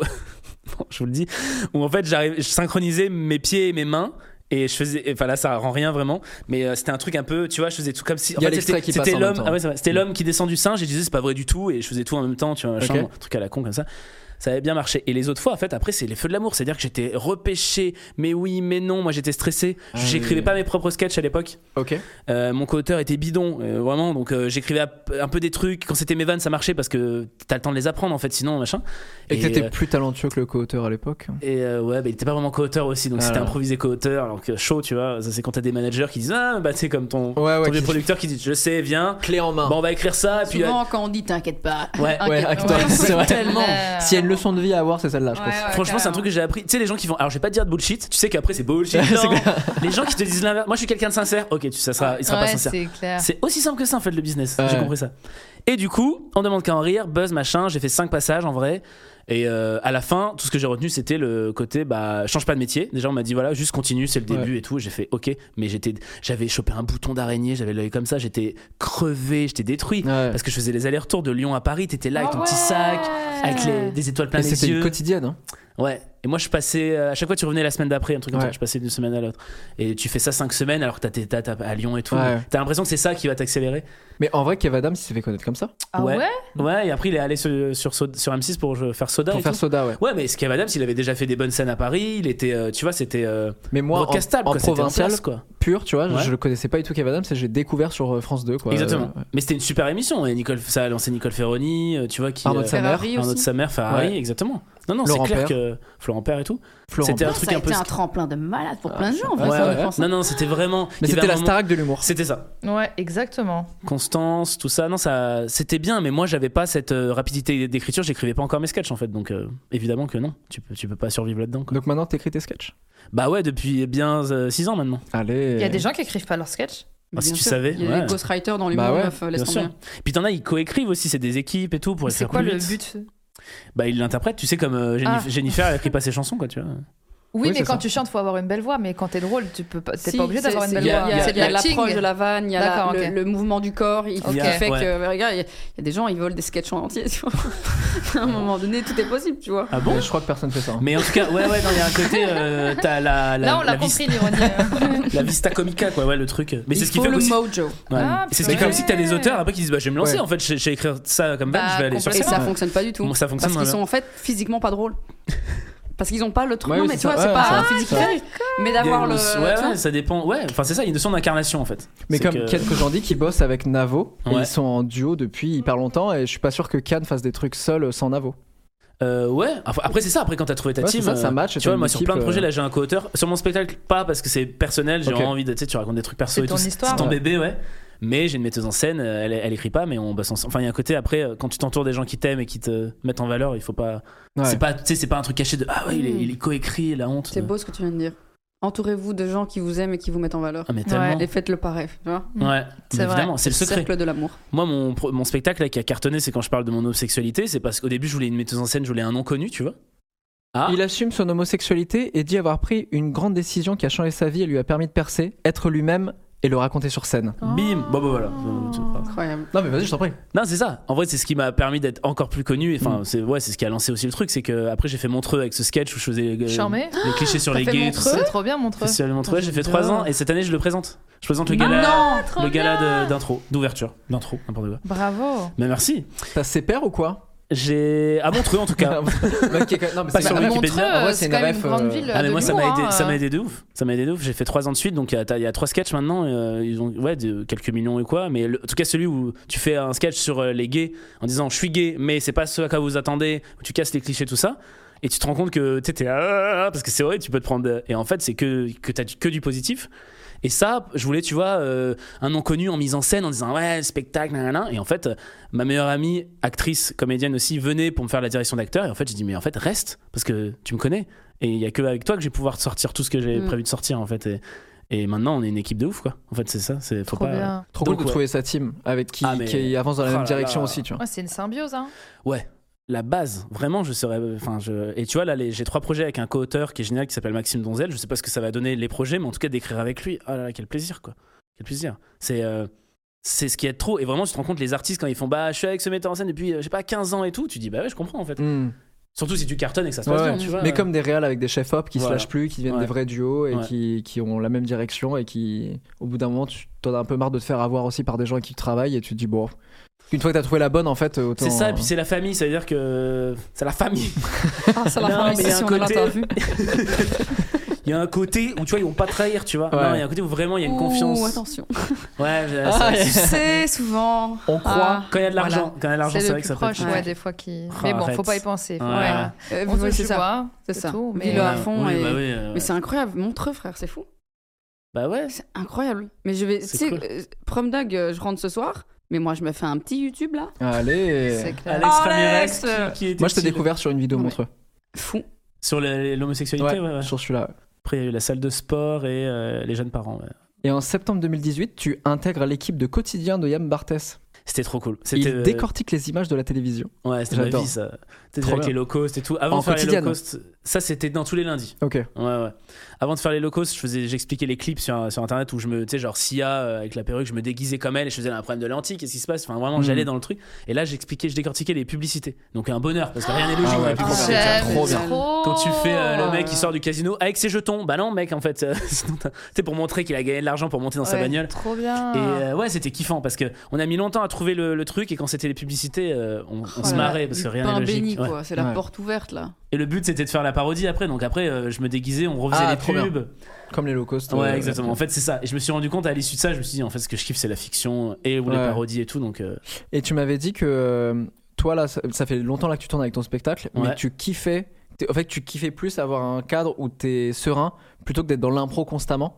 [SPEAKER 4] Bon, je vous le dis. Où en fait, j'arrive- je synchronisais mes pieds et mes mains. Et je faisais, enfin là ça rend rien vraiment, mais euh, c'était un truc un peu, tu vois, je faisais tout comme si. en
[SPEAKER 2] Il y a
[SPEAKER 4] fait,
[SPEAKER 2] l'extrait
[SPEAKER 4] c'était-
[SPEAKER 2] qui passe
[SPEAKER 4] C'était
[SPEAKER 2] en même
[SPEAKER 4] l'homme,
[SPEAKER 2] temps.
[SPEAKER 4] ah ouais, c'est vrai, c'était l'homme qui descend du singe et je disais c'est pas vrai du tout et je faisais tout en même temps, tu vois, machin,
[SPEAKER 2] Ok.
[SPEAKER 4] un truc à la con comme ça. Ça avait bien marché. Et les autres fois, en fait, après, c'est les feux de l'amour. C'est-à-dire que j'étais repêché, mais oui, mais non. Moi, j'étais stressé.
[SPEAKER 2] Ah oui.
[SPEAKER 4] J'écrivais pas mes propres sketchs à l'époque.
[SPEAKER 2] Ok.
[SPEAKER 4] Euh, mon co-auteur était bidon, euh, vraiment. Donc euh, j'écrivais ap- un peu des trucs. Quand c'était mes vannes, ça marchait parce que t'as le temps de les apprendre en fait, sinon machin.
[SPEAKER 2] Et, que t'étais
[SPEAKER 4] euh,
[SPEAKER 2] plus talentueux que le co-auteur à l'époque.
[SPEAKER 4] et, euh, ouais, bah, il était pas vraiment co-auteur aussi, donc
[SPEAKER 2] Ah
[SPEAKER 4] c'était
[SPEAKER 2] là.
[SPEAKER 4] improvisé co-auteur. Alors que chaud, tu vois, ça c'est quand t'as des managers qui disent Ah, bah c'est comme ton,
[SPEAKER 2] Ouais,
[SPEAKER 4] ton
[SPEAKER 2] ouais.
[SPEAKER 4] vieux
[SPEAKER 2] qui- Ah.
[SPEAKER 4] producteur qui dit Je sais, viens,
[SPEAKER 2] Clé en main.
[SPEAKER 4] bon, on va écrire ça. Et puis,
[SPEAKER 7] Souvent, quand on dit t'inquiète pas.
[SPEAKER 4] euh, ouais,
[SPEAKER 7] Ah,
[SPEAKER 2] ouais,
[SPEAKER 7] ok,
[SPEAKER 2] acteur,
[SPEAKER 7] ouais.
[SPEAKER 2] c'est vrai.
[SPEAKER 4] tellement.
[SPEAKER 2] S'il y a une leçon de vie à avoir, c'est celle-là, je
[SPEAKER 7] Ouais,
[SPEAKER 2] pense.
[SPEAKER 7] ouais,
[SPEAKER 4] Franchement, c'est un truc que j'ai appris. Tu sais, les gens qui font. Alors, je vais pas te dire de bullshit. Tu sais qu'après, c'est bullshit.
[SPEAKER 2] C'est
[SPEAKER 4] non.
[SPEAKER 2] clair.
[SPEAKER 4] les gens qui te disent l'inverse. Moi, je suis quelqu'un de sincère. Ok, tu, ça sera, il sera pas
[SPEAKER 5] Ouais,
[SPEAKER 4] sincère.
[SPEAKER 5] c'est clair.
[SPEAKER 4] C'est aussi simple que ça en fait le business, j'ai
[SPEAKER 2] Ouais.
[SPEAKER 4] compris ça. Et du coup, on demande qu'à en rire, buzz machin, j'ai fait 5 passages en vrai. Et euh, à la fin, tout ce que j'ai retenu c'était le côté bah change pas de métier. Déjà on m'a dit voilà, juste continue, c'est le
[SPEAKER 2] Ouais.
[SPEAKER 4] début et tout. J'ai fait OK, mais j'étais j'avais chopé un bouton d'araignée, j'avais l'œil comme ça, j'étais crevé, j'étais détruit
[SPEAKER 2] Ouais.
[SPEAKER 4] parce que je faisais les allers-retours de Lyon à Paris, t'étais là avec
[SPEAKER 5] Ah
[SPEAKER 4] ton petit sac avec les- des étoiles plein
[SPEAKER 2] Et
[SPEAKER 4] les
[SPEAKER 2] c'était
[SPEAKER 4] yeux.
[SPEAKER 2] une quotidienne. hein.
[SPEAKER 4] Ouais. Et moi, je passais. euh, À chaque fois, tu revenais la semaine d'après, un truc comme
[SPEAKER 2] Ouais.
[SPEAKER 4] ça. Je passais d'une semaine à l'autre. Et tu fais ça cinq semaines alors que t'as tes dates à- à Lyon et tout.
[SPEAKER 2] Ouais.
[SPEAKER 4] T'as l'impression que c'est ça qui va t'accélérer.
[SPEAKER 2] Mais en vrai, Kev Adams il s'est fait connaître comme ça.
[SPEAKER 5] Ah ouais,
[SPEAKER 4] Ouais, et après, il est allé sur, sur, Soda- sur M6 pour euh, faire soda.
[SPEAKER 2] Pour
[SPEAKER 4] et
[SPEAKER 2] faire
[SPEAKER 4] tout.
[SPEAKER 2] soda, ouais.
[SPEAKER 4] Ouais, mais Kev Adams, il avait déjà fait des bonnes scènes à Paris. Il était, euh, tu vois, c'était euh,
[SPEAKER 2] Mais moi, en,
[SPEAKER 4] broadcastable,
[SPEAKER 2] en
[SPEAKER 4] quoi, c'était
[SPEAKER 2] provincial,
[SPEAKER 4] place, quoi.
[SPEAKER 2] pur, tu vois, je-
[SPEAKER 4] Ouais.
[SPEAKER 2] je le connaissais pas du tout Kev Adams et j'ai découvert sur euh, France 2, quoi.
[SPEAKER 4] Exactement.
[SPEAKER 2] Euh,
[SPEAKER 4] Mais c'était une super émission. Et Nicole, ça a lancé Nicole Ferroni, euh, tu vois, qui.
[SPEAKER 2] Arnaud de
[SPEAKER 4] euh,
[SPEAKER 2] sa mère,
[SPEAKER 7] Ferrari
[SPEAKER 4] Arnaud de
[SPEAKER 7] aussi.
[SPEAKER 4] sa mère, Ferrari,
[SPEAKER 2] Ouais.
[SPEAKER 4] exactement. Non, non, c'est
[SPEAKER 2] Laurent
[SPEAKER 4] clair
[SPEAKER 2] Père.
[SPEAKER 4] que Florent Père et tout.
[SPEAKER 2] Florent.
[SPEAKER 4] C'était un
[SPEAKER 7] Non,
[SPEAKER 4] truc
[SPEAKER 7] ça a
[SPEAKER 4] un peu.
[SPEAKER 7] été un tremplin de malade pour plein de gens. en
[SPEAKER 2] Ouais,
[SPEAKER 7] vrai, ça,
[SPEAKER 2] ouais,
[SPEAKER 7] je
[SPEAKER 2] ouais.
[SPEAKER 7] pense.
[SPEAKER 4] Non, non, c'était vraiment.
[SPEAKER 2] Mais
[SPEAKER 4] il y avait
[SPEAKER 2] c'était la
[SPEAKER 4] un moment-
[SPEAKER 2] Starac de l'humour.
[SPEAKER 4] C'était ça.
[SPEAKER 5] ouais, exactement.
[SPEAKER 4] Constance, tout ça, non, ça, c'était bien, mais moi j'avais pas cette euh, rapidité d'écriture, j'écrivais pas encore mes sketchs en fait, donc euh, évidemment que non, tu peux, tu peux pas survivre là-dedans. quoi.
[SPEAKER 2] Donc maintenant, t'écris tes sketchs.
[SPEAKER 4] Bah ouais, depuis bien 6 ans maintenant.
[SPEAKER 2] Allez.
[SPEAKER 5] Il y a des gens qui écrivent pas leurs sketchs.
[SPEAKER 4] Ah, si
[SPEAKER 7] Bien
[SPEAKER 4] tu
[SPEAKER 7] sûr.
[SPEAKER 4] savais,
[SPEAKER 7] Il y a
[SPEAKER 4] ouais.
[SPEAKER 7] des ghostwriters dans les
[SPEAKER 2] Bah
[SPEAKER 7] bah
[SPEAKER 2] ouais,
[SPEAKER 4] Bien
[SPEAKER 7] laisse
[SPEAKER 4] sûr.
[SPEAKER 7] tomber.
[SPEAKER 4] Puis t'en as, ils coécrivent aussi, c'est des équipes et tout pour
[SPEAKER 5] Mais
[SPEAKER 4] les
[SPEAKER 5] c'est
[SPEAKER 4] faire
[SPEAKER 5] quoi
[SPEAKER 4] plus
[SPEAKER 5] le
[SPEAKER 4] vite.
[SPEAKER 5] but
[SPEAKER 4] Bah ils l'interprètent, tu sais comme euh, Jenny-
[SPEAKER 5] Ah.
[SPEAKER 4] Jennifer, elle écrit pas ses chansons quoi, tu vois.
[SPEAKER 2] Oui,
[SPEAKER 5] Oui, mais
[SPEAKER 2] c'est
[SPEAKER 5] quand
[SPEAKER 2] ça.
[SPEAKER 5] tu chantes, faut avoir une belle voix. Mais quand t'es drôle, tu peux pas. T'es
[SPEAKER 7] Si,
[SPEAKER 5] pas obligé
[SPEAKER 7] c'est-
[SPEAKER 5] d'avoir une
[SPEAKER 7] c'est-
[SPEAKER 5] belle
[SPEAKER 7] Il y a,
[SPEAKER 5] voix.
[SPEAKER 7] il y a-
[SPEAKER 5] C'est
[SPEAKER 7] il y a
[SPEAKER 5] de l'acting.
[SPEAKER 7] l'approche de la vanne, il y a la-
[SPEAKER 5] D'accord,
[SPEAKER 7] le,
[SPEAKER 5] ok.
[SPEAKER 7] le mouvement du corps il-
[SPEAKER 5] Ok.
[SPEAKER 7] qui fait
[SPEAKER 4] Ouais.
[SPEAKER 7] que, bah, regarde, il y, a- il y a des gens, ils volent des sketchs en entier. Tu vois. à un moment donné, tout est possible, tu vois.
[SPEAKER 4] Ah bon
[SPEAKER 2] Mais je crois que personne fait ça. hein.
[SPEAKER 4] Mais en tout cas, ouais, ouais, non, il y a un côté, euh, t'as la, la,
[SPEAKER 5] Là, on
[SPEAKER 4] la,
[SPEAKER 5] l'a
[SPEAKER 4] vis-
[SPEAKER 5] compris l'ironie.
[SPEAKER 4] la vista comica quoi, ouais, le truc. Mais c'est
[SPEAKER 7] Il
[SPEAKER 4] ce qui
[SPEAKER 7] faut
[SPEAKER 4] fait
[SPEAKER 7] le
[SPEAKER 4] aussi. Ben,
[SPEAKER 7] mojo.
[SPEAKER 4] Ouais.
[SPEAKER 5] Ah,
[SPEAKER 4] c'est ce qui
[SPEAKER 5] purée.
[SPEAKER 4] fait aussi que t'as des auteurs après qui disent bah je vais me lancer
[SPEAKER 2] Ouais.
[SPEAKER 4] en fait, je je vais écrire ça comme
[SPEAKER 5] Bah,
[SPEAKER 4] vanne, je vais aller sur
[SPEAKER 7] Et
[SPEAKER 4] scène.
[SPEAKER 7] ça
[SPEAKER 2] Ouais.
[SPEAKER 7] fonctionne pas du tout.
[SPEAKER 4] Bon, ça fonctionne hein.
[SPEAKER 7] Parce qu'ils
[SPEAKER 4] ouais.
[SPEAKER 7] sont en fait physiquement pas drôles. Parce qu'ils ont pas le truc.
[SPEAKER 2] Ouais,
[SPEAKER 7] non,
[SPEAKER 2] oui,
[SPEAKER 7] mais
[SPEAKER 2] c'est
[SPEAKER 7] tu vois,
[SPEAKER 2] ça.
[SPEAKER 7] c'est
[SPEAKER 2] Ouais,
[SPEAKER 7] pas
[SPEAKER 2] ouais,
[SPEAKER 7] physique.
[SPEAKER 2] ça.
[SPEAKER 7] Mais
[SPEAKER 4] Il y a
[SPEAKER 7] d'avoir
[SPEAKER 4] une
[SPEAKER 7] le.
[SPEAKER 4] notion-
[SPEAKER 7] tu
[SPEAKER 4] ouais,
[SPEAKER 7] vois.
[SPEAKER 4] ouais, ça dépend. Ouais, enfin c'est ça, il y a une notion d'incarnation en fait.
[SPEAKER 2] Mais
[SPEAKER 4] C'est
[SPEAKER 2] comme
[SPEAKER 4] que-
[SPEAKER 2] Ken Kojandi qui bosse avec Navo, et
[SPEAKER 4] Ouais.
[SPEAKER 2] ils sont en duo depuis hyper longtemps et je suis pas sûr que Can fasse des trucs seul euh, sans Navo.
[SPEAKER 4] Euh, ouais. Enfin, après c'est ça. Après quand t'as trouvé ta
[SPEAKER 2] Ouais, c'est
[SPEAKER 4] team,
[SPEAKER 2] ça, ça
[SPEAKER 4] euh,
[SPEAKER 2] match.
[SPEAKER 4] tu vois, moi sur plein de projets
[SPEAKER 2] là.
[SPEAKER 4] là, j'ai un co-auteur. Sur mon spectacle, pas parce que c'est personnel. J'ai
[SPEAKER 2] Ok.
[SPEAKER 4] vraiment envie de, tu sais, tu racontes des trucs perso
[SPEAKER 5] C'est
[SPEAKER 4] et
[SPEAKER 5] ton
[SPEAKER 4] tout. C'est-
[SPEAKER 5] histoire,
[SPEAKER 4] C'est ton
[SPEAKER 2] ouais.
[SPEAKER 4] bébé, ouais. Mais j'ai une metteuse en scène. euh, Elle, elle écrit pas, mais on bosse ensemble. Enfin, il y a un côté après euh, quand tu t'entoures des gens qui t'aiment et qui te mettent en valeur, il faut pas. C'est pas, tu sais, c'est pas un truc caché de ah ouais, il est,
[SPEAKER 7] Mm.
[SPEAKER 4] il est co-écrit, la honte.
[SPEAKER 7] C'est beau ce que tu viens de dire. Entourez-vous de gens qui vous aiment et qui vous mettent en valeur.
[SPEAKER 4] Ah mais tellement.
[SPEAKER 7] Et faites-le pareil. Tu vois
[SPEAKER 4] Ouais.
[SPEAKER 5] C'est
[SPEAKER 4] Mais
[SPEAKER 5] vrai.
[SPEAKER 4] évidemment, c'est le secret.
[SPEAKER 7] Cercle de l'amour.
[SPEAKER 4] Moi, mon, pro- mon spectacle là, qui a cartonné, c'est quand je parle de mon homosexualité. C'est parce qu'au début, je voulais une metteuse en scène, je voulais un nom connu, tu vois. Ah.
[SPEAKER 2] Il assume son homosexualité et dit avoir pris une grande décision qui a changé sa vie et lui a permis de percer, être lui-même et le raconter sur scène.
[SPEAKER 5] Oh.
[SPEAKER 4] Bim. Bon, bah voilà. Euh,
[SPEAKER 7] Incroyable.
[SPEAKER 2] Non mais vas-y, je t'en prie.
[SPEAKER 4] Non, c'est ça. En vrai, c'est ce qui m'a permis d'être encore plus connu. Et Enfin,
[SPEAKER 5] Mm.
[SPEAKER 4] c'est ouais, c'est ce qui a lancé aussi le truc, c'est que après j'ai fait Montreux avec ce sketch où je faisais euh,
[SPEAKER 5] Charmé.
[SPEAKER 4] les clichés sur
[SPEAKER 7] T'as
[SPEAKER 4] les
[SPEAKER 7] fait
[SPEAKER 4] gays. et tout
[SPEAKER 7] Montreux
[SPEAKER 4] ça.
[SPEAKER 5] C'est trop bien, montre.
[SPEAKER 4] Festival de Montreux, j'ai fait
[SPEAKER 5] J'adore.
[SPEAKER 4] trois ans et cette année je le présente. Je présente le gala,
[SPEAKER 5] Non, trop
[SPEAKER 4] le gala
[SPEAKER 5] bien.
[SPEAKER 4] de- d'intro, d'ouverture, d'intro, n'importe quoi.
[SPEAKER 5] Bravo.
[SPEAKER 4] Mais merci.
[SPEAKER 2] T'as ses pères ou quoi
[SPEAKER 4] J'ai à Montreux en tout cas.
[SPEAKER 2] Mec qui est quand- Non mais
[SPEAKER 4] Pas
[SPEAKER 2] c'est
[SPEAKER 4] sur
[SPEAKER 2] pas-
[SPEAKER 4] Wikipédia.
[SPEAKER 5] Montreux,
[SPEAKER 2] En vrai,
[SPEAKER 5] euh,
[SPEAKER 2] c'est
[SPEAKER 5] c'est
[SPEAKER 2] une
[SPEAKER 5] quand même
[SPEAKER 2] ref,
[SPEAKER 5] une
[SPEAKER 2] euh,
[SPEAKER 5] grande ville.
[SPEAKER 4] Ah mais
[SPEAKER 5] de
[SPEAKER 4] moi ça m'a
[SPEAKER 5] l'humour,
[SPEAKER 4] aidé,
[SPEAKER 5] hein,
[SPEAKER 4] ça m'a
[SPEAKER 5] euh.
[SPEAKER 4] aidé de ouf, ça m'a aidé de ouf. J'ai fait trois ans de suite, donc il y a- t'as- il y, a trois sketchs maintenant, euh, ils ont ouais de, quelques millions et quoi, mais le- en tout cas celui où tu fais un sketch sur euh, les gays en disant je suis gay, mais c'est pas ce à quoi vous attendez, où tu casses les clichés tout ça, et tu te rends compte que t'es t'es, ah, parce que c'est vrai tu peux te prendre euh, et en fait c'est que que t'as du- que du positif. Et ça, je voulais, tu vois, euh, un non connu en mise en scène en disant ouais, le spectacle, nanana. Et en fait, euh, ma meilleure amie, actrice, comédienne aussi, venait pour me faire la direction d'acteur. Et en fait, j'ai dit mais en fait, reste, parce que tu me connais. Et il y a que avec toi que je vais pouvoir sortir tout ce que j'ai
[SPEAKER 7] Mm.
[SPEAKER 4] prévu de sortir, en fait. Et, et maintenant, on est une équipe de ouf, quoi. En fait, c'est ça. C'est, faut
[SPEAKER 5] Trop
[SPEAKER 4] pas...
[SPEAKER 5] bien.
[SPEAKER 2] Trop cool
[SPEAKER 4] Donc,
[SPEAKER 2] de
[SPEAKER 4] ouais.
[SPEAKER 2] trouver sa team avec qui,
[SPEAKER 4] Ah, mais-
[SPEAKER 2] qui avance dans la
[SPEAKER 4] Oh
[SPEAKER 2] même
[SPEAKER 4] là
[SPEAKER 2] direction
[SPEAKER 4] là.
[SPEAKER 2] aussi, tu vois.
[SPEAKER 5] Ouais, c'est une symbiose. Hein.
[SPEAKER 4] Ouais. La base, vraiment, je serais. Enfin, je... Et tu vois, là, les- j'ai trois projets avec un co-auteur qui est génial qui s'appelle Maxime Donzel. Je sais pas ce que ça va donner les projets, mais en tout cas, d'écrire avec lui. Ah là là, quel plaisir, quoi. Quel plaisir. C'est. euh, C'est ce qui est trop. Et vraiment, tu te rends compte, les artistes, quand ils font Bah, je suis avec ce metteur en scène depuis, euh, je sais pas, 15 ans et tout, tu dis Bah ouais, je comprends en fait.
[SPEAKER 2] Hmm.
[SPEAKER 4] Surtout si tu cartonnes et que ça se
[SPEAKER 2] Ouais,
[SPEAKER 4] passe
[SPEAKER 2] ouais.
[SPEAKER 4] bien, tu vois.
[SPEAKER 2] mais comme des réals avec des chefs hop qui
[SPEAKER 4] Voilà.
[SPEAKER 2] se lâchent plus, qui deviennent
[SPEAKER 4] Ouais.
[SPEAKER 2] des vrais duos et
[SPEAKER 4] Ouais.
[SPEAKER 2] qui, qui ont la même direction et qui, au bout d'un moment, tu t'en as un peu marre de te faire avoir aussi par des gens avec qui travaillent et tu te dis, bon, une fois que t'as trouvé la bonne, en fait, autant.
[SPEAKER 4] C'est ça, et puis c'est la famille, ça veut dire que c'est la famille.
[SPEAKER 7] Ah, ça la
[SPEAKER 4] Non,
[SPEAKER 7] fin,
[SPEAKER 4] mais
[SPEAKER 7] mais
[SPEAKER 4] il y a
[SPEAKER 7] si
[SPEAKER 4] un
[SPEAKER 7] on a
[SPEAKER 4] côté-
[SPEAKER 7] l'interview.
[SPEAKER 4] Il y a un côté où tu vois, ils vont pas trahir, tu vois.
[SPEAKER 2] Ouais.
[SPEAKER 4] Non, il y a un côté où vraiment il y a une confiance.
[SPEAKER 7] Ouh, attention.
[SPEAKER 4] Ouais, euh,
[SPEAKER 2] Ah,
[SPEAKER 4] ça-
[SPEAKER 2] ouais.
[SPEAKER 7] Tu sais, souvent.
[SPEAKER 2] On croit.
[SPEAKER 7] Ah,
[SPEAKER 4] quand il y a de l'argent,
[SPEAKER 5] Voilà.
[SPEAKER 4] quand il y a de l'argent,
[SPEAKER 5] C'est
[SPEAKER 4] c'est
[SPEAKER 5] le
[SPEAKER 4] vrai que
[SPEAKER 5] plus
[SPEAKER 4] ça peut
[SPEAKER 5] proche,
[SPEAKER 4] être.
[SPEAKER 5] ouais, des fois qui.
[SPEAKER 4] Ah,
[SPEAKER 5] mais bon,
[SPEAKER 4] arrête.
[SPEAKER 5] faut pas y penser. faut-
[SPEAKER 4] Ouais.
[SPEAKER 5] voilà.
[SPEAKER 7] euh,
[SPEAKER 5] On
[SPEAKER 7] oui,
[SPEAKER 5] touche
[SPEAKER 7] c'est
[SPEAKER 5] du
[SPEAKER 7] ça.
[SPEAKER 5] bois,
[SPEAKER 7] C'est
[SPEAKER 5] c'est
[SPEAKER 7] ça.
[SPEAKER 5] tout.
[SPEAKER 7] Mais
[SPEAKER 5] Mais
[SPEAKER 7] le à fond
[SPEAKER 4] Oui,
[SPEAKER 7] et-
[SPEAKER 4] bah oui, euh,
[SPEAKER 7] Mais c'est incroyable. Montreux, frère, c'est fou.
[SPEAKER 4] Bah ouais.
[SPEAKER 7] C'est incroyable. Mais je vais. Tu
[SPEAKER 4] C'est
[SPEAKER 7] sais,
[SPEAKER 4] cool.
[SPEAKER 7] euh, prom dag, euh, je rentre ce soir. Mais moi, je me fais un petit YouTube là.
[SPEAKER 2] Ah,
[SPEAKER 7] Ah,
[SPEAKER 2] Allez
[SPEAKER 5] c'est clair.
[SPEAKER 4] Alex
[SPEAKER 7] Alex
[SPEAKER 4] Ramirez, qui, qui était
[SPEAKER 2] Moi, je t'ai
[SPEAKER 4] petit-
[SPEAKER 2] découvert sur une vidéo
[SPEAKER 7] Non, mais-
[SPEAKER 2] montre.
[SPEAKER 7] Fou.
[SPEAKER 4] Sur le- l'homosexualité,
[SPEAKER 2] Ouais,
[SPEAKER 4] ouais, ouais.
[SPEAKER 2] sur celui-là.
[SPEAKER 4] Après, il y a eu la salle de sport et euh, les jeunes parents. ouais.
[SPEAKER 2] Et en septembre 2018, tu intègres l'équipe de quotidien de Yann Barthès.
[SPEAKER 4] C'était trop cool. C'était.
[SPEAKER 2] Il
[SPEAKER 4] euh,
[SPEAKER 2] décortique les images de la télévision.
[SPEAKER 4] Ouais, c'était ma
[SPEAKER 2] J'adore.
[SPEAKER 4] vie, ça. T'étais
[SPEAKER 2] Trop
[SPEAKER 4] avec
[SPEAKER 2] bien.
[SPEAKER 4] les low cost et tout. Avant
[SPEAKER 2] En
[SPEAKER 4] de faire
[SPEAKER 2] quotidienne.
[SPEAKER 4] les low cost, ça c'était dans tous les lundis.
[SPEAKER 2] Ok.
[SPEAKER 4] Ouais, ouais. Avant de faire les low cost, je faisais, j'expliquais les clips sur, sur internet où je me, tu sais, genre Sia euh, avec la perruque, je me déguisais comme elle et je faisais un problème de lentille, qu'est-ce qui se passe Enfin, vraiment,
[SPEAKER 2] Mhm.
[SPEAKER 4] j'allais dans le truc. Et là, j'expliquais, je décortiquais les publicités. Donc, un bonheur parce que rien n'est logique.
[SPEAKER 2] Ah
[SPEAKER 4] on
[SPEAKER 2] ouais,
[SPEAKER 4] aurait pu
[SPEAKER 2] trop
[SPEAKER 4] penser,
[SPEAKER 2] bien.
[SPEAKER 4] tu vois.
[SPEAKER 2] Trop bien.
[SPEAKER 4] Quand tu fais euh, le mec qui sort du casino avec ses jetons, bah non, mec, en fait, euh, sinon t'as- c'est pour montrer qu'il a gagné de l'argent pour monter dans sa
[SPEAKER 5] Ouais,
[SPEAKER 4] bagnole.
[SPEAKER 5] Trop bien.
[SPEAKER 4] Et euh, ouais, c'était kiffant parce que on a mis longtemps à trouver le, le truc et quand c'était les publicités, euh, on, on
[SPEAKER 7] Oh
[SPEAKER 4] se
[SPEAKER 7] là là,
[SPEAKER 4] marrait parce
[SPEAKER 7] du
[SPEAKER 4] que rien
[SPEAKER 7] pain
[SPEAKER 4] n'est logique.
[SPEAKER 7] béni,
[SPEAKER 4] Ouais.
[SPEAKER 7] quoi. C'est la
[SPEAKER 2] Ouais.
[SPEAKER 7] porte ouverte là.
[SPEAKER 4] Et le but c'était de faire la parodie après. Donc après, euh, je me déguisais, on refaisait
[SPEAKER 2] Ah,
[SPEAKER 4] les
[SPEAKER 2] trop
[SPEAKER 4] pubs.
[SPEAKER 2] Comme les low cost.
[SPEAKER 4] Ouais,
[SPEAKER 2] euh,
[SPEAKER 4] exactement. En fait, c'est ça. Et je me suis rendu compte à l'issue de ça, je me suis dit en fait, ce que je kiffe, c'est la fiction et ou les
[SPEAKER 2] Ouais.
[SPEAKER 4] parodies et tout. Donc euh,
[SPEAKER 2] Et tu m'avais dit que euh, toi là, ça, ça fait longtemps là que tu tournes avec ton spectacle,
[SPEAKER 4] Ouais.
[SPEAKER 2] mais tu kiffais. t'es- En fait, tu kiffais plus avoir un cadre où t'es serein plutôt que d'être dans l'impro constamment.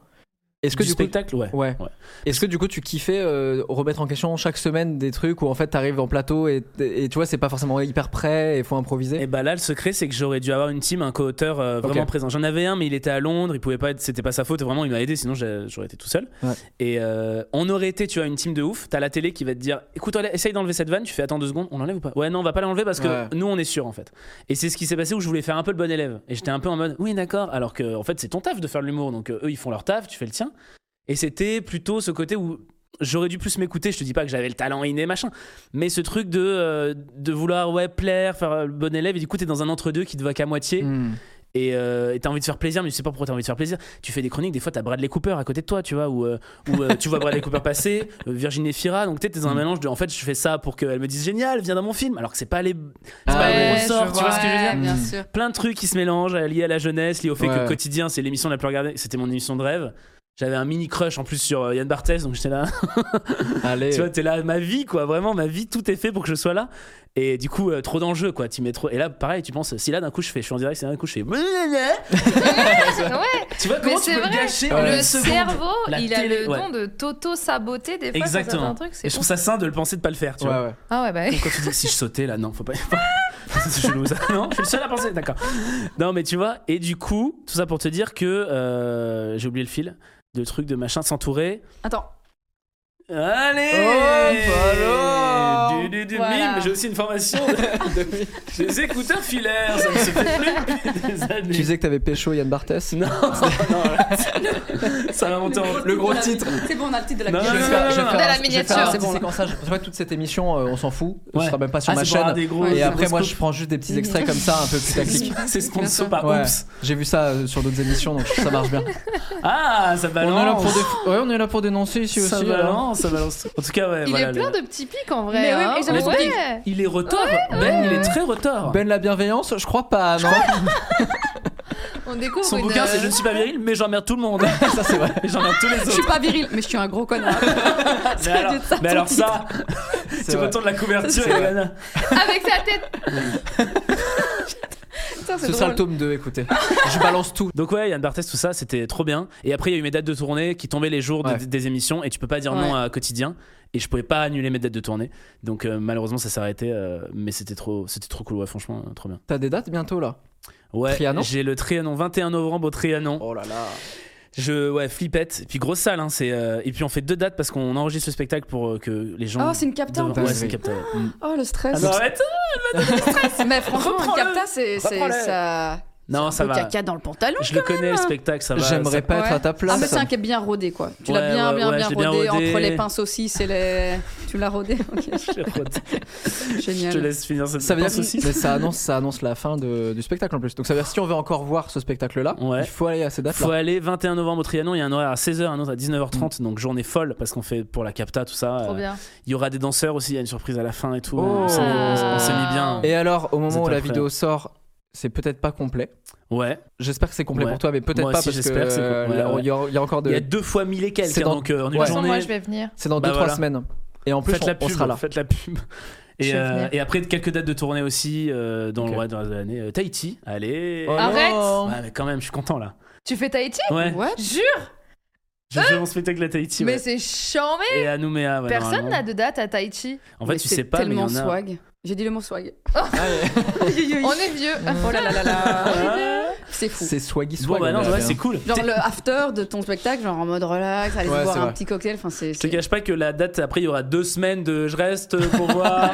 [SPEAKER 2] Est-ce que
[SPEAKER 4] du
[SPEAKER 2] du coup,
[SPEAKER 4] spectacle, ouais.
[SPEAKER 2] ouais.
[SPEAKER 4] Ouais.
[SPEAKER 2] Est-ce que du coup, tu kiffais euh, remettre en question chaque semaine des trucs où en fait t'arrives en plateau et, et tu vois c'est pas forcément hyper prêt et faut improviser.
[SPEAKER 4] Et bah là, le secret, c'est que j'aurais dû avoir une team, un co-auteur euh, vraiment
[SPEAKER 2] Ok.
[SPEAKER 4] présent. J'en avais un, mais il était à Londres, il pouvait pas être, c'était pas sa faute, vraiment, il m'a aidé, sinon j'a- j'aurais été tout seul.
[SPEAKER 2] Ouais.
[SPEAKER 4] Et euh, on aurait été, tu vois, une team de ouf. T'as la télé qui va te dire, écoute, allez, essaye d'enlever cette vanne, tu fais attends deux secondes, on l'enlève ou pas Ouais, non, on va pas l'enlever parce que
[SPEAKER 2] Ouais.
[SPEAKER 4] nous, on est sûr en fait. Et c'est ce qui s'est passé où je voulais faire un peu le bon élève. Et j'étais un peu en mode, oui, d'accord, alors que en fait, c'est ton taf de faire de l'humour, donc euh, eux, ils font leur taf, tu fais le tien. Et c'était plutôt ce côté où j'aurais dû plus m'écouter. Je te dis pas que j'avais le talent inné, machin. Mais ce truc de, euh, de vouloir ouais, plaire, faire euh, le bon élève, et du coup, t'es dans un entre-deux qui te va qu'à moitié.
[SPEAKER 2] Hmm.
[SPEAKER 4] Et euh, et t'as envie de faire plaisir, mais tu sais pas pourquoi t'as envie de faire plaisir. Tu fais des chroniques, des fois t'as Bradley Cooper à côté de toi, tu vois, ou euh, ou, euh, tu vois Bradley Cooper passer, euh, Virginie Fira. Donc t'es t'es dans un
[SPEAKER 2] Mm.
[SPEAKER 4] mélange de en fait, je fais ça pour qu'elle me dise génial, viens dans mon film, alors que c'est pas les. C'est
[SPEAKER 2] Ah
[SPEAKER 4] pas les
[SPEAKER 2] ouais,
[SPEAKER 4] gros sorts, tu vois ce que je veux dire
[SPEAKER 2] dire
[SPEAKER 5] Bien
[SPEAKER 2] Mm.
[SPEAKER 5] sûr.
[SPEAKER 4] plein de trucs qui se mélangent, euh, liés à la jeunesse, liés au fait que
[SPEAKER 2] Ouais.
[SPEAKER 4] le quotidien, c'est l'émission la plus regardée. C'était mon émission de rêve. J'avais un mini crush en plus sur euh, Yann Barthès, donc j'étais là.
[SPEAKER 2] Allez.
[SPEAKER 4] Tu vois, t'es là, ma vie, quoi, vraiment, ma vie, tout est fait pour que je sois là. Et du coup, euh, trop d'enjeux, quoi. Tu mets trop. Et là, pareil, tu penses, si là, d'un coup, je fais, je suis en direct, si là, d'un coup, je fais.
[SPEAKER 5] Ouais,
[SPEAKER 4] Tu vois,
[SPEAKER 5] mais
[SPEAKER 4] comment tu
[SPEAKER 5] c'est
[SPEAKER 4] peux le
[SPEAKER 5] vrai.
[SPEAKER 4] gâcher en
[SPEAKER 5] le
[SPEAKER 4] une seconde
[SPEAKER 5] cerveau,
[SPEAKER 4] La
[SPEAKER 5] il
[SPEAKER 4] télé,
[SPEAKER 5] a le
[SPEAKER 4] ouais.
[SPEAKER 5] don de t'auto-saboter des fois. sur
[SPEAKER 4] Exactement.
[SPEAKER 5] certains trucs, c'est
[SPEAKER 4] Et je
[SPEAKER 5] fou.
[SPEAKER 4] trouve ça sain de le penser, de pas le faire, tu
[SPEAKER 2] Ouais,
[SPEAKER 4] vois.
[SPEAKER 2] ouais.
[SPEAKER 5] Ah ouais, bah.
[SPEAKER 4] Comme Quand tu dis, si je sautais, là, non, faut pas. je, nous... non, je suis le seul à penser, d'accord. Non, mais tu vois, et du coup, tout ça pour te dire que euh, j'ai oublié le fil, de trucs, de machin, de s'entourer.
[SPEAKER 7] Attends.
[SPEAKER 4] Allez
[SPEAKER 2] Oh, bah alors
[SPEAKER 4] Du, du, du
[SPEAKER 5] Voilà.
[SPEAKER 4] mime, j'ai aussi une formation de, de- des écouteurs filaires, ça ne se fait plus depuis des années.
[SPEAKER 2] Tu disais que t'avais pécho Yann Barthès.
[SPEAKER 4] Non, non, Ah, là, ça va monter en...
[SPEAKER 2] Le gros titre.
[SPEAKER 7] C'est bon, on a le titre de la
[SPEAKER 4] Non,
[SPEAKER 2] Je
[SPEAKER 7] vidéo.
[SPEAKER 2] vais faire- je vais
[SPEAKER 4] non,
[SPEAKER 2] faire
[SPEAKER 5] non.
[SPEAKER 2] un-
[SPEAKER 5] la
[SPEAKER 2] je vais
[SPEAKER 5] miniature,
[SPEAKER 2] faire un
[SPEAKER 5] c'est
[SPEAKER 2] petit
[SPEAKER 5] bon.
[SPEAKER 2] séquençage. C'est vrai que toute cette émission, euh, on s'en fout. Ce
[SPEAKER 4] Ouais.
[SPEAKER 2] sera même pas sur
[SPEAKER 4] Ah,
[SPEAKER 2] ma
[SPEAKER 4] c'est pour avoir
[SPEAKER 2] chaîne.
[SPEAKER 4] des gros-
[SPEAKER 2] Et
[SPEAKER 4] des
[SPEAKER 2] après, moi,
[SPEAKER 4] gros
[SPEAKER 2] je prends juste des petits extraits comme ça, un peu putaclic.
[SPEAKER 4] C'est sponsor par
[SPEAKER 2] Ouais.
[SPEAKER 4] Ah, Oups.
[SPEAKER 2] J'ai vu ça euh, sur d'autres émissions, donc ça marche bien.
[SPEAKER 4] Ah, ça balance.
[SPEAKER 2] on, est là pour dé- ouais, on est là pour dénoncer ici
[SPEAKER 4] ça
[SPEAKER 2] aussi. alors.
[SPEAKER 4] balance, ça balance. En tout cas, ouais,
[SPEAKER 5] Il
[SPEAKER 4] voilà.
[SPEAKER 5] est
[SPEAKER 4] le-
[SPEAKER 5] plein de petits pics en vrai.
[SPEAKER 7] Mais oui,
[SPEAKER 5] hein.
[SPEAKER 7] mais j'avais
[SPEAKER 5] Ouais.
[SPEAKER 4] Il est retors. ben, il est très retors.
[SPEAKER 2] Ben la bienveillance, je crois pas, non
[SPEAKER 5] On découvre
[SPEAKER 4] Son
[SPEAKER 5] une.
[SPEAKER 4] bouquin, c'est Je
[SPEAKER 5] euh,
[SPEAKER 4] ne suis pas viril, mais j'emmerde tout le monde.
[SPEAKER 2] Ça c'est vrai.
[SPEAKER 4] j'emmerde tous les
[SPEAKER 7] Je suis
[SPEAKER 4] autres.
[SPEAKER 7] pas viril, mais je suis un gros connard.
[SPEAKER 4] Mais
[SPEAKER 7] a dû
[SPEAKER 4] alors,
[SPEAKER 7] être ça,
[SPEAKER 4] mais
[SPEAKER 7] ton
[SPEAKER 4] alors ça, tu
[SPEAKER 2] C'est vrai.
[SPEAKER 4] retournes la couverture, Yana.
[SPEAKER 5] Avec sa tête. Putain,
[SPEAKER 2] Ce
[SPEAKER 5] c'est
[SPEAKER 2] sera
[SPEAKER 5] drôle.
[SPEAKER 2] le tome 2, écoutez. Je balance tout.
[SPEAKER 4] Donc ouais, Yann Barthès, tout ça, c'était trop bien. Et après, il y a eu mes dates de tournée qui tombaient les jours de-
[SPEAKER 2] Ouais.
[SPEAKER 4] des, émissions et tu peux pas dire non à quotidien. Et je pouvais pas annuler mes dates de tournée. Donc euh, malheureusement, ça s'est arrêté. euh, mais c'était trop, c'était trop cool, ouais, franchement, euh, trop bien.
[SPEAKER 2] T'as des dates bientôt là
[SPEAKER 4] Ouais,
[SPEAKER 2] Trianon
[SPEAKER 4] j'ai le Trianon, 21 novembre au Trianon.
[SPEAKER 2] Oh là là.
[SPEAKER 4] Je, ouais, flippette. Et puis grosse salle, hein, c'est. euh, et puis on fait deux dates parce qu'on enregistre le spectacle pour euh, que les gens.
[SPEAKER 7] Oh, c'est une capta en
[SPEAKER 4] devant-
[SPEAKER 7] plus.
[SPEAKER 4] Ouais, c'est une capta.
[SPEAKER 7] Oh, le
[SPEAKER 4] Ah
[SPEAKER 7] stress.
[SPEAKER 4] non, arrête
[SPEAKER 7] mais franchement,
[SPEAKER 4] Reprends-le.
[SPEAKER 7] un capta, c'est, c'est-
[SPEAKER 4] Reprends-le.
[SPEAKER 7] ça.
[SPEAKER 4] Non, ça
[SPEAKER 7] Le
[SPEAKER 4] va.
[SPEAKER 7] caca dans le pantalon.
[SPEAKER 4] Je le connais, le spectacle, ça va.
[SPEAKER 2] J'aimerais pas être
[SPEAKER 7] Ouais.
[SPEAKER 2] à ta
[SPEAKER 7] Ah,
[SPEAKER 2] place.
[SPEAKER 7] mais c'est un qui est bien rodé, quoi. Tu
[SPEAKER 4] Ouais,
[SPEAKER 7] l'as bien,
[SPEAKER 4] ouais,
[SPEAKER 7] bien,
[SPEAKER 4] ouais,
[SPEAKER 7] bien,
[SPEAKER 4] je l'ai
[SPEAKER 7] rodé,
[SPEAKER 4] bien rodé.
[SPEAKER 7] entre les pains saucisses et les. Tu l'as rodé Ok,
[SPEAKER 4] ça- Je te
[SPEAKER 7] Génial.
[SPEAKER 4] laisse finir cette
[SPEAKER 2] Ça veut dire
[SPEAKER 4] pense aussi.
[SPEAKER 2] que mais ça annonce, ça annonce la fin de- du spectacle en plus. Donc ça veut dire que si on veut encore voir ce spectacle-là,
[SPEAKER 4] Ouais.
[SPEAKER 2] il faut aller à ces dates-là.
[SPEAKER 4] Faut aller 21 novembre au Trianon, il y a un horaire à 16h, un autre à 19h30, donc journée folle parce qu'on fait pour la capta, tout ça.
[SPEAKER 5] Mm. Trop
[SPEAKER 4] Euh,
[SPEAKER 5] bien.
[SPEAKER 4] Il y aura des danseurs aussi, il y a une surprise à la fin et tout.
[SPEAKER 2] Oh.
[SPEAKER 4] On s'est- on s'est mis bien.
[SPEAKER 2] Et alors, au moment
[SPEAKER 4] êtes
[SPEAKER 2] où la
[SPEAKER 4] incroyable.
[SPEAKER 2] vidéo sort, c'est peut-être pas complet.
[SPEAKER 4] Ouais.
[SPEAKER 2] J'espère que c'est complet
[SPEAKER 4] Ouais.
[SPEAKER 2] pour toi, mais peut-être
[SPEAKER 4] Moi
[SPEAKER 2] pas
[SPEAKER 4] aussi,
[SPEAKER 2] parce que
[SPEAKER 4] j'espère que c'est
[SPEAKER 2] euh,
[SPEAKER 4] complet,
[SPEAKER 2] là,
[SPEAKER 4] ouais.
[SPEAKER 2] il y a- il y a encore
[SPEAKER 4] Il y a
[SPEAKER 2] de.
[SPEAKER 4] deux fois mille et quelques,
[SPEAKER 2] C'est
[SPEAKER 4] hein,
[SPEAKER 2] dans-
[SPEAKER 4] donc euh,
[SPEAKER 2] Ouais.
[SPEAKER 4] on est une
[SPEAKER 5] De toute façon,
[SPEAKER 4] journée.
[SPEAKER 5] moi, je vais venir.
[SPEAKER 2] C'est dans
[SPEAKER 4] Bah
[SPEAKER 2] 2-3
[SPEAKER 4] voilà.
[SPEAKER 2] semaines. Et en plus,
[SPEAKER 4] Faites
[SPEAKER 2] on,
[SPEAKER 4] la
[SPEAKER 2] on
[SPEAKER 4] pub,
[SPEAKER 2] sera là.
[SPEAKER 4] faites la pub.
[SPEAKER 5] Je
[SPEAKER 4] Et,
[SPEAKER 5] vais
[SPEAKER 4] euh,
[SPEAKER 5] venir.
[SPEAKER 4] et après quelques dates de tournée aussi euh, dans
[SPEAKER 2] Ok.
[SPEAKER 4] le ouais, dans l'année euh, Tahiti. Allez.
[SPEAKER 2] Oh
[SPEAKER 5] Arrête
[SPEAKER 2] non.
[SPEAKER 4] Ouais, mais quand même, je suis content là.
[SPEAKER 5] Tu fais Tahiti
[SPEAKER 4] Ouais.
[SPEAKER 7] What
[SPEAKER 5] Jure
[SPEAKER 4] J'ai fait mon spectacle à Tahiti.
[SPEAKER 5] Mais
[SPEAKER 4] ouais.
[SPEAKER 5] c'est chambé
[SPEAKER 4] Et à Nouméa. ouais,
[SPEAKER 5] Personne
[SPEAKER 4] normalement.
[SPEAKER 5] n'a de date à Tahiti.
[SPEAKER 4] En fait,
[SPEAKER 7] Mais
[SPEAKER 4] tu
[SPEAKER 7] c'est
[SPEAKER 4] sais pas, mais il y
[SPEAKER 7] tellement
[SPEAKER 4] en a.
[SPEAKER 7] swag. J'ai dit le mot swag.
[SPEAKER 4] Ah
[SPEAKER 5] On est vieux.
[SPEAKER 7] Oh là là là là.
[SPEAKER 4] Ah.
[SPEAKER 7] C'est fou.
[SPEAKER 2] C'est swaggy
[SPEAKER 4] Bon,
[SPEAKER 2] swag.
[SPEAKER 4] bah
[SPEAKER 2] on
[SPEAKER 4] non,
[SPEAKER 2] verra
[SPEAKER 4] ouais,
[SPEAKER 2] bien.
[SPEAKER 4] c'est cool.
[SPEAKER 7] Genre le after de ton spectacle, genre en mode relax, aller
[SPEAKER 2] Ouais,
[SPEAKER 7] boire
[SPEAKER 2] c'est
[SPEAKER 7] un
[SPEAKER 2] vrai.
[SPEAKER 7] petit cocktail. Enfin, c'est.
[SPEAKER 4] Je te
[SPEAKER 7] c'est-
[SPEAKER 4] cache pas que la date, après, il y aura deux semaines de je reste pour voir.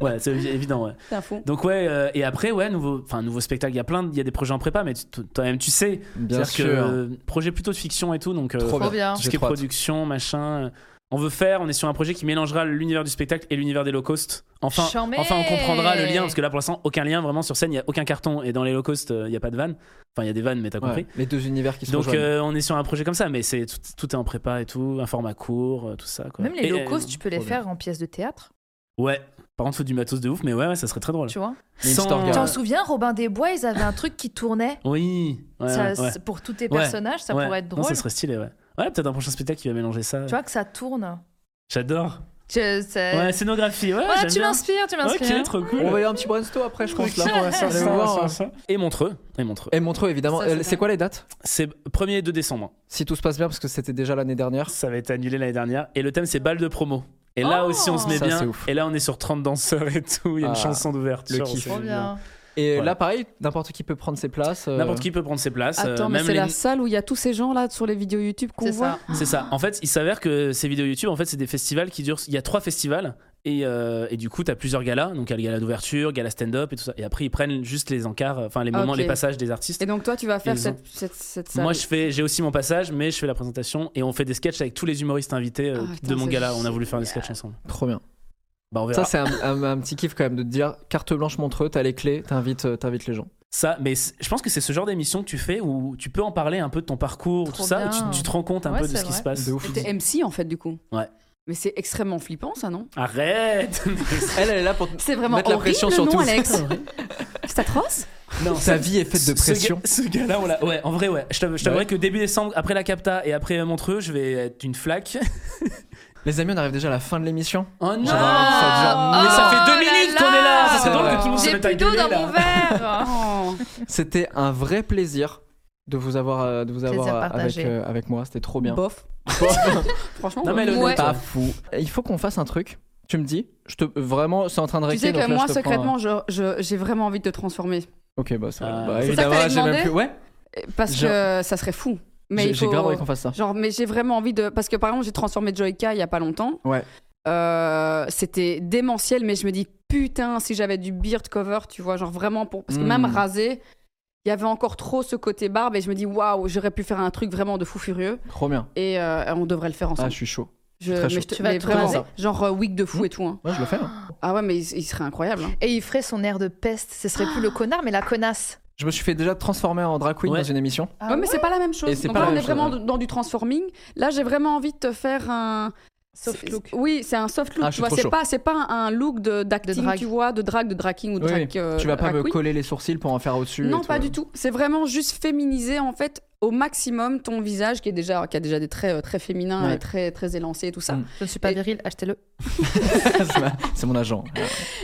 [SPEAKER 4] ouais, c'est évident, ouais.
[SPEAKER 7] C'est un fou.
[SPEAKER 4] Donc, ouais, euh, et après, ouais, nouveau, enfin, nouveau spectacle, il y a plein, de- il y a des projets en prépa, mais tu- toi-même, tu sais.
[SPEAKER 2] Bien
[SPEAKER 4] C'est-à-dire que,
[SPEAKER 2] sûr.
[SPEAKER 4] euh, projet plutôt de fiction et tout, donc. euh,
[SPEAKER 2] Trop
[SPEAKER 5] Trop bien.
[SPEAKER 2] bien.
[SPEAKER 4] tout ce
[SPEAKER 2] J'ai
[SPEAKER 4] qui est
[SPEAKER 2] trop hâte.
[SPEAKER 4] production, machin. euh, On veut faire, on est sur un projet qui mélangera l'univers du spectacle et l'univers des low cost. Enfin,
[SPEAKER 5] Chambé.
[SPEAKER 4] enfin, on comprendra le lien, parce que là, pour l'instant, aucun lien, vraiment, sur scène, il n'y a aucun carton, et dans les low cost, euh, il n'y a pas de vanne. Enfin, il y a des vannes, mais t'as compris.
[SPEAKER 2] Ouais, Les deux univers qui se
[SPEAKER 4] Donc
[SPEAKER 2] rejoignent.
[SPEAKER 4] euh, on est sur un projet comme ça, mais c'est tout, tout est en prépa et tout, un format court, euh, tout ça. Quoi.
[SPEAKER 5] Même les
[SPEAKER 4] Et,
[SPEAKER 5] locaux,
[SPEAKER 4] euh,
[SPEAKER 5] tu peux les
[SPEAKER 2] trop
[SPEAKER 5] faire en pièces de théâtre,
[SPEAKER 4] Ouais. Par contre, faut du matos de ouf, mais ouais, ouais, ça serait très drôle.
[SPEAKER 5] tu vois.
[SPEAKER 2] Mais une
[SPEAKER 4] Sans-
[SPEAKER 2] store girl.
[SPEAKER 5] T'en
[SPEAKER 4] Ouais.
[SPEAKER 5] souviens, Robin des Bois, ils avaient un truc qui tournait.
[SPEAKER 4] Oui. Ouais,
[SPEAKER 5] Ça,
[SPEAKER 4] ouais, ouais.
[SPEAKER 5] c'est- Pour tous tes
[SPEAKER 4] Ouais.
[SPEAKER 5] personnages, ça
[SPEAKER 4] Ouais.
[SPEAKER 5] pourrait être
[SPEAKER 4] Non,
[SPEAKER 5] drôle.
[SPEAKER 4] ça serait stylé, ouais. Ouais, peut-être un prochain spectacle qui va mélanger ça.
[SPEAKER 5] Tu vois que ça tourne.
[SPEAKER 4] J'adore.
[SPEAKER 5] Je- c'est-
[SPEAKER 4] Ouais, scénographie. Ouais,
[SPEAKER 5] Voilà,
[SPEAKER 4] j'aime
[SPEAKER 5] tu
[SPEAKER 4] bien.
[SPEAKER 5] m'inspires, tu m'inspires.
[SPEAKER 4] Ok, trop cool.
[SPEAKER 2] On va y aller un petit brainstorm après, je pense. Là.
[SPEAKER 4] Ouais, ça,
[SPEAKER 2] Allez
[SPEAKER 4] ça,
[SPEAKER 2] voir.
[SPEAKER 4] ça, ça. Et Montreux. Et Montreux.
[SPEAKER 2] Et Montreux, évidemment.
[SPEAKER 5] Ça, c'est
[SPEAKER 2] Euh, C'est quoi les dates
[SPEAKER 4] C'est 1er et 2 décembre.
[SPEAKER 2] Si tout se passe bien, parce que c'était déjà l'année dernière.
[SPEAKER 4] Ça va être annulé l'année dernière. Et le thème, c'est balle de promo. Et là
[SPEAKER 5] Oh.
[SPEAKER 4] aussi, on se met
[SPEAKER 2] Ça, c'est
[SPEAKER 4] bien.
[SPEAKER 2] ouf.
[SPEAKER 4] Et là, on est sur 30 danseurs et tout. Il y a une
[SPEAKER 2] Ah,
[SPEAKER 4] chanson d'ouverture.
[SPEAKER 2] le
[SPEAKER 4] on
[SPEAKER 2] kiff.
[SPEAKER 4] s'est
[SPEAKER 5] Trop
[SPEAKER 4] mis
[SPEAKER 5] bien.
[SPEAKER 2] Et
[SPEAKER 4] Ouais.
[SPEAKER 2] là, pareil, n'importe qui peut prendre ses places. euh,
[SPEAKER 4] N'importe qui peut prendre ses places. euh,
[SPEAKER 7] Attends, mais
[SPEAKER 4] même
[SPEAKER 7] c'est
[SPEAKER 4] les-
[SPEAKER 7] la salle où il y a tous ces gens là sur les vidéos YouTube qu'on
[SPEAKER 5] C'est
[SPEAKER 7] voit.
[SPEAKER 5] ça.
[SPEAKER 4] C'est ça. En fait, il s'avère que ces vidéos YouTube, en fait, c'est des festivals qui durent. Il y a trois festivals. Et, euh, et du coup, t'as plusieurs galas. Donc, il y a le gala d'ouverture, gala stand-up et tout ça. Et après, ils prennent juste les encarts, enfin, les
[SPEAKER 7] Ah,
[SPEAKER 4] moments,
[SPEAKER 7] ok.
[SPEAKER 4] les passages des artistes.
[SPEAKER 7] Et donc toi, tu vas faire
[SPEAKER 4] Ils ont-
[SPEAKER 7] cette, cette, cette salle.
[SPEAKER 4] Moi, je fais, j'ai aussi mon passage, mais je fais la présentation et on fait des sketchs avec tous les humoristes invités euh,
[SPEAKER 7] Ah, putain,
[SPEAKER 4] de mon
[SPEAKER 7] c'est
[SPEAKER 4] gala. On a voulu faire des sketchs ensemble.
[SPEAKER 2] Trop bien.
[SPEAKER 4] Bah, on verra.
[SPEAKER 2] Ça,
[SPEAKER 4] Ça,
[SPEAKER 2] c'est un, un- un petit kiff quand même de te dire carte blanche Montreux, t'as les clés, t'invites euh, t'invites les gens.
[SPEAKER 4] mais c'est- je pense que c'est ce genre d'émission que tu fais où tu peux en parler un peu de ton parcours,
[SPEAKER 5] Trop
[SPEAKER 4] tout ça. et
[SPEAKER 5] bien.
[SPEAKER 4] Tu, tu te rends compte un
[SPEAKER 5] Ouais,
[SPEAKER 4] peu de
[SPEAKER 5] c'est
[SPEAKER 4] ce qui
[SPEAKER 5] vrai.
[SPEAKER 4] se passe.
[SPEAKER 2] De ouf.
[SPEAKER 7] Et T'es MC en fait du coup.
[SPEAKER 4] Ouais.
[SPEAKER 7] Mais c'est extrêmement flippant ça, non
[SPEAKER 4] Arrête
[SPEAKER 2] Elle, elle est là pour.
[SPEAKER 7] C'est vraiment
[SPEAKER 2] Mettre la
[SPEAKER 7] horrible,
[SPEAKER 2] pression sur
[SPEAKER 7] non,
[SPEAKER 2] tout.
[SPEAKER 7] Alex C'est atroce
[SPEAKER 4] Non,
[SPEAKER 2] Sa vie est faite de
[SPEAKER 4] Ce- ce
[SPEAKER 2] pression.
[SPEAKER 4] gars- Ce gars-là, on l'a. Ouais, en vrai, ouais. Je t'av- je t'avouerai
[SPEAKER 2] Ouais.
[SPEAKER 4] que début décembre, après la Capta et après euh, Montreux, je vais être une flaque.
[SPEAKER 2] Les amis, on arrive déjà à la fin de l'émission.
[SPEAKER 4] Oh non
[SPEAKER 2] J'avais envie que ça dure
[SPEAKER 4] Mais
[SPEAKER 2] mille
[SPEAKER 4] ça
[SPEAKER 2] ans.
[SPEAKER 4] fait deux minutes qu'on est là Ça serait
[SPEAKER 2] C'est
[SPEAKER 4] drôle
[SPEAKER 2] vrai.
[SPEAKER 4] que tout le monde se
[SPEAKER 5] J'ai
[SPEAKER 4] mette à
[SPEAKER 5] plus d'eau
[SPEAKER 4] gueuler,
[SPEAKER 5] dans
[SPEAKER 4] là.
[SPEAKER 5] mon verre.
[SPEAKER 7] Oh.
[SPEAKER 2] C'était un vrai plaisir de vous avoir, euh, de vous
[SPEAKER 5] Plaisir
[SPEAKER 2] avoir euh, avec,
[SPEAKER 5] partagé.
[SPEAKER 2] euh, avec moi. C'était trop bien.
[SPEAKER 7] Bof. Franchement,
[SPEAKER 4] Non, mais elle est
[SPEAKER 5] Ouais.
[SPEAKER 4] honnête.
[SPEAKER 2] Pas fou. Il faut qu'on fasse un truc. Tu me dis, je te vraiment, c'est en train de
[SPEAKER 7] tu
[SPEAKER 2] régler.
[SPEAKER 7] sais que
[SPEAKER 4] hein.
[SPEAKER 7] moi, secrètement, je- je- j'ai vraiment envie de te transformer.
[SPEAKER 2] Ok, bah ça.
[SPEAKER 4] Ah.
[SPEAKER 2] bah,
[SPEAKER 4] C'est ça que
[SPEAKER 2] évidemment,
[SPEAKER 7] t'avais
[SPEAKER 2] j'ai même
[SPEAKER 7] demandé
[SPEAKER 2] plus. Ouais.
[SPEAKER 7] Et- Parce
[SPEAKER 2] Genre-
[SPEAKER 7] que ça serait fou. Mais
[SPEAKER 2] J'ai
[SPEAKER 7] il
[SPEAKER 2] j'ai
[SPEAKER 7] faut-
[SPEAKER 2] grave envie qu'on fasse ça.
[SPEAKER 7] Genre, mais j'ai vraiment envie de. Parce que par exemple, j'ai transformé Joyka il y a pas longtemps.
[SPEAKER 2] Ouais.
[SPEAKER 7] Euh, C'était démentiel, mais je me dis putain, si j'avais du beard cover, tu vois, genre vraiment pour. Parce que
[SPEAKER 2] Mm.
[SPEAKER 7] même rasé, il y avait encore trop ce côté barbe et je me dis waouh, j'aurais pu faire un truc vraiment de fou furieux
[SPEAKER 2] Trop bien.
[SPEAKER 7] et euh, on devrait le faire
[SPEAKER 2] Ah,
[SPEAKER 7] ensemble.
[SPEAKER 2] je suis chaud.
[SPEAKER 7] je,
[SPEAKER 2] très
[SPEAKER 7] mais
[SPEAKER 2] chaud. Hmm.
[SPEAKER 7] je te-
[SPEAKER 5] Tu vas
[SPEAKER 7] mais
[SPEAKER 5] te
[SPEAKER 7] vraiment,
[SPEAKER 2] raser
[SPEAKER 7] genre euh, wig de fou et tout. hein.
[SPEAKER 2] Moi, je le fais. hein.
[SPEAKER 7] Ah ouais, mais il, il serait incroyable. hein.
[SPEAKER 5] Et il ferait son air de peste. Ce serait plus le connard, mais la connasse.
[SPEAKER 2] Je me suis fait déjà transformer en drag queen
[SPEAKER 4] Ouais.
[SPEAKER 2] dans une émission.
[SPEAKER 7] ouais, mais c'est pas la même chose.
[SPEAKER 2] Et c'est
[SPEAKER 7] Donc
[SPEAKER 2] pas
[SPEAKER 7] là,
[SPEAKER 2] la
[SPEAKER 7] on
[SPEAKER 2] même
[SPEAKER 7] est
[SPEAKER 2] chose,
[SPEAKER 7] vraiment
[SPEAKER 2] ouais.
[SPEAKER 7] dans du transforming. Là, j'ai vraiment envie de te faire un.
[SPEAKER 5] Soft
[SPEAKER 7] c'est-
[SPEAKER 5] look.
[SPEAKER 7] Oui, c'est un soft look.
[SPEAKER 2] Ah, je suis
[SPEAKER 7] tu vois,
[SPEAKER 2] trop chaud.
[SPEAKER 7] c'est pas, c'est pas un look de d'acting,
[SPEAKER 5] drague.
[SPEAKER 7] tu vois, de drag, de draking ou de
[SPEAKER 2] Oui,
[SPEAKER 7] drag. euh,
[SPEAKER 2] tu vas pas
[SPEAKER 7] drag
[SPEAKER 2] me
[SPEAKER 7] queen.
[SPEAKER 2] coller les sourcils pour en faire au-dessus.
[SPEAKER 7] Non,
[SPEAKER 2] et
[SPEAKER 7] pas du tout. C'est vraiment juste féminiser en fait au maximum ton visage qui est déjà qui a déjà des traits euh, très féminins
[SPEAKER 2] Ouais.
[SPEAKER 7] et très très élancés et tout ça.
[SPEAKER 2] Mm.
[SPEAKER 5] Je ne suis pas
[SPEAKER 7] Et-
[SPEAKER 5] viril, achetez-le.
[SPEAKER 2] C'est ma- c'est mon agent.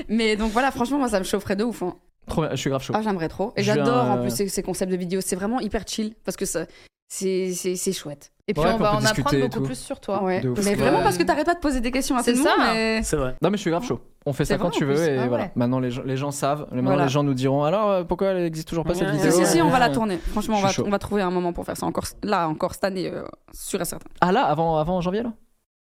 [SPEAKER 7] Mais donc voilà, franchement, moi ça me chaufferait de ouf. hein.
[SPEAKER 2] Trop bien, je suis grave chaud.
[SPEAKER 7] Ah, j'aimerais trop. Et
[SPEAKER 2] Je vais,
[SPEAKER 7] j'adore en
[SPEAKER 2] euh,
[SPEAKER 7] plus ces, ces concepts de vidéos. C'est vraiment hyper chill parce que ça, c'est, c'est, c'est chouette.
[SPEAKER 5] Et puis
[SPEAKER 2] Ouais,
[SPEAKER 5] on
[SPEAKER 2] qu'on
[SPEAKER 5] va
[SPEAKER 2] peut
[SPEAKER 5] en
[SPEAKER 2] discuter
[SPEAKER 5] apprendre
[SPEAKER 2] et
[SPEAKER 5] beaucoup
[SPEAKER 2] tout.
[SPEAKER 5] plus sur toi.
[SPEAKER 7] ouais.
[SPEAKER 2] de ouf.
[SPEAKER 7] Mais
[SPEAKER 2] Ouais.
[SPEAKER 7] vraiment parce que t'arrêtes pas de poser des questions à
[SPEAKER 5] C'est
[SPEAKER 7] tout le
[SPEAKER 5] ça.
[SPEAKER 7] monde.
[SPEAKER 3] Ah,
[SPEAKER 7] mais-
[SPEAKER 4] C'est vrai.
[SPEAKER 2] Non, mais je suis grave chaud. On fait
[SPEAKER 7] C'est
[SPEAKER 2] ça quand
[SPEAKER 7] vrai, en
[SPEAKER 2] tu veux
[SPEAKER 7] plus.
[SPEAKER 2] et
[SPEAKER 5] Ah
[SPEAKER 2] voilà.
[SPEAKER 5] ouais.
[SPEAKER 2] Maintenant les gens, les gens savent. Maintenant
[SPEAKER 7] Voilà.
[SPEAKER 2] les gens nous diront alors euh, pourquoi elle existe toujours pas cette
[SPEAKER 4] Ouais.
[SPEAKER 2] vidéo.
[SPEAKER 7] Si, si,
[SPEAKER 4] Ouais.
[SPEAKER 7] si, on va la tourner. Franchement, on
[SPEAKER 2] Je
[SPEAKER 7] va,
[SPEAKER 2] suis chaud.
[SPEAKER 7] on va trouver un moment pour faire ça. Encore, là, encore cette année, euh, sûr et certain.
[SPEAKER 2] Ah là avant avant janvier là.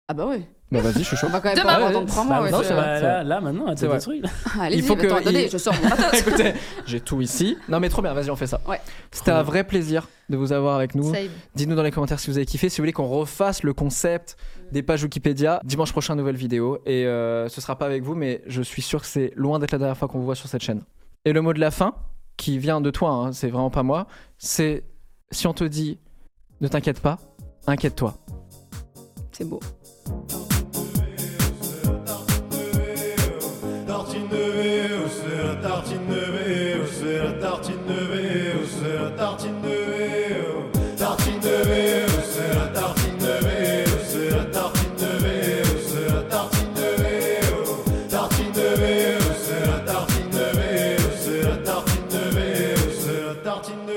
[SPEAKER 3] Ah bah oui.
[SPEAKER 2] Bah vas-y, je suis chaud.
[SPEAKER 3] On va quand même
[SPEAKER 5] Demain.
[SPEAKER 3] pas
[SPEAKER 2] Ouais,
[SPEAKER 3] attendre trois mois.
[SPEAKER 2] bah
[SPEAKER 3] ouais,
[SPEAKER 2] non,
[SPEAKER 3] c'est-
[SPEAKER 2] ça va.
[SPEAKER 4] Bah, là, là, maintenant, elle te
[SPEAKER 2] C'est vrai.
[SPEAKER 4] détruit.
[SPEAKER 3] Allez-y,
[SPEAKER 2] Il faut
[SPEAKER 3] mais attends,
[SPEAKER 2] que-
[SPEAKER 3] attendez,
[SPEAKER 2] il-
[SPEAKER 3] je sors mon patate.
[SPEAKER 2] Écoutez, j'ai tout ici. Non mais trop bien, vas-y, on fait ça.
[SPEAKER 3] Ouais.
[SPEAKER 2] C'était un vrai plaisir de vous avoir avec nous.
[SPEAKER 5] Save.
[SPEAKER 2] Dites-nous dans les commentaires si vous avez kiffé, si vous voulez qu'on refasse le concept des pages Wikipédia. Dimanche prochain, nouvelle vidéo. Et euh, ce sera pas avec vous, mais je suis sûr que c'est loin d'être la dernière fois qu'on vous voit sur cette chaîne. Et le mot de la fin, qui vient de toi, hein, c'est vraiment pas moi, c'est si on te dit ne t'inquiète pas, inquiète-toi.
[SPEAKER 3] C'est beau.
[SPEAKER 1] Tartine de veau, c'est la tartine de veau, c'est la tartine de veau, c'est la tartine de veau. Tartine de veau, c'est la tartine de veau, c'est la tartine de veau, c'est la tartine de veau. Tartine de veau, c'est la tartine de veau, c'est la tartine de veau, c'est la tartine de veau.